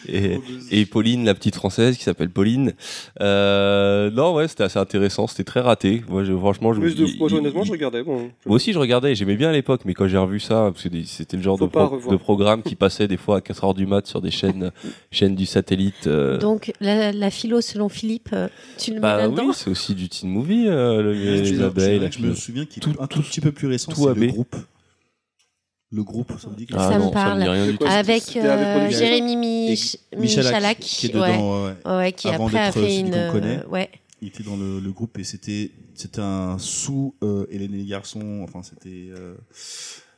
Speaker 1: et, et Pauline, la petite française qui s'appelle Pauline. Euh, non ouais, c'était assez intéressant, c'était très raté. Moi, je, franchement, je.
Speaker 5: Plus de
Speaker 1: il-
Speaker 5: moi,
Speaker 1: il-
Speaker 5: honnêtement,
Speaker 1: il-
Speaker 5: je regardais. Bon, je-
Speaker 1: Moi aussi, je regardais, et j'aimais bien à l'époque, mais quand j'ai revu ça, parce que des- c'était le genre
Speaker 5: Faut
Speaker 1: de,
Speaker 5: pas
Speaker 1: pro-
Speaker 5: revoir.
Speaker 1: de programme qui passait des fois à 4 heures du mat sur des
Speaker 5: <laughs>
Speaker 1: chaînes, chaînes du satellite. euh,
Speaker 3: Donc, la, la philo, selon Philippe, euh, tu le mets
Speaker 1: bah
Speaker 3: là-dedans
Speaker 1: oui, c'est aussi du teen movie, euh, le-
Speaker 2: Je
Speaker 1: les
Speaker 2: me-
Speaker 1: abeilles.
Speaker 2: je-
Speaker 1: la
Speaker 2: Je me
Speaker 1: philo.
Speaker 2: souviens qu'il
Speaker 1: Tout-
Speaker 2: est un tout petit peu plus récent.
Speaker 1: tout
Speaker 2: C'est le
Speaker 1: AB.
Speaker 2: groupe. Le groupe, ça vous dit quelque
Speaker 1: Ah
Speaker 3: Ça me
Speaker 1: non,
Speaker 3: parle.
Speaker 1: Ça me dit rien du tout.
Speaker 5: De quoi c'est-
Speaker 3: Avec
Speaker 5: c'était avec
Speaker 3: euh,
Speaker 5: Olivier.
Speaker 3: Jérémy
Speaker 2: Et
Speaker 3: Mich
Speaker 2: Michalak,
Speaker 3: Michalak,
Speaker 2: qui est
Speaker 3: ouais.
Speaker 2: dedans. ouais, ouais.
Speaker 3: Ouais, qui
Speaker 2: Avant
Speaker 3: après a
Speaker 2: d'être
Speaker 3: fait
Speaker 2: celui
Speaker 3: une.
Speaker 2: qu'on
Speaker 3: euh,
Speaker 2: connaît.
Speaker 3: ouais.
Speaker 2: Il était dans le, le groupe et c'était c'était un sous euh, Hélène et les garçons. Enfin, c'était euh,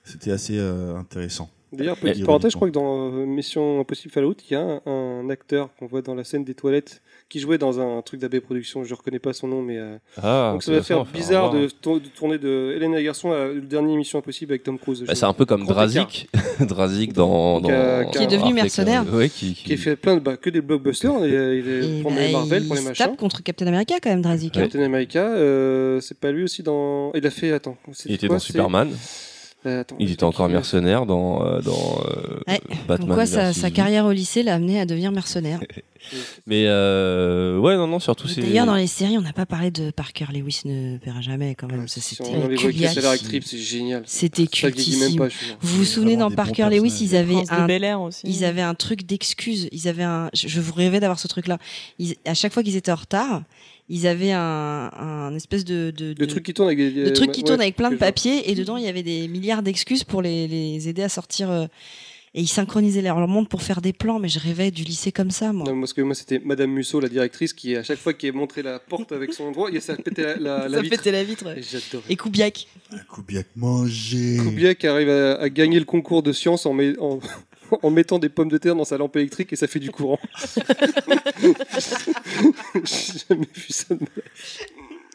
Speaker 2: C'était assez euh, intéressant.
Speaker 5: D'ailleurs,
Speaker 2: Et-
Speaker 5: petite parenthèse, je crois que dans euh, Mission Impossible Fallout, il y a un, un acteur qu'on voit dans la scène des toilettes qui jouait dans un truc d'AB Productions, je reconnais pas son nom, mais. euh,
Speaker 1: Ah,
Speaker 5: donc ça va faire
Speaker 1: on
Speaker 5: bizarre
Speaker 1: voir.
Speaker 5: de, tour- de tourner de Hélène Garçon à le dernier Mission Impossible avec Tom Cruise.
Speaker 1: Bah,
Speaker 5: je-
Speaker 1: c'est un peu comme
Speaker 5: Gros
Speaker 1: Drazik. <laughs> Drazik dans,
Speaker 5: Donc, euh,
Speaker 1: dans-
Speaker 5: Qui est
Speaker 4: devenu
Speaker 1: Arctic,
Speaker 4: mercenaire.
Speaker 1: euh, ouais, qui, qui-
Speaker 5: Qui a fait plein de. bah, que des blockbusters, il, a- il a-
Speaker 4: Et
Speaker 5: pour
Speaker 4: bah,
Speaker 5: les Marvel, pour
Speaker 4: il
Speaker 5: les
Speaker 4: se
Speaker 5: machins.
Speaker 4: tape contre Captain America quand même, Drazik. hein.
Speaker 5: Captain America, euh, c'est pas lui aussi dans. Il a fait. Attends.
Speaker 1: Il était dans Superman.
Speaker 5: euh,
Speaker 1: Il était encore
Speaker 5: merci.
Speaker 1: mercenaire dans, euh, dans euh,
Speaker 4: Ouais,
Speaker 1: Batman.
Speaker 4: Comme quoi, sa,
Speaker 1: versus
Speaker 4: sa
Speaker 1: Zoom.
Speaker 4: carrière au lycée l'a amené à devenir mercenaire.
Speaker 1: Mais euh, ouais, non, non, surtout c'est.
Speaker 4: D'ailleurs, dans les séries, on n'a pas parlé de Parker Lewis ne paiera jamais quand même. Ça,
Speaker 5: Si
Speaker 4: c'était
Speaker 5: on les voit avec les
Speaker 4: culiac-
Speaker 5: salaires actrices, c'est génial.
Speaker 4: C'était
Speaker 5: Ça, je les dis même
Speaker 4: cultissime.
Speaker 5: pas, je suis sûr.
Speaker 4: Vous vous
Speaker 2: C'est
Speaker 4: souvenez
Speaker 2: vraiment
Speaker 4: dans
Speaker 2: des bons
Speaker 4: Parker Lewis,
Speaker 2: personnages.
Speaker 4: ils avaient
Speaker 6: Prince de
Speaker 4: un
Speaker 6: Bel Air aussi.
Speaker 4: ils avaient un truc d'excuse. Ils avaient un. Je je vous rêvais d'avoir ce truc-là. Ils- À chaque fois qu'ils étaient en retard, ils avaient un, un espèce de, de,
Speaker 5: Le
Speaker 4: de-
Speaker 5: truc qui tourne avec des.
Speaker 4: le truc qui
Speaker 5: ouais,
Speaker 4: tourne avec plein de
Speaker 5: que je vois.
Speaker 4: papiers et dedans il y avait des milliards d'excuses pour les, les aider à sortir. euh, et ils synchronisaient leur monde pour faire des plans. Mais je rêvais du lycée comme ça, moi.
Speaker 5: Non, parce que moi c'était Madame Musso, la directrice, qui à chaque fois qui est montré la porte avec son endroit, il y a- ça pétait la, la, la vitre.
Speaker 4: la vitre.
Speaker 5: Et J'adorais.
Speaker 4: Et Koubiak.
Speaker 2: Un Kubiak manger.
Speaker 5: Koubiak arrive à, à gagner le concours de sciences en, met- en, <laughs> en mettant des pommes de terre dans sa lampe électrique et ça fait du courant. <laughs> J'ai jamais vu ça. de ma-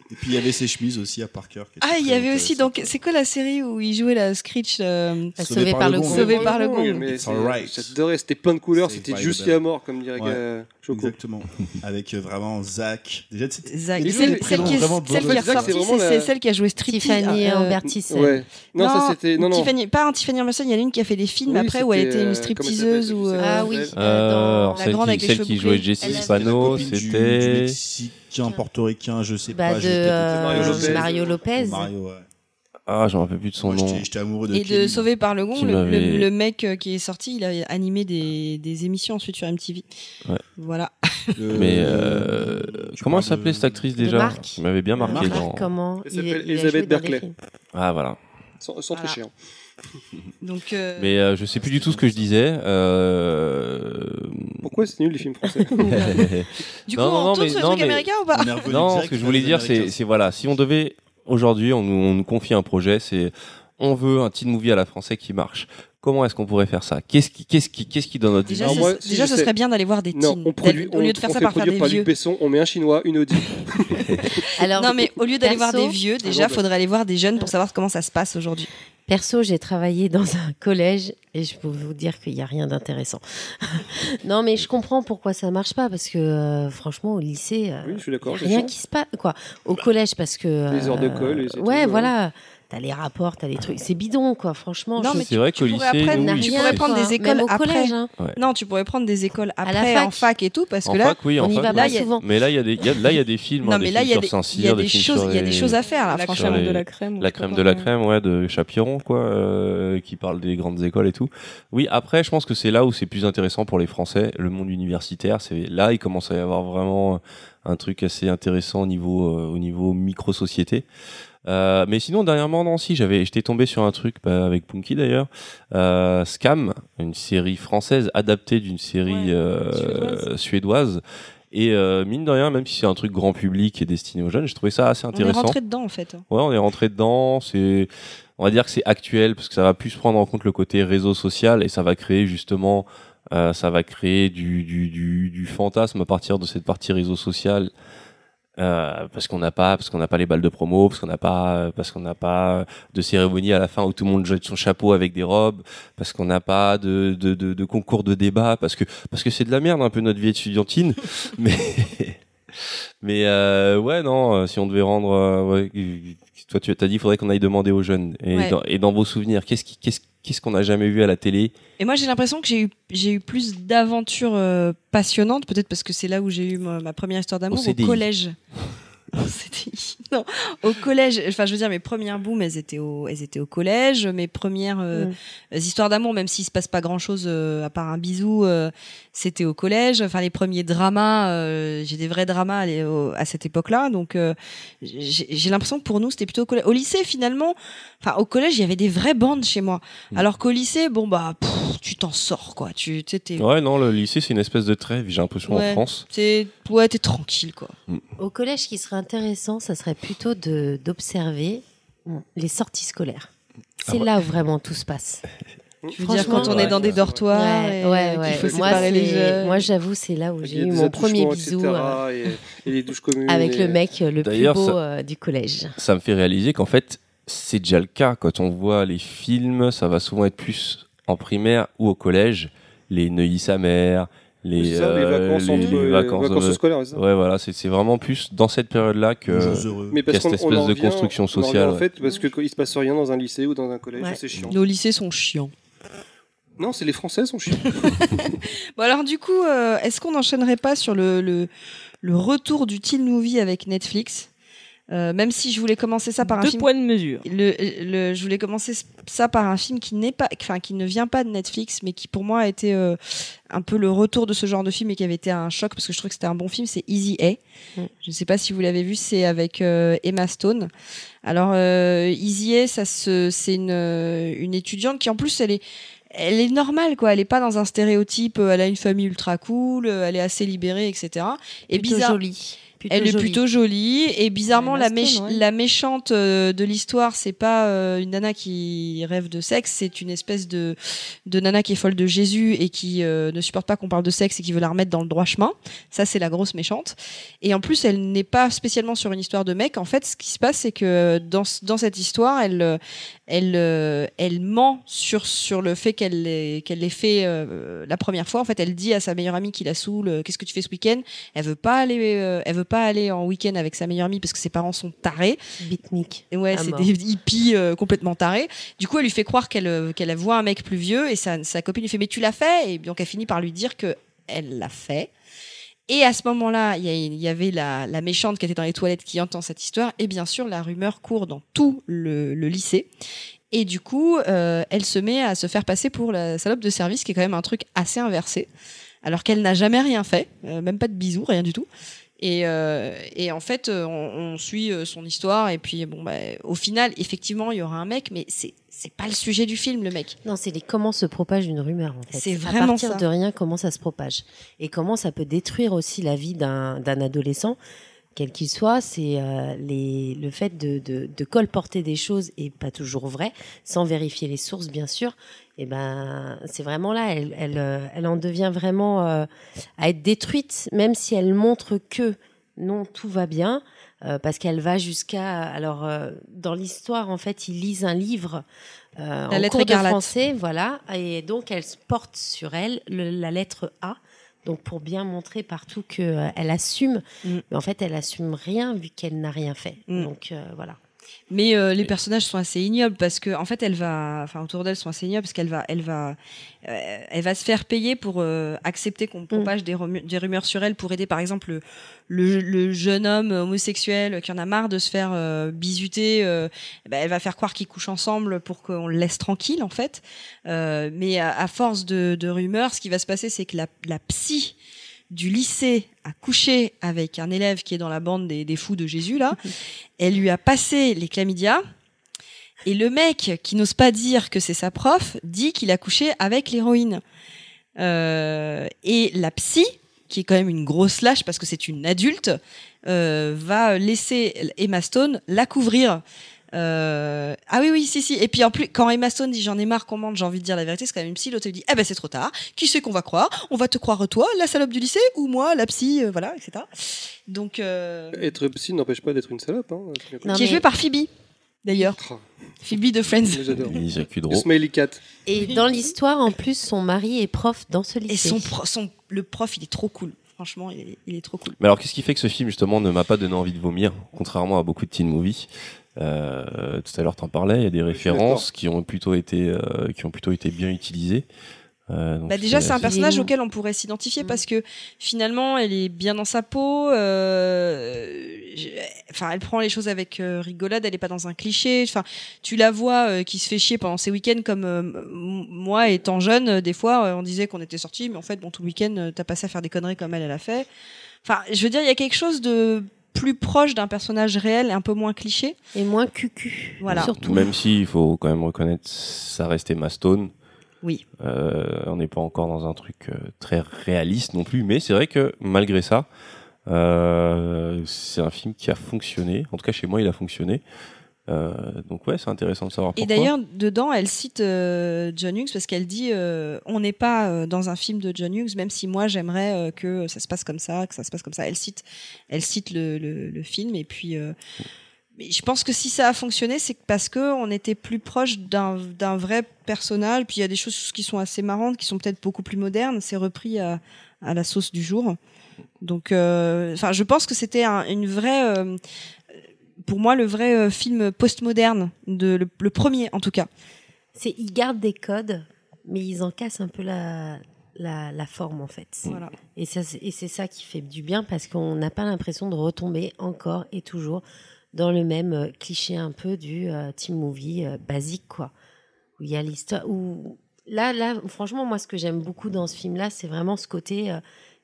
Speaker 2: Et puis il y avait ses chemises aussi à Parker. qui étaient
Speaker 4: Ah, il y
Speaker 2: très
Speaker 4: avait aussi
Speaker 2: intéressantes.
Speaker 4: donc c'est quoi la série où il jouait la Screech euh,
Speaker 2: Sauvé
Speaker 3: Sauvé
Speaker 2: par
Speaker 3: par
Speaker 2: le
Speaker 3: le
Speaker 2: gong.
Speaker 3: gong.
Speaker 4: Sauvé par le gong.
Speaker 5: Mais
Speaker 2: It's
Speaker 5: c'est-
Speaker 2: alright.
Speaker 5: J'adorais, c'était plein de couleurs,
Speaker 2: Saved
Speaker 5: c'était
Speaker 2: by the
Speaker 5: juici
Speaker 2: bell.
Speaker 5: à mort, comme dirait
Speaker 2: Ouais.
Speaker 5: euh, Choco.
Speaker 2: Exactement. Avec euh, vraiment Zach. Déjà, c'était
Speaker 4: Zach. Celle,
Speaker 5: Il joue
Speaker 4: celle
Speaker 5: des prénoms
Speaker 4: qui est,
Speaker 2: vraiment de
Speaker 4: celle qui
Speaker 5: bonnes
Speaker 4: est
Speaker 5: personnes.
Speaker 4: ressortie,
Speaker 5: C'est
Speaker 4: c'est
Speaker 5: vraiment
Speaker 4: c'est
Speaker 5: la-
Speaker 4: celle qui a joué Striptease.
Speaker 3: Tiffany
Speaker 4: euh,
Speaker 3: Ambertis.
Speaker 5: ah, Ouais. Non, ça c'était. Non, non.
Speaker 4: Tiffany, pas un Tiffany Anderson, il y en a une qui a fait des films
Speaker 5: Oui,
Speaker 4: après où elle
Speaker 5: c'était,
Speaker 4: était
Speaker 5: euh,
Speaker 4: une
Speaker 5: comment elle
Speaker 4: stripteaseuse
Speaker 5: s'appelle,
Speaker 4: ou.
Speaker 5: cette
Speaker 4: euh,
Speaker 3: Ah oui.
Speaker 1: Euh,
Speaker 3: dans-
Speaker 1: alors,
Speaker 4: La
Speaker 1: celle
Speaker 4: grande
Speaker 1: qui,
Speaker 4: avec les
Speaker 1: celle
Speaker 4: cheveux
Speaker 1: qui
Speaker 4: bouclés.
Speaker 1: jouait Jessie
Speaker 3: Elle a-
Speaker 2: la
Speaker 1: Spano,
Speaker 2: copine du- Du,
Speaker 1: c'était.
Speaker 2: Mexicain, portoricain, je sais
Speaker 3: Bah,
Speaker 2: pas.
Speaker 3: de
Speaker 2: j'étais-
Speaker 3: euh,
Speaker 5: Mario Lopez.
Speaker 3: Mario Lopez.
Speaker 2: Mario, ouais.
Speaker 1: Ah, j'en rappelle plus de son
Speaker 2: Moi,
Speaker 1: nom.
Speaker 2: j'étais- j'étais amoureux de
Speaker 4: Et de
Speaker 2: Kelly.
Speaker 4: Sauvé par le Gond,
Speaker 1: Qui
Speaker 4: le, le-
Speaker 1: m'avait-
Speaker 4: le mec euh, qui est sorti, il a animé des, des émissions ensuite sur MTV.
Speaker 1: Ouais.
Speaker 4: Voilà.
Speaker 2: Le-
Speaker 1: Mais euh,
Speaker 2: tu
Speaker 1: comment elle
Speaker 2: parles
Speaker 1: s'appelait
Speaker 2: de-
Speaker 1: cette actrice
Speaker 3: de
Speaker 1: déjà
Speaker 3: Marc.
Speaker 1: Qui m'avait bien marqué
Speaker 3: Marc,
Speaker 1: dans.
Speaker 3: comment
Speaker 5: Elle
Speaker 3: il-
Speaker 5: s'appelle
Speaker 3: il a
Speaker 5: Elizabeth
Speaker 3: joué dans des
Speaker 5: Berkley.
Speaker 3: films.
Speaker 1: Ah voilà.
Speaker 5: Sans, sans
Speaker 4: Voilà.
Speaker 5: tricher. hein.
Speaker 4: Donc, euh,
Speaker 1: Mais euh, je sais plus du tout ce que je disais.
Speaker 4: <laughs>
Speaker 1: Euh...
Speaker 5: Pourquoi c'est nul les films français
Speaker 4: du coup,
Speaker 1: non, non, non,
Speaker 4: on tourne
Speaker 1: mais-
Speaker 4: sur les
Speaker 1: non,
Speaker 4: trucs
Speaker 1: mais-
Speaker 4: américains ou pas
Speaker 2: On est revenu
Speaker 1: non, ce
Speaker 2: direct
Speaker 1: que je voulais
Speaker 2: vers les
Speaker 1: dire, c'est
Speaker 2: Américains.
Speaker 1: c'est, voilà, si on devait aujourd'hui, on, nous- on nous confie un projet, c'est on veut un teen movie à la française qui marche. Comment est-ce qu'on pourrait faire ça Qu'est-ce qui, qu'est-ce qui, qu'est-ce qui donne notre
Speaker 4: <laughs> Déjà,
Speaker 5: Alors
Speaker 4: ce,
Speaker 5: moi,
Speaker 4: se-
Speaker 5: si
Speaker 4: déjà
Speaker 5: je
Speaker 4: ce
Speaker 5: sais-
Speaker 4: serait bien d'aller voir des
Speaker 5: Non,
Speaker 4: teens.
Speaker 5: on produit.
Speaker 4: Au lieu de
Speaker 5: on-
Speaker 4: faire
Speaker 5: on
Speaker 4: ça
Speaker 5: fait
Speaker 4: par faire
Speaker 5: produire
Speaker 4: des
Speaker 5: par
Speaker 4: vieux.
Speaker 5: Luc Besson, on met un chinois, une Audi.
Speaker 3: Alors,
Speaker 4: Non, mais au lieu d'aller voir
Speaker 3: perso-
Speaker 4: des vieux, déjà,
Speaker 5: bah-
Speaker 4: faudrait aller voir des jeunes pour savoir comment ça se passe aujourd'hui.
Speaker 3: Perso, j'ai travaillé dans un collège et je peux vous dire qu'il n'y a rien d'intéressant. <laughs> non, mais je comprends pourquoi ça marche pas parce que euh, franchement, au lycée, euh,
Speaker 5: Oui, je suis d'accord.
Speaker 3: rien
Speaker 5: c'est
Speaker 3: qui se passe quoi. Au collège, parce que euh,
Speaker 5: Les heures de colle et c'est
Speaker 3: Ouais,
Speaker 5: tout, hein.
Speaker 3: voilà. T'as les rapports, t'as les trucs. C'est bidon quoi. Franchement,
Speaker 4: Non,
Speaker 3: je-
Speaker 4: mais
Speaker 1: c'est vrai
Speaker 4: tu
Speaker 1: qu'au
Speaker 4: pourrais
Speaker 1: lycée,
Speaker 4: apprendre-
Speaker 1: nous,
Speaker 3: n'a
Speaker 1: il-
Speaker 4: tu pourrais prendre
Speaker 3: quoi.
Speaker 4: des écoles
Speaker 3: Même au
Speaker 4: après.
Speaker 3: collège. hein.
Speaker 4: Non, tu pourrais prendre des écoles après,
Speaker 3: fac.
Speaker 4: en fac et tout, parce
Speaker 1: en
Speaker 4: que là,
Speaker 1: fac, oui, en
Speaker 3: On y
Speaker 1: fac,
Speaker 3: va
Speaker 1: oui.
Speaker 3: pas
Speaker 4: il y a-
Speaker 3: souvent.
Speaker 1: Mais là, il y a des, il y a- là, il y a des films, hein,
Speaker 4: non,
Speaker 1: des
Speaker 4: mais là il
Speaker 1: films sur
Speaker 4: y a des, il y
Speaker 1: Saint-Cyr,
Speaker 4: a
Speaker 1: des,
Speaker 4: des
Speaker 1: films
Speaker 4: choses,
Speaker 1: sur
Speaker 4: il y a
Speaker 1: les-
Speaker 4: des choses à faire là,
Speaker 6: la
Speaker 4: franchement.
Speaker 6: crème
Speaker 1: les-
Speaker 6: de Ah, la crème.
Speaker 1: La
Speaker 6: ou je sais
Speaker 1: crème
Speaker 6: pas
Speaker 1: de la
Speaker 6: quoi.
Speaker 1: crème, ouais, de Chapiron, quoi, euh, qui parle des grandes écoles et tout. Oui, après, je pense que c'est là où c'est plus intéressant pour les Français, le monde universitaire. C'est là, il commence à y avoir vraiment euh, un truc assez intéressant au niveau, euh, au niveau micro-société. Euh, mais sinon, dernièrement, non, si, j'avais, j'étais tombé sur un truc, bah, avec Punky d'ailleurs, euh, Scam, une série française adaptée d'une série
Speaker 6: Ouais,
Speaker 1: euh,
Speaker 6: suédoise.
Speaker 1: suédoise. Et euh, mine de rien, même si c'est un truc grand public et destiné aux jeunes, je trouvais ça assez
Speaker 4: On est
Speaker 1: intéressant.
Speaker 4: rentré dedans en fait.
Speaker 1: Ouais, on est rentré dedans. C'est, on va dire que c'est actuel parce que ça va plus prendre en compte le côté réseau social et ça va créer justement, euh, ça va créer du, du, du, du fantasme à partir de cette partie réseau social. Euh, parce qu'on n'a pas, parce qu'on n'a pas les balles de promo, parce qu'on n'a pas, parce qu'on n'a pas de cérémonie à la fin où tout le monde jette son chapeau avec des robes, parce qu'on n'a pas de, de, de, de concours de débat, parce que parce que c'est de la merde un peu notre vie étudiantine, mais mais euh, ouais non, euh, si on devait rendre, euh, ouais, euh, toi tu as dit, il faudrait qu'on aille demander aux jeunes et,
Speaker 4: Ouais.
Speaker 1: dans, et dans vos souvenirs, qu'est-ce qui qu'est-ce qu'est-ce qu'on n'a jamais vu à la télé
Speaker 4: Et moi, j'ai l'impression que j'ai eu, j'ai eu plus d'aventures euh, passionnantes, peut-être parce que c'est là où j'ai eu ma, ma première histoire
Speaker 1: Au
Speaker 4: d'amour, au,
Speaker 1: CDI.
Speaker 4: collège. <laughs> Au CDI. Non, au collège. Enfin, je veux dire, mes premières booms, elles étaient au, elles étaient au collège. Mes premières euh, histoires d'amour, même s'il se passe pas grand-chose euh, à part un bisou, euh, c'était au collège. Enfin, les premiers dramas, euh, j'ai des vrais dramas à, les- au- à cette époque-là. Donc, euh, j'ai j'ai l'impression que pour nous, c'était plutôt au collège. Au lycée, finalement, enfin, au collège, il y avait des vraies bandes chez moi.
Speaker 1: Mm.
Speaker 4: Alors qu'au lycée, bon, bah, pff, tu t'en sors, quoi. Tu tu sais, t'es
Speaker 1: Ouais non, le lycée c'est une espèce de trêve, j'ai l'impression
Speaker 4: Ouais.
Speaker 1: en France.
Speaker 4: t'es- ouais, t'es tranquille, quoi.
Speaker 3: Au collège,
Speaker 1: Ah
Speaker 3: ce qui serait intéressant, ça serait plutôt de- d'observer les sorties scolaires. C'est
Speaker 1: bah.
Speaker 3: là où vraiment tout se passe.
Speaker 4: Je veux dire, quand on
Speaker 1: ouais,
Speaker 4: est dans des
Speaker 1: ouais.
Speaker 4: dortoirs,
Speaker 3: ouais,
Speaker 4: et
Speaker 3: ouais,
Speaker 4: qu'il
Speaker 3: ouais.
Speaker 4: faut
Speaker 3: Moi,
Speaker 4: séparer les
Speaker 3: c'est-
Speaker 4: jeunes.
Speaker 3: Moi, j'avoue, c'est là où j'ai
Speaker 5: Il y a
Speaker 3: eu
Speaker 5: des
Speaker 3: mon premier
Speaker 5: attouchements,
Speaker 3: bisou
Speaker 5: etc.,
Speaker 3: euh,
Speaker 5: et, et les douches communes.
Speaker 3: avec
Speaker 5: et-
Speaker 3: le mec euh, le plus
Speaker 1: D'ailleurs,
Speaker 3: beau
Speaker 1: ça-
Speaker 3: euh, du collège.
Speaker 1: ça me fait réaliser qu'en fait, c'est déjà le cas. Quand on voit les films, ça va souvent être plus en primaire ou au collège. Les Neuilly sa mère, les,
Speaker 5: C'est ça, les
Speaker 1: euh,
Speaker 5: vacances
Speaker 1: les-
Speaker 5: entre
Speaker 1: les
Speaker 5: les
Speaker 1: vacances,
Speaker 5: vacances
Speaker 1: euh,
Speaker 5: scolaires, c'est ça
Speaker 1: Ouais, voilà, c'est c'est vraiment plus dans cette période-là que.
Speaker 2: Jours heureux.
Speaker 5: Mais
Speaker 1: qu'il y a cette
Speaker 5: qu'on- on
Speaker 1: espèce
Speaker 5: en
Speaker 1: de
Speaker 5: revient-
Speaker 1: construction
Speaker 5: on en revient
Speaker 1: sociale,
Speaker 5: En
Speaker 1: ouais.
Speaker 5: fait, parce que quand il se passe rien dans un lycée ou dans un collège,
Speaker 3: Ouais.
Speaker 5: c'est chiant.
Speaker 4: Nos lycées sont chiants.
Speaker 5: Non, c'est les Français sont chiants.
Speaker 4: Bon alors du coup, euh, est-ce qu'on n'enchaînerait pas sur le, le, le retour du teen movie avec Netflix Euh, Même si je voulais commencer ça par un
Speaker 6: Deux
Speaker 4: film.
Speaker 6: points de mesure.
Speaker 4: Le, le- je voulais commencer s- ça par un film qui n'est pas, enfin qui ne vient pas de Netflix, mais qui pour moi a été euh, un peu le retour de ce genre de film et qui avait été un choc parce que je trouve que c'était un bon film. C'est Easy A.
Speaker 3: Mm.
Speaker 4: Je ne sais pas si vous l'avez vu, c'est avec euh, Emma Stone. Alors euh, Easy A, ça se, c'est une, euh, une étudiante qui en plus elle est elle est normale quoi, elle est pas dans un stéréotype, euh, elle a une famille ultra cool, euh, elle est assez libérée, etc. Et
Speaker 3: Plutôt
Speaker 4: bizarre,
Speaker 3: jolie.
Speaker 4: elle est plutôt jolie et bizarrement la,
Speaker 6: Emma Stone,
Speaker 4: méch-
Speaker 6: ouais.
Speaker 4: la méchante euh, de l'histoire c'est pas euh, une nana qui rêve de sexe c'est une espèce de de nana qui est folle de Jésus et qui euh, ne supporte pas qu'on parle de sexe et qui veut la remettre dans le droit chemin ça c'est la grosse méchante et en plus elle n'est pas spécialement sur une histoire de mec en fait ce qui se passe c'est que dans ce- dans cette histoire elle euh, elle euh, elle ment sur sur le fait qu'elle l'ait- qu'elle l'ait fait euh, la première fois en fait elle dit à sa meilleure amie qui la saoule euh, qu'est-ce que tu fais ce week-end elle veut pas aller, euh, elle veut pas aller en week-end avec sa meilleure amie parce que ses parents sont tarés.
Speaker 3: Bitnique.
Speaker 4: Et ouais,
Speaker 3: Ah,
Speaker 4: c'est
Speaker 3: mort.
Speaker 4: des hippies euh, complètement tarés. Du coup, elle lui fait croire qu'elle euh, qu'elle voit un mec plus vieux et sa, sa copine lui fait mais tu l'as fait et donc elle finit par lui dire que elle l'a fait. Et à ce moment-là, il y, a- il y avait la, la méchante qui était dans les toilettes qui entend cette histoire et bien sûr la rumeur court dans tout le, le lycée. Et du coup, euh, elle se met à se faire passer pour la salope de service, qui est quand même un truc assez inversé, alors qu'elle n'a jamais rien fait, euh, même pas de bisous, rien du tout. Et, euh, et en fait, euh, on, on suit euh, son histoire. Et puis, bon, bah, au final, effectivement, il y aura un mec, mais c'est c'est pas le sujet du film, le mec.
Speaker 3: Non, c'est les comment se propage une rumeur en fait.
Speaker 4: C'est vraiment
Speaker 3: à partir
Speaker 4: ça.
Speaker 3: de rien comment ça se propage et comment ça peut détruire aussi la vie d'un d'un adolescent, quel qu'il soit. C'est euh, les le fait de, de de colporter des choses et pas toujours vraies, sans vérifier les sources bien sûr. Et ben c'est vraiment là, elle elle euh, elle en devient vraiment euh, à être détruite, même si elle montre que non tout va bien. euh, parce qu'elle va jusqu'à alors euh, dans l'histoire en fait ils lisent un livre euh,
Speaker 4: La
Speaker 3: en
Speaker 4: lettre
Speaker 3: cours de
Speaker 4: écarlate.
Speaker 3: français, voilà. Et donc, elle se porte sur elle le- la lettre A. Donc, pour bien montrer partout qu'elle assume.
Speaker 4: Mm.
Speaker 3: Mais en fait, elle assume rien vu qu'elle n'a rien fait.
Speaker 4: Mm.
Speaker 3: Donc, euh, voilà.
Speaker 4: Mais euh, les personnages sont assez ignobles parce que en fait elle va, enfin autour d'elle sont assez ignobles parce qu'elle va, elle va, euh, elle va se faire payer pour euh, accepter qu'on propage des, rumu- des rumeurs sur elle pour aider par exemple le, le- le jeune homme homosexuel qui en a marre de se faire euh, bisuter. euh, ben, elle va faire croire qu'ils couchent ensemble pour qu'on le laisse tranquille en fait. Euh, mais à, à force de, de rumeurs, ce qui va se passer c'est que la, la psy du lycée a couché avec un élève qui est dans la bande des, des fous de Jésus là elle lui a passé les chlamydia. Et le mec qui n'ose pas dire que c'est sa prof dit qu'il a couché avec l'héroïne. Euh, et la psy, qui est quand même une grosse lâche parce que c'est une adulte, euh, va laisser Emma Stone la couvrir. Euh, ah oui, oui, si, si. Et puis en plus, quand Emma Stone dit j'en ai marre qu'on mente, j'ai envie de dire la vérité, c'est quand même une psy, l'autre elle lui dit eh ben c'est trop tard, qui c'est qu'on va croire On va te croire toi, la salope du lycée, ou moi, la psy, euh, voilà, etc. Donc. euh,
Speaker 5: <laughs> Être psy n'empêche pas d'être une salope. Hein.
Speaker 3: Non,
Speaker 4: qui est
Speaker 3: mais-
Speaker 4: joué par Phoebe, d'ailleurs.
Speaker 5: Oh,
Speaker 4: Phoebe de Friends.
Speaker 5: mais J'adore.
Speaker 1: Lisa Kudrow.
Speaker 5: Le Smiley Cat.
Speaker 3: Et dans l'histoire, en plus, son mari est prof dans ce lycée.
Speaker 4: Et son, pro- son- le prof, il est trop cool. Franchement, il est, il est trop cool.
Speaker 1: Mais alors, qu'est-ce qui fait que ce film, justement, ne m'a pas donné envie de vomir, contrairement à beaucoup de teen movies Euh, Tout à l'heure, t'en parlais, il y a des
Speaker 5: je suis
Speaker 1: références qui ont plutôt été, euh, qui ont plutôt été bien utilisées. Euh, donc
Speaker 4: Bah déjà, c'est un personnage
Speaker 3: mou.
Speaker 4: auquel on pourrait s'identifier
Speaker 3: Mm.
Speaker 4: parce que finalement, elle est bien dans sa peau. euh, je- Enfin, elle prend les choses avec euh, rigolade. Elle est pas dans un cliché. Enfin, tu la vois euh, qui se fait chier pendant ses week-ends comme euh, m- moi étant jeune. euh, des fois, euh, on disait qu'on était sortis, mais en fait, bon, tout le week-end, euh, t'as passé à faire des conneries comme elle, elle a fait. Enfin, je veux dire, il y a quelque chose de plus proche d'un personnage réel et un peu moins cliché.
Speaker 3: Et moins cucu.
Speaker 4: Voilà.
Speaker 3: Surtout.
Speaker 1: Même si il faut quand même reconnaître, ça restait Emma Stone.
Speaker 4: Oui.
Speaker 1: Euh, on n'est pas encore dans un truc euh, très réaliste non plus, mais c'est vrai que malgré ça, euh, c'est un film qui a fonctionné. En tout cas, chez moi, il a fonctionné. Euh, donc ouais, c'est intéressant de savoir
Speaker 4: Et
Speaker 1: pourquoi.
Speaker 4: d'ailleurs, dedans, elle cite euh, John Hughes parce qu'elle dit euh, on n'est pas euh, dans un film de John Hughes, même si moi j'aimerais euh, que ça se passe comme ça, que ça se passe comme ça. Elle cite, elle cite le, le- le film et puis. euh, mais je pense que si ça a fonctionné, c'est que parce que on était plus proche d'un d'un vrai personnage. Puis il y a des choses qui sont assez marrantes, qui sont peut-être beaucoup plus modernes. C'est repris à, à la sauce du jour. Donc, euh, enfin, je pense que c'était un- une vraie. euh, pour moi, le vrai euh, film postmoderne, de, le, le premier en tout cas.
Speaker 3: C'est ils gardent des codes, mais ils en cassent un peu la, la, la forme en fait.
Speaker 4: Voilà.
Speaker 3: Et, ça, c'est- et c'est ça qui fait du bien parce qu'on n'a pas l'impression de retomber encore et toujours dans le même euh, cliché un peu du euh, teen movie euh, basique quoi. Où il y a l'histoire où là là franchement moi ce que j'aime beaucoup dans ce film là c'est vraiment ce côté euh,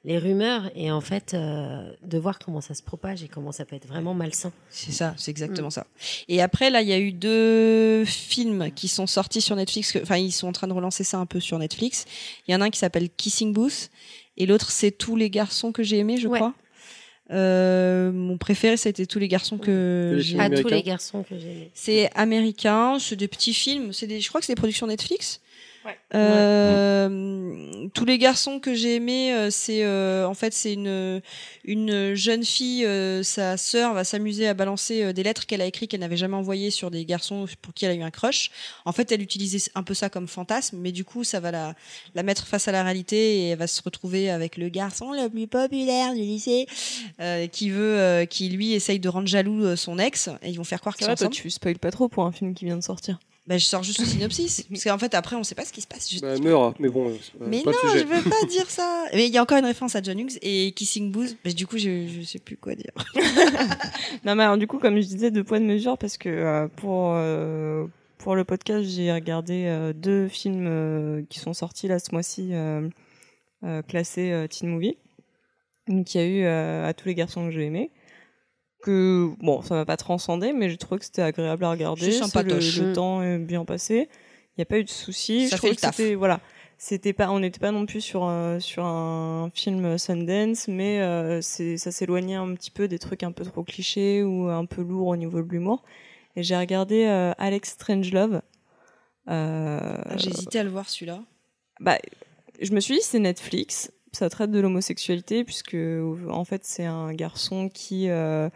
Speaker 3: les rumeurs et en fait euh, de voir comment ça se propage et comment ça peut être vraiment malsain.
Speaker 4: C'est ça, c'est exactement ça. Et après, là, il y a eu deux films qui sont sortis sur Netflix. que- Enfin, ils sont en train de relancer ça un peu sur Netflix. Il y en a un qui s'appelle Kissing Booth et l'autre, c'est Tous les garçons que j'ai aimés, je
Speaker 3: Ouais.
Speaker 4: crois. Euh, mon préféré, c'était Tous les garçons que
Speaker 5: Les
Speaker 4: j'ai
Speaker 5: films
Speaker 3: À
Speaker 4: aimés.
Speaker 3: tous
Speaker 5: américains.
Speaker 3: les garçons que j'aimais.
Speaker 4: C'est américain, c'est des petits films. C'est des, je crois que c'est des productions Netflix.
Speaker 6: Ouais.
Speaker 4: Euh, Tous les garçons que j'ai aimés, euh, c'est euh, en fait c'est une une jeune fille, euh, sa sœur va s'amuser à balancer euh, des lettres qu'elle a écrites qu'elle n'avait jamais envoyées sur des garçons pour qui elle a eu un crush. En fait, elle utilisait un peu ça comme fantasme, mais du coup, ça va la la mettre face à la réalité et elle va se retrouver avec le garçon le plus populaire du lycée euh, qui veut euh, qui lui essaye de rendre jaloux euh, son ex et ils vont faire croire
Speaker 6: Ça
Speaker 4: qu'ils
Speaker 6: va,
Speaker 4: sont
Speaker 6: toi,
Speaker 4: ensemble.
Speaker 6: tu spoil pas trop pour un film qui vient de sortir.
Speaker 4: Bah, je sors juste <laughs> le synopsis. parce qu'en fait, après, on sait pas ce qui se passe. Je-
Speaker 5: Bah, meurt, mais bon, euh, c'est pas,
Speaker 4: mais
Speaker 5: pas
Speaker 4: non,
Speaker 5: le
Speaker 4: je
Speaker 5: sujet.
Speaker 4: veux
Speaker 5: <laughs>
Speaker 4: pas dire ça. Mais il y a encore une référence à John Hughes et Kissing Booth. Bah, du coup, je, je sais plus quoi dire.
Speaker 6: Non, mais alors, du coup, comme je disais, deux poids de mesure, parce que euh, pour, euh, pour le podcast, j'ai regardé euh, deux films euh, qui sont sortis là ce mois-ci, euh, euh, classés euh, Teen Movie. Donc, il y a eu euh, À tous les garçons que j'ai aimé. Que, bon, ça m'a pas transcendé, mais j'ai trouvé que c'était agréable à regarder.
Speaker 4: C'est sympatoche.
Speaker 6: Le, le
Speaker 3: Mm.
Speaker 6: temps est bien passé. Il n'y a pas eu de soucis.
Speaker 4: Ça
Speaker 6: je
Speaker 4: fait le
Speaker 6: trouve que
Speaker 4: taf.
Speaker 6: c'était- Voilà. C'était pas, on n'était pas non plus sur, euh, sur un film Sundance, mais euh, c'est- ça s'éloignait un petit peu des trucs un peu trop clichés ou un peu lourds au niveau de l'humour. Et j'ai regardé euh, Alex Strangelove. Euh,
Speaker 4: Ah, J'ai hésité à le voir celui-là.
Speaker 6: bah, je me suis dit c'est Netflix, ça traite de l'homosexualité puisque en fait c'est un garçon qui euh,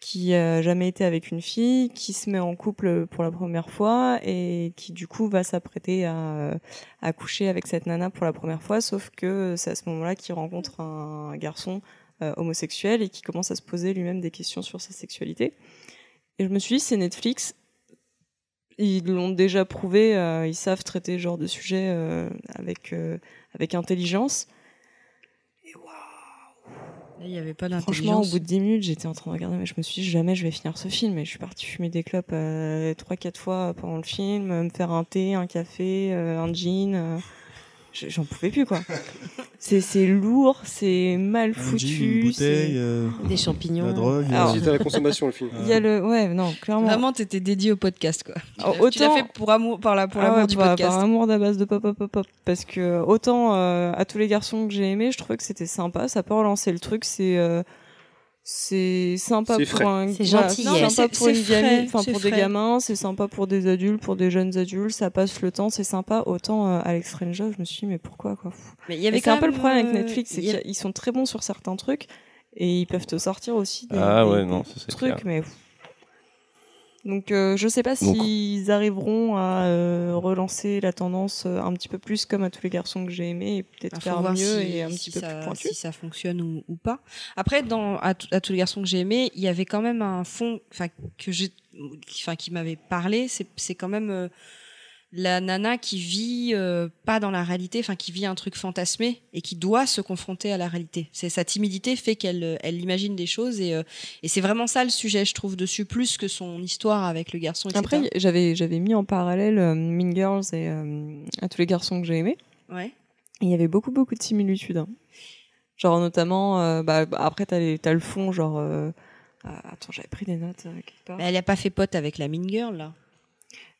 Speaker 6: qui a jamais été avec une fille, qui se met en couple pour la première fois et qui du coup va s'apprêter à, à coucher avec cette nana pour la première fois, sauf que c'est à ce moment-là qu'il rencontre un garçon euh, homosexuel et qui commence à se poser lui-même des questions sur sa sexualité. Et je me suis dit c'est Netflix, ils l'ont déjà prouvé, euh, ils savent traiter ce genre de sujet euh, avec, euh, avec intelligence.
Speaker 4: Il y avait pas
Speaker 6: Franchement, au bout de 10 minutes, j'étais en train de regarder, mais je me suis dit jamais je vais finir ce film. Et je suis partie fumer des clopes euh, 3-4 fois pendant le film, euh, me faire un thé, un café, euh, un jean. euh, je- J'en pouvais plus, quoi. C'est c'est lourd, c'est mal
Speaker 2: Un jean,
Speaker 6: foutu.
Speaker 2: une bouteille,
Speaker 6: c'est-
Speaker 2: euh,
Speaker 3: Des
Speaker 2: de
Speaker 3: champignons.
Speaker 2: la drogue.
Speaker 6: Alors,
Speaker 2: euh,
Speaker 5: C'est à la consommation, le film.
Speaker 6: Il y a le. Ouais, non, clairement.
Speaker 4: Vraiment, t'étais dédié au podcast, quoi. Tu l'as
Speaker 6: Ah, Autant-
Speaker 4: fait pour amour, par la, pour
Speaker 6: Ah
Speaker 4: l'amour
Speaker 6: ouais,
Speaker 4: du
Speaker 6: par-
Speaker 4: podcast.
Speaker 6: Par amour d'à base de pop, pop, pop, pop. Parce que euh, autant euh, à tous les garçons que j'ai aimés, je trouvais que c'était sympa. Ça peut relancer le truc. C'est euh, c'est sympa
Speaker 5: C'est
Speaker 6: pour
Speaker 5: frais.
Speaker 6: un.
Speaker 3: C'est
Speaker 6: voilà,
Speaker 3: gentil,
Speaker 6: c'est
Speaker 3: hein.
Speaker 6: sympa
Speaker 4: C'est-
Speaker 6: pour
Speaker 4: c'est
Speaker 6: une
Speaker 4: frais,
Speaker 6: gamine, enfin
Speaker 4: c'est
Speaker 6: pour des
Speaker 4: frais.
Speaker 6: gamins. C'est sympa pour des adultes, pour des jeunes adultes. Ça passe le temps, c'est sympa. Autant euh, Alex Rangeau, je me suis dit mais pourquoi quoi. Pff.
Speaker 4: Mais il y avait
Speaker 6: Et C'est un
Speaker 4: quand
Speaker 6: peu le
Speaker 4: même,
Speaker 6: problème avec
Speaker 4: euh,
Speaker 6: Netflix, c'est
Speaker 4: il y a-
Speaker 6: qu'ils sont très bons sur certains trucs et ils peuvent te sortir aussi des,
Speaker 1: Ah
Speaker 6: des-
Speaker 1: ouais,
Speaker 6: des
Speaker 1: non, ça, c'est
Speaker 6: trucs,
Speaker 1: clair.
Speaker 6: mais. Donc euh, je sais pas
Speaker 1: Donc-
Speaker 6: s'ils arriveront à euh, relancer la tendance euh, un petit peu plus comme à tous les garçons que j'ai aimés et peut-être
Speaker 4: Bah, faut
Speaker 6: faire
Speaker 4: voir
Speaker 6: mieux
Speaker 4: si-
Speaker 6: et un
Speaker 4: si
Speaker 6: petit peu
Speaker 4: ça,
Speaker 6: plus pointu.
Speaker 4: si ça fonctionne ou, ou pas. Après, dans à, tout- à tous les garçons que j'ai aimés, il y avait quand même un fond, enfin que j'ai, qui- enfin qui m'avait parlé. C'est c'est quand même euh, la nana qui vit euh, pas dans la réalité, enfin qui vit un truc fantasmé et qui doit se confronter à la réalité. C'est sa timidité fait qu'elle euh, elle imagine des choses et euh, et c'est vraiment ça le sujet, je trouve, dessus plus que son histoire avec le garçon. Etc.
Speaker 6: Après y- j'avais j'avais mis en parallèle euh, Mean Girls et euh, à tous les garçons que j'ai aimés.
Speaker 4: ouais.
Speaker 6: Et Il y avait beaucoup, beaucoup de similitudes. hein. Genre, notamment, euh, bah, bah, après, t'as, les- t'as le fond, genre. euh, ah, attends, j'avais pris des notes euh, quelque part.
Speaker 4: Mais elle a pas fait pote avec la mine girl là.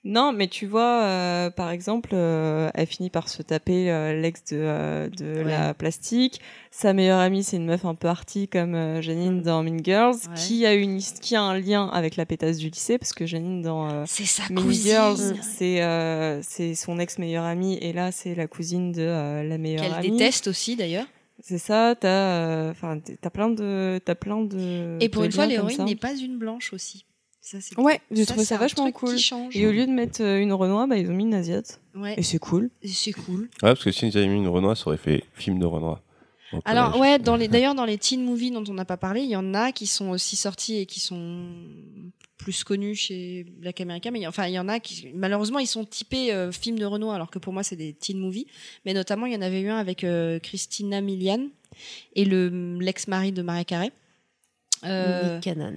Speaker 6: Non, mais tu vois, euh, par exemple, euh, elle finit par se taper euh, l'ex de, euh, de la plastique. Sa meilleure amie, c'est une meuf un peu arty comme euh,
Speaker 4: Mm.
Speaker 6: Janine dans Mean Girls,
Speaker 3: Ouais.
Speaker 6: qui a une his- qui a un lien avec la pétasse du lycée, parce que Janine dans euh,
Speaker 3: C'est sa
Speaker 6: Mean
Speaker 3: cousine
Speaker 6: Girls, c'est euh, c'est son ex meilleure amie, et là c'est la cousine de euh, la meilleure
Speaker 4: Qu'elle
Speaker 6: amie.
Speaker 4: déteste aussi d'ailleurs.
Speaker 6: C'est ça, t'as euh, enfin t'as plein de t'as plein de
Speaker 4: Et pour
Speaker 6: de
Speaker 4: une fois,
Speaker 6: liens comme
Speaker 4: l'héroïne
Speaker 6: ça.
Speaker 4: n'est pas une blanche aussi. Ça, c'est
Speaker 6: Ouais,
Speaker 4: cool.
Speaker 6: j'ai trouvé
Speaker 4: c'est
Speaker 6: ça
Speaker 4: un
Speaker 6: vachement
Speaker 4: truc
Speaker 6: cool.
Speaker 4: Qui change.
Speaker 6: et au lieu de mettre euh, une Renoir, bah ils ont mis une Asiate.
Speaker 4: Ouais,
Speaker 6: Et c'est cool.
Speaker 4: et c'est cool.
Speaker 1: Ouais, parce que si j'avais mis une Renoir, ça aurait fait film de Renoir. Au
Speaker 4: Alors
Speaker 1: collège.
Speaker 4: ouais, dans les d'ailleurs dans les teen movies dont on n'a pas parlé, il y en a qui sont aussi sortis et qui sont plus connus chez Black America, mais il y- enfin il y en a qui malheureusement ils sont typés euh, films de Renault alors que pour moi c'est des teen movies, mais notamment il y en avait eu un avec euh, Christina Milian et le mm, l'ex-mari de Marie Carré. Euh,
Speaker 3: Nick Cannon.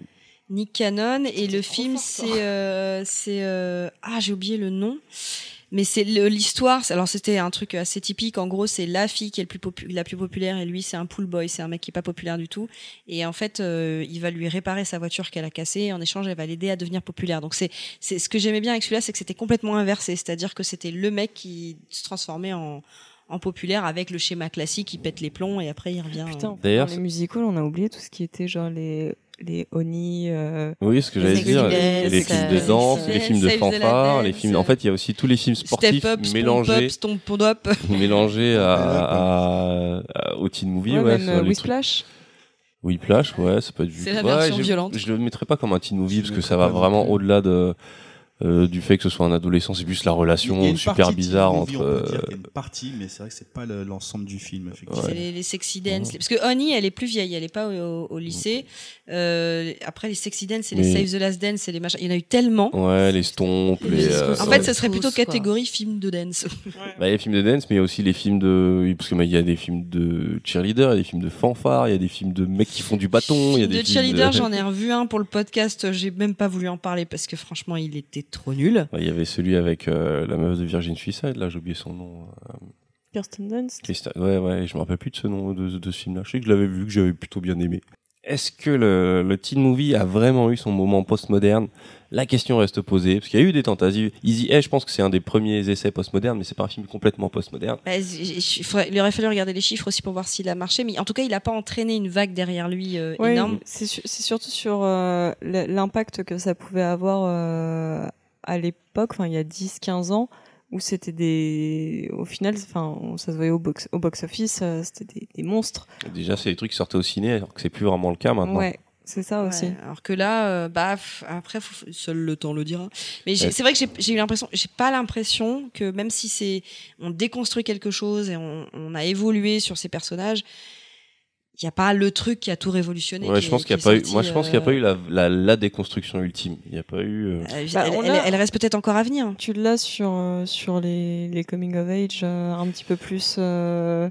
Speaker 4: Nick Cannon et le
Speaker 3: trop
Speaker 4: film
Speaker 3: fort, toi.
Speaker 4: c'est euh, c'est euh, ah j'ai oublié le nom mais c'est le- l'histoire c'est- alors c'était un truc assez typique en gros c'est la fille qui est le plus popu- la plus populaire et lui c'est un pool boy c'est un mec qui est pas populaire du tout et en fait euh, il va lui réparer sa voiture qu'elle a cassée et en échange elle va l'aider à devenir populaire donc c'est c'est ce que j'aimais bien avec celui-là c'est que c'était complètement inversé c'est-à-dire que c'était le mec qui se transformait en en populaire avec le schéma classique il pète les plombs et après il revient euh,
Speaker 6: Putain,
Speaker 1: Mmh. D'ailleurs,
Speaker 6: dans
Speaker 1: c'est-
Speaker 6: les musicals, on a oublié tout ce qui était genre les les Oni. euh,
Speaker 1: Oui, ce que
Speaker 3: Les
Speaker 1: j'allais dire,
Speaker 3: Exodus,
Speaker 1: les films de
Speaker 3: euh,
Speaker 1: danse,
Speaker 4: Exodus,
Speaker 1: les films de
Speaker 4: Save the Lions,
Speaker 1: fanfare, les films. En
Speaker 4: euh,
Speaker 1: fait, il y a aussi tous les films sportifs
Speaker 4: Step up, stomp
Speaker 1: mélangés,
Speaker 4: up, stomp up.
Speaker 1: mélangés à, à, à- au teen movie.
Speaker 6: ouais,
Speaker 1: Ouais,
Speaker 6: même
Speaker 1: c'est
Speaker 6: euh,
Speaker 1: les trucs-
Speaker 6: Whiplash.
Speaker 1: Whiplash, ouais, ça peut être du
Speaker 4: C'est la
Speaker 1: ouais,
Speaker 4: version
Speaker 1: j'ai-
Speaker 4: violente.
Speaker 1: Je le mettrais pas comme un teen movie
Speaker 2: Je
Speaker 1: parce
Speaker 2: le
Speaker 1: que ça va
Speaker 2: mettrais pas non
Speaker 1: vraiment
Speaker 2: plus.
Speaker 1: au-delà de euh, du fait que ce soit un adolescent, c'est plus la
Speaker 2: Il y a
Speaker 1: relation
Speaker 2: une
Speaker 1: super
Speaker 2: partie de
Speaker 1: bizarre
Speaker 2: Teen Movie,
Speaker 1: entre.
Speaker 2: on
Speaker 1: euh,
Speaker 2: peut dire qu'il y a une partie, mais c'est vrai que c'est pas le- l'ensemble du film. Effectivement.
Speaker 4: C'est les, les sexy dance. les- Parce que Honey, elle est plus vieille, elle est pas au, au- au lycée. Euh, après, les sexy dance et les
Speaker 1: Mais-
Speaker 4: Save the Last Dance et les machins. Il y en a eu tellement.
Speaker 1: euh, Ouais, les stompes,
Speaker 3: Les
Speaker 1: les.
Speaker 3: discos
Speaker 1: euh,
Speaker 4: en
Speaker 3: ça-
Speaker 4: fait, ce serait plutôt
Speaker 3: Tous, quoi.
Speaker 4: catégorie film de dance.
Speaker 1: Bah, les films de dance, mais il y a aussi les films de. Parce qu'il y a des films de cheerleader, il y a des films de fanfare, il y a des films de mecs qui font du bâton, il y a des
Speaker 4: Film de
Speaker 1: films euh.
Speaker 4: cheerleader,
Speaker 1: de...
Speaker 4: j'en ai revu un pour le podcast. J'ai même pas voulu en parler parce que franchement, il était trop nul.
Speaker 1: <laughs> Ouais, Il y avait celui avec euh, la meuf de Virgin Suicide, là, j'ai oublié son nom. euh,
Speaker 6: Kirsten Dunst.
Speaker 1: Christa- Ouais, ouais, je me rappelle plus de ce nom de, de ce film-là. Je sais que je l'avais vu, que j'avais plutôt bien aimé. Est-ce que le, le teen movie a vraiment eu son moment postmoderne La question reste posée, parce qu'il y a eu des tentatives. Easy Hey, je pense que c'est un des premiers essais postmodernes, mais c'est pas un film complètement postmoderne.
Speaker 4: Bah, j- j- il faudrait- il aurait fallu regarder les chiffres aussi pour voir s'il a marché. Mais en tout cas, il a pas entraîné une vague derrière lui euh,
Speaker 6: Ouais,
Speaker 4: énorme.
Speaker 6: c'est su- c'est surtout sur euh, l- l'impact que ça pouvait avoir euh, à l'époque, enfin il y a 10-15 ans, où c'était des. Au final, enfin on- ça se voyait au box, au box office, euh, c'était des, des monstres.
Speaker 1: Déjà, c'est des trucs qui sortaient au ciné, alors que c'est plus vraiment le cas maintenant.
Speaker 6: Ouais, c'est ça aussi.
Speaker 4: Ouais, alors que là, euh, bah, pff, après, faut- seul le temps le dira. Mais j'ai-
Speaker 1: Ouais.
Speaker 4: c'est vrai que j'ai- j'ai eu l'impression, j'ai pas l'impression que même si c'est, on déconstruit quelque chose et on, on a évolué sur ces personnages, il n'y a pas le truc qui a tout révolutionné.
Speaker 1: Ouais,
Speaker 4: qui
Speaker 1: je
Speaker 4: est-
Speaker 1: pense
Speaker 4: qui
Speaker 1: qu'il
Speaker 4: est
Speaker 1: n'y a pas eu.
Speaker 4: sorti,
Speaker 1: Moi, je pense qu'il n'y a
Speaker 4: euh,
Speaker 1: pas eu la, la, la déconstruction ultime. Il n'y a pas eu. euh,
Speaker 4: euh,
Speaker 6: Bah,
Speaker 4: elle,
Speaker 6: on
Speaker 4: elle-
Speaker 6: a-
Speaker 4: elle reste peut-être encore à venir. hein,
Speaker 6: Tu l'as sur, euh, sur les, les coming of age, euh, un petit peu plus euh,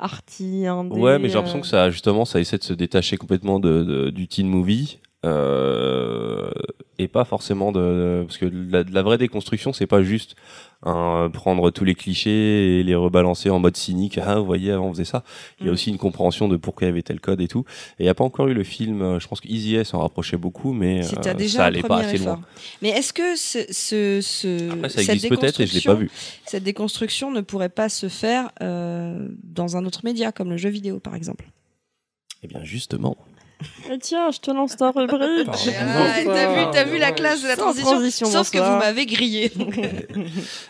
Speaker 6: arty, indé,
Speaker 1: Ouais, mais j'ai
Speaker 6: euh,
Speaker 1: l'impression que ça, justement, ça essaie de se détacher complètement de, de- du teen movie. euh, et pas forcément de. Parce que la, la vraie déconstruction, c'est pas juste un, prendre tous les clichés et les rebalancer en mode cynique. Ah, vous voyez, avant on faisait ça. Il y a
Speaker 4: Mm.
Speaker 1: aussi une compréhension de pourquoi il y avait tel code et tout. Et il n'y a pas encore eu le film. euh, Je pense que Easy S s'en rapprochait beaucoup, mais
Speaker 4: C'était
Speaker 1: euh,
Speaker 4: déjà
Speaker 1: ça
Speaker 4: un
Speaker 1: allait
Speaker 4: premier
Speaker 1: pas assez
Speaker 4: effort.
Speaker 1: loin.
Speaker 4: Mais est-ce que ce, ce, ce-
Speaker 1: Après, ça
Speaker 4: cette
Speaker 1: existe peut-être et je l'ai pas
Speaker 4: déconstruction-
Speaker 1: vu.
Speaker 4: Cette déconstruction ne pourrait pas se faire euh, dans un autre média, comme le jeu vidéo, par exemple.
Speaker 1: Eh bien, justement.
Speaker 6: Eh tiens, je te lance ta rubrique.
Speaker 4: Ah, t'as vu, t'as vu la classe de la
Speaker 6: Sans
Speaker 4: transition,
Speaker 6: transition,
Speaker 4: Sauf que
Speaker 6: bonsoir.
Speaker 4: vous m'avez <laughs> grillé.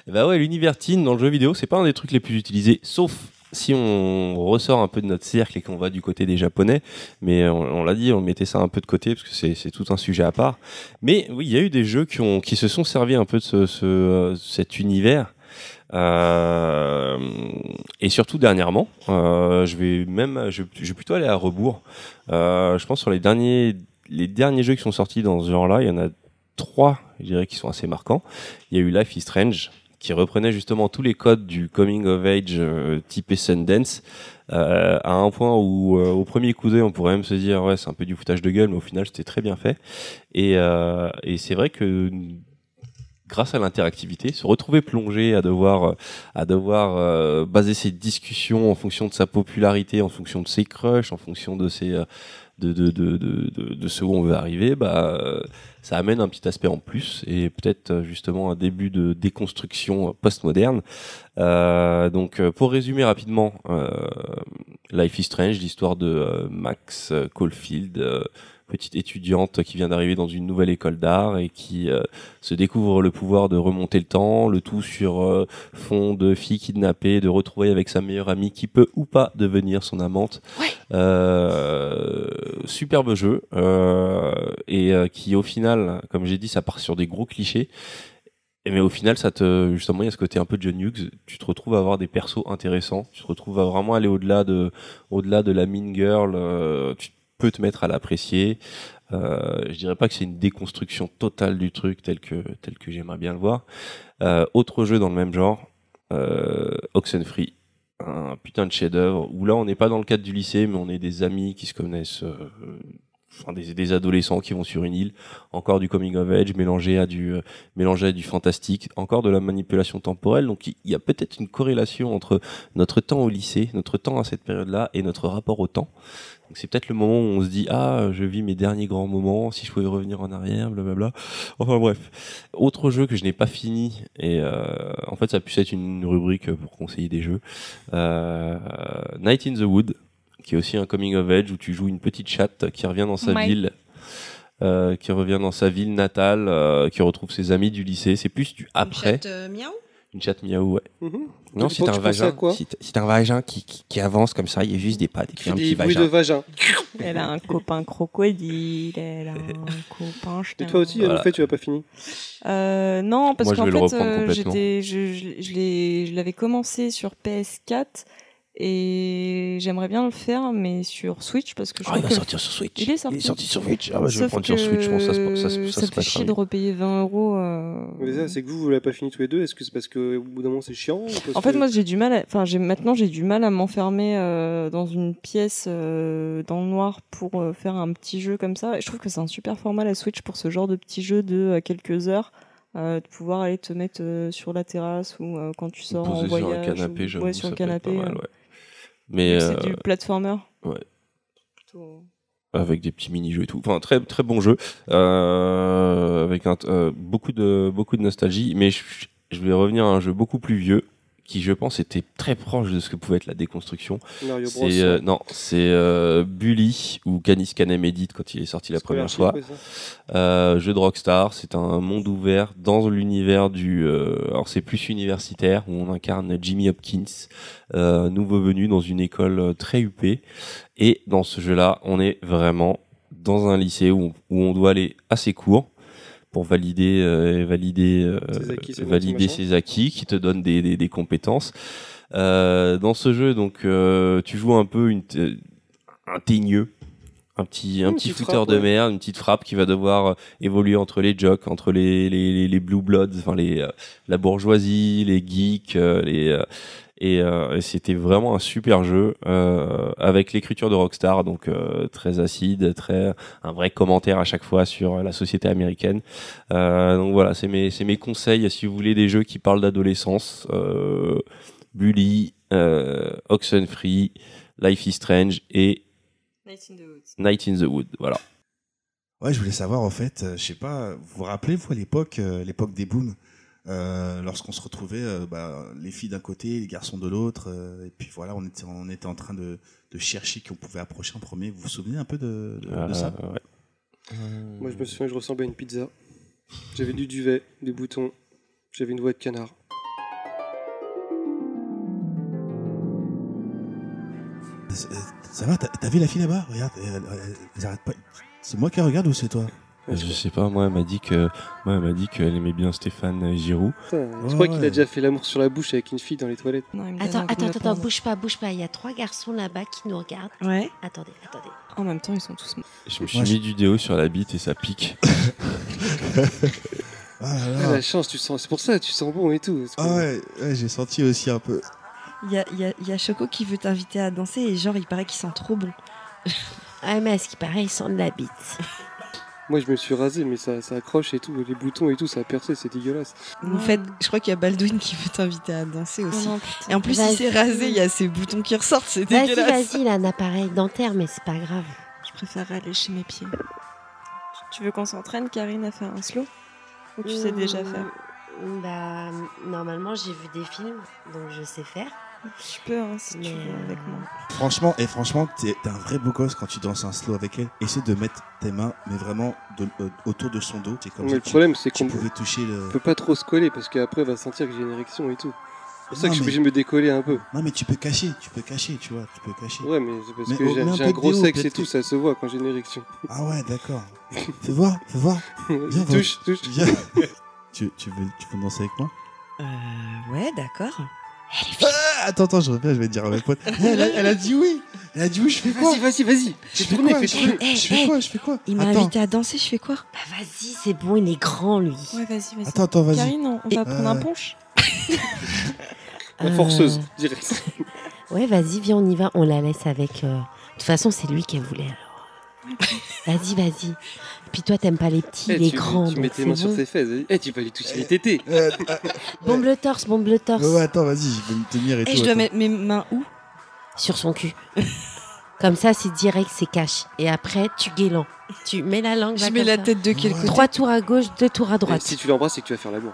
Speaker 1: Bah ouais, l'univers teen dans le jeu vidéo, c'est pas un des trucs les plus utilisés, sauf si on ressort un peu de notre cercle et qu'on va du côté des japonais. Mais euh, on, on l'a dit, on mettait ça un peu de côté parce que c'est, c'est tout un sujet à part. Mais oui, il y a eu des jeux qui, ont, qui se sont servis un peu de ce, ce, euh, cet univers. Euh, et surtout dernièrement, euh, je vais même, je, je vais plutôt aller à rebours. Euh, je pense sur les derniers, les derniers jeux qui sont sortis dans ce genre-là, il y en a trois, je dirais, qui sont assez marquants. Il y a eu Life is Strange, qui reprenait justement tous les codes du coming of age euh, typé Sundance euh, à un point où euh, au premier coup d'œil on pourrait même se dire ouais c'est un peu du foutage de gueule mais au final c'était très bien fait et, euh, et c'est vrai que grâce à l'interactivité, se retrouver plongé à devoir, euh, à devoir euh, baser ses discussions en fonction de sa popularité, en fonction de ses crushs, en fonction de ses, euh, de, de, de, de, de, de ce où on veut arriver, bah, euh, ça amène un petit aspect en plus et peut-être euh, justement un début de déconstruction euh, postmoderne. Euh, donc, euh, pour résumer rapidement, euh, Life is Strange, l'histoire de euh, Max euh, Caulfield, euh, petite étudiante qui vient d'arriver dans une nouvelle école d'art et qui euh, se découvre le pouvoir de remonter le temps, le tout sur euh, fond de filles kidnappées, de retrouver avec sa meilleure amie qui peut ou pas devenir son amante. Euh, superbe jeu euh, et euh, qui au final, comme j'ai dit, ça part sur des gros clichés. Et mais au final, ça te justement, il y a ce côté un peu John Hughes. Tu te retrouves à avoir des persos intéressants. Tu te retrouves à vraiment aller au-delà de, au-delà de la mean girl. euh, tu peux te mettre à l'apprécier. Euh, je dirais pas que c'est une déconstruction totale du truc tel que tel que j'aimerais bien le voir. Euh, autre jeu dans le même genre, euh, Oxenfree, un putain de chef-d'œuvre. Où là, on n'est pas dans le cadre du lycée, mais on est des amis qui se connaissent. euh, Enfin, des, des adolescents qui vont sur une île, encore du coming of age mélangé à du euh, mélangé à du fantastique, encore de la manipulation temporelle. Donc il y a peut-être une corrélation entre notre temps au lycée, notre temps à cette période-là et notre rapport au temps. Donc c'est peut-être le moment où on se dit ah je vis mes derniers grands moments si je pouvais revenir en arrière blablabla. Enfin bref, autre jeu que je n'ai pas fini et euh, en fait ça puisse être une rubrique pour conseiller des jeux. Euh, Night in the Wood qui est aussi un coming of age où tu joues une petite chatte qui revient dans sa
Speaker 6: Ouais.
Speaker 1: ville. euh, qui revient dans sa ville natale, euh, qui retrouve ses amis du lycée. C'est plus du après.
Speaker 4: Chat, euh, miaou
Speaker 1: Une chatte miaou, ouais.
Speaker 5: Mhm.
Speaker 1: Non,
Speaker 5: Tu
Speaker 1: c'est
Speaker 5: penses-
Speaker 1: un
Speaker 5: tu pensais à
Speaker 1: vagin.
Speaker 5: quoi
Speaker 1: C'est c'est un vagin qui, qui, qui avance comme ça. Il y a juste des pattes et puis
Speaker 5: Qui
Speaker 1: un
Speaker 5: des
Speaker 1: petit
Speaker 5: bruits de
Speaker 1: vagin.
Speaker 5: vagin.
Speaker 6: Elle a un copain crocodile, elle a un copain chien.
Speaker 5: Et toi aussi,
Speaker 1: Voilà.
Speaker 5: en fait, tu n'as pas fini.
Speaker 6: Euh, non, parce
Speaker 1: Moi, je
Speaker 6: qu'en
Speaker 1: vais le
Speaker 6: fait,
Speaker 1: reprendre
Speaker 6: euh,
Speaker 1: complètement.
Speaker 6: j'étais, je, je, je l'ai- je l'avais commencé sur PS4 et j'aimerais bien le faire, mais sur Switch parce que je
Speaker 1: Ah,
Speaker 6: trouve
Speaker 1: <laughs> il va
Speaker 6: que-
Speaker 1: sortir sur Switch.
Speaker 6: Il est sorti.
Speaker 1: sur Switch. Ah, bah, je vais le
Speaker 6: Sauf
Speaker 1: prendre sur
Speaker 6: que
Speaker 1: Switch. Je pense que ça se ça, se- ça,
Speaker 6: ça
Speaker 1: se
Speaker 6: fait
Speaker 1: passera
Speaker 6: chier de
Speaker 1: bien.
Speaker 6: repayer 20 euros. euh,
Speaker 5: Mais ça, c'est que vous, vous l'avez pas fini tous les deux. Est-ce que c'est parce que au bout d'un moment, c'est chiant ou parce
Speaker 6: En fait,
Speaker 5: que-
Speaker 6: moi, j'ai du mal. à- Enfin, j'ai maintenant, j'ai du mal à m'enfermer euh, dans une pièce euh, dans le noir pour euh, faire un petit jeu comme ça. Et je trouve que c'est un super format la Switch pour ce genre de petit jeu de euh, quelques heures, euh, de pouvoir aller te mettre euh, sur la terrasse ou euh, quand tu sors en
Speaker 1: Posé
Speaker 6: voyage.
Speaker 1: sur un canapé,
Speaker 6: ou-
Speaker 1: j'avoue,
Speaker 6: ouais, sur
Speaker 1: ça
Speaker 6: le
Speaker 1: peut être
Speaker 6: canapé.
Speaker 1: pas mal,
Speaker 6: euh,
Speaker 1: ouais. Mais
Speaker 6: vu que C'est
Speaker 1: euh,
Speaker 6: du platformer.
Speaker 1: ouais.
Speaker 6: Plutôt-
Speaker 1: avec des petits mini-jeux et tout. Enfin, très très bon jeu, euh, avec un t- euh, beaucoup de beaucoup de nostalgie. Mais je, je vais revenir à un jeu beaucoup plus vieux, qui je pense était très proche de ce que pouvait être la déconstruction.
Speaker 5: Mario Bros. hein.
Speaker 1: C'est euh, non, c'est euh, Bully ou Canis Canem Edit quand il est sorti la
Speaker 5: Parce que
Speaker 1: première
Speaker 5: l'archi,
Speaker 1: fois.
Speaker 5: ouais, ça.
Speaker 1: Euh, jeu de Rockstar, c'est un monde ouvert dans l'univers du. euh, alors c'est plus universitaire où on incarne Jimmy Hopkins, euh, nouveau venu dans une école euh, très huppée. Et dans ce jeu-là, on est vraiment dans un lycée où, où on doit aller assez court pour valider euh, et valider euh,
Speaker 5: Ses acquis, ses
Speaker 1: valider
Speaker 5: motivations.
Speaker 1: ses acquis qui te donnent des, des, des compétences. Euh, dans ce jeu, donc euh, tu joues un peu une t- un teigneux, un petit un
Speaker 5: Une
Speaker 1: petit
Speaker 5: Mmh, petite
Speaker 1: footeur
Speaker 5: frappe,
Speaker 1: de
Speaker 5: ouais.
Speaker 1: merde, une petite frappe qui va devoir euh, évoluer entre les jocks, entre les les, les, les blue bloods, enfin les euh, la bourgeoisie, les geeks, euh, les euh, et, euh, et c'était vraiment un super jeu euh, avec l'écriture de Rockstar, donc euh, très acide, très un vrai commentaire à chaque fois sur euh, la société américaine. Euh, donc voilà, c'est mes c'est mes conseils si vous voulez des jeux qui parlent d'adolescence. Euh, Bully, euh, Oxenfree, Life is Strange et Night in the Wood. Voilà.
Speaker 10: Ouais, je voulais savoir en fait, euh, je sais pas, vous vous rappelez vous à l'époque, euh, l'époque des booms, euh, lorsqu'on se retrouvait, euh, bah, les filles d'un côté, les garçons de l'autre, euh, et puis voilà, on était, on était en train de, de chercher qui on pouvait approcher en premier. Vous vous souvenez un peu de, de- de
Speaker 2: Ah.
Speaker 10: ça
Speaker 1: Euh, ouais. Euh,
Speaker 5: Moi, je me souviens que je ressemblais à une pizza. J'avais du duvet, des boutons. J'avais une voix de canard.
Speaker 10: Euh, Ça va, t'as- t'as vu la fille là-bas Regarde, elle, elle- elle arrête pas. C'est moi qui la regarde ou c'est toi
Speaker 1: Euh, Je sais pas, moi elle m'a dit que moi elle m'a dit qu'elle aimait bien Stéphane Giroud.
Speaker 5: Putain, je
Speaker 10: Ouais,
Speaker 5: crois qu'il a
Speaker 10: ouais.
Speaker 5: déjà fait l'amour sur la bouche avec une fille dans les toilettes.
Speaker 6: Non, il me donne
Speaker 3: Attends,
Speaker 6: envie de
Speaker 3: attends,
Speaker 6: la
Speaker 3: attends,
Speaker 6: prendre.
Speaker 3: bouge pas, bouge pas. Il y a trois garçons là-bas qui nous regardent.
Speaker 4: Ouais.
Speaker 3: Attendez, attendez.
Speaker 6: En même temps, ils sont tous.
Speaker 1: Je me suis
Speaker 10: Moi, je-
Speaker 1: mis du déo sur la bite et ça pique.
Speaker 10: Ah là
Speaker 5: Ah,
Speaker 10: là.
Speaker 5: la chance, tu sens. C'est pour ça, tu sens bon et tout. Parce que-
Speaker 10: Ah ouais, ouais, j'ai senti aussi un peu.
Speaker 4: Il y a, il y a- il y a Choco qui veut t'inviter à danser et genre, il paraît qu'il sent trop bon.
Speaker 5: <laughs>
Speaker 3: Ah, mais à ce qui paraît, ils sont de la bite.
Speaker 5: Moi, je me suis rasé, mais ça, ça accroche et tout. Les boutons et tout, ça a percé, c'est dégueulasse.
Speaker 4: Vous faites, je crois qu'il y a Baldwin qui veut t'inviter à
Speaker 3: Ah
Speaker 4: danser aussi. Et en plus,
Speaker 3: Vas-y.
Speaker 4: il s'est rasé, il y a ces boutons qui ressortent, c'est
Speaker 3: Vas-y,
Speaker 4: dégueulasse.
Speaker 3: vas-y, il a un appareil dentaire, mais c'est pas grave.
Speaker 6: Je préférerais aller chez mes pieds. Tu- Tu veux qu'on s'entraîne, Karine, à faire un slow Ou tu sais déjà faire
Speaker 3: Mm, Bah, normalement, j'ai vu des films, donc je sais faire.
Speaker 6: Je peux, hein, si tu
Speaker 3: Mais,
Speaker 6: veux, avec
Speaker 3: euh,
Speaker 6: moi.
Speaker 2: Franchement, et franchement, t'es t'es un vrai beau gosse quand tu danses un slow avec elle. Essaie de mettre tes mains, mais vraiment de- euh, autour de son dos. C'est comme
Speaker 5: Mais
Speaker 2: ça.
Speaker 5: le
Speaker 2: tu-
Speaker 5: problème, c'est
Speaker 2: tu
Speaker 5: qu'on
Speaker 2: pouvais toucher le.
Speaker 5: peut pas trop se coller parce qu'après, elle va sentir que j'ai une érection et tout. C'est pour ça que
Speaker 2: Non,
Speaker 5: je suis
Speaker 2: mais-
Speaker 5: obligé de me décoller un peu.
Speaker 2: Non, mais tu peux cacher, tu peux cacher, tu vois, tu peux cacher.
Speaker 5: Ouais, mais c'est parce
Speaker 2: Mais
Speaker 5: que
Speaker 2: on
Speaker 5: j'ai
Speaker 2: met un
Speaker 5: j'ai
Speaker 2: peu
Speaker 5: un
Speaker 2: de
Speaker 5: gros
Speaker 2: déo,
Speaker 5: sexe et
Speaker 2: peut-être
Speaker 5: tout,
Speaker 2: que-
Speaker 5: ça se voit quand j'ai une érection.
Speaker 2: Ah ouais, d'accord. fais voir, fais voir. Viens, va-
Speaker 5: touche, touche.
Speaker 2: Viens. <laughs> tu, tu, veux, tu veux danser avec moi
Speaker 11: ouais, d'accord.
Speaker 2: Ah, Attends, attends, je reviens, je vais dire à mes potes. Eh, Elle a, elle a dit oui Elle a dit oui, je fais quoi
Speaker 5: vas-y, vas-y.
Speaker 2: Je
Speaker 5: J'ai
Speaker 2: fais
Speaker 5: tourné,
Speaker 2: quoi
Speaker 5: fais
Speaker 2: Je fais-
Speaker 5: tourner.
Speaker 3: Eh,
Speaker 2: je fais
Speaker 3: eh,
Speaker 2: quoi Je fais quoi
Speaker 4: Il m'a
Speaker 2: Attends,
Speaker 4: invité à danser, je fais quoi
Speaker 3: Bah, vas-y, c'est bon, il est grand, lui.
Speaker 6: Ouais, vas-y, vas-y.
Speaker 2: attends, attends, vas-y.
Speaker 6: Karine, on on va
Speaker 2: Et-
Speaker 6: prendre un
Speaker 2: Euh,
Speaker 6: punch.
Speaker 5: La
Speaker 3: Euh,
Speaker 5: forceuse, direct.
Speaker 3: Ouais, vas-y, viens, on y va. On la laisse avec. euh, De toute façon, c'est lui qui a voulu, alors. Vas-y, vas-y. Puis toi, t'aimes pas les petits,
Speaker 5: Eh,
Speaker 3: les
Speaker 5: tu,
Speaker 3: grands.
Speaker 5: tu
Speaker 3: donc
Speaker 5: mets tes
Speaker 3: c'est
Speaker 5: mains sur
Speaker 3: bon.
Speaker 5: ses fesses. vas-y. Eh, tu vas lui toucher les tétés.
Speaker 2: Euh, euh,
Speaker 3: Bombe le torse, bombe le torse.
Speaker 2: ouais, attends, vas-y, je vais me tenir et
Speaker 4: Et
Speaker 2: tout.
Speaker 4: je dois
Speaker 2: attends.
Speaker 4: mettre mes mains où
Speaker 3: Sur son cul. <laughs> Comme ça, c'est direct, c'est cash. Et après, tu guélan. Tu mets la langue.
Speaker 4: Je
Speaker 3: va
Speaker 4: mets
Speaker 3: comme
Speaker 4: la
Speaker 3: ça.
Speaker 4: tête de quel
Speaker 2: Ouais.
Speaker 4: côté
Speaker 3: <laughs> Trois tours à gauche, deux tours à
Speaker 5: Eh,
Speaker 3: droite.
Speaker 5: Si tu l'embrasses, c'est que tu vas faire l'amour.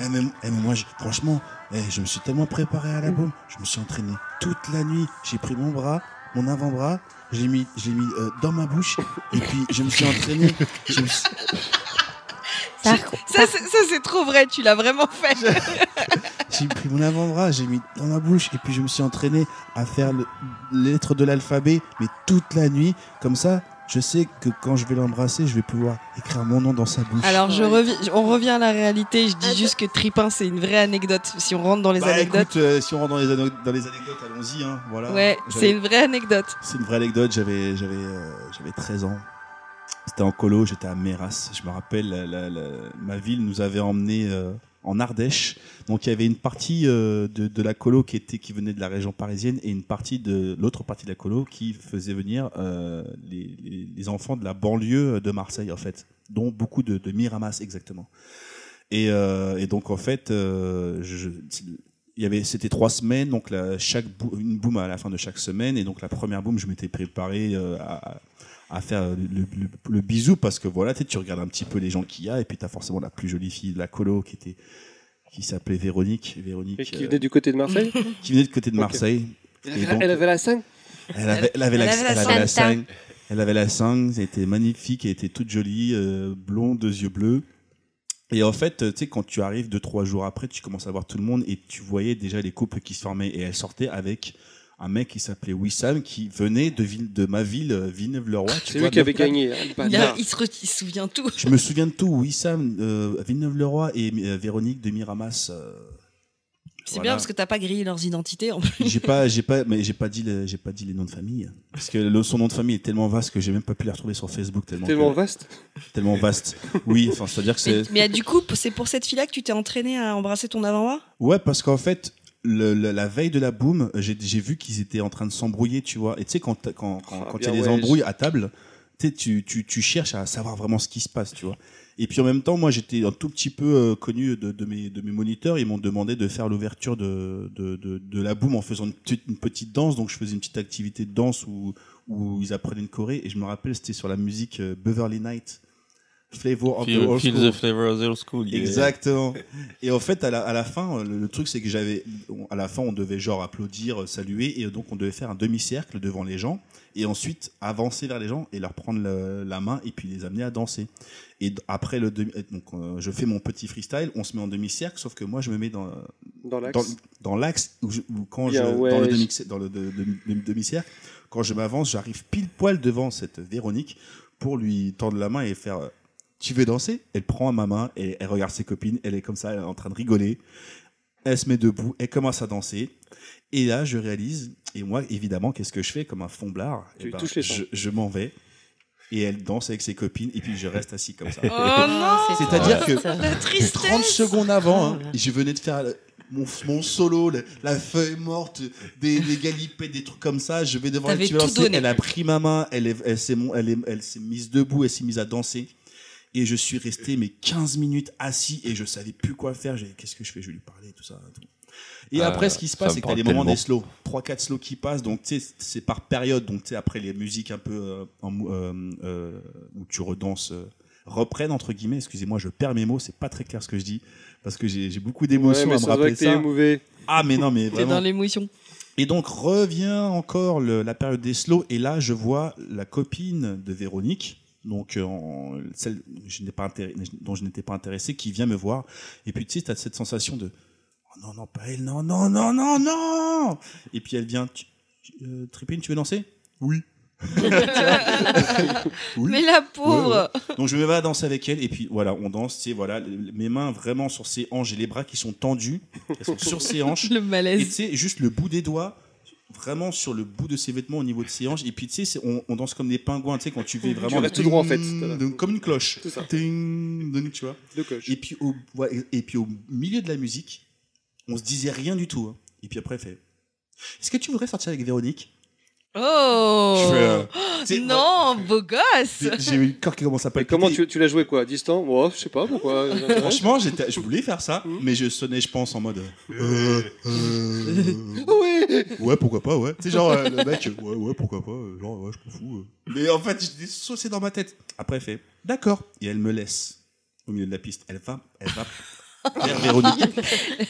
Speaker 2: Eh mais, eh, mais moi, je- franchement, eh, je me suis tellement préparé à la bombe. Je me suis entraîné toute la nuit. J'ai pris mon bras, mon avant-bras, je l'ai mis, je l'ai mis euh, dans ma bouche. Et puis, je me suis entraîné. Je me suis-
Speaker 3: Par-
Speaker 4: Ça, c'est ça, c'est trop vrai, tu l'as vraiment fait.
Speaker 2: J'ai pris mon avant-bras, j'ai mis dans ma bouche. Et puis, je me suis entraîné à faire le- les lettres de l'alphabet, mais toute la nuit. Comme ça, je sais que quand je vais l'embrasser, je vais pouvoir écrire mon nom dans sa bouche.
Speaker 4: Alors, je
Speaker 6: Ouais.
Speaker 4: reviens, on revient à la réalité. Je dis
Speaker 3: Attends.
Speaker 4: juste que Tripin, c'est une vraie anecdote. Si on rentre dans les
Speaker 2: Bah,
Speaker 4: anecdotes,
Speaker 2: écoute, euh, si on rentre dans les, ano- dans les anecdotes, allons-y. hein, voilà.
Speaker 4: ouais,
Speaker 2: J'avais-
Speaker 4: c'est une vraie anecdote.
Speaker 2: C'est une vraie anecdote, j'avais j'avais euh, j'avais 13 ans. C'était en colo, j'étais à Méras. Je me rappelle, la- la- la- ma ville nous avait emmenés euh, en Ardèche. Donc il y avait une partie euh, de, de la colo qui, était, qui venait de la région parisienne et une partie de l'autre partie de la colo qui faisait venir euh, les, les- les enfants de la banlieue de Marseille, en fait, dont beaucoup de, de Miramas exactement. Et, euh, et donc en fait, euh, je- il y avait c'était trois semaines donc la, chaque bou- une boum à la fin de chaque semaine et donc la première boum je m'étais préparé euh, à, à faire le, le- le bisou parce que voilà tu sais, tu regardes un petit peu les gens qu'il y a et puis t'as forcément la plus jolie fille de la colo qui était qui s'appelait Véronique Véronique
Speaker 5: Et qui
Speaker 2: euh,
Speaker 5: venait du côté de Marseille.
Speaker 2: qui venait de côté de
Speaker 5: Ok.
Speaker 2: Marseille
Speaker 5: Elle
Speaker 2: Et
Speaker 5: avait,
Speaker 2: donc-
Speaker 5: la- elle avait la 5
Speaker 2: elle avait, elle avait la,
Speaker 4: Elle avait la
Speaker 2: elle avait la
Speaker 3: Santa.
Speaker 2: sangle. Elle avait la sangle, Elle était magnifique. Elle était toute jolie, euh, blonde, deux yeux bleus. Et en fait, euh, tu sais, quand tu arrives deux, trois jours après, tu commences à voir tout le monde et tu voyais déjà les couples qui se formaient. Et elle sortait avec un mec qui s'appelait Wissam, qui venait de, ville, de ma ville, euh, Villeneuve-le-Roi. Tu
Speaker 5: C'est
Speaker 2: vois,
Speaker 5: lui qui avait
Speaker 2: donc là,
Speaker 5: gagné. hein, le
Speaker 4: Il, a-
Speaker 5: bâtard.
Speaker 4: il se, re- il se souvient tout.
Speaker 2: Je me souviens de tout. Wissam, euh, Villeneuve-le-Roi et euh, Véronique de Miramas. euh,
Speaker 4: C'est
Speaker 2: voilà.
Speaker 4: bien parce que t'as pas grillé leurs identités. en plus.
Speaker 2: J'ai pas, j'ai pas, mais j'ai pas dit, le- j'ai pas dit les noms de famille parce que le, son nom de famille est tellement vaste que j'ai même pas pu les retrouver sur Facebook tellement
Speaker 5: Tellement
Speaker 2: que-
Speaker 5: vaste.
Speaker 2: tellement vaste. Oui, enfin, c'est à dire que
Speaker 4: Mais,
Speaker 2: c'est
Speaker 4: <laughs> mais, ah, du coup, c'est pour cette fille-là que tu t'es entraîné à embrasser ton avant-bras
Speaker 2: ouais parce qu'en fait. le- le- la veille de la boom, j'ai j'ai vu qu'ils étaient en train de s'embrouiller, tu vois. Et tu sais, quand t'as- quand quand-
Speaker 5: Ah,
Speaker 2: quand il y a
Speaker 5: bien,
Speaker 2: des
Speaker 5: ouais,
Speaker 2: embrouilles à table, tu sais, tu, tu, tu cherches à savoir vraiment ce qui se passe, tu vois. Et puis en même temps, moi, j'étais un tout petit peu euh, connu de, de mes, de mes moniteurs. Ils m'ont demandé de faire l'ouverture de, de, de, de la boum en faisant une petite, une petite danse. Donc, je faisais une petite activité de danse où, où ils apprenaient une choré. Et je me rappelle, c'était sur la musique euh, Beverly Night, Flavor of the
Speaker 1: Feel,
Speaker 2: Old
Speaker 1: feel
Speaker 2: School.
Speaker 1: the flavor of the school. yeah.
Speaker 2: Exactement. Et en fait, à la, à la fin, euh, le, le truc, c'est que j'avais. on- À la fin, on devait genre applaudir, euh, saluer, et donc on devait faire un demi-cercle devant les gens, et ensuite avancer vers les gens et leur prendre le- la main et puis les amener à danser. Et d- après le demi, donc euh, je fais mon petit freestyle, on se met en demi-cercle, sauf que moi je me mets dans
Speaker 5: Dans
Speaker 2: dans,
Speaker 5: l'axe.
Speaker 2: dans l'axe où, je- où quand
Speaker 5: Bien,
Speaker 2: je
Speaker 5: ouais,
Speaker 2: dans le
Speaker 5: je-
Speaker 2: demi dans le de- de- de- demi-cercle, quand je m'avance, j'arrive pile poil devant cette Véronique pour lui tendre la main et faire euh, tu veux danser Elle prend ma main et elle regarde ses copines, elle est comme ça, elle est en train de rigoler. Elle se met debout, elle commence à danser. Et là, je réalise, et moi, évidemment, qu'est-ce que je fais comme un fomblard
Speaker 5: Tu
Speaker 2: Eh
Speaker 5: lui touches les
Speaker 2: Je, je m'en vais, et elle danse avec ses copines, et puis je reste assis comme ça.
Speaker 4: Oh non
Speaker 2: C'est-à-dire
Speaker 3: triste.
Speaker 2: que-
Speaker 4: La tristesse
Speaker 2: 30 secondes avant, hein,
Speaker 3: Grave.
Speaker 2: je venais de faire mon, mon solo, la, la feuille morte, des, des galipettes, des trucs comme ça. Je vais devant elle.
Speaker 4: T'avais
Speaker 2: tu vas
Speaker 4: tout
Speaker 2: danser.
Speaker 4: donné.
Speaker 2: Elle a pris ma main, elle, est- elle s'est mon- elle est- elle s'est mise debout, elle s'est mise à danser. Et je suis resté mais 15 minutes assis et je savais plus quoi faire. J'ai dit, Qu'est-ce que je fais Je vais lui parler, tout ça. tout. Et
Speaker 1: Ah,
Speaker 2: après, ce qui se
Speaker 1: ça
Speaker 2: passe,
Speaker 1: me
Speaker 2: c'est que t'as
Speaker 1: parle
Speaker 2: des moments
Speaker 1: tellement.
Speaker 2: des slows. 3-4 slows qui passent, donc tu sais, c'est par période. Donc tu sais, après les musiques un peu euh, en mou- euh, euh, où tu redanses euh, reprennent, entre guillemets. Excusez-moi, je perds mes mots, c'est pas très clair ce que je dis. Parce que j'ai j'ai beaucoup
Speaker 5: Ouais,
Speaker 2: d'émotions
Speaker 5: mais
Speaker 2: à me
Speaker 5: ça se voit
Speaker 2: rappeler
Speaker 5: que t'es
Speaker 2: ça.
Speaker 5: émouvé.
Speaker 2: Ah, mais non, mais
Speaker 4: <laughs> T'es
Speaker 2: vraiment.
Speaker 4: dans l'émotion.
Speaker 2: Et donc revient encore le- la période des slows et là je vois la copine de Véronique, donc euh, en- celle je n'ai pas intér- dont je n'étais pas intéressé, qui vient me voir. Et puis tu sais, tu as cette sensation de oh, non, non, pas elle, non, non, non, non, non Et puis elle vient, Tu- euh, Tripine, tu veux danser
Speaker 4: <laughs>
Speaker 2: Oui. <laughs> Oui.
Speaker 4: Mais la pauvre
Speaker 2: Donc je me vais à danser avec elle et puis voilà, on danse, tu sais, voilà, le- mes mains vraiment sur ses hanches et les bras qui sont tendus, elles sont sur ses hanches.
Speaker 4: Le
Speaker 2: Et tu
Speaker 4: malaise.
Speaker 2: sais, juste le bout des doigts, vraiment sur le bout de ses vêtements au niveau de ses hanches. Et puis tu sais, c'est- on, on danse comme des pingouins, tu sais, quand tu fais vraiment.
Speaker 5: Tu restes tout droit, en fait.
Speaker 2: Ding, Comme une cloche.
Speaker 5: C'est ça.
Speaker 2: Ding, ding, tu vois.
Speaker 5: De coach.
Speaker 2: Et puis, au, ouais, et puis au milieu de la musique, on se disait rien du tout. hein. Et puis après, elle fait. Est-ce que tu voudrais sortir avec Véronique Je fais, euh,
Speaker 4: Oh
Speaker 2: tu sais,
Speaker 4: Non, beau gosse
Speaker 2: ouais, J'ai eu le corps qui commence à
Speaker 5: Et
Speaker 2: palpiter.
Speaker 5: comment tu, tu l'as joué quoi Distant Ouais, je sais pas pourquoi. <laughs>
Speaker 2: Franchement, j'étais- je voulais faire ça, mais je sonnais, je pense, en mode. euh, euh,
Speaker 5: oui
Speaker 2: Ouais, pourquoi pas, ouais. C'est genre, euh, le mec, euh, ouais, ouais, pourquoi pas, euh, genre, ouais, je m'en fous. euh. Mais en fait, j'étais saucé dans ma tête. Après, elle fait, d'accord. Et elle me laisse au milieu de la piste. Elle va, elle va vers Véronique.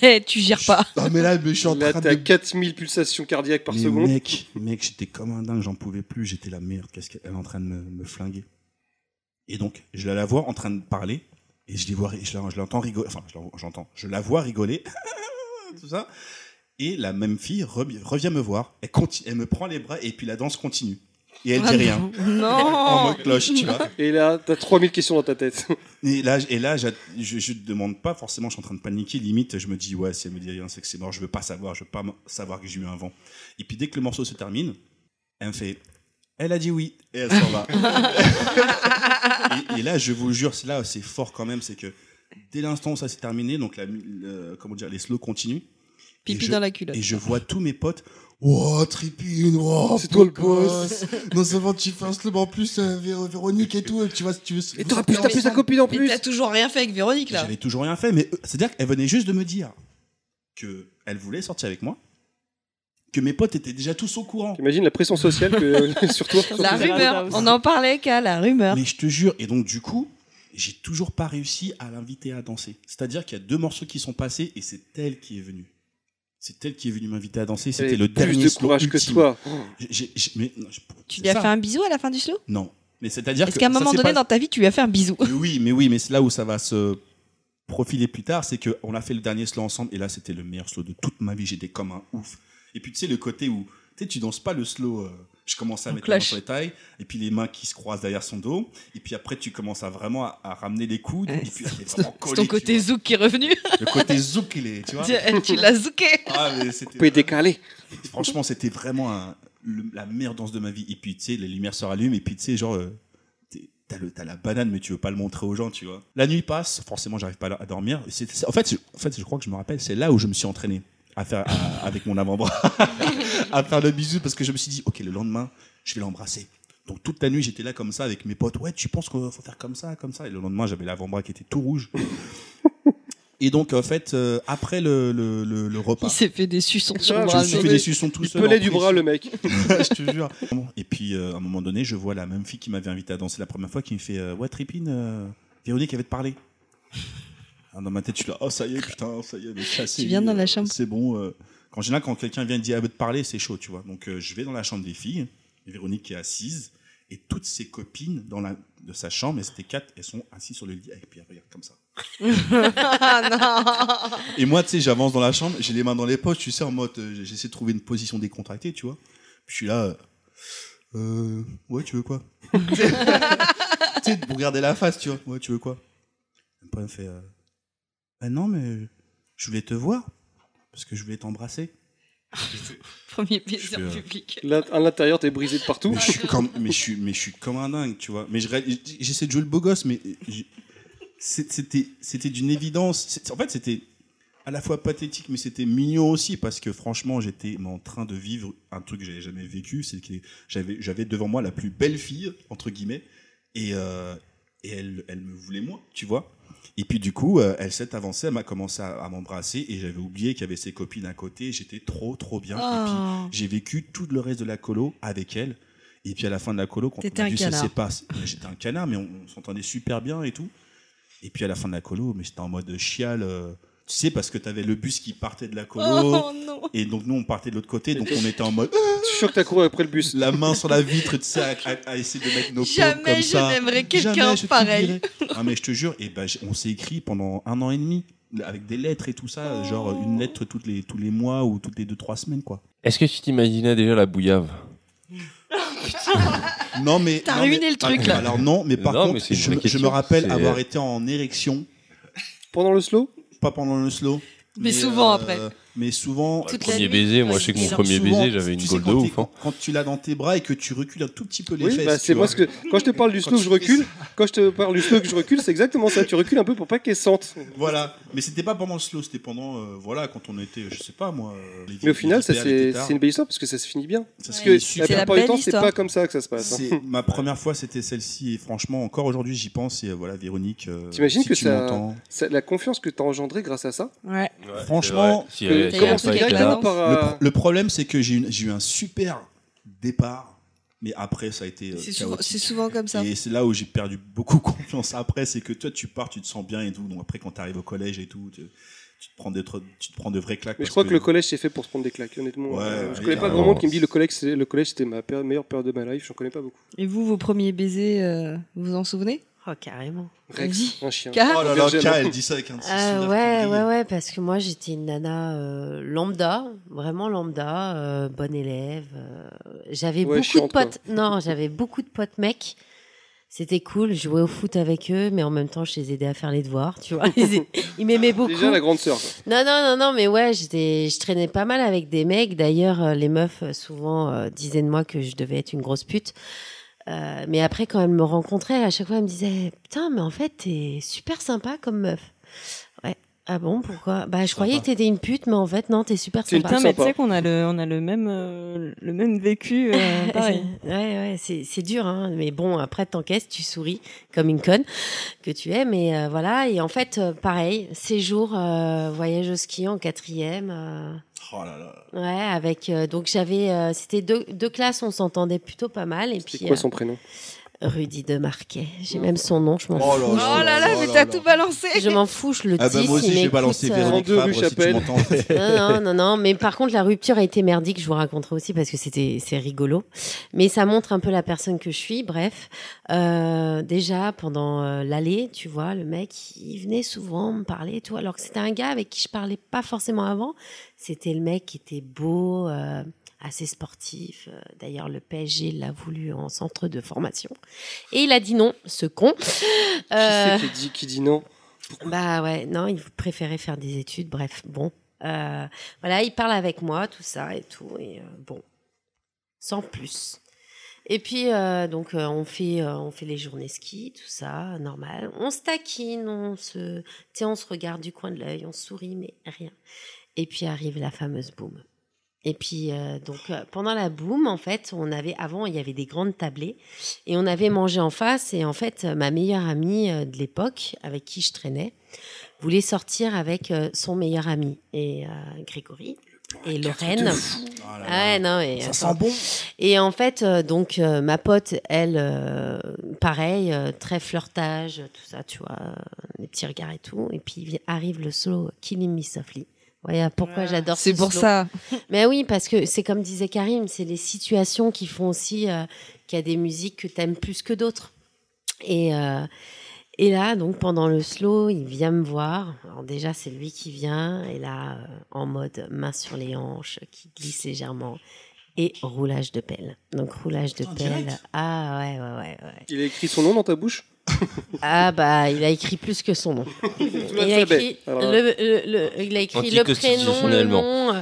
Speaker 4: Eh, Tu gères pas.
Speaker 2: Ah, mais là, mais je suis en
Speaker 5: Là,
Speaker 2: train
Speaker 5: t'as
Speaker 2: de.
Speaker 5: 4000 pulsations cardiaques par
Speaker 2: Mais
Speaker 5: seconde.
Speaker 2: mec, mec, j'étais comme un dingue, j'en pouvais plus, j'étais la merde, qu'est-ce qu'elle est en train de me, me flinguer. Et donc, je la, la vois en train de parler, et je, les vois, je, la- je l'entends rigoler, enfin, je l'en- j'entends, je la vois rigoler, <laughs> tout ça, et la même fille revi- revient me voir, elle, conti- elle me prend les bras, et puis la danse continue. Et elle
Speaker 4: Ah
Speaker 2: dit rien. En
Speaker 4: Non
Speaker 2: mode cloche, tu vois.
Speaker 5: Et là, t'as 3000 questions dans ta tête.
Speaker 2: Et là, et là j'a- je, je te demande pas, forcément, je suis en train de paniquer. Limite, je me dis, ouais, si elle me dit rien, c'est que c'est mort, je veux pas savoir, je veux pas m- savoir que j'ai eu un vent. Et puis, dès que le morceau se termine, elle me fait, elle a dit oui, et elle <laughs> s'en va. et, et là, je vous jure, c'est là, c'est fort quand même, c'est que dès l'instant où ça s'est terminé, donc la, mu- le- comment dire, les slows continuent. Et
Speaker 4: Pipi
Speaker 2: je-
Speaker 4: dans la culotte.
Speaker 2: et je vois tous mes potes. Oh, Tripine, oh,
Speaker 5: C'est toi le
Speaker 2: beau
Speaker 5: boss.
Speaker 2: Non seulement tu fais un slow, mais en plus, euh, Vé- Véronique et tout, tu vois, si tu veux.
Speaker 5: Et t'auras plus, t'as plus ta copine en
Speaker 4: Mais
Speaker 5: plus
Speaker 4: t'as toujours rien fait avec Véronique, là
Speaker 2: J'avais toujours rien fait, mais eux- c'est-à-dire qu'elle venait juste de me dire que elle voulait sortir avec moi, que mes potes étaient déjà tous au courant.
Speaker 5: T'imagines la pression sociale que, <laughs> sur toi sur
Speaker 4: La
Speaker 5: tes-
Speaker 4: rumeur On en parlait qu'à la rumeur.
Speaker 2: Mais je te jure, et donc du coup, j'ai toujours pas réussi à l'inviter à danser. C'est-à-dire qu'il y a deux morceaux qui sont passés et c'est elle qui est venue. C'est elle qui est venue m'inviter à danser. C'était le
Speaker 5: plus
Speaker 2: dernier
Speaker 5: de
Speaker 2: slow
Speaker 5: courage que
Speaker 2: ultime.
Speaker 5: toi.
Speaker 2: J'ai- j'ai- mais non, je-
Speaker 4: Tu
Speaker 2: c'est
Speaker 4: lui as
Speaker 2: ça.
Speaker 4: fait un bisou à la fin du slow
Speaker 2: Non, mais c'est-à-dire
Speaker 4: Est-ce
Speaker 2: que
Speaker 4: qu'à un
Speaker 2: ça
Speaker 4: moment
Speaker 2: s'est
Speaker 4: donné
Speaker 2: pas-
Speaker 4: dans ta vie, tu lui as fait un bisou
Speaker 2: Mais oui, mais oui, mais c'est là où ça va se profiler plus tard, c'est que on a fait le dernier slow ensemble et là c'était le meilleur slow de toute ma vie, j'étais comme un ouf. Et puis tu sais le côté où tu sais tu danses pas le slow euh, je commence à
Speaker 12: En
Speaker 2: mettre les mains
Speaker 12: clash.
Speaker 2: sur les tailles et puis les mains qui se croisent derrière son dos et puis après tu commences à vraiment à, à ramener les coudes
Speaker 4: Ouais,
Speaker 2: et puis à les vraiment
Speaker 4: <laughs> C'est ton
Speaker 2: coller,
Speaker 4: côté
Speaker 2: tu
Speaker 4: zouk qui est revenu.
Speaker 2: vois. le côté zouk il est, tu
Speaker 4: <laughs>
Speaker 2: vois.
Speaker 4: Tu- tu l'as zouké.
Speaker 2: Ah, mais c'était
Speaker 5: Peut
Speaker 2: vraiment-
Speaker 5: décaler.
Speaker 2: Franchement, c'était vraiment un- le- la meilleure danse de ma vie. Et puis, tu sais, les lumières se rallument. Et puis, tu sais, genre, euh, t'es- t'as le- t'as la banane, mais tu veux pas le montrer aux gens, tu vois. La nuit passe. Forcément, j'arrive pas à dormir. C'est- c'est- en, fait, je, en fait, je crois que je me rappelle, c'est là où je me suis entraîné à faire, à- avec mon avant-bras, <laughs> à faire le bisou. Parce que je me suis dit, OK, le lendemain, je vais l'embrasser. Donc, toute la nuit, j'étais là comme ça avec mes potes. Ouais, tu penses qu'il faut faire comme ça, comme ça. Et le lendemain, j'avais l'avant-bras qui était tout rouge. Et donc, en fait, euh, après le, le- le- le repas.
Speaker 4: Il s'est fait des suçons sur
Speaker 5: Ah,
Speaker 4: le
Speaker 2: Je me
Speaker 4: bras.
Speaker 2: suis
Speaker 5: mais-
Speaker 2: fait des suçons tout
Speaker 5: Il
Speaker 2: seul.
Speaker 5: pelait
Speaker 2: en
Speaker 5: du
Speaker 2: plus.
Speaker 5: bras le mec.
Speaker 2: <laughs> je te jure. Et puis, euh, à un moment donné, je vois la même fille qui m'avait invité à danser la première fois qui me fait euh, Ouais, Tripine, euh, Véronique, elle veut te parler. Alors, dans ma tête, je suis là Oh, ça y est, putain, ça y est, elle est chassée.
Speaker 4: Tu viens dans la
Speaker 2: euh,
Speaker 4: chambre.
Speaker 2: C'est bon. euh. En général, quand quelqu'un vient et dit Elle veut te parler, c'est chaud, tu vois. Donc, euh, je vais dans la chambre des filles. Véronique est assise. Et toutes ses copines dans la, de sa chambre, et c'était quatre, elles sont assises sur le lit avec Pierre, regarde comme ça.
Speaker 4: <laughs> Ah non
Speaker 2: Et moi, tu sais, j'avance dans la chambre, j'ai les mains dans les poches, tu sais, en mode, euh, j'essaie de trouver une position décontractée, tu vois. Puis je suis là, euh, Euh, ouais, tu veux quoi Tu sais, Tu sais, pour garder la face, tu vois. Ouais, tu veux quoi Après, elle me fait, euh, ah non, mais je voulais te voir, parce que je voulais t'embrasser.
Speaker 4: Premier
Speaker 2: Je
Speaker 4: plaisir
Speaker 2: suis, euh,
Speaker 4: public.
Speaker 5: Là, à l'intérieur, t'es brisé de partout.
Speaker 2: Mais je suis comme, mais je suis, mais je suis comme un dingue, tu vois. Mais je ré- j'essaie de jouer le beau gosse, mais je- c'est- c'était, c'était d'une évidence. C'est- En fait, c'était à la fois pathétique, mais c'était mignon aussi parce que franchement, j'étais en train de vivre un truc que j'avais jamais vécu. C'est que j'avais, j'avais devant moi la plus belle fille entre guillemets, et, euh, et elle, elle me voulait moi, tu vois. Et puis du coup, euh, elle s'est avancée, elle m'a commencé à, à m'embrasser et j'avais oublié qu'il y avait ses copines à côté. J'étais trop, trop bien. Et puis,
Speaker 4: Oh.
Speaker 2: j'ai vécu tout le reste de la colo avec elle. Et puis à la fin de la colo, quand
Speaker 4: T'étais
Speaker 2: on a
Speaker 4: un
Speaker 2: dû se
Speaker 4: canard.
Speaker 2: séparer, j'étais un canard, mais on, on s'entendait super bien et tout. Et puis à la fin de la colo, mais j'étais en mode chial. euh, tu sais, parce que t'avais le bus qui partait de la colo.
Speaker 6: Oh non
Speaker 2: Et donc nous, on partait de l'autre côté, donc
Speaker 4: <laughs>
Speaker 2: on était en mode
Speaker 5: Je suis sûr que t'as couru après le bus.
Speaker 2: la main sur la vitre, tu sais, à, à- à essayer de mettre nos paumes
Speaker 4: Jamais
Speaker 2: comme
Speaker 4: je
Speaker 2: ça.
Speaker 4: n'aimerais
Speaker 2: Jamais
Speaker 4: quelqu'un
Speaker 2: je
Speaker 4: pareil.
Speaker 2: t'oublierai. Ah mais je te jure, et ben, j- on s'est écrit pendant un an et demi avec des lettres et tout ça, genre une lettre toutes les tous les mois ou toutes les deux trois semaines quoi.
Speaker 1: Est-ce que tu t'imaginais déjà la bouillave Bah,
Speaker 2: Non mais
Speaker 4: T'as
Speaker 2: non, mais-
Speaker 4: ruiné le truc, là.
Speaker 2: Alors non, mais par
Speaker 1: Non, mais
Speaker 2: contre,
Speaker 1: c'est une
Speaker 2: je,
Speaker 1: vraie
Speaker 2: me- je me
Speaker 1: question.
Speaker 2: rappelle
Speaker 1: C'est-
Speaker 2: avoir été en érection,
Speaker 5: Pendant le slow
Speaker 2: pas pendant le slow. euh,
Speaker 4: Mais souvent après.
Speaker 2: Mais souvent.
Speaker 1: Le
Speaker 3: Toute la
Speaker 1: premier
Speaker 3: nuit.
Speaker 1: baiser, moi
Speaker 3: Ouais,
Speaker 1: je sais que mon
Speaker 3: c'est
Speaker 1: premier
Speaker 2: souvent,
Speaker 1: baiser, j'avais une
Speaker 2: tu sais,
Speaker 1: gaule de
Speaker 2: quand t'es-
Speaker 1: ouf. hein.
Speaker 2: Quand tu l'as dans tes bras et que tu recules un tout petit peu les
Speaker 5: Oui,
Speaker 2: fesses.
Speaker 5: bah,
Speaker 2: tu
Speaker 5: c'est
Speaker 2: vois.
Speaker 5: moi ce que quand je te parle du slow que je recule, quand je te parle du slow que je recule, c'est exactement ça. Tu recules un peu pour pas qu'elle sente.
Speaker 2: Voilà, mais c'était pas pendant le slow, c'était pendant, euh, voilà, quand on était, je sais pas moi. euh, les
Speaker 5: Mais au final, ça
Speaker 2: les
Speaker 5: c'est
Speaker 2: tard.
Speaker 5: c'est une belle histoire parce que ça se finit bien.
Speaker 2: Ça se
Speaker 5: Parce
Speaker 2: finit
Speaker 5: que
Speaker 2: super
Speaker 5: la
Speaker 4: C'est la
Speaker 5: plupart du
Speaker 4: belle
Speaker 5: temps, c'est
Speaker 4: histoire.
Speaker 5: pas comme ça que ça se passe. hein.
Speaker 2: C'est ma première fois, c'était celle-ci, et franchement, encore aujourd'hui, j'y pense, et euh, voilà, Véronique. euh,
Speaker 5: T'imagines
Speaker 2: si
Speaker 5: que
Speaker 2: tu
Speaker 5: ça-
Speaker 2: m'entends.
Speaker 5: C'est la confiance que t'as engendrée grâce à ça.
Speaker 13: Ouais.
Speaker 2: Franchement,
Speaker 1: Si
Speaker 5: Euh,
Speaker 1: elle- si elle
Speaker 5: comment
Speaker 1: avait
Speaker 5: c'est
Speaker 1: pas été
Speaker 5: directement
Speaker 1: là,
Speaker 4: là.
Speaker 5: par,
Speaker 2: Le,
Speaker 5: euh,
Speaker 2: pro- le problème, c'est que j'ai eu une- j'ai eu un super départ, mais après, ça a été. euh,
Speaker 13: C'est souvent,
Speaker 2: chaotique.
Speaker 13: c'est souvent comme ça.
Speaker 2: Et c'est là où j'ai perdu beaucoup <laughs> confiance après, c'est que toi, tu pars, tu te sens bien et tout. Donc après, quand tu arrives au collège et tout, tu, tu te, prends des, tro- tu te prends de vraies claques.
Speaker 5: Mais je
Speaker 2: parce
Speaker 5: crois que, le collège c'est fait pour se prendre des claques, honnêtement.
Speaker 2: Ouais,
Speaker 5: Euh,
Speaker 2: ouais,
Speaker 5: je connais pas
Speaker 1: carrément.
Speaker 5: grand monde qui me dit le collège, c'est- le collège c'était ma période- meilleure période de ma life. J'en connais pas beaucoup.
Speaker 4: Et vous, vos premiers baisers, euh, vous vous en souvenez
Speaker 3: Oh, carrément.
Speaker 5: Rex, un chien.
Speaker 4: Car
Speaker 2: Oh là là,
Speaker 5: Virgin.
Speaker 2: Ka, elle dit ça avec un petit
Speaker 3: Euh,
Speaker 2: sourire
Speaker 3: ouais, ouais,
Speaker 2: qui brille.
Speaker 3: ouais, parce que moi j'étais une nana euh, lambda, vraiment lambda, euh, bonne élève. euh, j'avais
Speaker 5: Ouais,
Speaker 3: beaucoup
Speaker 5: chiante,
Speaker 3: de potes. Non, j'avais beaucoup de potes mecs. C'était cool, je jouais au foot avec eux, mais en même temps je les aidais à faire les devoirs, tu vois. <laughs> Ils, ils m'aimaient beaucoup.
Speaker 5: Déjà la grande sœur. quoi.
Speaker 3: Non, non, non, non, mais ouais, j'étais, je traînais pas mal avec des mecs. D'ailleurs, euh, les meufs euh, souvent euh, disaient de moi que je devais être une grosse pute. Euh, mais après, quand elles me rencontraient, à chaque fois, elles me disaient Putain, mais en fait, t'es super sympa comme meuf. Ouais. Ah bon, pourquoi Bah, je croyais que t'étais une pute, mais en fait, non, t'es super
Speaker 5: C'est une
Speaker 3: sympa.
Speaker 5: Pas
Speaker 6: Putain, mais tu
Speaker 5: sympa.
Speaker 6: sais qu'on a le, on a le même, euh, le même vécu, euh, pareil.
Speaker 3: <laughs> Ouais, ouais, c'est, c'est dur, hein. Mais bon, après, t'encaisses, tu souris comme une conne que tu es. Mais euh, voilà. Et en fait, euh, pareil, séjour, euh, voyage au ski en quatrième. euh,
Speaker 2: Oh là là.
Speaker 3: Ouais, avec euh, donc j'avais euh, c'était deux, deux classes, on s'entendait plutôt pas mal et
Speaker 5: C'est
Speaker 3: puis
Speaker 5: quoi son prénom
Speaker 3: euh, Rudy de Marquet, j'ai même son nom, je m'en
Speaker 2: Oh
Speaker 3: fous.
Speaker 2: là
Speaker 4: Oh là là, mais t'as tout balancé
Speaker 3: Je m'en fous, je le
Speaker 2: Ah
Speaker 3: dis.
Speaker 2: bah moi
Speaker 3: s'il
Speaker 2: aussi, j'ai
Speaker 3: m'écoute,
Speaker 2: balancé
Speaker 3: euh,
Speaker 2: Véronique
Speaker 5: 32 rue
Speaker 2: Fabre, si tu
Speaker 5: Chapelle.
Speaker 2: m'entends.
Speaker 3: non, non, non, non, mais par contre la rupture a été merdique, je vous raconterai aussi parce que c'était c'est rigolo, mais ça montre un peu la personne que je suis. Bref, Euh, déjà pendant euh, l'aller, tu vois, le mec il venait souvent me parler, tout alors que c'était un gars avec qui je parlais pas forcément avant. C'était le mec qui était beau. euh, assez sportif. Euh, D'ailleurs, le PSG l'a voulu en centre de formation. Et il a dit non, ce con. Euh,
Speaker 5: Qui c'est qui dit, qui dit non
Speaker 3: bah ouais, non, il préférait faire des études, bref, bon. Euh, voilà, il parle avec moi, tout ça et tout, et euh, bon, sans plus. Et puis, euh, donc, euh, on, fait, euh, on fait les journées ski, tout ça, normal. On se taquine, on se, tu sais, on se regarde du coin de l'œil, on sourit, mais rien. Et puis arrive la fameuse boum. Et puis, euh, donc, euh, pendant la boum, en fait, on avait, avant, il y avait des grandes tablées. Et on avait mangé en face, et en fait, euh, ma meilleure amie euh, de l'époque, avec qui je traînais, voulait sortir avec euh, son meilleur ami, et euh, Grégory, et Lorraine.
Speaker 2: Ah
Speaker 3: Ah ouais,
Speaker 2: là là.
Speaker 3: non, et,
Speaker 2: Ça
Speaker 3: attends.
Speaker 2: sent bon.
Speaker 3: Et en fait, euh, donc, euh, ma pote, elle, euh, pareil, euh, très flirtage, tout ça, tu vois, euh, les petits regards et tout. Et puis vi- arrive le solo Killing Me Softly. Voilà pourquoi j'adore ce
Speaker 4: <laughs> C'est pour
Speaker 3: slow.
Speaker 4: ça.
Speaker 3: <laughs> Mais oui, parce que c'est comme disait Karim, c'est les situations qui font aussi euh, qu'il y a des musiques que t'aimes plus que d'autres. Et, euh, et là, donc pendant le slow, il vient me voir. Alors déjà, c'est lui qui vient, et là, euh, en mode main sur les hanches, qui glisse légèrement, et roulage de pelle. Donc roulage de
Speaker 2: En
Speaker 3: pelle.
Speaker 2: direct
Speaker 3: Ah ouais, ouais, ouais, ouais.
Speaker 5: Il a écrit son nom dans ta bouche
Speaker 3: Ah bah, il a écrit plus que son nom. Il a
Speaker 5: l'alphabet.
Speaker 3: écrit
Speaker 5: Alors,
Speaker 3: le, le- le- il a écrit le prénom, le
Speaker 1: Anticonstitutionnellement.
Speaker 3: nom. euh.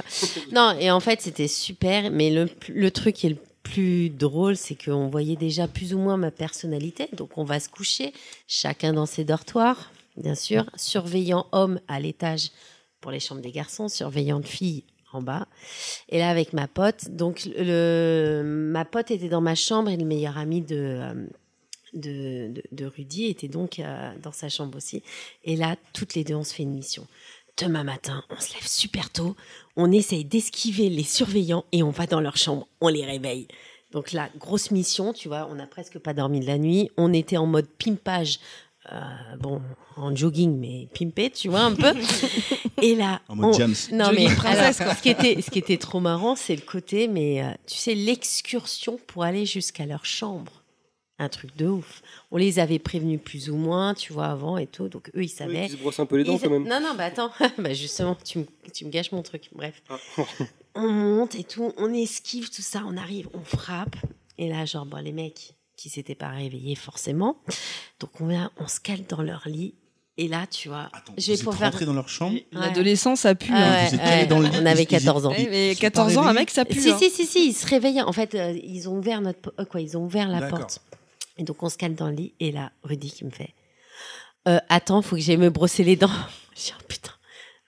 Speaker 3: Non, et en fait, c'était super. Mais le, le truc qui est le plus drôle, c'est qu'on voyait déjà plus ou moins ma personnalité. Donc, on va se coucher, chacun dans ses dortoirs, bien sûr. Surveillant homme à l'étage, pour les chambres des garçons, surveillant de filles en bas. Et là, avec ma pote, donc le, ma pote était dans ma chambre et le meilleur ami de, euh, de, de, de Rudy était donc euh, dans sa chambre aussi. Et là, toutes les deux, on se fait une mission. Demain matin, on se lève super tôt, on essaye d'esquiver les surveillants et on va dans leur chambre, on les réveille. Donc là, grosse mission, tu vois, on n'a presque pas dormi de la nuit, on était en mode pimpage, euh, bon, en jogging, mais pimpé, tu vois, un
Speaker 2: <laughs>
Speaker 3: peu. Et là,
Speaker 2: En mode
Speaker 3: on-
Speaker 2: James.
Speaker 3: non mais
Speaker 4: Jogging princesse,
Speaker 3: alors, ce qui était ce qui était trop marrant, c'est le côté mais euh, tu sais l'excursion pour aller jusqu'à leur chambre. Un truc de ouf. On les avait prévenus plus ou moins, tu vois, avant et tout. Donc eux, ils
Speaker 5: Oui,
Speaker 3: savaient.
Speaker 5: qui se brosse un peu les dents
Speaker 3: Ils-
Speaker 5: quand même.
Speaker 3: Non, non, bah attends. <laughs> bah justement, tu me, tu me gâches mon truc. Bref.
Speaker 5: Ah.
Speaker 3: <laughs> on monte et tout. On esquive tout ça. On arrive. On frappe. Et là, genre, bon, les mecs qui s'étaient pas réveillés forcément. Donc on, vient, on se cale dans leur lit. Et là, tu vois,
Speaker 10: Attends,
Speaker 3: je vais
Speaker 10: vous êtes
Speaker 3: pour faire.
Speaker 10: rentré dans leur
Speaker 5: Ah,
Speaker 10: chambre
Speaker 4: L'adolescence a pu.
Speaker 3: Ah
Speaker 4: hein.
Speaker 3: ouais,
Speaker 10: Vous êtes calé
Speaker 3: ouais,
Speaker 10: dans le lit,
Speaker 3: on
Speaker 10: ils-
Speaker 3: avait
Speaker 10: ils-
Speaker 3: 14 ans.
Speaker 10: ils-
Speaker 4: Ouais, Eh, mais
Speaker 10: ils sont
Speaker 4: 14
Speaker 10: pas
Speaker 4: ans, un
Speaker 10: réveillés
Speaker 4: mec, ça pue.
Speaker 3: Si,
Speaker 4: hein.
Speaker 3: si, si, si, ils se réveillaient. En fait, euh, ils ont ouvert notre, po- euh, quoi, ils ont ouvert la
Speaker 10: D'accord.
Speaker 3: porte. Et donc, on se calme dans le lit. Et là, Rudy qui me fait, Euh, attends, faut que j'aille me brosser les dents. <laughs> Je dis, Oh, putain.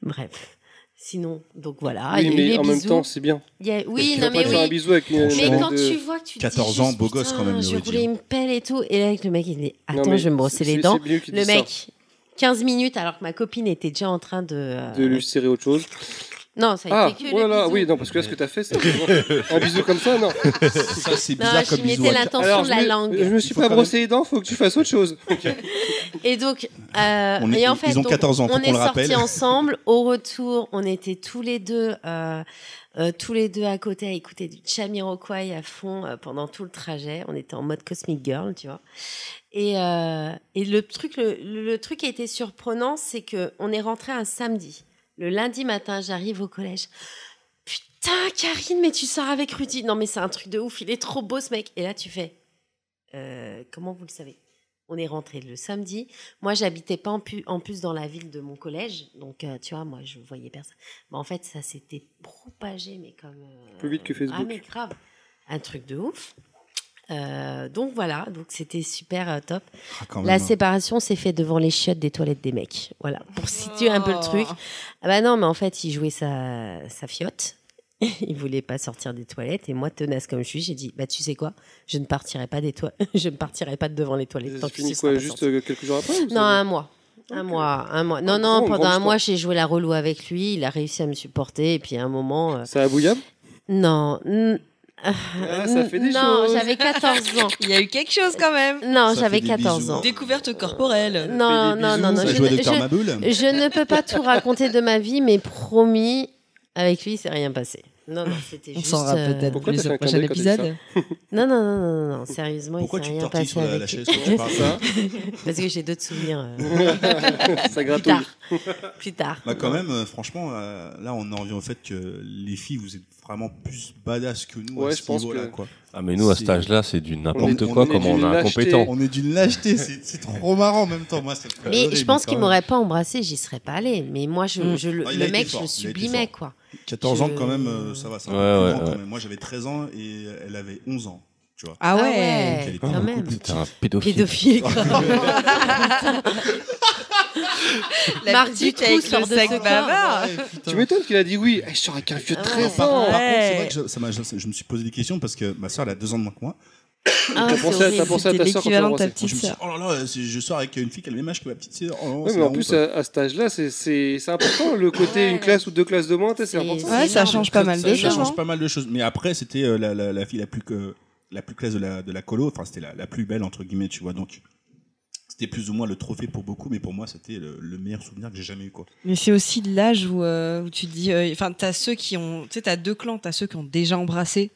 Speaker 3: Bref. Sinon, donc voilà. Ah, il y
Speaker 5: oui,
Speaker 3: a eu
Speaker 5: mais
Speaker 3: les
Speaker 5: en même
Speaker 3: bisous.
Speaker 5: temps, c'est bien.
Speaker 3: Il y a-
Speaker 5: Parce
Speaker 3: oui,
Speaker 5: qu'il
Speaker 3: non,
Speaker 5: va
Speaker 3: mais
Speaker 5: pas te faire un
Speaker 3: oui.
Speaker 5: bisou avec une.
Speaker 3: Mais
Speaker 5: une-
Speaker 3: quand
Speaker 5: de-
Speaker 3: tu vois que tu te
Speaker 2: 14
Speaker 3: dis
Speaker 2: ans,
Speaker 3: juste,
Speaker 2: beau gosse quand même,
Speaker 3: putain,
Speaker 2: le
Speaker 3: Je
Speaker 2: Rudy.
Speaker 3: roulais une pelle et tout. Et là, avec le mec, il dit
Speaker 5: Non,
Speaker 3: Attends,
Speaker 5: mais
Speaker 3: je vais me brosser
Speaker 5: c'est-
Speaker 3: les dents.
Speaker 5: c'est mieux qu'il
Speaker 3: Le
Speaker 5: dise ça,
Speaker 3: mec, 15 minutes, alors que ma copine était déjà en train de. euh,
Speaker 5: De lui serrer autre chose.
Speaker 3: Non, ça a
Speaker 5: Ah,
Speaker 3: été que. le
Speaker 5: voilà,
Speaker 3: bisou.
Speaker 5: oui, non, parce que là, ce que t'as fait, c'est vraiment- un bisou comme ça, non.
Speaker 2: Ça, c'est
Speaker 3: Non,
Speaker 2: bizarre
Speaker 3: je
Speaker 2: comme
Speaker 3: lui
Speaker 2: bisou.
Speaker 3: mettais
Speaker 2: à-
Speaker 3: l'intention de
Speaker 5: je
Speaker 3: la
Speaker 5: me-
Speaker 3: langue.
Speaker 5: Je me suis
Speaker 2: faut
Speaker 5: pas
Speaker 2: quand
Speaker 5: brossé les dents, faut que tu fasses autre chose.
Speaker 3: Et donc, euh,
Speaker 2: On est-
Speaker 3: et en
Speaker 2: ils
Speaker 3: fait,
Speaker 2: ont
Speaker 3: donc,
Speaker 2: 14 ans, faut
Speaker 3: on
Speaker 2: qu'on
Speaker 3: est
Speaker 2: le
Speaker 3: sortis
Speaker 2: rappelle.
Speaker 3: ensemble. Au retour, on était tous les deux, euh, euh, tous les deux à côté à écouter du Jamiroquai à fond euh, pendant tout le trajet. On était en mode Cosmic Girl, tu vois. Et, euh, et le truc, le, le truc qui a été surprenant, c'est que on est rentré un samedi. Le lundi matin, j'arrive au collège. Putain, Karine, mais tu sors avec Rudy. Non, mais c'est un truc de ouf. Il est trop beau, ce mec. Et là, tu fais. euh, comment vous le savez On est rentré le samedi. Moi, j'habitais pas en, pu- en plus dans la ville de mon collège. Donc, euh, tu vois, moi, je voyais personne. Mais en fait, ça s'était propagé, mais comme. euh,
Speaker 5: Plus vite que Facebook.
Speaker 3: Ah, mais grave. Un truc de ouf. Euh, donc voilà, donc c'était super euh, top.
Speaker 2: Ah, quand
Speaker 3: La
Speaker 2: même.
Speaker 3: séparation s'est faite devant les chiottes des toilettes des mecs. Voilà, pour situer un peu le truc. Ah bah non, mais en fait, il jouait sa, sa fiotte. <laughs> Il voulait pas sortir des toilettes et moi tenace comme je suis, j'ai dit bah tu sais quoi, je ne partirai pas des toilettes, <laughs> je ne partirai pas de devant les toilettes.
Speaker 5: Ça
Speaker 3: tant
Speaker 5: se
Speaker 3: que
Speaker 5: finit
Speaker 3: tu seras
Speaker 5: quoi,
Speaker 3: pas
Speaker 5: juste
Speaker 3: sorti.
Speaker 5: euh, quelques jours après ou ça
Speaker 3: non
Speaker 5: va
Speaker 3: un mois, un mois, un mois. Non
Speaker 5: Un
Speaker 3: non,
Speaker 5: grand,
Speaker 3: pendant
Speaker 5: grand
Speaker 3: un mois
Speaker 5: sport.
Speaker 3: j'ai joué la relou avec lui, il a réussi à me supporter et puis à un moment
Speaker 5: <laughs>
Speaker 3: euh,
Speaker 5: Ça a bouillable
Speaker 3: non. n-
Speaker 5: Euh, Ah, ça fait des
Speaker 3: euh, non,
Speaker 5: choses.
Speaker 3: j'avais 14 ans.
Speaker 4: Il y a eu quelque chose quand même.
Speaker 3: Non,
Speaker 2: Ça
Speaker 3: j'avais
Speaker 2: fait des
Speaker 3: 14
Speaker 2: bisous.
Speaker 3: ans.
Speaker 4: Découverte corporelle.
Speaker 3: Non,
Speaker 5: des
Speaker 3: non, non,
Speaker 5: bisous,
Speaker 3: non,
Speaker 2: Ça
Speaker 3: je
Speaker 2: jouait
Speaker 3: ne-
Speaker 2: Docteur
Speaker 3: je-
Speaker 2: Maboule
Speaker 3: Je ne peux pas tout raconter de ma vie, mais promis, avec lui, c'est rien passé. Non, non, c'était
Speaker 14: On
Speaker 3: juste.
Speaker 14: s'en
Speaker 3: euh,
Speaker 14: peut-être
Speaker 5: Pourquoi
Speaker 14: plus
Speaker 5: t'as
Speaker 14: au
Speaker 5: fait un clin
Speaker 14: prochain
Speaker 5: d'œil quand t'as dit ça
Speaker 14: épisode.
Speaker 3: Non, non, non, non, non, non, sérieusement,
Speaker 2: Pourquoi
Speaker 3: il
Speaker 2: tu
Speaker 3: s'est
Speaker 2: te
Speaker 3: rien passé
Speaker 2: tortilles sur la,
Speaker 3: avec
Speaker 2: la
Speaker 3: lui.
Speaker 2: chaise quand tu <laughs> parles ça
Speaker 3: Parce que j'ai d'autres souvenirs euh,
Speaker 5: Ça
Speaker 2: <laughs>
Speaker 3: plus
Speaker 5: gratouille.
Speaker 3: tard. Plus tard.
Speaker 2: Bah quand même, euh, franchement, euh, là on en vient au fait que les filles, vous êtes vraiment plus badass que nous.
Speaker 5: Ouais,
Speaker 2: à
Speaker 5: je
Speaker 2: ce
Speaker 5: pense
Speaker 2: niveau-là,
Speaker 5: que-
Speaker 2: quoi.
Speaker 1: Ah, mais nous, à
Speaker 2: C'est-
Speaker 1: cet âge-là, c'est du n'importe
Speaker 5: On est-
Speaker 1: quoi,
Speaker 5: on est
Speaker 1: comme on
Speaker 5: d'une
Speaker 1: est
Speaker 5: lâcheté.
Speaker 1: incompétent.
Speaker 2: On est d'une lâcheté, c'est c'est trop marrant en même temps. Moi, ça me fait
Speaker 3: Mais
Speaker 2: adorer,
Speaker 3: je pense
Speaker 2: Euh, quand
Speaker 3: qu'il
Speaker 2: même.
Speaker 3: m'aurait pas embrassé, j'y serais pas allée. Mais moi, je, je le,
Speaker 2: Ah, il
Speaker 3: le
Speaker 2: a été
Speaker 3: mec,
Speaker 2: fort,
Speaker 3: je le
Speaker 2: il a été
Speaker 3: sublimais,
Speaker 2: fort.
Speaker 3: quoi.
Speaker 2: 14 ans
Speaker 3: je-
Speaker 2: quand même, euh, ça va, ça va.
Speaker 1: Ouais,
Speaker 2: plus
Speaker 1: ouais,
Speaker 2: grand, quand
Speaker 1: ouais.
Speaker 2: même. Moi j'avais 13 ans et elle avait 11 ans.
Speaker 14: Ah ouais.
Speaker 2: elle est pas
Speaker 3: quand
Speaker 2: beaucoup
Speaker 3: même.
Speaker 1: T'es un pédophile.
Speaker 3: Pédophile, quoi.
Speaker 2: <laughs>
Speaker 4: La
Speaker 3: Marc
Speaker 4: petite
Speaker 3: Dutroux
Speaker 4: avec
Speaker 3: sort
Speaker 4: le
Speaker 3: de
Speaker 4: sac
Speaker 3: ce corps.
Speaker 4: bavard.
Speaker 5: Tu m'étonnes qu'il a dit oui, Eh, je sors avec un vieux de
Speaker 3: Ah
Speaker 5: 13
Speaker 3: ouais.
Speaker 5: ans.
Speaker 2: Par contre, c'est
Speaker 14: Ouais.
Speaker 2: vrai que je, ça m'a- je- je me suis posé des questions parce que ma soeur elle a 2 ans de moins que moi.
Speaker 3: Ah,
Speaker 5: T'as
Speaker 3: c'est
Speaker 5: pensé à- t'as
Speaker 3: horrible.
Speaker 5: pensé à
Speaker 14: C'était
Speaker 5: ta sœur quand tu l'as
Speaker 14: l'équivalent de ta
Speaker 5: embrassé.
Speaker 2: Je me
Speaker 14: petite
Speaker 2: suis dit,
Speaker 14: sœur.
Speaker 2: oh là là, c'est- je sors avec une fille qui a le même âge que ma petite sœur. Oh,
Speaker 5: Ouais,
Speaker 2: c'est
Speaker 5: mais en
Speaker 2: la
Speaker 5: plus,
Speaker 2: honte.
Speaker 5: à, à cet âge-là, c'est- c'est c'est important. Le côté
Speaker 3: Ouais.
Speaker 5: une classe ou deux classes de moins, tu sais, c'est
Speaker 3: C'est-
Speaker 5: important.
Speaker 4: Ouais, ça
Speaker 3: énorme.
Speaker 4: change pas
Speaker 2: Ça-
Speaker 4: mal
Speaker 2: ça
Speaker 4: de
Speaker 2: change
Speaker 4: choses. hein.
Speaker 2: pas mal de choses. Mais après, c'était euh, la, la, la fille la plus que la plus classe de la, de la colo. Enfin, c'était la, la plus belle entre guillemets, tu vois. Donc, c'était plus ou moins le trophée pour beaucoup, mais pour moi, c'était le, le meilleur souvenir que j'ai jamais eu, quoi.
Speaker 4: Mais c'est aussi de l'âge où, euh, où tu te dis. euh, Enfin, t'as ceux qui ont. Tu sais, t'as deux clans. T'as ceux qui ont déjà embrassé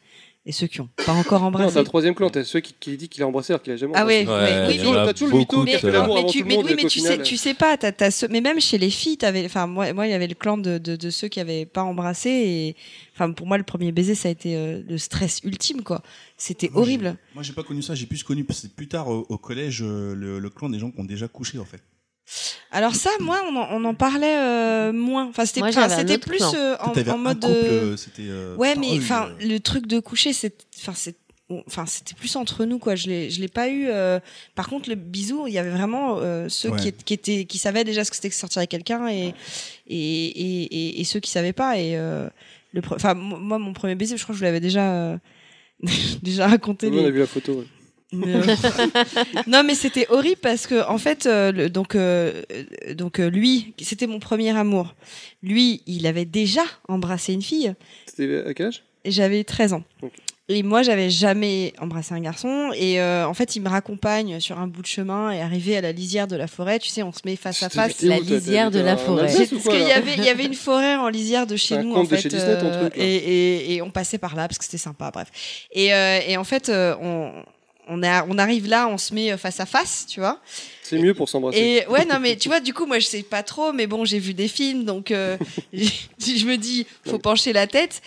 Speaker 4: et ceux qui ont pas encore
Speaker 5: Non,
Speaker 4: embrassé.
Speaker 5: t'as le troisième clan, t'as celui qui, qui dit qu'il a embrassé alors qu'il a jamais
Speaker 4: ah ouais,
Speaker 5: embrassé.
Speaker 1: Ouais,
Speaker 4: ouais, oui,
Speaker 1: il y
Speaker 4: mais-
Speaker 1: en a
Speaker 5: T'as toujours le mytho
Speaker 1: beaucoup de
Speaker 5: qui a
Speaker 1: ça.
Speaker 5: fait l'amour
Speaker 4: mais
Speaker 5: avant
Speaker 4: tu,
Speaker 5: tout le
Speaker 4: mais
Speaker 5: monde.
Speaker 4: oui,
Speaker 5: et
Speaker 4: mais
Speaker 5: qu'au
Speaker 4: tu sais,
Speaker 5: final, euh,
Speaker 4: tu sais pas, t'as, t'as ce- mais même chez les filles, t'avais, enfin, moi, moi, il y avait le clan de, de, de ceux qui avaient pas embrassé et, enfin, pour moi, le premier baiser, ça a été euh, le stress ultime, quoi. C'était
Speaker 2: Moi, j'ai-
Speaker 4: horrible.
Speaker 2: Moi, j'ai pas connu ça. J'ai plus connu parce que plus tard au, au collège euh, le, le clan des gens qui ont déjà couché, en fait.
Speaker 4: Alors ça, moi, on en, on en parlait euh, moins. Enfin, c'était,
Speaker 3: Moi,
Speaker 4: enfin,
Speaker 3: j'avais un
Speaker 4: c'était
Speaker 3: autre
Speaker 4: plus
Speaker 3: clan.
Speaker 4: euh, en,
Speaker 2: T'avais
Speaker 4: en
Speaker 2: un
Speaker 4: mode.
Speaker 2: couple,
Speaker 4: euh,
Speaker 2: euh, c'était. euh,
Speaker 4: Ouais,
Speaker 2: putain,
Speaker 4: mais
Speaker 2: eux,
Speaker 4: enfin,
Speaker 2: euh,
Speaker 4: le truc de coucher, c'est, enfin, c'est, on- enfin c'était plus entre nous quoi. Je l'ai je l'ai pas eu. euh, Par contre le bisou, il y avait vraiment euh, ceux
Speaker 10: Ouais.
Speaker 4: qui, é- qui étaient qui savaient déjà ce que c'était que sortir avec quelqu'un et et, et et et ceux qui savaient pas et euh, le pre- enfin mo- moi mon premier baiser, je crois que je vous l'avais déjà euh, <laughs> déjà raconté. <laughs>
Speaker 5: on
Speaker 4: les-
Speaker 5: a vu la photo. ouais.
Speaker 4: mais, euh, non mais c'était horrible parce que en fait euh, le- donc euh, euh, donc euh, lui c'était mon premier amour. Lui il avait déjà embrassé une fille
Speaker 5: C'était à quel âge
Speaker 4: et j'avais 13 ans.
Speaker 5: Ok.
Speaker 4: Et moi j'avais jamais embrassé un garçon et euh, en fait il me raccompagne sur un bout de chemin et arrivé à la lisière de la forêt tu sais on se met face à
Speaker 5: C'était-
Speaker 4: face.
Speaker 5: t'es où,
Speaker 3: la
Speaker 5: toi, t'es-
Speaker 3: lisière de
Speaker 5: t'es
Speaker 3: la
Speaker 5: en
Speaker 3: forêt.
Speaker 5: Alsace ou
Speaker 4: Parce
Speaker 5: quoi,
Speaker 4: qu'il y
Speaker 5: là
Speaker 4: avait, il y avait une forêt en lisière de chez
Speaker 5: C'est un
Speaker 4: nous, en
Speaker 5: conte de
Speaker 4: fait. euh,
Speaker 5: chez Disney, ton truc, là.
Speaker 4: et, et- et on passait par là parce que c'était sympa, bref. Et, euh, et en fait, euh, on, on, a- on arrive là, on se met euh, face à face, tu vois.
Speaker 5: Oh, C'est mieux pour s'embrasser.
Speaker 4: Et ouais, non, mais tu vois, du coup, moi, je sais pas trop, mais bon, j'ai vu des films, donc euh, <laughs> je je me dis, faut pencher la tête.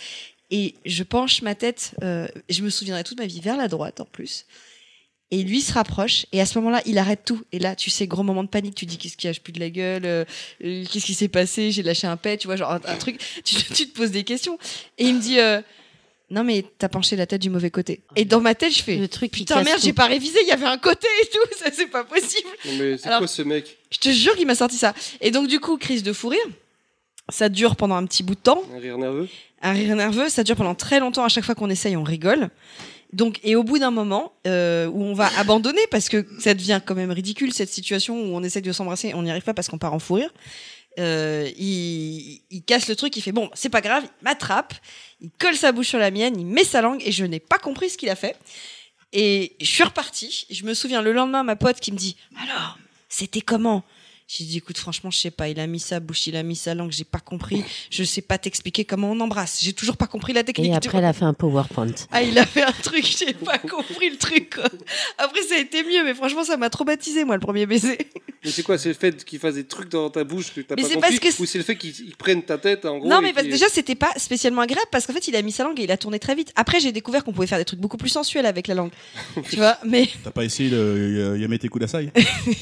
Speaker 4: Et je penche ma tête, euh, je me souviendrai toute ma vie, vers la droite en plus. Et lui se rapproche, et à ce moment-là, il arrête tout. Et là, tu sais, gros moment de panique, tu dis qu'est-ce qui a, je plus de la gueule, euh, euh, qu'est-ce qui s'est passé, j'ai lâché un pet, tu vois, genre un, un truc. <laughs> Tu, tu te poses des questions. Et il me dit, euh, non, mais t'as penché la tête du mauvais côté. Et dans ma tête, je
Speaker 3: Le
Speaker 4: fais,
Speaker 3: truc qui
Speaker 4: putain,
Speaker 3: casse
Speaker 4: merde,
Speaker 3: tout.
Speaker 4: j'ai pas révisé, il y avait un côté et tout, <laughs> ça c'est pas possible.
Speaker 5: Non, mais c'est
Speaker 4: Alors-
Speaker 5: quoi ce mec
Speaker 4: Je te jure qu'il m'a sorti ça. Et donc, du coup, crise de fou rire. Ça dure pendant un petit bout de temps.
Speaker 5: Un rire nerveux
Speaker 4: Un rire nerveux, ça dure pendant très longtemps. À chaque fois qu'on essaye, on rigole. Donc, et au bout d'un moment euh, où on va abandonner, parce que ça devient quand même ridicule, cette situation où on essaie de s'embrasser, on n'y arrive pas parce qu'on part en fou rire, euh, il, il casse le truc, il fait bon, c'est pas grave, il m'attrape, il colle sa bouche sur la mienne, il met sa langue, et je n'ai pas compris ce qu'il a fait. Et je suis repartie. Je me souviens le lendemain, ma pote qui me dit Alors, c'était comment J'ai dit Écoute, franchement, je sais pas. Il a mis sa bouche, il a mis sa langue, j'ai pas compris. Je sais pas t'expliquer comment on embrasse. J'ai toujours pas compris la technique.
Speaker 3: Et
Speaker 4: tu
Speaker 3: après,
Speaker 4: vois.
Speaker 3: elle a fait un PowerPoint.
Speaker 4: Ah, il a fait un truc, <laughs> j'ai pas compris le truc. quoi. Après, ça a été mieux, mais franchement, ça m'a traumatisé, moi, le premier baiser.
Speaker 5: Mais c'est quoi C'est le fait qu'il fasse des trucs dans ta bouche que t'as
Speaker 4: Mais
Speaker 5: pas
Speaker 4: c'est
Speaker 5: compris
Speaker 4: parce que-
Speaker 5: Ou c'est le fait qu'il prenne ta tête en
Speaker 4: <laughs>
Speaker 5: gros
Speaker 4: non,
Speaker 5: et
Speaker 4: mais parce que
Speaker 5: qu'il-
Speaker 4: déjà, c'était pas spécialement agréable parce qu'en fait, il a mis sa langue et il a tourné très vite. Après, j'ai découvert qu'on pouvait faire des trucs beaucoup plus sensuels avec la
Speaker 2: <laughs>
Speaker 4: langue. tu vois, mais
Speaker 2: T'as pas essayé le y- y- Yamete
Speaker 4: <laughs>
Speaker 2: Kudasai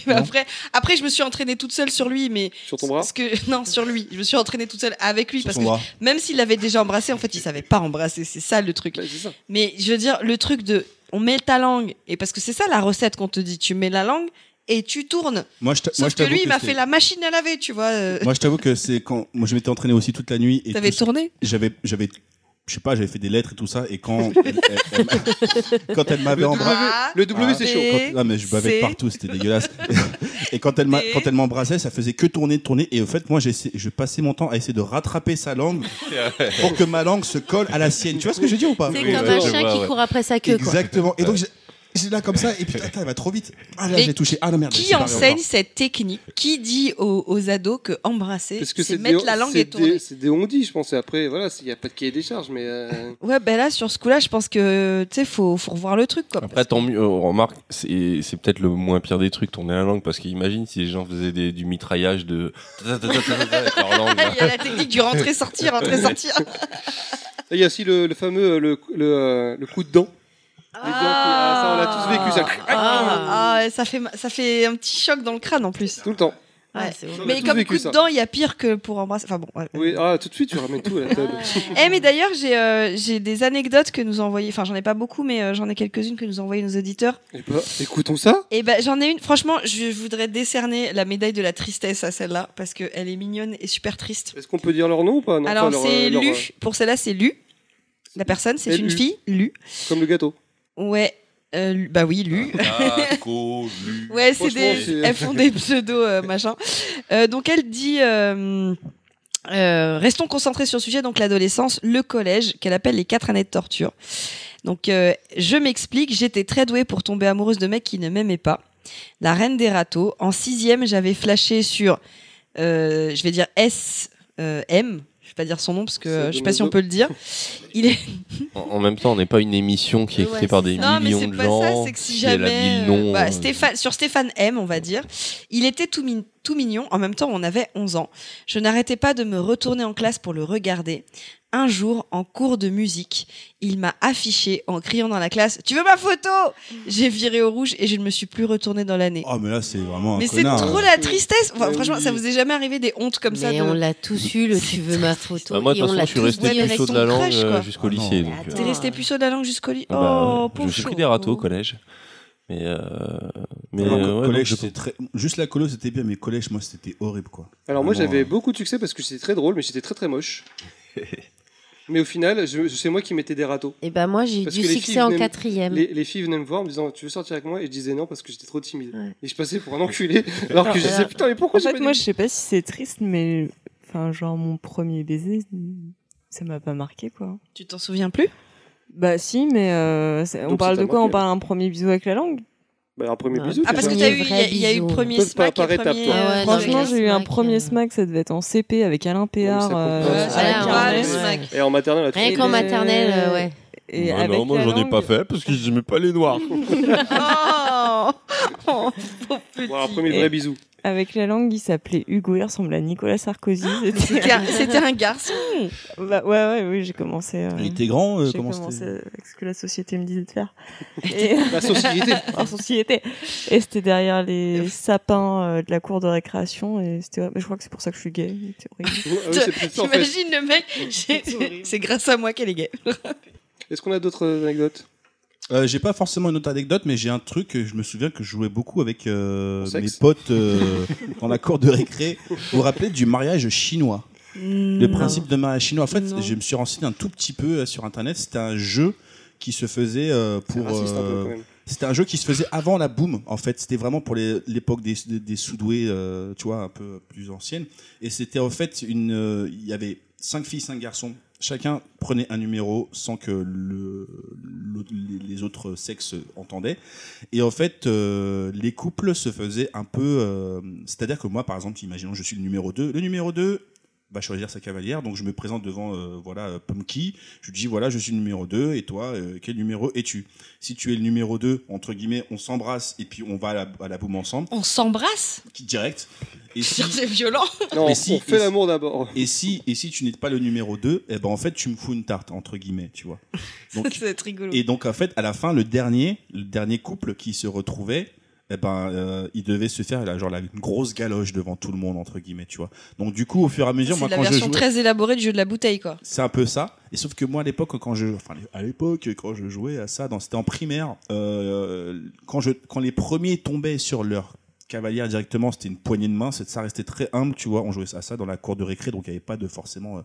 Speaker 4: Mais
Speaker 2: Non.
Speaker 4: après, après, je me suis entraînée toute seule sur lui, mais
Speaker 5: Sur ton bras
Speaker 4: ce que <laughs> non sur lui, je me suis entraînée toute seule avec lui
Speaker 2: sur
Speaker 4: parce
Speaker 2: son
Speaker 4: que
Speaker 2: bras
Speaker 4: même s'il l'avait déjà embrassé, en fait, il savait pas embrasser, c'est ça le truc.
Speaker 5: Bah, c'est ça.
Speaker 4: Mais je veux dire, le truc de, on met ta langue et parce que c'est ça la recette qu'on te dit, tu mets la langue et tu tournes.
Speaker 2: Moi, je t'a-
Speaker 4: Sauf
Speaker 2: moi, je
Speaker 4: que
Speaker 2: t'avoue
Speaker 4: lui, il m'a
Speaker 2: c'était-
Speaker 4: fait la machine à laver, tu vois. euh,
Speaker 2: Moi, je t'avoue que c'est quand moi je m'étais entraîné aussi toute la nuit et
Speaker 4: T'avais
Speaker 2: tout-
Speaker 4: tourné
Speaker 2: j'avais j'avais je sais pas, j'avais fait des lettres et tout ça
Speaker 4: <laughs>
Speaker 2: et quand elle- elle- elle m'a- quand elle m'avait
Speaker 5: Le
Speaker 2: embrassé
Speaker 5: W,
Speaker 4: Ah.
Speaker 5: le W c'est
Speaker 4: Ah.
Speaker 5: chaud.
Speaker 2: Quand- ah, mais je bavais
Speaker 4: C'est-
Speaker 2: partout,
Speaker 4: <laughs>
Speaker 2: c'était dégueulasse. et quand elle m'a-
Speaker 4: C'est-
Speaker 2: quand elle m'embrassait, ça faisait que tourner, tourner. Et au fait, moi, j'essa- je passais mon temps à essayer de rattraper
Speaker 5: <laughs>
Speaker 2: sa langue pour que ma langue se colle à la sienne. Tu vois ce que je veux dire ou pas
Speaker 3: C'est
Speaker 1: Oui,
Speaker 3: comme
Speaker 1: ouais,
Speaker 3: un
Speaker 1: je
Speaker 3: chien
Speaker 1: vois,
Speaker 3: qui
Speaker 1: ouais.
Speaker 3: court après sa queue, quoi.
Speaker 2: Exactement. Et donc, j'ai- j'ai là comme ça, et puis attends, elle va trop vite. Ah là,
Speaker 4: Mais
Speaker 2: j'ai touché. Ah non, merde. j'ai
Speaker 4: Qui
Speaker 2: séparé
Speaker 4: enseigne
Speaker 2: encore.
Speaker 4: cette technique Qui dit aux, aux ados que embrasser,
Speaker 5: Parce que
Speaker 4: c'est
Speaker 5: c'est
Speaker 4: mettre
Speaker 5: des-
Speaker 4: la langue
Speaker 5: c'est
Speaker 4: et tourner
Speaker 5: des- C'est des ondis, je pense. Et après, voilà, il n'y a pas de cahier des charges, mais. euh,
Speaker 4: Ouais, ben là, sur ce coup-là, je pense que tu sais, faut, faut revoir le truc, quoi.
Speaker 1: Après, tant mieux, euh, remarque, c'est c'est peut-être le moins pire des trucs, tourner la langue, parce qu'imagine si les gens faisaient des- du mitraillage de. avec leur
Speaker 4: <laughs>
Speaker 1: langue. là.
Speaker 4: <laughs> Il y a la technique du rentrer-sortir,
Speaker 5: <laughs>
Speaker 4: rentrer-sortir.
Speaker 5: Et Il y a aussi le, le fameux euh, le, le, euh, le coup de dent. Les dents qui- ah, ça, on l'a tous vécu, ça.
Speaker 4: Ah, ah, ça, fait, ma- ça fait un petit choc dans le crâne en plus.
Speaker 5: Tout le temps.
Speaker 4: Ouais.
Speaker 3: c'est
Speaker 5: On a
Speaker 4: Mais
Speaker 5: tous
Speaker 4: comme
Speaker 5: vécu
Speaker 4: coup
Speaker 5: ça.
Speaker 4: de dent, il y a pire que pour embrasser. Enfin bon. ouais.
Speaker 5: Oui, ah, tout de suite, tu ramènes tout à
Speaker 4: <laughs>
Speaker 5: la table.
Speaker 4: Eh, mais d'ailleurs, j'ai euh, j'ai des anecdotes que nous envoyez. Enfin, j'en ai pas beaucoup, mais euh, j'en ai quelques-unes que nous envoyaient nos auditeurs.
Speaker 5: Eh ben, écoutons ça.
Speaker 4: Et ben, j'en ai une. Franchement, je voudrais décerner la médaille de la tristesse à celle-là parce qu'elle est mignonne et super triste.
Speaker 5: Est-ce qu'on peut dire leur nom ou pas Non,
Speaker 4: Alors,
Speaker 5: enfin, leur,
Speaker 4: c'est
Speaker 5: euh, leur,
Speaker 4: Lu.
Speaker 5: euh,
Speaker 4: Pour celle-là, c'est Lu. La personne, c'est une
Speaker 5: L.U..
Speaker 4: fille, Lu.
Speaker 5: euh, Comme le gâteau.
Speaker 4: Ouais. euh, Lu- bah oui, Lu.
Speaker 5: Ah.
Speaker 1: Taco, Ah, lu.
Speaker 4: Ouais, c'est des,
Speaker 5: Franchement, c'est-
Speaker 4: elles font des pseudos
Speaker 5: <laughs>
Speaker 4: euh, machin. Euh, donc elle dit. euh, euh, restons concentrés sur le sujet, donc l'adolescence, le collège, qu'elle appelle les quatre années de torture. Donc, euh, je m'explique, j'étais très douée pour tomber amoureuse de mecs qui ne m'aimaient pas. La reine des râteaux. En sixième, j'avais flashé sur, euh, je vais dire S, euh, M. Je vais pas dire son nom parce que euh, je sais pas si on peut le dire. Il est.
Speaker 1: En, en même temps, on n'est pas une émission qui est écrite
Speaker 3: Ouais,
Speaker 1: par
Speaker 3: c'est
Speaker 1: des
Speaker 3: ça.
Speaker 4: Non, mais
Speaker 1: millions
Speaker 4: c'est
Speaker 1: de
Speaker 4: pas
Speaker 1: gens.
Speaker 4: ça, c'est que si
Speaker 1: qui est la
Speaker 4: jamais.
Speaker 1: mille noms,
Speaker 4: euh, bah,
Speaker 1: euh,
Speaker 4: Stéphane, sur Stéphane M, on va dire, il était tout, mi- tout mignon. En même temps, on avait 11 ans. Je n'arrêtais pas de me retourner en classe pour le regarder. Un jour, en cours de musique, il m'a affiché en criant dans la classe Tu veux ma photo J'ai viré au rouge et je ne me suis plus retournée dans l'année.
Speaker 2: Oh, mais là, c'est vraiment un
Speaker 4: Mais c'est
Speaker 2: connard,
Speaker 4: trop
Speaker 2: hein.
Speaker 4: la tristesse. Enfin,
Speaker 2: Mais
Speaker 4: franchement,
Speaker 2: oui.
Speaker 4: ça vous est jamais arrivé des hontes comme ça
Speaker 3: Mais
Speaker 4: de-
Speaker 3: on l'a tous eu, le tu veux ma photo.
Speaker 1: Bah, moi, de
Speaker 3: et
Speaker 1: toute
Speaker 3: on
Speaker 1: façon,
Speaker 3: l'a
Speaker 1: je suis
Speaker 3: tous
Speaker 1: resté
Speaker 3: dit avec
Speaker 1: puceau
Speaker 3: son
Speaker 1: de la langue
Speaker 3: crush, quoi.
Speaker 1: euh, jusqu'au lycée. donc, euh,
Speaker 4: T'es resté puceau de la langue jusqu'au lit.
Speaker 1: bah,
Speaker 4: Oh, pauvre
Speaker 1: je suis pris
Speaker 4: chou.
Speaker 1: des râteaux au collège. Mais, euh, mais
Speaker 2: Moi,
Speaker 1: euh,
Speaker 2: co-
Speaker 1: ouais,
Speaker 2: collège,
Speaker 1: donc, je-
Speaker 2: c'était très... Juste la colo, c'était bien, mais collège, moi, c'était horrible, quoi.
Speaker 5: Alors moi
Speaker 2: Vraiment,
Speaker 5: j'avais
Speaker 2: euh,
Speaker 5: beaucoup de succès parce que c'était très drôle, mais j'étais très très moche. mais au final, je- c'est moi qui mettais des râteaux.
Speaker 3: Et ben moi, j'ai eu
Speaker 5: Parce
Speaker 3: du
Speaker 5: que les filles
Speaker 3: succès en
Speaker 5: venaient-
Speaker 3: quatrième.
Speaker 5: Les, les filles venaient me voir en me disant tu veux sortir avec moi et je disais non parce que j'étais trop timide.
Speaker 3: Ouais.
Speaker 5: Et je passais pour un enculé <laughs> alors que je disais
Speaker 3: Alors,
Speaker 5: putain mais
Speaker 6: En
Speaker 5: pourquoi j'ai
Speaker 6: fait,
Speaker 5: pas
Speaker 6: moi,
Speaker 5: dit-
Speaker 6: je sais pas si c'est triste, mais enfin, genre mon premier baiser, ça m'a pas marqué quoi.
Speaker 4: Tu t'en souviens plus
Speaker 6: Bah si, mais euh, c'est- on
Speaker 5: Donc,
Speaker 6: parle
Speaker 5: ça
Speaker 6: de
Speaker 5: t'a
Speaker 6: quoi On
Speaker 5: marqué.
Speaker 6: parle d'un premier bisou avec la langue.
Speaker 5: Bah, un premier
Speaker 3: Ah,
Speaker 5: bisou.
Speaker 4: Ah,
Speaker 5: t'es
Speaker 4: parce que
Speaker 5: pas-
Speaker 4: t'as eu,
Speaker 3: Premier
Speaker 4: il y,
Speaker 3: vrai
Speaker 4: a- il y a eu
Speaker 3: bisou.
Speaker 4: premier
Speaker 5: Peut-être pas
Speaker 4: smack et
Speaker 5: par étapes,
Speaker 4: premier.
Speaker 5: toi.
Speaker 3: Ah ouais,
Speaker 4: euh,
Speaker 3: non,
Speaker 4: franchement,
Speaker 6: Franchement,
Speaker 3: mais
Speaker 6: j'ai eu un
Speaker 3: smack,
Speaker 6: premier
Speaker 3: euh,
Speaker 6: smack, ça devait être en CP avec Alain PR
Speaker 5: Ouais, mais ça compte
Speaker 6: euh,
Speaker 5: pas,
Speaker 6: à
Speaker 5: ça.
Speaker 3: Voilà,
Speaker 6: la Carnet,
Speaker 3: ouais.
Speaker 4: smack.
Speaker 5: Et en maternelle, après,
Speaker 3: Rien
Speaker 6: Et
Speaker 3: qu'en
Speaker 6: le-
Speaker 3: maternelle, euh, ouais.
Speaker 6: Et
Speaker 1: Bah
Speaker 6: avec
Speaker 1: non, moi,
Speaker 6: la
Speaker 1: j'en ai
Speaker 6: langue-
Speaker 1: pas fait parce que j'aimais pas les noirs.
Speaker 4: Oh, Oh, pauvre petit.
Speaker 5: voilà, premier vrai bisou.
Speaker 6: Avec la langue, il s'appelait Hugo, il ressemblait à Nicolas Sarkozy.
Speaker 4: <laughs> C'était
Speaker 6: C'était-
Speaker 4: un- C'était un garçon.
Speaker 6: <laughs> bah, ouais, ouais, oui, j'ai commencé. euh,
Speaker 2: Il était grand, euh,
Speaker 6: j'ai
Speaker 2: comment
Speaker 6: commencé
Speaker 2: c'était
Speaker 6: avec ce que la société me disait de faire. Et-
Speaker 4: <laughs>
Speaker 5: La société.
Speaker 6: <laughs>
Speaker 5: Ah
Speaker 6: en société. Et c'était derrière les sapins euh, de la cour de récréation. Et c'était, ouais, mais je crois que c'est pour ça que je suis gay. C'est horrible.
Speaker 5: Ah oui, c'est plus ça, en fait.
Speaker 4: T'imagines le mec j'ai- C'est grâce à moi qu'elle est gay.
Speaker 5: Est-ce qu'on a d'autres anecdotes
Speaker 2: Euh, j'ai pas forcément une autre anecdote, mais j'ai un truc. euh, Je me souviens que je jouais beaucoup avec euh,
Speaker 5: Au
Speaker 2: mes
Speaker 5: sexe.
Speaker 2: potes euh, dans la cour de récré. Vous vous rappelez du mariage chinois Le principe de mariage chinois. En fait,
Speaker 4: Non.
Speaker 2: je me suis renseigné un tout petit peu euh, sur internet. C'était un jeu qui se faisait euh,
Speaker 5: C'est
Speaker 2: pour.
Speaker 5: raciste un peu
Speaker 2: euh,
Speaker 5: quand même.
Speaker 2: c'était un jeu qui se faisait avant la boom. En fait, c'était vraiment pour les- l'époque des, des, des soudoués, euh, tu vois, un peu plus ancienne. Et c'était en fait une. euh, Il y avait cinq filles, cinq garçons. Chacun prenait un numéro sans que le, l'autre- les- les autres sexes entendaient. Et en fait, euh, les couples se faisaient un peu. euh, C'est-à-dire que moi, par exemple, imaginons, je suis le numéro 2. Le numéro 2 va choisir sa cavalière. Donc, je me présente devant euh, voilà, euh, Pumpki. Je lui dis voilà, je suis le numéro 2. Et toi, euh, quel numéro es-tu Si tu es le numéro 2, entre guillemets, on s'embrasse et puis on va à la, à la boum ensemble,
Speaker 4: On s'embrasse
Speaker 2: direct. Et si,
Speaker 4: C'est violent.
Speaker 5: Non,
Speaker 2: Mais si,
Speaker 5: on fait
Speaker 2: si.
Speaker 5: l'amour d'abord.
Speaker 2: et si, et si tu n'es pas le numéro 2, eh ben, en fait, tu me fous une tarte, entre guillemets, tu vois.
Speaker 4: <laughs>
Speaker 2: Donc,
Speaker 4: C'est rigolo.
Speaker 2: Et donc en fait, à la fin, le dernier, le dernier couple qui se retrouvait, eh ben, euh, il devait se faire là, genre la, une grosse galoche devant tout le monde entre guillemets, tu vois. Donc du coup, au fur et à mesure, moi
Speaker 4: C'est la
Speaker 2: quand je
Speaker 4: version
Speaker 2: jouais,
Speaker 4: très élaborée du jeu de la bouteille, quoi.
Speaker 2: c'est un peu ça. Et sauf que moi à l'époque, quand je, enfin à l'époque, quand je jouais à ça, dans- c'était en primaire, euh, quand je, quand les premiers tombaient sur leur cavalière directement, c'était une poignée de main, c'est ça restait très humble, tu vois. On jouait à ça dans la cour de récré, donc il n'y avait pas de forcément euh,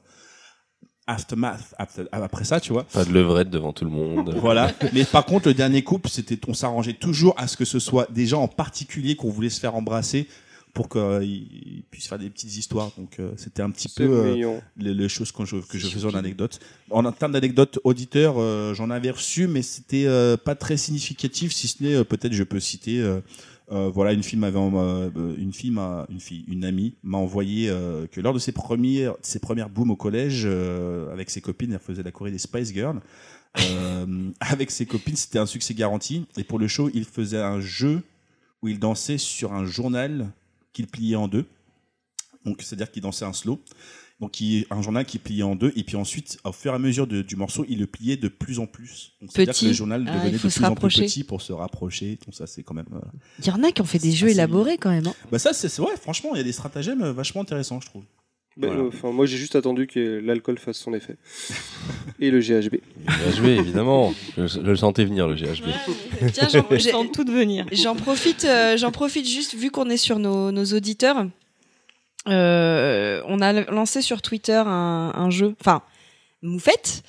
Speaker 2: aftermath after- après ça, tu vois.
Speaker 1: Pas de levrette devant tout le monde.
Speaker 2: Voilà. Mais par contre, le dernier couple, c'était, on s'arrangeait toujours à ce que ce soit des gens en particulier qu'on voulait se faire embrasser pour qu'ils puissent faire des petites histoires. Donc, euh, c'était un petit
Speaker 5: C'est
Speaker 2: peu euh,
Speaker 5: mignon.
Speaker 2: les, les choses que je, que je faisais en anecdote. En termes d'anecdotes auditeurs, euh, j'en avais reçu, mais c'était euh, pas très significatif, si ce n'est euh, peut-être je peux citer. euh, euh, voilà, une fille m'avait, en- euh, une fille, m'a- une fille, une amie m'a envoyé euh, que lors de ses premières, ses premières booms au collège euh, avec ses copines, elle faisait la choré des Spice Girls. Euh, <laughs> avec ses copines, c'était un succès garanti. Et pour le show, il faisait un jeu où il dansait sur un journal qu'il pliait en deux. Donc, c'est-à-dire qu'il dansait un slow. Donc, il- un journal qu'il pliait en deux. Et puis ensuite, au fur et à mesure de- du morceau, il le pliait de plus en plus. Donc, c'est-à-dire que
Speaker 4: Petit.
Speaker 2: le journal
Speaker 4: Ah,
Speaker 2: devenait
Speaker 4: il
Speaker 2: de
Speaker 4: faut
Speaker 2: plus
Speaker 4: se
Speaker 2: en plus
Speaker 4: rapprocher.
Speaker 2: petit pour se rapprocher. Tout ça, c'est quand même. euh,
Speaker 4: Il y en a qui ont fait des
Speaker 2: C'est
Speaker 4: jeux
Speaker 2: assez
Speaker 4: élaborés, quand même. hein.
Speaker 2: Bah, ça, c'est c'est- ouais, franchement, il y a des stratagèmes euh, vachement intéressants, je trouve.
Speaker 5: Ben,
Speaker 2: Voilà.
Speaker 5: euh, enfin, moi j'ai juste attendu que l'alcool fasse son effet. Et le GHB.
Speaker 1: Le GHB, évidemment. Je, je le sentais venir, le GHB.
Speaker 4: Tiens, j'en-
Speaker 6: Je
Speaker 4: j'ai-
Speaker 6: sens tout devenir.
Speaker 4: J'en profite, euh, j'en profite juste vu qu'on est sur nos, nos auditeurs. Euh, on a lancé sur Twitter un, un jeu, enfin Moufette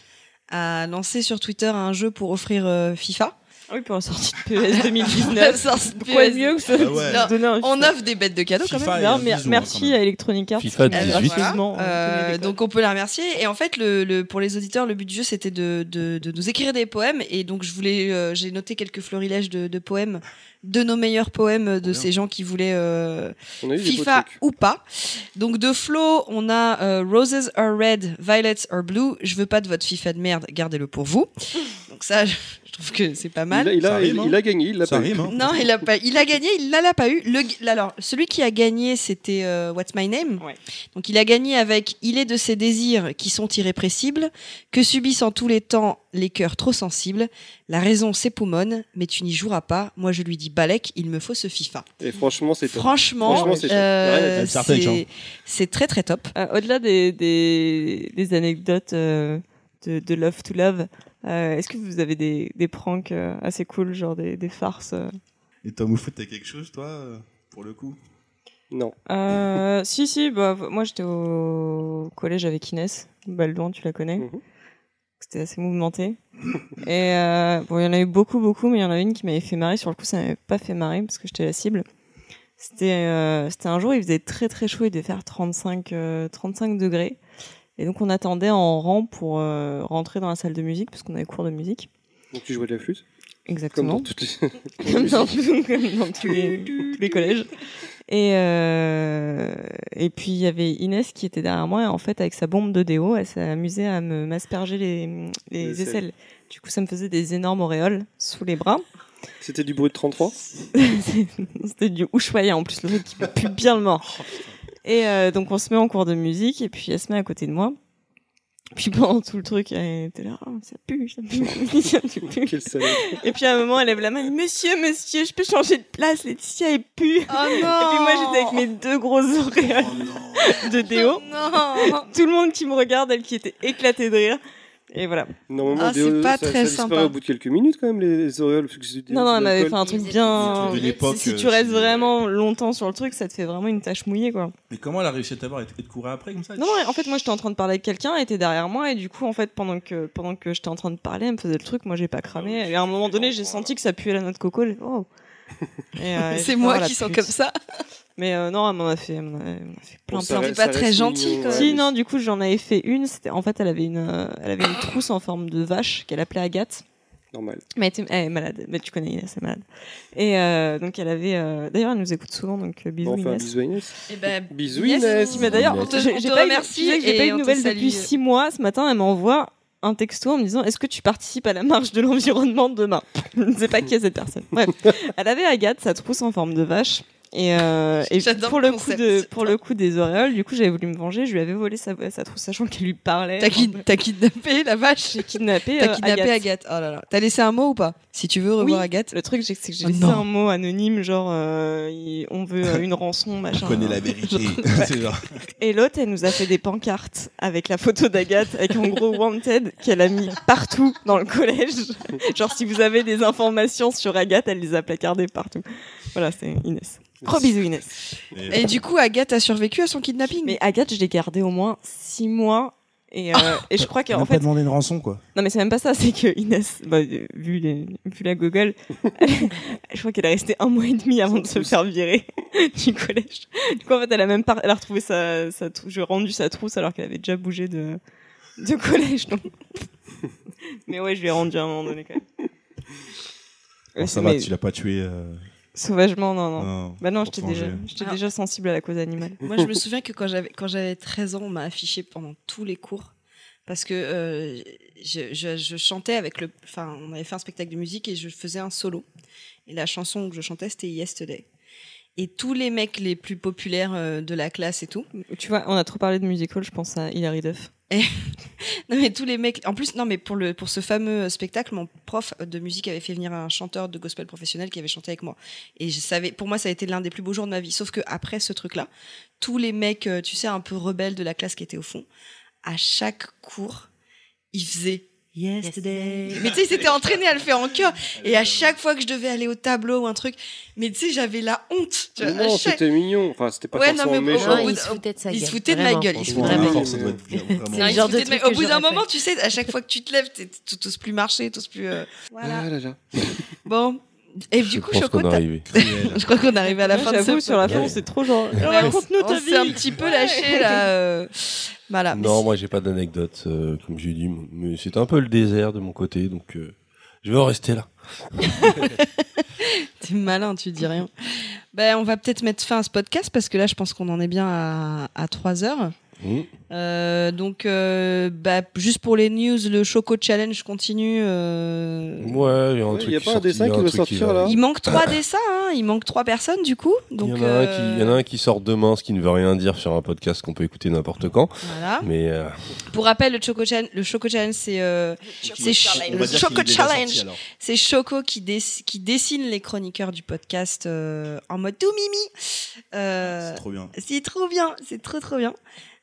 Speaker 4: a lancé sur Twitter un jeu pour offrir euh, FIFA.
Speaker 6: Ah oui, pour la sortie de
Speaker 2: <laughs>
Speaker 4: <laughs>
Speaker 6: PES 2019.
Speaker 4: Ça, c'est
Speaker 6: Pourquoi
Speaker 4: PS.
Speaker 6: mieux que ça
Speaker 2: Ah ouais.
Speaker 6: se donner un
Speaker 4: On
Speaker 6: FIFA.
Speaker 4: offre des bêtes de cadeaux quand
Speaker 2: FIFA
Speaker 4: même.
Speaker 2: et un
Speaker 6: Non, mer-
Speaker 2: bisou, hein, quand
Speaker 6: merci
Speaker 2: même.
Speaker 6: à Electronic Arts.
Speaker 1: FIFA
Speaker 6: qui
Speaker 4: Euh,
Speaker 1: 18.
Speaker 4: voilà.
Speaker 6: gracieusement,
Speaker 4: Euh,
Speaker 6: euh, donné des
Speaker 4: donc on peut la remercier. Et en fait, le, le- pour les auditeurs, le but du jeu c'était de, de- de nous écrire des poèmes. Et donc je voulais, euh, j'ai noté quelques florilèges de, de poèmes, de nos meilleurs poèmes de ces gens qui voulaient euh,
Speaker 5: On a eu des beaux
Speaker 4: FIFA
Speaker 5: trucs.
Speaker 4: ou pas. Donc de Flo, on a euh, Roses are red, Violets are blue. Je veux pas de votre FIFA de merde, gardez-le pour vous. Donc ça, je je trouve que c'est pas mal. mal.
Speaker 5: il,
Speaker 2: Ça
Speaker 5: a, il,
Speaker 2: rime, hein.
Speaker 5: il a gagné, il l'a
Speaker 2: Ça
Speaker 5: pas eu.
Speaker 10: <laughs>
Speaker 2: rime, hein.
Speaker 4: Non, il a pas. Il a gagné, il l'a l'a pas eu. Le, alors, celui qui a gagné, c'était euh, What's My Name.
Speaker 6: Ouais.
Speaker 4: Donc, il a gagné avec Il est de ses désirs qui sont irrépressibles, que subissent en tous les temps les cœurs trop sensibles. La raison s'époumone, mais tu n'y joueras pas. Moi, je lui dis Balek, il me faut ce FIFA.
Speaker 5: Et franchement, c'est top.
Speaker 4: Franchement,
Speaker 5: Franchement, c'est top.
Speaker 4: euh,
Speaker 5: Rien à dire.
Speaker 2: Certains gens.
Speaker 4: c'est- c'est très très top.
Speaker 6: Euh, Au-delà des, des, des anecdotes euh, de, de Love to Love, euh, est-ce que vous avez des, des pranks euh, assez cool, genre des, des farces euh
Speaker 10: Et Tom Woofet, t'as quelque chose, toi, euh, pour le <laughs> coup
Speaker 5: Non.
Speaker 6: Euh, Si, si, bah, v- moi j'étais au collège avec Inès, Baldouin, tu la connais.
Speaker 5: Mhm.
Speaker 6: C'était assez mouvementé. Et euh, bon, il y en a eu beaucoup, beaucoup, mais il y en a une qui m'avait fait marrer. Sur le coup, ça m'avait pas fait marrer parce que j'étais la cible. C'était euh, c'était un jour, il faisait très très chaud, il devait faire 35, euh, 35 degrés. Et donc on attendait en rang pour euh, rentrer dans la salle de musique, parce qu'on avait cours de musique.
Speaker 5: Donc tu jouais de la flûte Comme
Speaker 6: Exactement
Speaker 5: dans toutes les... <laughs>
Speaker 6: comme <laughs> dans, comme dans tous, les, tous les collèges. Et, euh, et puis il y avait Inès qui était derrière moi, et en fait, avec sa bombe de déo, elle s'est amusée à me m'asperger les, les
Speaker 5: Les aisselles.
Speaker 6: aisselles. Du coup, ça me faisait des énormes auréoles sous les bras. <laughs>
Speaker 5: C'était du bruit de
Speaker 4: <laughs>
Speaker 5: 33
Speaker 6: C'était du Ushuaïa en plus, le mec qui pue bien le mort. Et euh, donc on se met en cours de musique et puis elle se met à côté de moi. Puis pendant tout le truc, elle était là, Ah, ça pue, ça pue, <laughs> ça pue.
Speaker 5: Quel salaud.
Speaker 6: Et puis à un moment, elle lève la main, elle dit Monsieur, monsieur, je peux changer de place, Laetitia, elle pue.
Speaker 4: Oh non Et puis
Speaker 6: Et puis moi, j'étais avec mes deux grosses
Speaker 10: Oh,
Speaker 6: auréoles de déo.
Speaker 4: Non
Speaker 6: Tout le monde qui me regarde, elle qui était éclatée de rire. Et voilà.
Speaker 5: Normalement,
Speaker 4: Ah,
Speaker 5: des-
Speaker 4: c'est pas
Speaker 5: ça,
Speaker 4: très
Speaker 5: ça disparaît
Speaker 4: sympa.
Speaker 5: au bout de quelques minutes quand même, les les auréoles. parce que c'est des-
Speaker 6: Non, non,
Speaker 5: c'est
Speaker 6: elle
Speaker 5: de
Speaker 6: m'avait
Speaker 5: l'alcool.
Speaker 6: fait un truc
Speaker 3: Des
Speaker 6: bien.
Speaker 3: trucs
Speaker 10: de l'époque.
Speaker 6: Si tu
Speaker 10: euh,
Speaker 6: restes
Speaker 10: c'est-
Speaker 6: vraiment longtemps sur le truc, ça te fait vraiment une tache mouillée, quoi.
Speaker 10: Mais comment elle a réussi à t'avoir et t- et te courir après comme ça
Speaker 6: Non, non, en fait, moi, j'étais en train de parler avec quelqu'un, elle était derrière moi, et du coup, en fait, pendant que, pendant que j'étais en train de parler, elle me faisait le truc, moi, j'ai pas
Speaker 4: Ah
Speaker 6: cramé. Et à un moment donné, j'ai senti que ça puait la noix de coco. j'ai fait, Oh. Et,
Speaker 4: <laughs>
Speaker 6: euh, j'ai fait,
Speaker 4: C'est moi
Speaker 6: Oh, la
Speaker 4: qui sens
Speaker 6: pute.
Speaker 4: comme ça.
Speaker 6: Mais euh, non, elle m'en a fait, elle m'en a, elle m'en a fait plein,
Speaker 5: Bon, ça
Speaker 6: plein.
Speaker 5: reste-
Speaker 4: pas
Speaker 5: ça
Speaker 4: très
Speaker 5: reste euh,
Speaker 4: gentil,
Speaker 5: mignon,
Speaker 4: quand
Speaker 5: ouais,
Speaker 4: même.
Speaker 6: Si,
Speaker 5: mais
Speaker 6: non, du coup, j'en avais fait une. C'était, en fait, elle avait une, euh, elle avait une trousse en forme de vache qu'elle appelait Agathe.
Speaker 5: c'est Normal.
Speaker 6: Mais elle, était- elle est malade. Mais tu connais Inès, elle est malade. Et euh, donc, elle avait. euh, D'ailleurs, elle nous écoute souvent, donc euh, bisous
Speaker 5: Bon, enfin,
Speaker 6: Inès.
Speaker 5: bisous à Inès.
Speaker 6: Eh
Speaker 4: Et ben,
Speaker 5: Bisous
Speaker 4: Inès,
Speaker 5: Inès.
Speaker 4: bisous.
Speaker 6: Mais d'ailleurs,
Speaker 4: On te-
Speaker 6: j'ai
Speaker 4: on
Speaker 6: j'ai
Speaker 4: te
Speaker 6: pas eu-
Speaker 4: remercie
Speaker 6: tu sais que j'ai
Speaker 4: et
Speaker 6: pas eu de
Speaker 4: on te
Speaker 6: nouvelles
Speaker 4: salue.
Speaker 6: depuis six mois. Ce matin, elle m'envoie un texto en me disant Est-ce que tu participes à la marche de l'environnement demain <laughs> Je ne sais pas qui est cette personne. Bref, elle avait Agathe, sa trousse en forme de vache. Et, euh, et
Speaker 4: J'adore
Speaker 6: pour,
Speaker 4: le
Speaker 6: le coup
Speaker 4: concept.
Speaker 6: de, pour le coup des auréoles, du coup, j'avais voulu me venger. Je lui avais volé sa, sa trousse, sachant qu'elle lui parlait.
Speaker 4: T'as kid- t'as kidnappé la vache
Speaker 6: J'ai kidnappé,
Speaker 4: T'as
Speaker 6: euh,
Speaker 4: kidnappé Agathe.
Speaker 6: Agathe.
Speaker 4: Oh là là. T'as laissé un mot ou pas Si tu veux revoir
Speaker 6: Oui.
Speaker 4: Agathe.
Speaker 6: Le truc, c'est que j'ai
Speaker 4: Oh
Speaker 6: laissé
Speaker 4: non.
Speaker 6: un mot anonyme, genre euh, il- on veut euh, une rançon,
Speaker 10: Je
Speaker 6: machin.
Speaker 10: connais la vérité.
Speaker 4: <laughs>
Speaker 10: <laughs> C'est genre-
Speaker 6: Et l'autre, elle nous a fait des pancartes avec la photo d'Agathe, avec en gros Wanted, qu'elle a mis partout dans le collège. Genre, si vous avez des informations sur Agathe, elle les a placardées partout. Voilà, c'est Inès. Gros bisous, Inès.
Speaker 4: Et du coup, Agathe a survécu à son kidnapping.
Speaker 6: Mais Agathe, je l'ai gardée au moins six mois. Et, euh, et je crois
Speaker 10: Elle
Speaker 6: qu'en
Speaker 10: m'a
Speaker 6: fait,
Speaker 10: pas demandé une rançon, quoi.
Speaker 6: Non, mais c'est même pas ça, <laughs> c'est que Inès, bah, euh, vu, les- vu
Speaker 4: <laughs>
Speaker 6: la gogole, elle- je crois qu'elle est restée un mois et demi avant de se faire virer <laughs> du collège. Du coup, en fait, elle a même pas, elle a retrouvé sa, sa trou- j'ai rendu sa trousse alors qu'elle avait déjà bougé de, de
Speaker 4: <laughs>
Speaker 6: collège, donc. mais ouais, je l'ai rendu à un moment donné quand même.
Speaker 10: Bon,
Speaker 6: Ouais,
Speaker 10: ça va,
Speaker 6: mais
Speaker 10: tu l'as pas tué. euh,
Speaker 6: Sauvagement, non, non.
Speaker 10: non,
Speaker 6: Bah non,
Speaker 10: pour
Speaker 6: j'étais
Speaker 10: te
Speaker 6: déjà,
Speaker 10: venger.
Speaker 6: j'étais
Speaker 4: Ah.
Speaker 6: déjà sensible à la cause animale.
Speaker 4: Moi, je me souviens que quand j'avais quand j'avais 13 ans, on m'a affiché pendant tous les cours parce que euh, je, je- je chantais avec le. Enfin, on avait fait un spectacle de musique et je faisais un solo. Et la chanson que je chantais, c'était Yesterday. Et tous les mecs les plus populaires euh, de la classe et tout.
Speaker 6: Tu vois, on a trop parlé de musical, je pense à Hilary Duff.
Speaker 4: Non mais tous les mecs. En plus, non mais pour le pour ce fameux spectacle, mon prof de musique avait fait venir un chanteur de gospel professionnel qui avait chanté avec moi. Et je savais, pour moi, ça a été l'un des plus beaux jours de ma vie. Sauf que après ce truc-là, tous les mecs, euh, tu sais, un peu rebelles de la classe qui étaient au fond, à chaque cours, ils faisaient. Yesterday. Mais tu sais, ils s'étaient entraînés à le faire en chœur. Et
Speaker 3: euh,
Speaker 4: à chaque fois que je devais aller au tableau ou un truc, mais tu sais, j'avais la honte. Tu vois,
Speaker 5: Mais
Speaker 4: à
Speaker 5: Non,
Speaker 4: chaque-
Speaker 5: c'était mignon. Enfin, c'était pas
Speaker 4: Ouais, non,
Speaker 5: forcément
Speaker 4: mais bon,
Speaker 5: méchant.
Speaker 4: ouais,
Speaker 3: il se foutait de sa
Speaker 4: il
Speaker 3: gueule.
Speaker 4: se foutait de ma
Speaker 3: Vraiment,
Speaker 4: gueule, il se
Speaker 10: Pour
Speaker 4: foutait
Speaker 10: un
Speaker 4: de
Speaker 3: vraiment.
Speaker 4: ma
Speaker 10: enfant, ça doit être vraiment-
Speaker 3: C'est
Speaker 10: <laughs>
Speaker 3: un genre de
Speaker 4: Mais
Speaker 3: truc
Speaker 4: au
Speaker 3: que
Speaker 4: bout d'un
Speaker 3: j'aurais
Speaker 4: moment,
Speaker 3: fait.
Speaker 4: tu sais, à chaque fois que tu te lèves, t'es- tu t'oses plus marcher, t'oses plus. euh, Voilà.
Speaker 5: Ah là là.
Speaker 4: Bon. Et du
Speaker 1: Je
Speaker 4: coup,
Speaker 1: pense
Speaker 4: Choco,
Speaker 1: qu'on est
Speaker 4: t'as-
Speaker 1: arrivé.
Speaker 10: Cruel.
Speaker 4: je crois qu'on arrive à la
Speaker 6: Ouais,
Speaker 4: fin de ce
Speaker 6: J'avoue, sur la
Speaker 4: podcast.
Speaker 6: fin, c'est trop genre.
Speaker 4: Ouais,
Speaker 6: Raconte-nous
Speaker 4: on
Speaker 6: ta
Speaker 4: s'est
Speaker 6: vie.
Speaker 4: un petit peu lâché là. euh, Voilà. Mais
Speaker 1: Non,
Speaker 4: si-
Speaker 1: moi j'ai pas d'anecdote, euh, comme j'ai dit, mais c'est un peu le désert de mon côté, donc euh, je vais en rester là.
Speaker 4: T'es malin, tu dis rien. Ben, on va peut-être mettre fin à ce podcast parce que là, je pense qu'on en est bien à, à 3 heures.
Speaker 1: Mmh.
Speaker 4: Euh, donc, euh, bah, juste pour les news, le Choco Challenge continue. euh,
Speaker 1: Ouais, il y a un
Speaker 5: Ouais,
Speaker 1: truc
Speaker 5: y a
Speaker 1: qui
Speaker 5: pas un
Speaker 1: sorti,
Speaker 5: dessin
Speaker 1: y a
Speaker 5: qui doit
Speaker 1: truc
Speaker 5: sortir,
Speaker 1: va-
Speaker 5: là
Speaker 4: Il manque trois dessins, hein, il manque trois personnes du coup.
Speaker 1: Ah. Il
Speaker 4: Donc,
Speaker 1: y, en a un qui, il y en a
Speaker 4: euh,
Speaker 1: un qui sort demain, ce qui ne veut rien dire sur un podcast qu'on peut écouter n'importe quand.
Speaker 4: voilà.
Speaker 1: Mais euh,
Speaker 4: Pour rappel, le Choco Challenge, le Choco Challenge, c'est euh, c'est ch-
Speaker 6: Challenge.
Speaker 4: le
Speaker 6: On
Speaker 4: Choco Challenge. C'est Choco qui, dess- qui dessine les chroniqueurs du podcast euh, en mode tout mimi. Euh,
Speaker 10: C'est trop bien.
Speaker 4: c'est trop bien, c'est trop trop bien.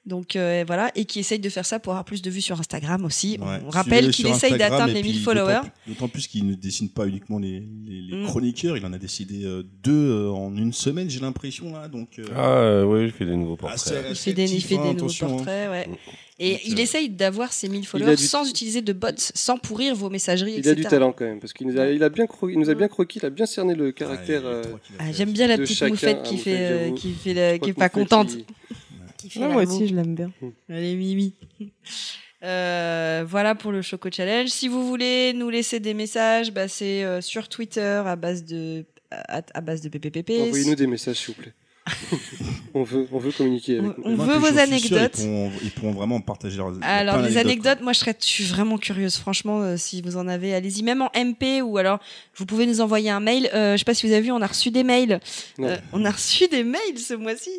Speaker 4: Donc euh, voilà, et qui essaye de faire ça pour avoir plus de vues sur Instagram aussi.
Speaker 10: Ouais.
Speaker 4: On
Speaker 10: Suivez-le
Speaker 4: rappelle qu'il
Speaker 10: sur
Speaker 4: essaye
Speaker 10: Instagram,
Speaker 4: d'atteindre
Speaker 10: et
Speaker 4: les
Speaker 10: puis
Speaker 4: 1000
Speaker 10: d'autant-
Speaker 4: followers.
Speaker 10: D'autant plus qu'il ne dessine pas uniquement les, les- les
Speaker 4: Mm.
Speaker 10: chroniqueurs, il en a décidé euh, deux euh, en une semaine, j'ai l'impression là. Donc, euh,
Speaker 1: ah euh, ouais, je fais des nouveaux
Speaker 5: Ah,
Speaker 10: assez
Speaker 1: portraits.
Speaker 4: Il fait des, il
Speaker 10: réceptif,
Speaker 4: fait
Speaker 10: hein,
Speaker 4: des nouveaux
Speaker 10: attention, hein.
Speaker 4: portraits, ouais.
Speaker 1: Mm.
Speaker 4: Et
Speaker 10: Donc,
Speaker 4: il
Speaker 10: euh,
Speaker 4: essaye d'avoir ses 1000 followers
Speaker 5: du-
Speaker 4: sans utiliser de bots, sans pourrir vos messageries,
Speaker 5: Il
Speaker 4: etc.
Speaker 5: a du talent quand même, parce qu'il nous a, il a bien, cro- il nous a bien croqué, il a bien cerné le
Speaker 10: Ah,
Speaker 5: caractère.
Speaker 10: il y a
Speaker 5: euh,
Speaker 10: trois qu'il a
Speaker 4: Ah,
Speaker 10: fait.
Speaker 4: J'aime bien la
Speaker 5: De
Speaker 4: petite
Speaker 5: chacun,
Speaker 4: moufette
Speaker 5: ah,
Speaker 4: qui
Speaker 5: moufette,
Speaker 4: fait, euh,
Speaker 5: j'avoue.
Speaker 4: qui fait, la-
Speaker 5: je crois
Speaker 4: qui est
Speaker 5: qu'on
Speaker 4: pas
Speaker 5: fait,
Speaker 4: contente.
Speaker 5: il-
Speaker 3: qui fait
Speaker 6: Non, moi
Speaker 3: l'amour.
Speaker 6: aussi, je l'aime bien.
Speaker 4: Allez, Mimi. <laughs> Euh, voilà pour le Choco Challenge. Si vous voulez nous laisser des messages, bah, c'est euh, sur Twitter à base de à, à base de PPPP.
Speaker 5: Envoyez-nous des messages,
Speaker 4: <laughs>
Speaker 5: s'il vous plaît. on, veut, on veut communiquer
Speaker 4: On,
Speaker 5: avec nous.
Speaker 4: on
Speaker 10: Non, puis
Speaker 4: veut
Speaker 10: je
Speaker 4: vos
Speaker 10: suis sûr,
Speaker 4: anecdotes. Ah,
Speaker 10: Ils pourront, ils pourront vraiment partager leurs
Speaker 4: Alors
Speaker 10: plein
Speaker 4: les
Speaker 10: d'anecdotes,
Speaker 4: anecdotes, moi je serais, je suis vraiment curieuse, franchement, euh, si vous en avez, allez-y, même en MP ou alors vous pouvez nous envoyer un mail. Euh, je sais pas si vous avez vu, on a reçu des mails.
Speaker 5: Non.
Speaker 4: Euh, on a reçu des mails ce mois-ci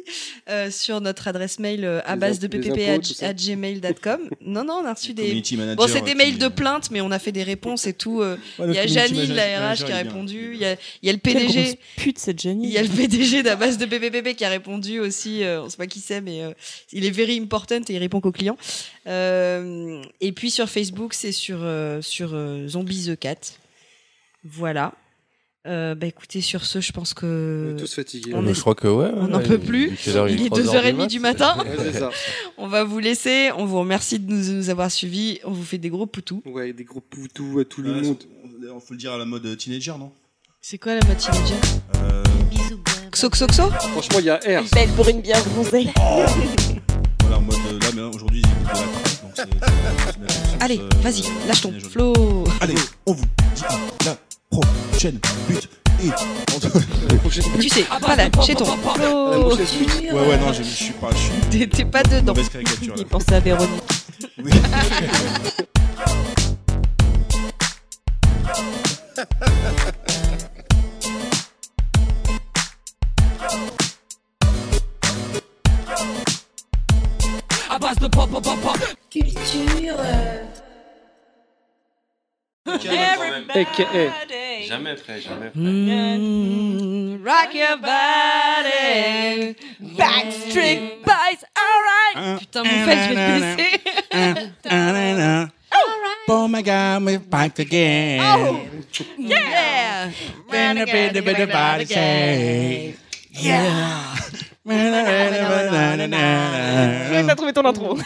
Speaker 4: euh, sur notre adresse mail euh, à
Speaker 5: Les
Speaker 4: base
Speaker 5: imp-
Speaker 4: de
Speaker 5: les
Speaker 4: ppp
Speaker 5: impôts, tout ça.
Speaker 4: at gmail.com. non non, on a
Speaker 2: <laughs>
Speaker 4: reçu
Speaker 10: quoi.
Speaker 4: des
Speaker 10: Community manager,
Speaker 4: Bon, c'est des
Speaker 10: qui-
Speaker 2: euh,
Speaker 10: euh,
Speaker 4: mails de plainte, mais on a fait des réponses et tout. euh,
Speaker 10: Ouais,
Speaker 4: Il
Speaker 10: le
Speaker 6: Ah,
Speaker 4: y a
Speaker 10: community
Speaker 4: Janine,
Speaker 10: manager-
Speaker 4: la RH, qui
Speaker 10: manager,
Speaker 4: a
Speaker 10: il est
Speaker 4: répondu.
Speaker 10: bien.
Speaker 4: Il y a, il y a le
Speaker 6: Quelle
Speaker 4: PDG.
Speaker 6: grosse pute cette Jenny.
Speaker 4: Il y a le PDG de la base de BBBB qui a répondu aussi. euh, on sait pas qui c'est, mais euh, il est very important et il répond qu'aux clients. Euh, et puis sur Facebook, c'est sur, euh, sur euh, Zombie the Cat. Voilà. Euh, bah écoutez, sur ce, je pense
Speaker 5: On
Speaker 4: que.
Speaker 5: est tous fatigués.
Speaker 4: on
Speaker 1: Euh,
Speaker 4: est-
Speaker 1: Je crois que ouais.
Speaker 4: on
Speaker 1: ouais,
Speaker 4: n'en
Speaker 1: il-
Speaker 4: peut plus.
Speaker 1: quelle heure
Speaker 4: Il est
Speaker 1: trois heures
Speaker 4: 2h30 du matin.
Speaker 5: Ouais, c'est ça.
Speaker 4: On va vous laisser. On vous remercie de nous, nous avoir suivis. On vous fait des gros poutous.
Speaker 5: Ouais, des gros poutous à tout le
Speaker 10: Ouais,
Speaker 5: monde.
Speaker 10: c'est- on- faut le dire à la mode teenager, non
Speaker 4: C'est quoi la moitié déjà
Speaker 10: Euh,
Speaker 3: Bisous. bye,
Speaker 4: Xo,
Speaker 3: bye.
Speaker 4: xo, xo
Speaker 5: Franchement, il y a R.
Speaker 6: Belle pour une bière bronzée.
Speaker 10: Voilà, en mode euh, là, mais là, aujourd'hui, ils écoutent la trance, donc c'est- c'est- c'est- c'est-
Speaker 4: Allez,
Speaker 10: euh,
Speaker 4: vas-y, lâche ton
Speaker 10: teenager.
Speaker 4: flow.
Speaker 10: Allez, on vous dit à la prochaine but et
Speaker 5: À la prochaine.
Speaker 4: Tu sais, pas là, chez ton
Speaker 5: À la
Speaker 4: flow.
Speaker 5: prochaine.
Speaker 10: ouais ouais non j'ai- je suis pas je suis
Speaker 4: T'es t'es pas
Speaker 10: une
Speaker 4: dedans.
Speaker 10: mauvaise caricature là.
Speaker 6: Il pensait à Véronique.
Speaker 10: Oui.
Speaker 6: Everybody.
Speaker 1: Jamais après, jamais.
Speaker 4: Mm, rock your body.
Speaker 6: Backstreet Boys, alright.
Speaker 10: Hein
Speaker 4: Putain, mon fait, je vais te baisser.
Speaker 2: Oh my god, we're back
Speaker 4: Oh.
Speaker 2: again.
Speaker 4: Yeah.
Speaker 2: Then a bit of a body shake. Yeah.
Speaker 6: Je vais trouvé ton intro.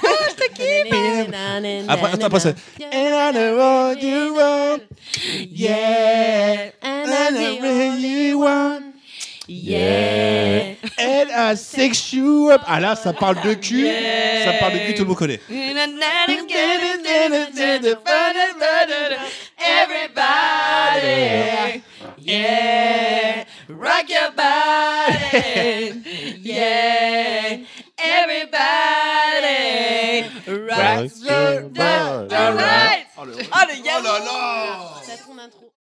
Speaker 2: Après, attends, après, c'est- And I know what you want. Yeah.
Speaker 3: And I
Speaker 2: And I really want.
Speaker 3: Yeah.
Speaker 2: And I sex you up. Ah là, ça parle de cul. Ça parle de cul, tout le monde connaît.
Speaker 4: Everybody, yeah, rock your body, yeah, everybody, rock your body.
Speaker 3: C'est ton intro.